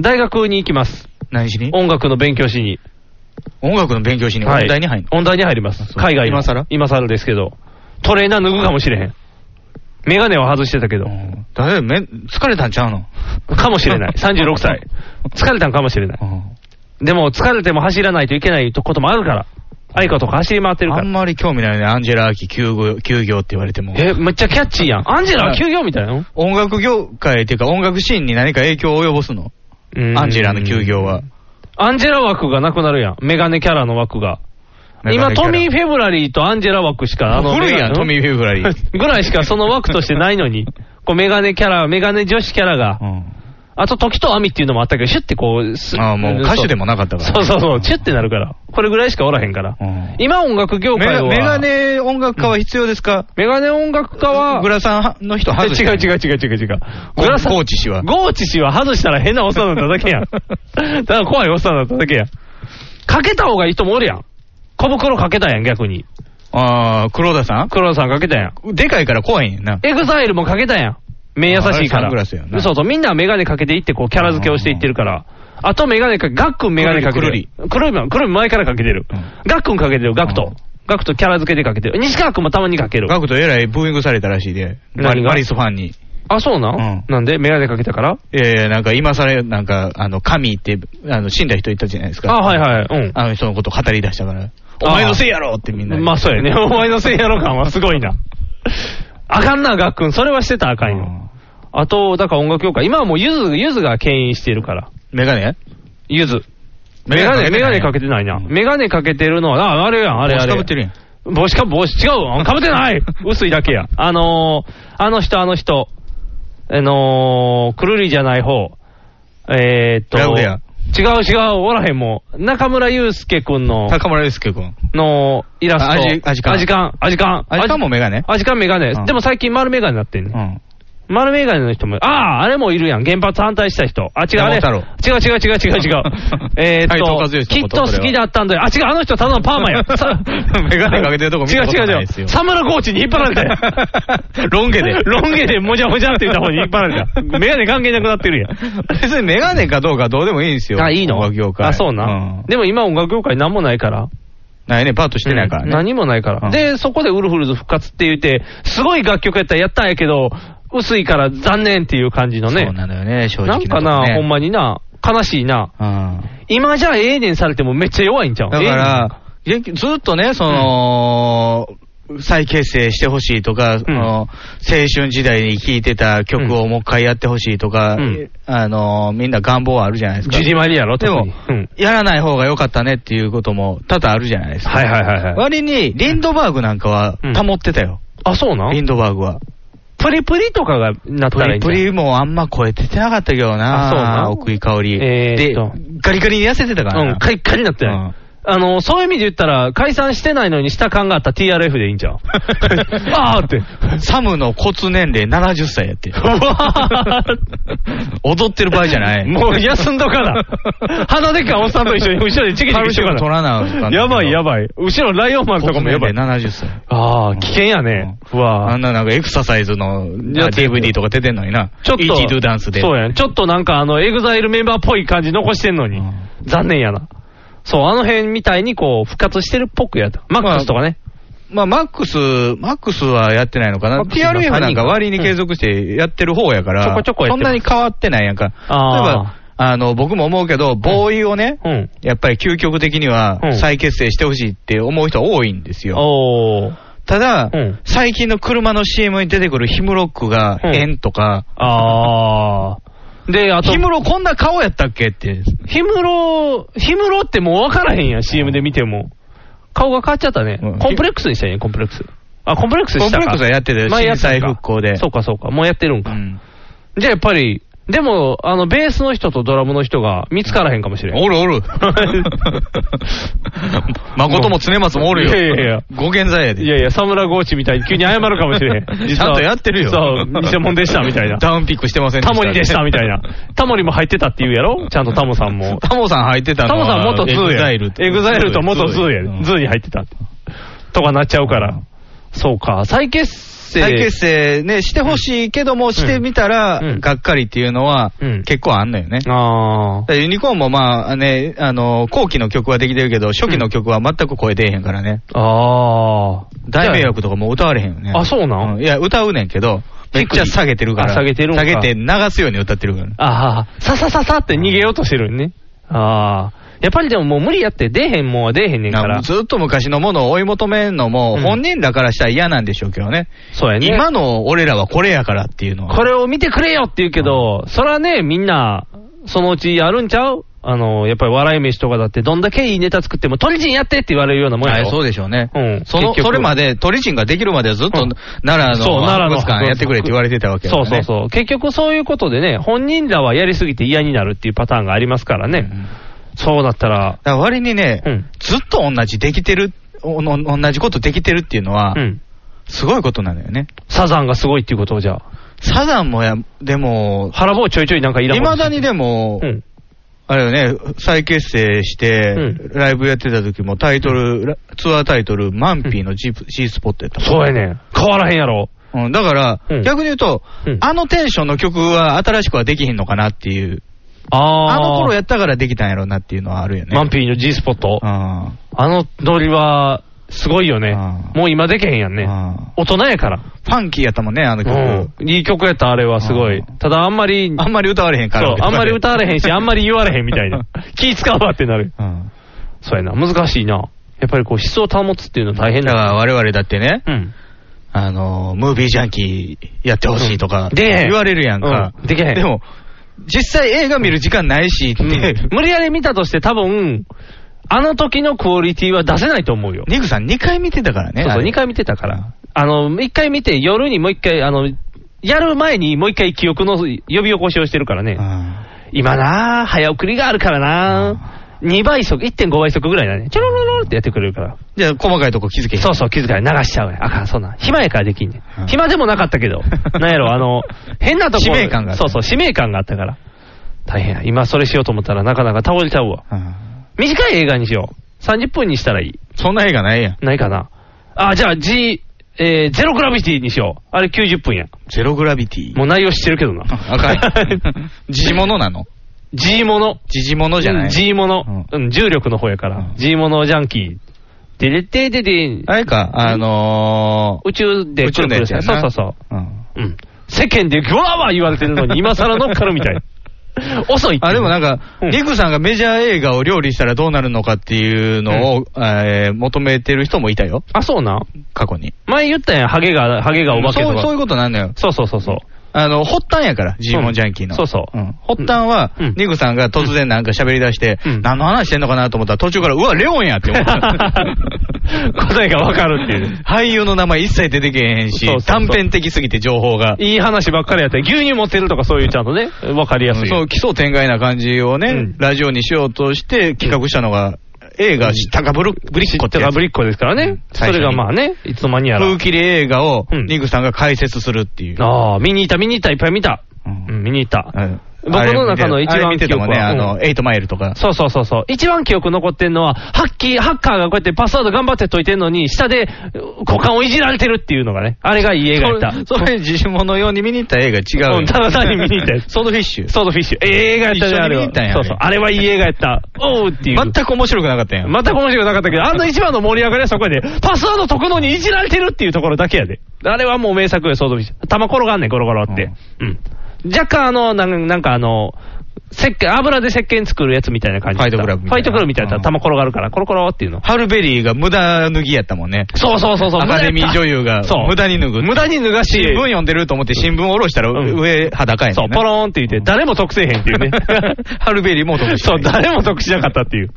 [SPEAKER 3] 大学に行きます。
[SPEAKER 2] 何しに
[SPEAKER 3] 音楽の勉強しに。
[SPEAKER 2] 音楽の勉強しに音大に入んの、
[SPEAKER 3] はい音大に入ります。
[SPEAKER 2] そう
[SPEAKER 3] 海外の
[SPEAKER 2] 今更
[SPEAKER 3] 今更ですけど。トレーナー脱ぐかもしれへん。メガネは外してたけど。
[SPEAKER 2] だいぶめ疲れたんちゃうの
[SPEAKER 3] かもしれない。36歳。 疲れたんかもしれない。でも疲れても走らないといけないこともあるから。愛花とか走り回ってるか
[SPEAKER 2] あ
[SPEAKER 3] ら
[SPEAKER 2] ん。まり興味ないね。アンジェラ・アキ休業休業って言われても。
[SPEAKER 3] え、めっちゃキャッチーやん。アンジェラは休業みたいな
[SPEAKER 2] 音楽業界っていうか音楽シーンに何か影響を及ぼすの
[SPEAKER 3] の
[SPEAKER 2] アンジェラの休。
[SPEAKER 3] うん
[SPEAKER 2] 業は。
[SPEAKER 3] アンジェラ枠がなくなるやん。メガネキャラの枠が。今、トミー・フェブラリーとアンジェラ枠しか、
[SPEAKER 2] 古いやん
[SPEAKER 3] メガネ
[SPEAKER 2] トミーフェブラリー
[SPEAKER 3] ぐらいしかその枠としてないのに、こうメガネキャラ、メガネ女子キャラが、あと、時と網っていうのもあったけど、シュッてこう、す
[SPEAKER 2] ああ、もう歌手でもなかったから。
[SPEAKER 3] そうそうそう、シュッてなるから。これぐらいしかおらへんから。今、音楽業
[SPEAKER 2] メ
[SPEAKER 3] 界
[SPEAKER 2] ガ
[SPEAKER 3] は。
[SPEAKER 2] メガネ音楽家は必要ですか
[SPEAKER 3] メガネ音楽家は
[SPEAKER 2] グ、ラさんの人外して
[SPEAKER 3] 違う違う違う違う違う。
[SPEAKER 2] ゴ
[SPEAKER 3] グラサ
[SPEAKER 2] ゴーチ氏は。
[SPEAKER 3] ゴーチ氏は外したら変なおっさんだっただけや ん。ただ怖いおっさんだっただけやん。かけた方がいい人もおるやん。小袋かけたやん、逆に。
[SPEAKER 2] ああ、黒田さ
[SPEAKER 3] 黒田さんかけたやん。
[SPEAKER 2] んでかいから怖いんやな。
[SPEAKER 3] エグザイルもかけたやん。目優しいか
[SPEAKER 2] あれサン
[SPEAKER 3] ら
[SPEAKER 2] グラスや。な
[SPEAKER 3] そうそう、みんなメガネかけていって、こう、キャラ付けをしていってるから。あとメガネか、ガックンメガネかけて
[SPEAKER 2] くる
[SPEAKER 3] る
[SPEAKER 2] り。
[SPEAKER 3] 黒いもん、黒い前からかけてる。ガックンかけてる、ガクト。ガクトキャラ付けでかけてる。西川くんもたまにかける。
[SPEAKER 2] ガクトえらいブーイングされたらしいで。マ
[SPEAKER 3] 何
[SPEAKER 2] リ
[SPEAKER 3] が
[SPEAKER 2] マリスファンに。
[SPEAKER 3] あ、そうなんなんでメガネかけたから
[SPEAKER 2] いやいや、なんか今更、なんか、あの、神って、あの、死んだ人いたじゃないですか。
[SPEAKER 3] あ、はいはい。うん。
[SPEAKER 2] あの人のこと語り出したから。お前のせいやろってみんな。
[SPEAKER 3] まあそうやね。 お前のせいやろ感はすごいな。あかんな、ガックン。それはしてたらあかんよ。あと、だから音楽業界。今はもうゆず、ゆずが牽引してるから。
[SPEAKER 2] メガネ
[SPEAKER 3] ゆず。メガネ、メガネかけてないな。メガネかけてるのは、あ、あれやん、あれ
[SPEAKER 2] 帽
[SPEAKER 3] あれ。
[SPEAKER 2] 子かぶってるやん。
[SPEAKER 3] 帽子か、帽子、違うわ。かぶってない薄いだけや。あのー、あの人、あの人。あのー、くるりじゃない方。えーっと、
[SPEAKER 2] ラウデア
[SPEAKER 3] 違う違う、おらへんもう。中村祐介くんの。
[SPEAKER 2] 高村祐介君。
[SPEAKER 3] のイラスト。
[SPEAKER 2] あアジアジカン
[SPEAKER 3] アジカン。アジカン。
[SPEAKER 2] あれかもメガネ
[SPEAKER 3] アジカンメガネ。
[SPEAKER 2] うん
[SPEAKER 3] でも最近丸メガネになってん
[SPEAKER 2] う
[SPEAKER 3] ね。
[SPEAKER 2] ん。
[SPEAKER 3] 丸メガネの人も、ああ、あれもいるやん。原発反対した人。あ、違う、あれ。違
[SPEAKER 2] 山
[SPEAKER 3] う
[SPEAKER 2] 本
[SPEAKER 3] 違う違う違う違う。 えーっ
[SPEAKER 2] 斉藤和
[SPEAKER 3] と、
[SPEAKER 2] 義
[SPEAKER 3] きっ
[SPEAKER 2] のこと
[SPEAKER 3] と好きだったんだよ。あ、違う、あの人ただのパーマ や。さ
[SPEAKER 2] メガネかけてるとこ見たことないですよ
[SPEAKER 3] 違う違う違う。サムラコーチに引っ張られたよ
[SPEAKER 2] ロン毛で
[SPEAKER 3] ロン毛でもじゃもじゃって言った方に引っ張 られた。メガネ関係なくなってるやん。
[SPEAKER 2] 別にメガネかどうかどうでもいいんですよ。
[SPEAKER 3] あ、いいの
[SPEAKER 2] 音楽業界。
[SPEAKER 3] あ、そうな。
[SPEAKER 2] ん
[SPEAKER 3] でも今音楽業界なんもないから。
[SPEAKER 2] ないね、パートしてないから
[SPEAKER 3] うん
[SPEAKER 2] ね。
[SPEAKER 3] 何もないから、
[SPEAKER 2] うん
[SPEAKER 3] で、そこでウルフルズ復活って言って、すごい楽曲やったらやったんやけど、薄いから残念っていう感じのね。
[SPEAKER 2] そうなのよね、正
[SPEAKER 3] な
[SPEAKER 2] 直
[SPEAKER 3] ん
[SPEAKER 2] とこ
[SPEAKER 3] か
[SPEAKER 2] ね。
[SPEAKER 3] な、ほんまにな、悲しいな。
[SPEAKER 2] うん。
[SPEAKER 3] 今じゃええねんされてもめっちゃ弱いんちゃう
[SPEAKER 2] だから、ずっとね、その、再結成してほしいとか、あの青春時代に聴いてた曲をもう一回やってほしいとか、
[SPEAKER 3] うん
[SPEAKER 2] あのみんな願望はあるじゃないですか。
[SPEAKER 3] ジジマリやろ、
[SPEAKER 2] で
[SPEAKER 3] 特
[SPEAKER 2] も
[SPEAKER 3] に。うん。
[SPEAKER 2] やらない方が良かったねっていうことも多々あるじゃないですか。
[SPEAKER 3] はいはいはいはい。
[SPEAKER 2] 割に、リンドバーグなんかは
[SPEAKER 3] うん
[SPEAKER 2] 保ってたよ。
[SPEAKER 3] あ、そうな
[SPEAKER 2] リン
[SPEAKER 3] ん
[SPEAKER 2] ドバーグは。
[SPEAKER 3] プリプリとかがなった
[SPEAKER 2] プ
[SPEAKER 3] らい
[SPEAKER 2] リ
[SPEAKER 3] いんじゃ
[SPEAKER 2] プ
[SPEAKER 3] ない
[SPEAKER 2] リもあんま超えててなかったけどな。
[SPEAKER 3] あそうな
[SPEAKER 2] 奥井香織。
[SPEAKER 3] えーっ
[SPEAKER 2] で
[SPEAKER 3] と、
[SPEAKER 2] ガリガリに痩せてたからな。
[SPEAKER 3] うん、カリッカリになってない。
[SPEAKER 2] うん
[SPEAKER 3] あの、そういう意味で言ったら、解散してないのにした感があった TRF でいい んちゃうあーって。
[SPEAKER 2] サムの骨年齢70歳やって。
[SPEAKER 3] うわー
[SPEAKER 2] 踊ってる場合じゃない。
[SPEAKER 3] もう休んど かな。鼻でっかいおっさんと一緒に、後ろでチキチキしてか
[SPEAKER 2] カルシウム取らなあかん
[SPEAKER 3] やばいやばい。後ろライオンマンとか
[SPEAKER 2] 骨
[SPEAKER 3] もや
[SPEAKER 2] 年
[SPEAKER 3] ば
[SPEAKER 2] 齢
[SPEAKER 3] い。
[SPEAKER 2] 70歳。
[SPEAKER 3] ああ、危険やね。うわ
[SPEAKER 2] あ
[SPEAKER 3] あ
[SPEAKER 2] んななんかエクササイズの
[SPEAKER 3] や
[SPEAKER 2] な
[SPEAKER 3] つやつ
[SPEAKER 2] DVD とか出てんのにな。
[SPEAKER 3] ちょっと、
[SPEAKER 2] イージードゥダンスで。
[SPEAKER 3] そうやん。ちょっとなんかあの、エグザイルメンバーっぽい感じ残してんのに
[SPEAKER 2] うん。
[SPEAKER 3] 残念やな。そう、あの辺みたいにこう、復活してるっぽくやった。マックスとかね。
[SPEAKER 2] まあ、マックス、マックスはやってないのか
[SPEAKER 3] マ
[SPEAKER 2] な。
[SPEAKER 3] ックスの
[SPEAKER 2] TRF なんか割に継続してやってる方やから、
[SPEAKER 3] ちょこちょこやっ
[SPEAKER 2] そ
[SPEAKER 3] て
[SPEAKER 2] ん
[SPEAKER 3] ます
[SPEAKER 2] なに変わってないやんか。例え
[SPEAKER 3] あー
[SPEAKER 2] ば、あの、僕も思うけど、ボーイをね、
[SPEAKER 3] うん。
[SPEAKER 2] やっぱり究極的に
[SPEAKER 3] う
[SPEAKER 2] は
[SPEAKER 3] ん
[SPEAKER 2] 再結成してほしいって思う人は多いんですよ。
[SPEAKER 3] おー。
[SPEAKER 2] ただ、
[SPEAKER 3] うん
[SPEAKER 2] 最近の車の CM に出てくるヒムロックが
[SPEAKER 3] うん
[SPEAKER 2] 円とか、
[SPEAKER 3] あー。で、あと、
[SPEAKER 2] ヒムロこんな顔やったっけって。
[SPEAKER 3] ヒムロ、ヒムロってもう分からへんやん、CM で見ても。顔が変わっちゃったね
[SPEAKER 2] うん。
[SPEAKER 3] コンプレックスにしたんやコンプレックス。あ、コンプレックスしたか
[SPEAKER 2] コンプレックスはやってたよ
[SPEAKER 3] 前やったんか
[SPEAKER 2] 震災復興で
[SPEAKER 3] そうかそうか、もうやってるん
[SPEAKER 2] う
[SPEAKER 3] か。
[SPEAKER 2] ん
[SPEAKER 3] じゃあやっぱり、でも、あの、ベースの人とドラムの人が見つからへんかもしれん。
[SPEAKER 2] おる おる。誠も常松もおるよ。
[SPEAKER 3] いやいやいや
[SPEAKER 2] ご健在やで。。
[SPEAKER 3] いやいや、サムラゴーチみたいに急に謝るかもしれん 実
[SPEAKER 2] ちゃん
[SPEAKER 3] は
[SPEAKER 2] とやってるよ。
[SPEAKER 3] そう、偽物でしたみたい な。
[SPEAKER 2] ダウンピックしてません。
[SPEAKER 3] タモリでしたみたいなタモリも入ってたって言うやろちゃんとタモさんも。
[SPEAKER 2] タモさん入ってたの
[SPEAKER 3] タモさん元
[SPEAKER 2] エグ
[SPEAKER 3] 2や。
[SPEAKER 2] ザイ
[SPEAKER 3] エ
[SPEAKER 2] ル
[SPEAKER 3] グザイルと元2や。2に入ってたって。とかなっちゃうから。そうか。再結成。
[SPEAKER 2] 再結成ね、してほしいけども、してみたら、
[SPEAKER 3] うん
[SPEAKER 2] がっかりっていうのは、
[SPEAKER 3] うん
[SPEAKER 2] 結構あんのよね。
[SPEAKER 3] あ
[SPEAKER 2] だからユニコーンもまあね、あの、後期の曲はできてるけど、初期の曲は全く声出えへんからね。
[SPEAKER 3] あ。ああ。
[SPEAKER 2] 大迷惑とかもう歌われへんよね。
[SPEAKER 3] あそうなん
[SPEAKER 2] んいや、歌うねんけど、めっちゃ下げてるから。
[SPEAKER 3] あ下げてるんか
[SPEAKER 2] 下げて流すように歌ってるから。
[SPEAKER 3] ああ。ささささって逃げようとしてるね。ああ。やっぱりでももう無理やって、出えへんもんは出えへんねんか
[SPEAKER 2] な
[SPEAKER 3] ら。
[SPEAKER 2] ずっと昔のものを追い求めんのも、
[SPEAKER 3] うん
[SPEAKER 2] 本人らからしたら嫌なんでしょうけどね。
[SPEAKER 3] そうやね。
[SPEAKER 2] 今の俺らはこれやからっていうのは。
[SPEAKER 3] これを見てくれよって言うけど、それはね、みんな、そのうちやるんちゃうあの、やっぱり笑い飯とかだって、どんだけいいネタ作っても、鳥人やってって言われるようなもんや
[SPEAKER 2] はい、
[SPEAKER 3] ろ。
[SPEAKER 2] そうでしょうね。
[SPEAKER 3] うん
[SPEAKER 2] その、
[SPEAKER 3] 結局
[SPEAKER 2] それまで、鳥人ができるまではずっと、
[SPEAKER 3] うん
[SPEAKER 2] 奈良
[SPEAKER 3] そう
[SPEAKER 2] の
[SPEAKER 3] 奈良の
[SPEAKER 2] 博物館やってくれって言われてたわけだか
[SPEAKER 3] そ
[SPEAKER 2] ら
[SPEAKER 3] う
[SPEAKER 2] ね。
[SPEAKER 3] そうそう。結局そういうことでね、本人らはやりすぎて嫌になるっていうパターンがありますからね。
[SPEAKER 2] うん
[SPEAKER 3] そうだったら、
[SPEAKER 2] だから割にね、
[SPEAKER 3] うん
[SPEAKER 2] ずっと同じできてる、おの同じことできてるっていうのは、
[SPEAKER 3] うん。
[SPEAKER 2] すごいことなのよね。
[SPEAKER 3] サザンがすごいっていうことをじゃあ、
[SPEAKER 2] サザンもや、でも、
[SPEAKER 3] 腹棒ちょいちょいなんかいらん
[SPEAKER 2] い
[SPEAKER 3] こと
[SPEAKER 2] まだにでも、
[SPEAKER 3] うん。
[SPEAKER 2] あれよね、再結成して、
[SPEAKER 3] うん
[SPEAKER 2] ライブやってた時もタイトル、ラツアータイトル、マンピーの G,、G スポットやったもん
[SPEAKER 3] そうやねん。変わらへんやろ。
[SPEAKER 2] うん、だから、
[SPEAKER 3] うん
[SPEAKER 2] 逆に言うと、
[SPEAKER 3] うん
[SPEAKER 2] あのテンションの曲は新しくはできひんのかなっていう、
[SPEAKER 3] あ
[SPEAKER 2] あ
[SPEAKER 3] あ。
[SPEAKER 2] の頃やったからできたんやろうなっていうのはあるよね。
[SPEAKER 3] マンピーの G スポット。
[SPEAKER 2] ー。
[SPEAKER 3] あのノリは、すごいよね
[SPEAKER 2] あ。ー
[SPEAKER 3] もう今でけへんやんね。
[SPEAKER 2] あ
[SPEAKER 3] 大人やから。
[SPEAKER 2] ファンキーやったもんね、あの曲。
[SPEAKER 3] うん。いい曲やった、あれはすごい
[SPEAKER 2] あ。ー
[SPEAKER 3] ただあんまり、
[SPEAKER 2] あんまり歌われへんか
[SPEAKER 3] そ
[SPEAKER 2] ら。
[SPEAKER 3] う、あんまり歌われへんし、あんまり言われへんみたい
[SPEAKER 2] うん
[SPEAKER 3] な。気使うわってなる。
[SPEAKER 2] うん。
[SPEAKER 3] そうやな、難しいな。やっぱりこう、質を保つっていうのは大変
[SPEAKER 2] だ
[SPEAKER 3] だ
[SPEAKER 2] から我々だってね、
[SPEAKER 3] うん。
[SPEAKER 2] あの、ムービージャンキーやってほしいとか、
[SPEAKER 3] で
[SPEAKER 2] 言われるやんか。
[SPEAKER 3] うんできへん
[SPEAKER 2] でも、実際映画見る時間ないしって、
[SPEAKER 3] うん無理やり見たとして多分、あの時のクオリティは出せないと思うよ。
[SPEAKER 2] ニグさん2回見てたからね。
[SPEAKER 3] そうそう、
[SPEAKER 2] あれ
[SPEAKER 3] 2回見てたから。あの、1回見て、夜にもう1回、あの、やる前にもう1回記憶の呼び起こしをしてるからね。
[SPEAKER 2] うん
[SPEAKER 3] 今なあ早送りがあるからなあ2倍速、1.5倍速ぐらいだね。ちょろろろろってやってくれるから。
[SPEAKER 2] じゃあ、細かいとこ気づけへん。
[SPEAKER 3] そうそう、気遣い流しちゃうやん。あかん、そんなん。暇やからできんね
[SPEAKER 2] うん
[SPEAKER 3] ん。暇でもなかったけど。なんやろ、あの、変なとこ。
[SPEAKER 2] 使命感があった
[SPEAKER 3] そうそう、使命感があったから。大変や。今それしようと思ったらなかなか倒れちゃうわ。
[SPEAKER 2] うん
[SPEAKER 3] 短い映画にしよう。30分にしたらいい。
[SPEAKER 2] そんな映画ないやん。
[SPEAKER 3] ないかな。あ、じゃあ G、えー、ゼログラビティにしよう。あれ90分や。
[SPEAKER 2] ゼログラビティ。
[SPEAKER 3] もう内容知ってるけどな。
[SPEAKER 2] あか ん。時事物なの
[SPEAKER 3] G もの。
[SPEAKER 2] 時事物じゃない。
[SPEAKER 3] うん G もの。
[SPEAKER 2] う
[SPEAKER 3] うん、重力の方やか
[SPEAKER 2] う
[SPEAKER 3] ら
[SPEAKER 2] ん。
[SPEAKER 3] G ものジャンキー。ででででで
[SPEAKER 2] あれか、あの
[SPEAKER 3] 宇宙
[SPEAKER 2] ー、
[SPEAKER 3] で
[SPEAKER 2] 宇宙のやつや
[SPEAKER 3] そう
[SPEAKER 2] な。
[SPEAKER 3] そうそう。
[SPEAKER 2] うん。
[SPEAKER 3] うん。世間でぐわーわー言われてるのに、今更乗っかるみたい。遅いっていう
[SPEAKER 2] あ、でもなんか
[SPEAKER 3] うん、
[SPEAKER 2] リクさんがメジャー映画を料理したらどうなるのかっていうのを、えー求めてる人もいたよ。
[SPEAKER 3] あ、そうなん
[SPEAKER 2] 過去に。
[SPEAKER 3] 前言ったやん、ハゲが、ハゲがお化けと
[SPEAKER 2] そう
[SPEAKER 3] か。
[SPEAKER 2] そういうことなんだよ。
[SPEAKER 3] そうそうそうそう。
[SPEAKER 2] あの、発端やから、ジーモンジャンキーの。
[SPEAKER 3] そうそう
[SPEAKER 2] うん発端は
[SPEAKER 3] うん、
[SPEAKER 2] ニグさんが突然なんか喋り出して、
[SPEAKER 3] うん
[SPEAKER 2] 何の話してんのかなと思ったら途中から、うわ、レオンやって思った。
[SPEAKER 3] 答えがわかるっていう。
[SPEAKER 2] 俳優の名前一切出てけへんし
[SPEAKER 3] そうそう、そう
[SPEAKER 2] 短編的すぎて情報が。
[SPEAKER 3] いい話ばっかりやって、牛乳持ってるとかそういうちゃんとね、わかりやすい。
[SPEAKER 2] そう、奇想天外な感じをね、
[SPEAKER 3] うん
[SPEAKER 2] ラジオにしようとして企画したのが、映画、シタカブルブリッコって
[SPEAKER 3] だ
[SPEAKER 2] や
[SPEAKER 3] から
[SPEAKER 2] つ
[SPEAKER 3] ぶりっ子ですから
[SPEAKER 2] う
[SPEAKER 3] ね
[SPEAKER 2] ん。
[SPEAKER 3] そ
[SPEAKER 2] 最初
[SPEAKER 3] れ
[SPEAKER 2] に
[SPEAKER 3] がまあね、いつの間にやら
[SPEAKER 2] 風。切り映画を
[SPEAKER 3] うん
[SPEAKER 2] ニグさんが解説するっていう。
[SPEAKER 3] ああ、見に行った、見に行った、いっぱい見た。
[SPEAKER 2] うん
[SPEAKER 3] うん、見に行った。
[SPEAKER 2] うん
[SPEAKER 3] 僕の中の一
[SPEAKER 2] あれ
[SPEAKER 3] 番
[SPEAKER 2] 見てたもんね、
[SPEAKER 3] 記憶は
[SPEAKER 2] あ
[SPEAKER 3] う
[SPEAKER 2] の、エイトマイルとか。
[SPEAKER 3] そうそうそうそう。一番記憶残ってんのは、ハッキー、ハッカーがこうやってパスワード頑張って解いてんのに、下で股間をいじられてるっていうのがね、あれがいい映画やった。
[SPEAKER 2] それ、自信のように見に行った映画違う
[SPEAKER 3] う
[SPEAKER 2] よ。
[SPEAKER 3] んただ単に見に行った やつ
[SPEAKER 2] ソードフィッシュ。
[SPEAKER 3] ソードフィッシュ。ええ映画やったね、
[SPEAKER 2] 一
[SPEAKER 3] あ
[SPEAKER 2] 緒に
[SPEAKER 3] れ
[SPEAKER 2] 見に
[SPEAKER 3] は
[SPEAKER 2] 行ったんや。
[SPEAKER 3] そうそう。あれはいい映画やった。おうっていう。
[SPEAKER 2] 全く面白くなかったんや。
[SPEAKER 3] 全く面白くなかった けど、あの一番の盛り上がりはそこやで、パスワード解くのにいじられてるっていうところだけやで。あれはもう名作よ、想像し。玉転がんねん、ゴロゴロって。うん。若干あの、なんなんかあの、石鹸、油で石鹸作るやつみたいな感じだっ
[SPEAKER 2] フ
[SPEAKER 3] た。
[SPEAKER 2] ァイトクラブみ
[SPEAKER 3] フ
[SPEAKER 2] た
[SPEAKER 3] ァ
[SPEAKER 2] い
[SPEAKER 3] イ
[SPEAKER 2] な
[SPEAKER 3] トクラブみたいな。玉転がるから、コロコロっていうの。
[SPEAKER 2] ハルベリーが無駄脱ぎやったもんね。
[SPEAKER 3] そうそうそうそう。
[SPEAKER 2] アカデミー女優が
[SPEAKER 3] そう。
[SPEAKER 2] 無駄に脱ぐ。
[SPEAKER 3] 無駄に脱がし、
[SPEAKER 2] 新聞読んでると思って新聞下ろしたら
[SPEAKER 3] うん
[SPEAKER 2] 上裸やね。
[SPEAKER 3] そう、ポローンって言って、誰も得せえへんって いうね
[SPEAKER 2] ハルベリーも得して
[SPEAKER 3] そ
[SPEAKER 2] な
[SPEAKER 3] う、
[SPEAKER 2] い
[SPEAKER 3] 誰も得しなかったっていう。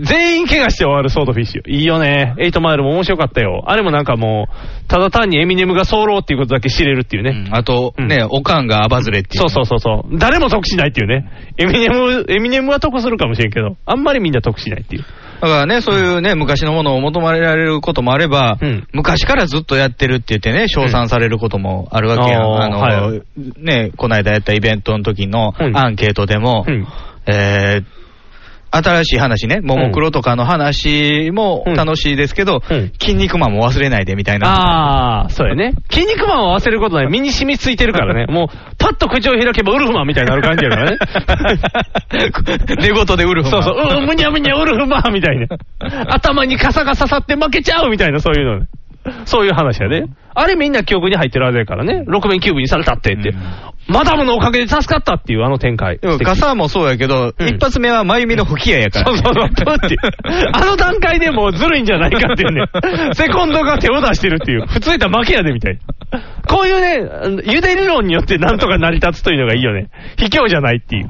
[SPEAKER 3] 全員怪我して終わるソードフィッシュ。いいよね。エイトマイルも面白かったよ。あれもなんかもう、ただ単にエミネムが早漏っていうことだけ知れるっていうね。
[SPEAKER 2] うんあと、
[SPEAKER 3] うん
[SPEAKER 2] ね、オカンがアバズレっていう。
[SPEAKER 3] そうそうそうそう。誰も得しないっていうね。エミネム、エミネムは得するかもしれんけど、あんまりみんな得しないっていう。
[SPEAKER 2] だからね、そういうね、昔のものを求められることもあれば、
[SPEAKER 3] うん
[SPEAKER 2] 昔からずっとやってるって言ってね、称賛されることもあるわけやん。
[SPEAKER 3] うん
[SPEAKER 2] あの、
[SPEAKER 3] はい
[SPEAKER 2] ね、この間やったイベントの時の
[SPEAKER 3] うん
[SPEAKER 2] アンケートでも、
[SPEAKER 3] うん
[SPEAKER 2] えー新しい話ね、ももクロとかの話も
[SPEAKER 3] うん
[SPEAKER 2] 楽しいですけど、
[SPEAKER 3] うん
[SPEAKER 2] 筋肉マンも忘れないでみたいな。。
[SPEAKER 3] ああ、そうやね。筋肉マンを忘れることない。身に染みついてるからね。もう、パッと口を開けばウルフマンみたいになる感じやからね
[SPEAKER 2] 出言でウルフマン
[SPEAKER 3] そうそう、うん、むにゃむにゃウルフマンみたいな。頭に傘が刺さって負けちゃうみたいな、そういうの。そういう話やね。あれみんな記憶に入ってるあれやからね。6面9分にされたってって。
[SPEAKER 2] うん
[SPEAKER 3] マダムのおかげで助かったっていうあの展開。
[SPEAKER 2] でも、
[SPEAKER 3] 素敵
[SPEAKER 2] ガサーもそうやけど、
[SPEAKER 3] うん
[SPEAKER 2] 一発目は真由美の吹き矢やから
[SPEAKER 3] そう
[SPEAKER 2] ね、
[SPEAKER 3] そうそう、プ ーっていう。あの段階でもうずるいんじゃないかっていうね。セコンドが手を出してるっていう。普通やったら負けやでみたいな。こういうねあの、ゆで理論によってなんとか成り立つというのがいいよね。卑怯じゃないっていう。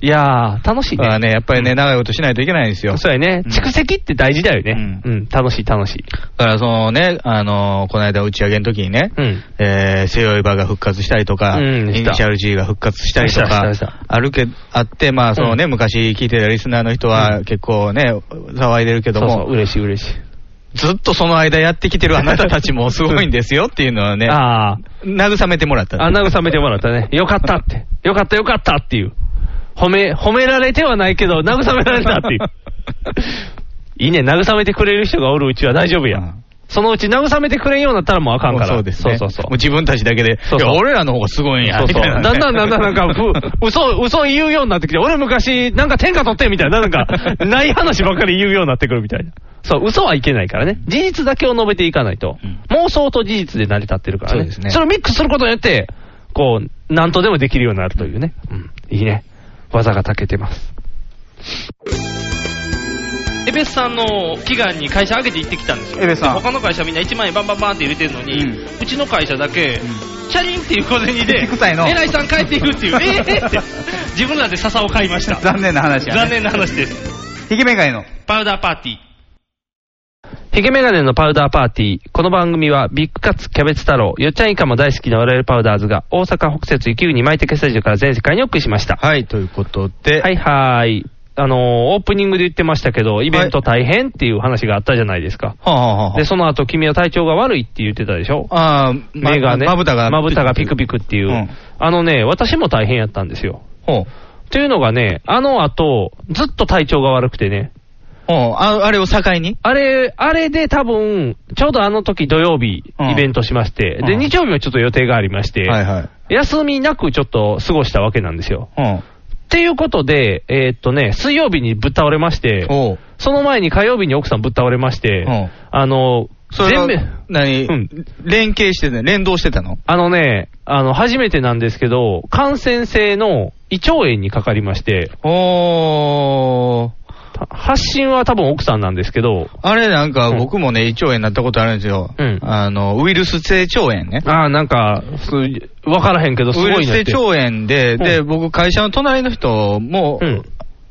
[SPEAKER 3] いやー、楽しい
[SPEAKER 2] だ
[SPEAKER 3] ね
[SPEAKER 2] から。ね、やっぱりね、長いことしないといけないんですよ。
[SPEAKER 3] そうやね。
[SPEAKER 2] うん
[SPEAKER 3] 蓄積って大事だよね。
[SPEAKER 2] う
[SPEAKER 3] うん、楽しい楽しい。
[SPEAKER 2] だからそのね、あのーこの間打ち上げの時にね、
[SPEAKER 3] うん
[SPEAKER 2] えー、西洋バが復活したりとか、
[SPEAKER 3] うん
[SPEAKER 2] イニシャル G が復活したりと
[SPEAKER 3] した
[SPEAKER 2] か
[SPEAKER 3] したした、
[SPEAKER 2] あるけ、あって、まあそのね、昔聞いてたリスナーの人は結構ね、騒いでるけど
[SPEAKER 3] そうそ
[SPEAKER 2] も
[SPEAKER 3] う、嬉しい嬉しい。
[SPEAKER 2] ずっとその間やってきてるあなたたち もすごいんですよっていうのはね、
[SPEAKER 3] ああ、
[SPEAKER 2] 慰めてもらった。
[SPEAKER 3] あ、慰めてもらったね。よかったって。よかったよかったっていう。褒め、褒められてはないけど、慰められたっ ていう。いいね、慰めてくれる人がおるうちは大丈夫や。
[SPEAKER 2] うん
[SPEAKER 3] そのうち慰めてくれんようになったらもうあかんから。
[SPEAKER 2] そうですね。
[SPEAKER 3] そうそうそう
[SPEAKER 2] もう。自分たちだけで、
[SPEAKER 3] そうそう
[SPEAKER 2] いや、俺らの方がすごいんや。
[SPEAKER 3] そうそ
[SPEAKER 2] み
[SPEAKER 3] う。
[SPEAKER 2] たい
[SPEAKER 3] だ
[SPEAKER 2] なんね
[SPEAKER 3] だんだんなんか、 ふ嘘、嘘言うようになってきて、俺昔、なんか天下取ってみたいな、なん か、ない話ばっかり言うようになってくるみたいな。そう、嘘はいけないからね。事実だけを述べていかないと、
[SPEAKER 2] うん
[SPEAKER 3] 妄想と事実で成り立ってるからね。
[SPEAKER 2] そうですね
[SPEAKER 3] れをミックスすることによって、こう、なんとでもできるようになるというね。うん。いいね。技がたけてます。エベスさんの祈願に会社上げて行ってきたんですよ。
[SPEAKER 9] エベスさん
[SPEAKER 3] 他の会社みんな1万円バンバンバンって入れてるのに、うちの会社だけ、チャリンっていう小銭で、
[SPEAKER 9] 口臭いの
[SPEAKER 3] 偉いさん帰っていくっていう、ええって、自分らで笹を買いました。
[SPEAKER 9] 残念な話や、ね。
[SPEAKER 3] 残念な話です。
[SPEAKER 9] ひげめがいの。
[SPEAKER 3] パウダーパーティー。ヒゲメガネのパウダーパーティー。この番組は、ビッグカツ、キャベツ太郎、よっちゃんイカも大好きな我々パウダーズが、大阪北節雪国マイテケスタジオから全世界にお送りしました。
[SPEAKER 2] はい、ということで、
[SPEAKER 3] はいはい。あのーオープニングで言ってましたけど、イベント大変っていう話があったじゃないですか。
[SPEAKER 2] はあはあはあ
[SPEAKER 3] で、その後、君は体調が悪いって言ってたでしょ
[SPEAKER 2] ああ、ま
[SPEAKER 3] 目がね、
[SPEAKER 2] まぶたが。
[SPEAKER 3] まぶたがピクピクっていう、
[SPEAKER 2] うん
[SPEAKER 3] あのね、私も大変やったんですよ。
[SPEAKER 2] ほう。
[SPEAKER 3] というのがね、あの後、ずっと体調が悪くてね、
[SPEAKER 2] ほう。ああれを境に
[SPEAKER 3] あれ、あれで多分、ちょうどあの時土曜日、
[SPEAKER 2] うん
[SPEAKER 3] イベントしまして、
[SPEAKER 2] う
[SPEAKER 3] で、
[SPEAKER 2] ん
[SPEAKER 3] 日曜日もちょっと予定がありまして、
[SPEAKER 2] はいはい。
[SPEAKER 3] 休みなくちょっと過ごしたわけなんですよ。
[SPEAKER 2] うん。
[SPEAKER 3] っていうことで、えーっとね、水曜日にぶっ倒れまして、
[SPEAKER 2] おう。
[SPEAKER 3] その前に火曜日に奥さんぶっ倒れまして、
[SPEAKER 2] うん
[SPEAKER 3] あの、
[SPEAKER 2] それは
[SPEAKER 3] 全部
[SPEAKER 2] 何、連携してね、連動してたの
[SPEAKER 3] あのね、あの、初めてなんですけど、感染性の胃腸炎にかかりまして、
[SPEAKER 2] おー。
[SPEAKER 3] た発信は多分奥さんなんですけど、
[SPEAKER 2] あれなんか僕もね、胃腸炎になったことあるんですよ。
[SPEAKER 3] うん
[SPEAKER 2] あの、ウイルス性腸炎ね。
[SPEAKER 3] ああ、なんか、そうわからへんけど、す
[SPEAKER 2] ウイ
[SPEAKER 3] ご
[SPEAKER 2] ル
[SPEAKER 3] い
[SPEAKER 2] ス
[SPEAKER 3] ね
[SPEAKER 2] 性
[SPEAKER 3] って。
[SPEAKER 2] 腸炎で、
[SPEAKER 3] うん
[SPEAKER 2] で、僕会社の隣の人も、
[SPEAKER 3] うん。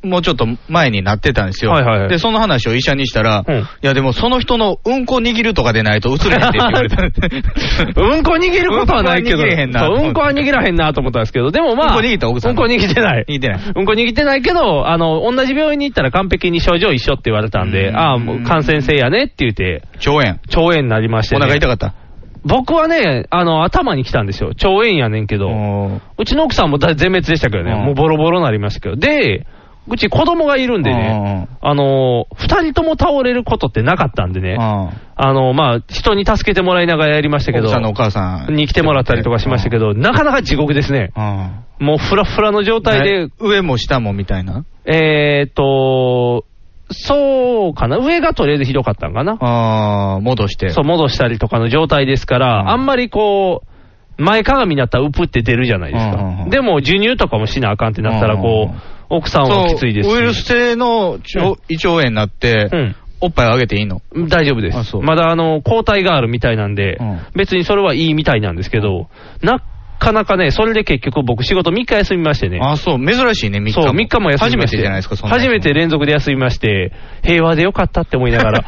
[SPEAKER 2] もうちょっと前になってたんですよ。
[SPEAKER 3] はいはいはい
[SPEAKER 2] で、その話を医者にしたら、
[SPEAKER 3] うん
[SPEAKER 2] いやでもその人のうんこ握るとかでないと移れへんって言われた。
[SPEAKER 3] うんこ握ることはないけど、
[SPEAKER 2] うんこは握れへんな
[SPEAKER 3] そううんこは握らへんなと思ったんですけど、でもまあ、
[SPEAKER 2] うんこ握った奥さん
[SPEAKER 3] うんこ握ってない。
[SPEAKER 2] 握ってない
[SPEAKER 3] うんこ握ってないけど、あの、同じ病院に行ったら完璧に症状一緒って言われたんで、
[SPEAKER 2] うん
[SPEAKER 3] ああ、もう感染性やねって言って、
[SPEAKER 2] 腸炎。
[SPEAKER 3] 腸炎になりまして、
[SPEAKER 2] お
[SPEAKER 3] ね。
[SPEAKER 2] 腹痛かった。
[SPEAKER 3] 僕はね、あの、頭に来たんですよ。腸炎やねんけど。
[SPEAKER 2] おー
[SPEAKER 3] うちの奥さんもだ全滅でしたけどね、
[SPEAKER 2] うん
[SPEAKER 3] もうボロボロになりましたけど、で、うち子供がいるんでね、あのー、二人とも倒れることってなかったんでね、あ
[SPEAKER 2] あ
[SPEAKER 3] のー、まあ、人に助けてもらいながらやりましたけど
[SPEAKER 2] 奥さん、のお母さん。
[SPEAKER 3] に来てもらったりとかしましたけど、なかなか地獄ですね。
[SPEAKER 2] うん。
[SPEAKER 3] もうフラフラの状態で、
[SPEAKER 2] 上も下もみたいな。
[SPEAKER 3] えーっと、そうかな、上がとりあえずひどかったんかな。
[SPEAKER 2] ああ、戻して。
[SPEAKER 3] そう、戻したりとかの状態ですから、
[SPEAKER 2] うん
[SPEAKER 3] あんまりこう、前かがみになったらうぷって出るじゃないです
[SPEAKER 2] う
[SPEAKER 3] か。
[SPEAKER 2] んうんうん
[SPEAKER 3] でも、授乳とかもしなあかんってなったら、
[SPEAKER 2] う
[SPEAKER 3] こ
[SPEAKER 2] んうんうん
[SPEAKER 3] う、奥さんはきついですし。
[SPEAKER 2] ウイルス性の腸
[SPEAKER 3] うん
[SPEAKER 2] 胃腸炎になって、おっぱいをあげていいの
[SPEAKER 3] うん。大丈夫で
[SPEAKER 2] あ
[SPEAKER 3] す。
[SPEAKER 2] そう
[SPEAKER 3] まだ、あの、抗体があるみたいなんで、
[SPEAKER 2] うん
[SPEAKER 3] 別にそれはいいみたいなんですけど、なかなかね、それで結局僕仕事3日休みましてね。
[SPEAKER 2] あ、そう、珍しいね、3日も。
[SPEAKER 3] そう、3日も休み
[SPEAKER 2] 初
[SPEAKER 3] ま
[SPEAKER 2] め
[SPEAKER 3] してて。
[SPEAKER 2] じゃないですか、そんな
[SPEAKER 3] 初めて。連続で休みまして、平和でよかったって思いな がら。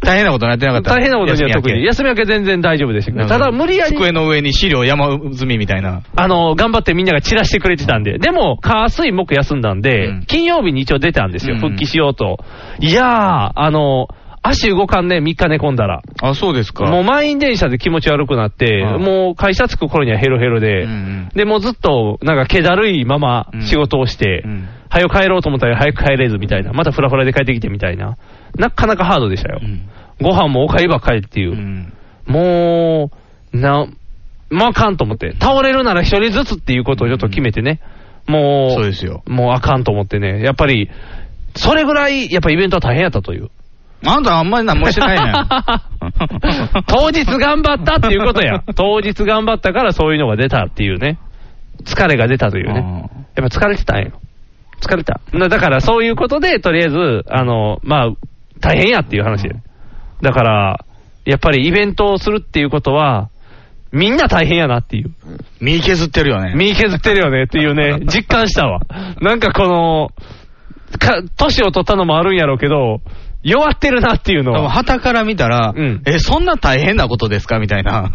[SPEAKER 2] 大変なことになってなかった。
[SPEAKER 3] 大変なことには特に。
[SPEAKER 2] 休
[SPEAKER 3] 休み明け全然大丈夫でしたけ
[SPEAKER 2] み明
[SPEAKER 3] ど。
[SPEAKER 2] け。
[SPEAKER 3] ただ、無理やり。
[SPEAKER 2] 机の上に資料山積みみたいな。
[SPEAKER 3] あの、頑張ってみんなが散らしてくれてたんで、でも、火、水、木休んだんで、
[SPEAKER 2] うん
[SPEAKER 3] 金曜日に一応出たんですよ、
[SPEAKER 2] うん
[SPEAKER 3] 復帰しようと。いやー、あの、足動かんね、3日寝込んだら。
[SPEAKER 2] あ、そうですか。
[SPEAKER 3] もう満員電車で気持ち悪くなって、
[SPEAKER 2] うん
[SPEAKER 3] もう会社着く頃にはヘロヘロで、
[SPEAKER 2] うんうん
[SPEAKER 3] で、もうずっと、なんか、気だるいまま
[SPEAKER 2] うん
[SPEAKER 3] 仕事をして、
[SPEAKER 2] うん
[SPEAKER 3] 早く帰ろうと思ったら早く帰れずみたいな、またフラフラで帰ってきてみたいな、なかなかハードでしたよ。
[SPEAKER 2] うん
[SPEAKER 3] ご飯もおかゆばっかりっていう。
[SPEAKER 2] うん
[SPEAKER 3] もう、な、まああかんと思って、倒れるなら一人ずつっていうことをちょっと決めてね、もう、
[SPEAKER 2] そうですよ
[SPEAKER 3] もうあかんと思ってね、やっぱり、それぐらい、やっぱイベントは大変やったという。。
[SPEAKER 2] あんたあんまり何もしてないね
[SPEAKER 3] 当日頑張ったっていうことや。当日頑張ったからそういうのが出たっていうね。疲れが出たというね。やっぱ疲れてたんよ。疲れた。なだからそういうことで、とりあえず、あの、まあ、大変やっていう話やだから、やっぱりイベントをするっていうことは、みんな大変やなっていう。
[SPEAKER 2] 身削ってるよね。
[SPEAKER 3] 身削ってるよねっていう ね、実感したわ。なんかこの、か、年を取ったのもあるんやろうけど、弱ってるなっていうの
[SPEAKER 2] 多分。
[SPEAKER 3] は
[SPEAKER 2] 旗から見たら、
[SPEAKER 3] うん
[SPEAKER 2] え、そんな大変なことですかみたい な。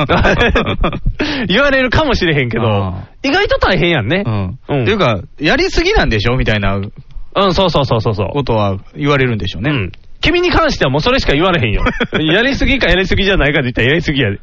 [SPEAKER 3] 言われるかもしれへんけど
[SPEAKER 2] あ、
[SPEAKER 3] 意外と大変やんね。
[SPEAKER 2] う
[SPEAKER 3] うん
[SPEAKER 2] ん。っていうか、やりすぎなんでしょみたいな
[SPEAKER 3] うん、そうそうそうそうそう。
[SPEAKER 2] ことは言われるんでしょうね。
[SPEAKER 3] うん。君に関してはもうそれしか言わ れへんよ。やりすぎかやりすぎじゃないかで言ったらやりすぎやで。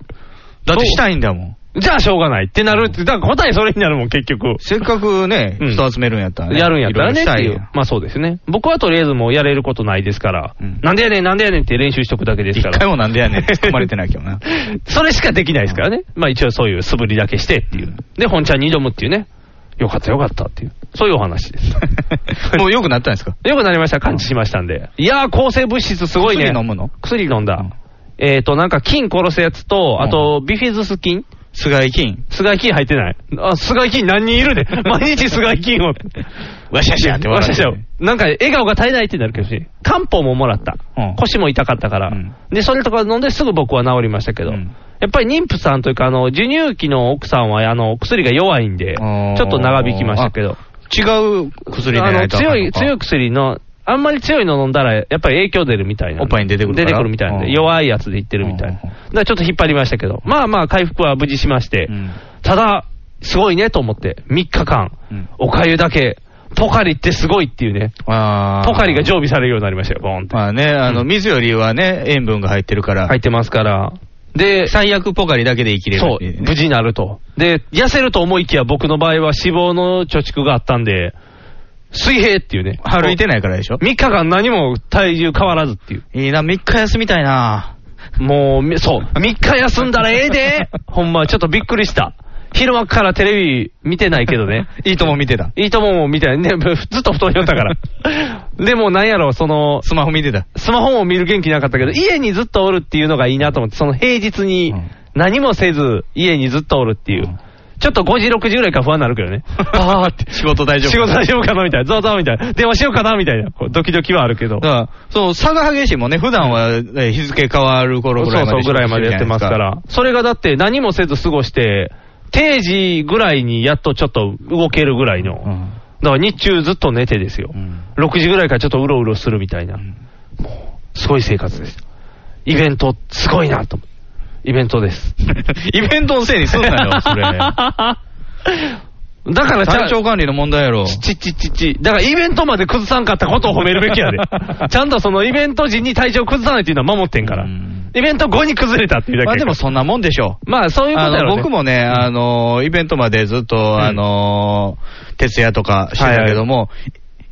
[SPEAKER 2] だってしたいんだもん。
[SPEAKER 3] じゃあしょうがないってなるって、だから答えそれになるもん、結局。
[SPEAKER 2] せっかくね、
[SPEAKER 3] うん
[SPEAKER 2] 人集めるんやったらね。
[SPEAKER 3] やるんやったらね
[SPEAKER 2] い
[SPEAKER 3] って
[SPEAKER 2] ろい
[SPEAKER 3] い
[SPEAKER 2] ろし
[SPEAKER 3] う
[SPEAKER 2] た。
[SPEAKER 3] まあそうですね。僕はとりあえずもうやれることないですから
[SPEAKER 2] うん。
[SPEAKER 3] なんでやねん、なんでやねんって練習しとくだけです
[SPEAKER 2] 一
[SPEAKER 3] から。
[SPEAKER 2] 回もなんでやねんって突っ込まれてないけどな。
[SPEAKER 3] それしかできないですからね。まあ一応そういう素振りだけしてっていう。で、本ちゃんに挑むっていうね。よかったよかったっていう。そういうお 話です。
[SPEAKER 2] もう良くなったんですか
[SPEAKER 3] よくなりました。感知しましたんで。いやー、抗生物質すごいね。
[SPEAKER 2] 薬飲むの
[SPEAKER 3] 薬飲んだ。
[SPEAKER 2] うん
[SPEAKER 3] えっ、ー、と、なんか菌殺すやつと、あと、ビフィズス菌
[SPEAKER 2] 菅井金。
[SPEAKER 3] スガイ菌入ってない。あ、スガイ菌何人いるで。 毎日スガイ菌を。
[SPEAKER 2] わしゃしゃって
[SPEAKER 3] わ
[SPEAKER 2] 笑っ
[SPEAKER 3] してゃしゃ。なんか、笑顔が絶えないってなるけどし。漢方ももらった
[SPEAKER 2] うん。
[SPEAKER 3] 腰も痛かったから
[SPEAKER 2] うん。
[SPEAKER 3] で、それとか飲んですぐ僕は治りましたけ
[SPEAKER 2] う
[SPEAKER 3] ど
[SPEAKER 2] ん。
[SPEAKER 3] やっぱり妊婦さんというか、あの、授乳期の奥さんは、あの、薬が弱いんで、ち
[SPEAKER 2] あ
[SPEAKER 3] ょ
[SPEAKER 2] ー
[SPEAKER 3] っと長引きましたけど。
[SPEAKER 2] 違う薬で
[SPEAKER 3] あ
[SPEAKER 2] ない
[SPEAKER 3] の
[SPEAKER 2] とあか
[SPEAKER 3] 強
[SPEAKER 2] ん
[SPEAKER 3] い、
[SPEAKER 2] のか
[SPEAKER 3] 強い薬の、あんまり強いの飲んだら、やっぱり影響出るみたいな。
[SPEAKER 2] おっぱいに出てくるか
[SPEAKER 3] 出
[SPEAKER 2] ら
[SPEAKER 3] てくるみたいなん
[SPEAKER 2] う
[SPEAKER 3] で、
[SPEAKER 2] ん
[SPEAKER 3] 弱いやつでいってるみたいな。だ
[SPEAKER 2] うん
[SPEAKER 3] からちょっと引っ張りましたけど、まあまあ回復は無事しまして
[SPEAKER 2] うん、
[SPEAKER 3] ただ、すごいねと思って、3日間
[SPEAKER 2] うん、
[SPEAKER 3] おかゆだけ、ポカリってすごいっていうね、
[SPEAKER 2] あー
[SPEAKER 3] ポカリが常備されるようになりましたよ、ボーンって。
[SPEAKER 2] まあね、あ
[SPEAKER 3] う
[SPEAKER 2] の、
[SPEAKER 3] ん
[SPEAKER 2] 水よりはね、塩分が入ってるから
[SPEAKER 3] 入、ってますから。で、
[SPEAKER 2] 最悪ポカリだけで生きれる
[SPEAKER 3] そ、
[SPEAKER 2] っていうね
[SPEAKER 3] 無事になると。で、痩せると思いきや僕の場合は脂肪の貯蓄があったんで、水平っていうね。
[SPEAKER 2] 歩いてないからでしょ
[SPEAKER 3] 3日間何も体重変わらずっていう。
[SPEAKER 2] いいな、3日休みたいな。
[SPEAKER 3] もうみ、そう、3日休んだらええ で、ほんま、ちょっとびっくりした。昼間からテレビ見てないけどね。
[SPEAKER 2] いいとも見てた。
[SPEAKER 3] いいともも見てないね。ぶずっと布団におったから。でもなんやろ、その、
[SPEAKER 2] スマホ見てた。
[SPEAKER 3] スマホも見る元気なかったけど、家にずっとおるっていうのがいいなと思って、その平日に何もせず、家にずっとおるっていう。ちょっと5時、6時ぐらいから不安になるけどね。 あーって。
[SPEAKER 2] 仕事大丈夫
[SPEAKER 3] 仕事大丈夫かなみたいな。ゾワゾワみたいな。電話しようかなみたいな。こうドキドキはあるけど。
[SPEAKER 2] だから、そう、差が激しいもんね。普段はえ日付変わる頃ぐらいま
[SPEAKER 3] そう
[SPEAKER 2] で。
[SPEAKER 3] そう、ぐらいまでやってますから。。それがだって何もせず過ごして、定時ぐらいにやっとちょっと動けるぐらいの。
[SPEAKER 2] うん。
[SPEAKER 3] だから日中ずっと寝てですよ。
[SPEAKER 2] うん
[SPEAKER 3] 6時ぐらいからちょっとうろうろするみたい な。もう、すごい生活です。イベント、すごいなと思う。イベントです。
[SPEAKER 2] イベントのせいにすんなよ、そ れ。
[SPEAKER 3] だからちゃ
[SPEAKER 2] 体
[SPEAKER 3] ん
[SPEAKER 2] 調管理の問題やろ。
[SPEAKER 3] ちちちち。だからイベントまで崩さんかったことを褒めるべき やで。ちゃんとそのイベント時に体調崩さないっていうのは守ってんから。
[SPEAKER 2] うん
[SPEAKER 3] イベント後に崩れたっていうだけ
[SPEAKER 2] まあ
[SPEAKER 3] やか
[SPEAKER 2] で
[SPEAKER 3] ら。
[SPEAKER 2] もそんなもんでしょう。
[SPEAKER 3] まあそういうこと
[SPEAKER 2] あ
[SPEAKER 3] やろ、
[SPEAKER 2] の
[SPEAKER 3] ね。
[SPEAKER 2] 僕もね、あの、イベントまでずっと、あの、徹夜とかしてたけども、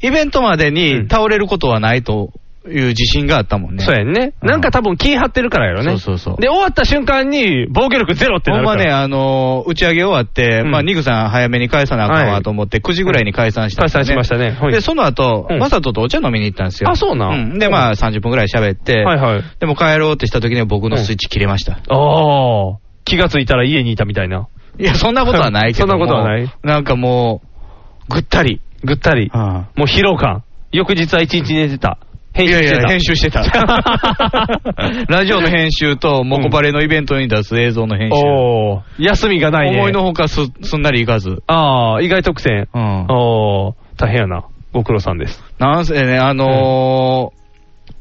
[SPEAKER 2] イベントまで
[SPEAKER 3] う
[SPEAKER 2] に
[SPEAKER 3] ん
[SPEAKER 2] 倒れることはないという自信があったもんね。
[SPEAKER 3] そうやんね。なんか多分気張ってるからやろね。
[SPEAKER 2] そうそうそう
[SPEAKER 3] で、終わった瞬間に防御力ゼロってな
[SPEAKER 2] ほん
[SPEAKER 3] るから。
[SPEAKER 2] まね、あのー打ち上げ終わって、
[SPEAKER 3] うん
[SPEAKER 2] まあ、ニグさん早めに解散なあかん
[SPEAKER 3] はい
[SPEAKER 2] わと思って、9時ぐらいに解散したんです、
[SPEAKER 3] 解散しましたねはい
[SPEAKER 2] で、その後、
[SPEAKER 3] うん
[SPEAKER 2] マサトとお茶飲みに行ったんですよ。
[SPEAKER 3] あそうなん
[SPEAKER 2] で、まあ、30分ぐらい喋って、
[SPEAKER 3] はいはい。
[SPEAKER 2] でも帰ろうってした時には僕のスイッチ切れました。
[SPEAKER 3] ああ。気がついたら家にいたみたいな。
[SPEAKER 2] いや、そんなことはないけども。
[SPEAKER 3] そんなことはない
[SPEAKER 2] なんかもう、ぐったり。
[SPEAKER 3] ぐったり。
[SPEAKER 2] は
[SPEAKER 3] もう疲労感。翌日は一日寝てた。編
[SPEAKER 2] い
[SPEAKER 3] 集
[SPEAKER 2] や
[SPEAKER 3] し
[SPEAKER 2] い
[SPEAKER 3] てた。
[SPEAKER 2] や、編集して た。ラジオの編集と、モコバレのイベントに出す映像の編集。
[SPEAKER 3] おー休みがないね。
[SPEAKER 2] 思いのほかすすんなりいかず。
[SPEAKER 3] ああ、意外特選。
[SPEAKER 2] うん
[SPEAKER 3] おー大変やな。ご苦労さんです。
[SPEAKER 2] なんせね、あのー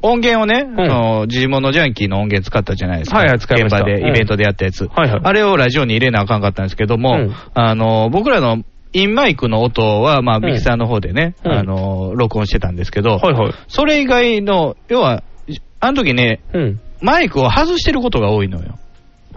[SPEAKER 2] 音源をね、
[SPEAKER 3] ん
[SPEAKER 2] あのジジモのジャンキーの音源使ったじゃないですか。
[SPEAKER 3] はいはい使いました
[SPEAKER 2] 現場
[SPEAKER 3] うん
[SPEAKER 2] で、イベントでやったやつ。
[SPEAKER 3] はいはい
[SPEAKER 2] あれをラジオに入れなあかんかったんですけども、
[SPEAKER 3] うん
[SPEAKER 2] あのー僕らのインマイクの音は、まあ、ミキサーの方でね、
[SPEAKER 3] うん
[SPEAKER 2] あのー録音してたんですけど、
[SPEAKER 3] はいはい。
[SPEAKER 2] それ以外の、要は、あの時ね、
[SPEAKER 3] うん。
[SPEAKER 2] マイクを外してることが多いのよ。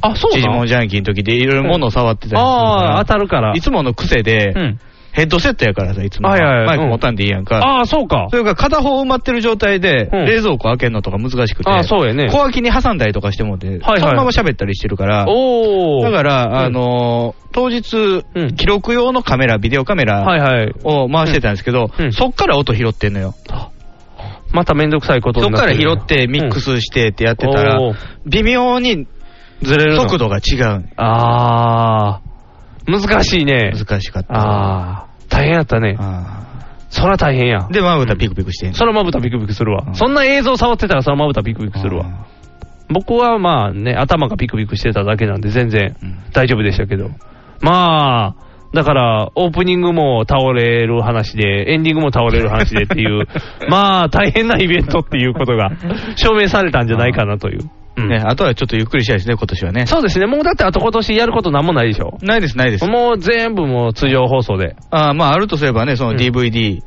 [SPEAKER 3] あ、そう
[SPEAKER 2] ジジ
[SPEAKER 3] な
[SPEAKER 2] モ
[SPEAKER 3] の
[SPEAKER 2] ンジャンキーの時でいろいろ物を触ってたりする
[SPEAKER 3] ああ、
[SPEAKER 2] か、
[SPEAKER 3] 当たるからら。
[SPEAKER 2] いつもの癖で、
[SPEAKER 3] うん。
[SPEAKER 2] ヘッドセットやからさ、いつもは。
[SPEAKER 3] はいはいはい
[SPEAKER 2] マイク持たんでいいやんか。
[SPEAKER 3] ああ、そうか
[SPEAKER 2] そ。れから片方埋まってる状態で、
[SPEAKER 3] うん
[SPEAKER 2] 冷蔵庫開けるのとか難しくて、
[SPEAKER 3] あそうやね
[SPEAKER 2] 小脇に挟んだりとかしてもって、
[SPEAKER 3] はい
[SPEAKER 2] そのまま喋ったりしてるから、
[SPEAKER 3] おお。、
[SPEAKER 2] だからら、あのー当日、
[SPEAKER 3] うん
[SPEAKER 2] 記録用のカメラ、ビデオカメ
[SPEAKER 3] はい
[SPEAKER 2] ラ
[SPEAKER 3] はい。
[SPEAKER 2] を回してたんですけど、
[SPEAKER 3] うんうん
[SPEAKER 2] そっから音拾ってんのよ。
[SPEAKER 3] まためんどくさいこと
[SPEAKER 2] そ
[SPEAKER 3] に
[SPEAKER 2] っ
[SPEAKER 3] な
[SPEAKER 2] から
[SPEAKER 3] る
[SPEAKER 2] 拾ってミックスしてってやってたら、
[SPEAKER 3] おー
[SPEAKER 2] 微妙に
[SPEAKER 3] ずれるの
[SPEAKER 2] 速度が違う。
[SPEAKER 3] ああ、難しいね。
[SPEAKER 2] 難しかった。
[SPEAKER 3] ああ、大変やったね。
[SPEAKER 2] あ
[SPEAKER 3] そら大変や
[SPEAKER 2] ー。で、まぶたピクピクしてんの
[SPEAKER 3] そらまぶたビクビクするわ。
[SPEAKER 2] うん
[SPEAKER 3] そんな映像触ってたらそらまぶたビクビクするわ。僕はまあね、頭がビクビクしてただけなんで全然
[SPEAKER 2] うん
[SPEAKER 3] 大丈夫でしたけど。まあ、だから、オープニングも倒れる話で、エンディングも倒れる話でっ ていう、まあ、大変なイベントっていうことが証明されたんじゃないかなという。うん
[SPEAKER 2] ね、あとはちょっとゆっくりしたいですね、今年はね。
[SPEAKER 3] そうですね、もうだってあと今年やることなんもないでしょ。
[SPEAKER 2] ないです、ないです。
[SPEAKER 3] もう全部もう通常放送で。
[SPEAKER 2] あーまあ、あるとすればね、その DVD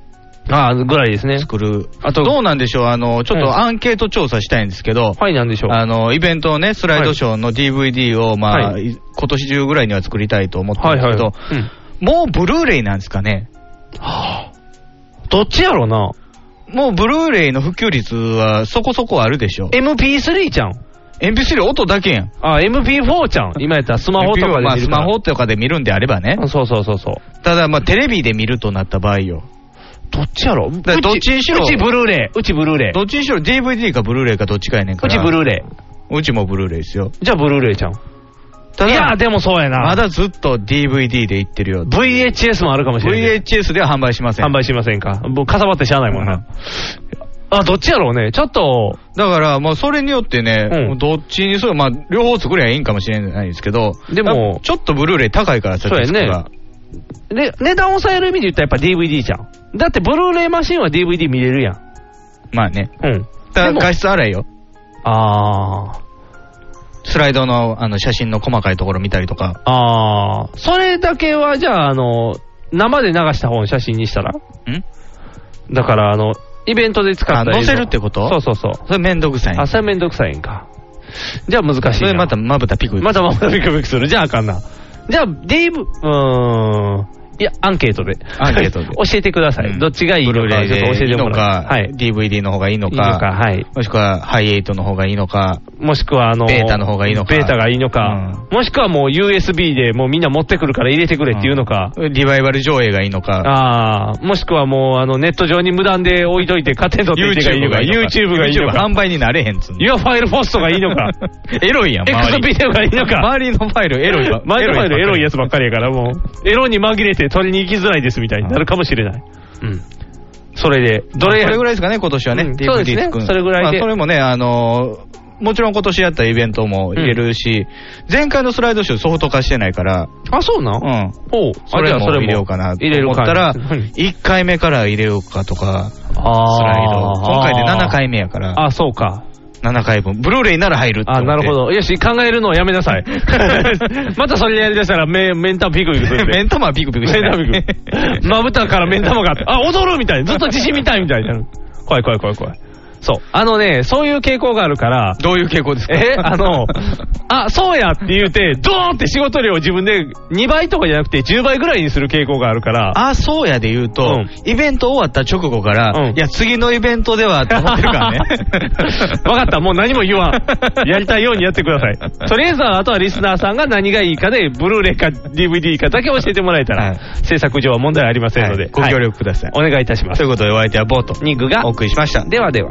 [SPEAKER 3] ああ、ぐらいですね。
[SPEAKER 2] 作る。
[SPEAKER 3] あと
[SPEAKER 2] どうなんでしょうあの、ちょっ
[SPEAKER 3] うん
[SPEAKER 2] とアンケート調査したいんですけど、
[SPEAKER 3] はい、なんでしょう。
[SPEAKER 2] あの、イベントをね、スライドショーの DVD を、ま
[SPEAKER 3] は
[SPEAKER 2] あ、
[SPEAKER 3] い
[SPEAKER 2] い今年中ぐらいには作りたいと思ってる
[SPEAKER 3] は
[SPEAKER 2] ん
[SPEAKER 3] い
[SPEAKER 2] です
[SPEAKER 3] はい。
[SPEAKER 2] けど、
[SPEAKER 3] うん
[SPEAKER 2] もうブルーレイなんですかね
[SPEAKER 3] どっちやろうな。
[SPEAKER 2] もうブルーレイの普及率はそこそこあるでしょ。
[SPEAKER 3] MP3 ちゃん。
[SPEAKER 2] MP3 音だけやん。
[SPEAKER 3] あ、MP4 ちゃん。今やったらスマホとかで見る
[SPEAKER 2] MP3 まあ、スマホ
[SPEAKER 3] と
[SPEAKER 2] とかで見るんであればね。
[SPEAKER 3] そうそうそうそう。
[SPEAKER 2] ただ、まあ、テレビで見るとなった場合よ。
[SPEAKER 3] どっちやろう
[SPEAKER 2] からどっちにしろ
[SPEAKER 3] うちブルーレイ。うちブルーレイ。
[SPEAKER 2] どっちにしろ DVD かブルーレイかどっちかやねんか
[SPEAKER 3] う
[SPEAKER 2] ら。
[SPEAKER 3] ちブルーレ
[SPEAKER 2] うちもブルーレイですよ。
[SPEAKER 3] イ。じゃあブルーレイちゃん。
[SPEAKER 2] た
[SPEAKER 3] いや、でもそうやな。
[SPEAKER 2] まだずっと DVD でいってるよ。
[SPEAKER 3] VHS もあるかもしれない。
[SPEAKER 2] VHS では販売しません。
[SPEAKER 3] 販売しませんか。もうかさばってしゃあないもんな。あ、どっちやろうね。ちょっと、
[SPEAKER 2] だから、まあ、それによってね、
[SPEAKER 3] うん
[SPEAKER 2] もうどっちにそう、まあ、両方作りゃいいんかもしれないですけど、
[SPEAKER 3] でも
[SPEAKER 2] やっぱちょっとブルーレイ高いからさ、
[SPEAKER 3] そうやね
[SPEAKER 2] ディスクが
[SPEAKER 3] で、値段を抑える意味で言ったらやっぱ DVD じゃん。だってブルーレイマシンは DVD 見れるやん。
[SPEAKER 2] まあね。
[SPEAKER 3] うん。
[SPEAKER 2] た
[SPEAKER 3] で
[SPEAKER 2] だ
[SPEAKER 3] も
[SPEAKER 2] 画質荒いよ。
[SPEAKER 3] あー。
[SPEAKER 2] スライドのあの写真の細かいところ見たりとか。
[SPEAKER 3] あー。それだけはじゃあ、あの、生で流した方の写真にしたら
[SPEAKER 2] ん
[SPEAKER 3] だから、あの、イベントで使った
[SPEAKER 2] あ載せるってこと
[SPEAKER 3] そうそうそう。
[SPEAKER 2] それめんどくさいね。
[SPEAKER 3] あ、それめんどくさいんか。じゃあ難しいな。
[SPEAKER 2] それまた、まぶたピクピク。
[SPEAKER 3] またまたビクビクする。じゃああかんな。じゃあ、デイブ、うーん。いや、アンケートで。
[SPEAKER 2] アンケートで
[SPEAKER 3] 教えてください。
[SPEAKER 2] うん
[SPEAKER 3] どっちがいいの
[SPEAKER 2] ブルー
[SPEAKER 3] か、
[SPEAKER 2] レイ
[SPEAKER 3] ちょっと教え
[SPEAKER 2] でい
[SPEAKER 3] て
[SPEAKER 2] いの
[SPEAKER 3] もらう。
[SPEAKER 2] か、
[SPEAKER 3] はい。いい
[SPEAKER 2] DVD の方がいいの
[SPEAKER 3] のか、
[SPEAKER 2] か、
[SPEAKER 3] はい。
[SPEAKER 2] もしくはハイエイトの方がいいのか、
[SPEAKER 3] もしくはあの、
[SPEAKER 2] ベータの方がいいのか
[SPEAKER 3] ベータがいいのか、もしくはもう USB でもうみんな持ってくるから入れてくれっていうのか、
[SPEAKER 2] リバイバル上映がいいのか、
[SPEAKER 3] ああ、もしくはもうあのネット上に無断で置いといて勝手に撮っていてがいいのか、YouTube がいいのか、
[SPEAKER 2] 販売になれへんっつうの
[SPEAKER 3] Your ファイルフォストがいいのか、
[SPEAKER 2] エロいやん、
[SPEAKER 3] X ビデオがいいのか、
[SPEAKER 2] 周りのファイルエロい わ。
[SPEAKER 3] 前の前のエロいや
[SPEAKER 2] つ。
[SPEAKER 3] つばっかりやから、もう、エロに紛れて取りに行きづらいですみたいになるかもしれない。うん。それで、ど
[SPEAKER 2] そ
[SPEAKER 3] れ
[SPEAKER 2] れ
[SPEAKER 3] や
[SPEAKER 2] ぐらいですかね、今年はね。
[SPEAKER 3] うん
[SPEAKER 2] DVD
[SPEAKER 3] そうですね
[SPEAKER 2] 作る
[SPEAKER 3] それぐらいで
[SPEAKER 2] まあそれもね、あのー、もちろん今年やったイベントも入れるし、前回のスライドショーソフト化してないから、
[SPEAKER 3] あ、そうな
[SPEAKER 2] うんん。
[SPEAKER 3] ほう。
[SPEAKER 2] それも入れようかなと思ったら、1回目から入れようかとか、ス
[SPEAKER 3] あ
[SPEAKER 2] ライド。今回で7回
[SPEAKER 3] 目。
[SPEAKER 2] 目やから。
[SPEAKER 3] あ、そうか。
[SPEAKER 2] 7回分。ブルーレイなら入るって思
[SPEAKER 3] あ、
[SPEAKER 2] って
[SPEAKER 3] なるほ。ど。よし、考えるのをやめな さい。またそれやりだしたら、目、目ん玉ピクピクす るんで。
[SPEAKER 2] 目ん玉はビクビクしてない
[SPEAKER 3] 目ん玉ピクピク。まぶたから目ん玉が、あ、踊るみたいな。ずっと地震みたいみたいになる。怖い怖い怖い怖い。そう。あのね、そういう傾向があるから、
[SPEAKER 2] どういう傾向ですか
[SPEAKER 3] え、あの、あ、そうやって言うて、ドーンって仕事量を自分で2倍とかじゃなくて10倍ぐらいにする傾向があるから、
[SPEAKER 2] あ、そうやで言うと、
[SPEAKER 3] うん
[SPEAKER 2] イベント終わった直後から、
[SPEAKER 3] う
[SPEAKER 2] い
[SPEAKER 3] ん。
[SPEAKER 2] や、次のイベントではって思ってるからね
[SPEAKER 3] わかった、もう何も言わん。やりたいようにやってください。とりあえずは、あとはリスナーさんが何がいいかで、ブルーレイか DVD かだけ教えてもらえたら、
[SPEAKER 2] はい
[SPEAKER 3] 制作上は問題ありませんので、
[SPEAKER 2] はいご協力ください
[SPEAKER 3] はいお願いいたしま
[SPEAKER 2] と
[SPEAKER 3] す
[SPEAKER 2] いう。ことで、お相手はボート。
[SPEAKER 3] ニグが
[SPEAKER 2] お送りしました。
[SPEAKER 3] ではでは。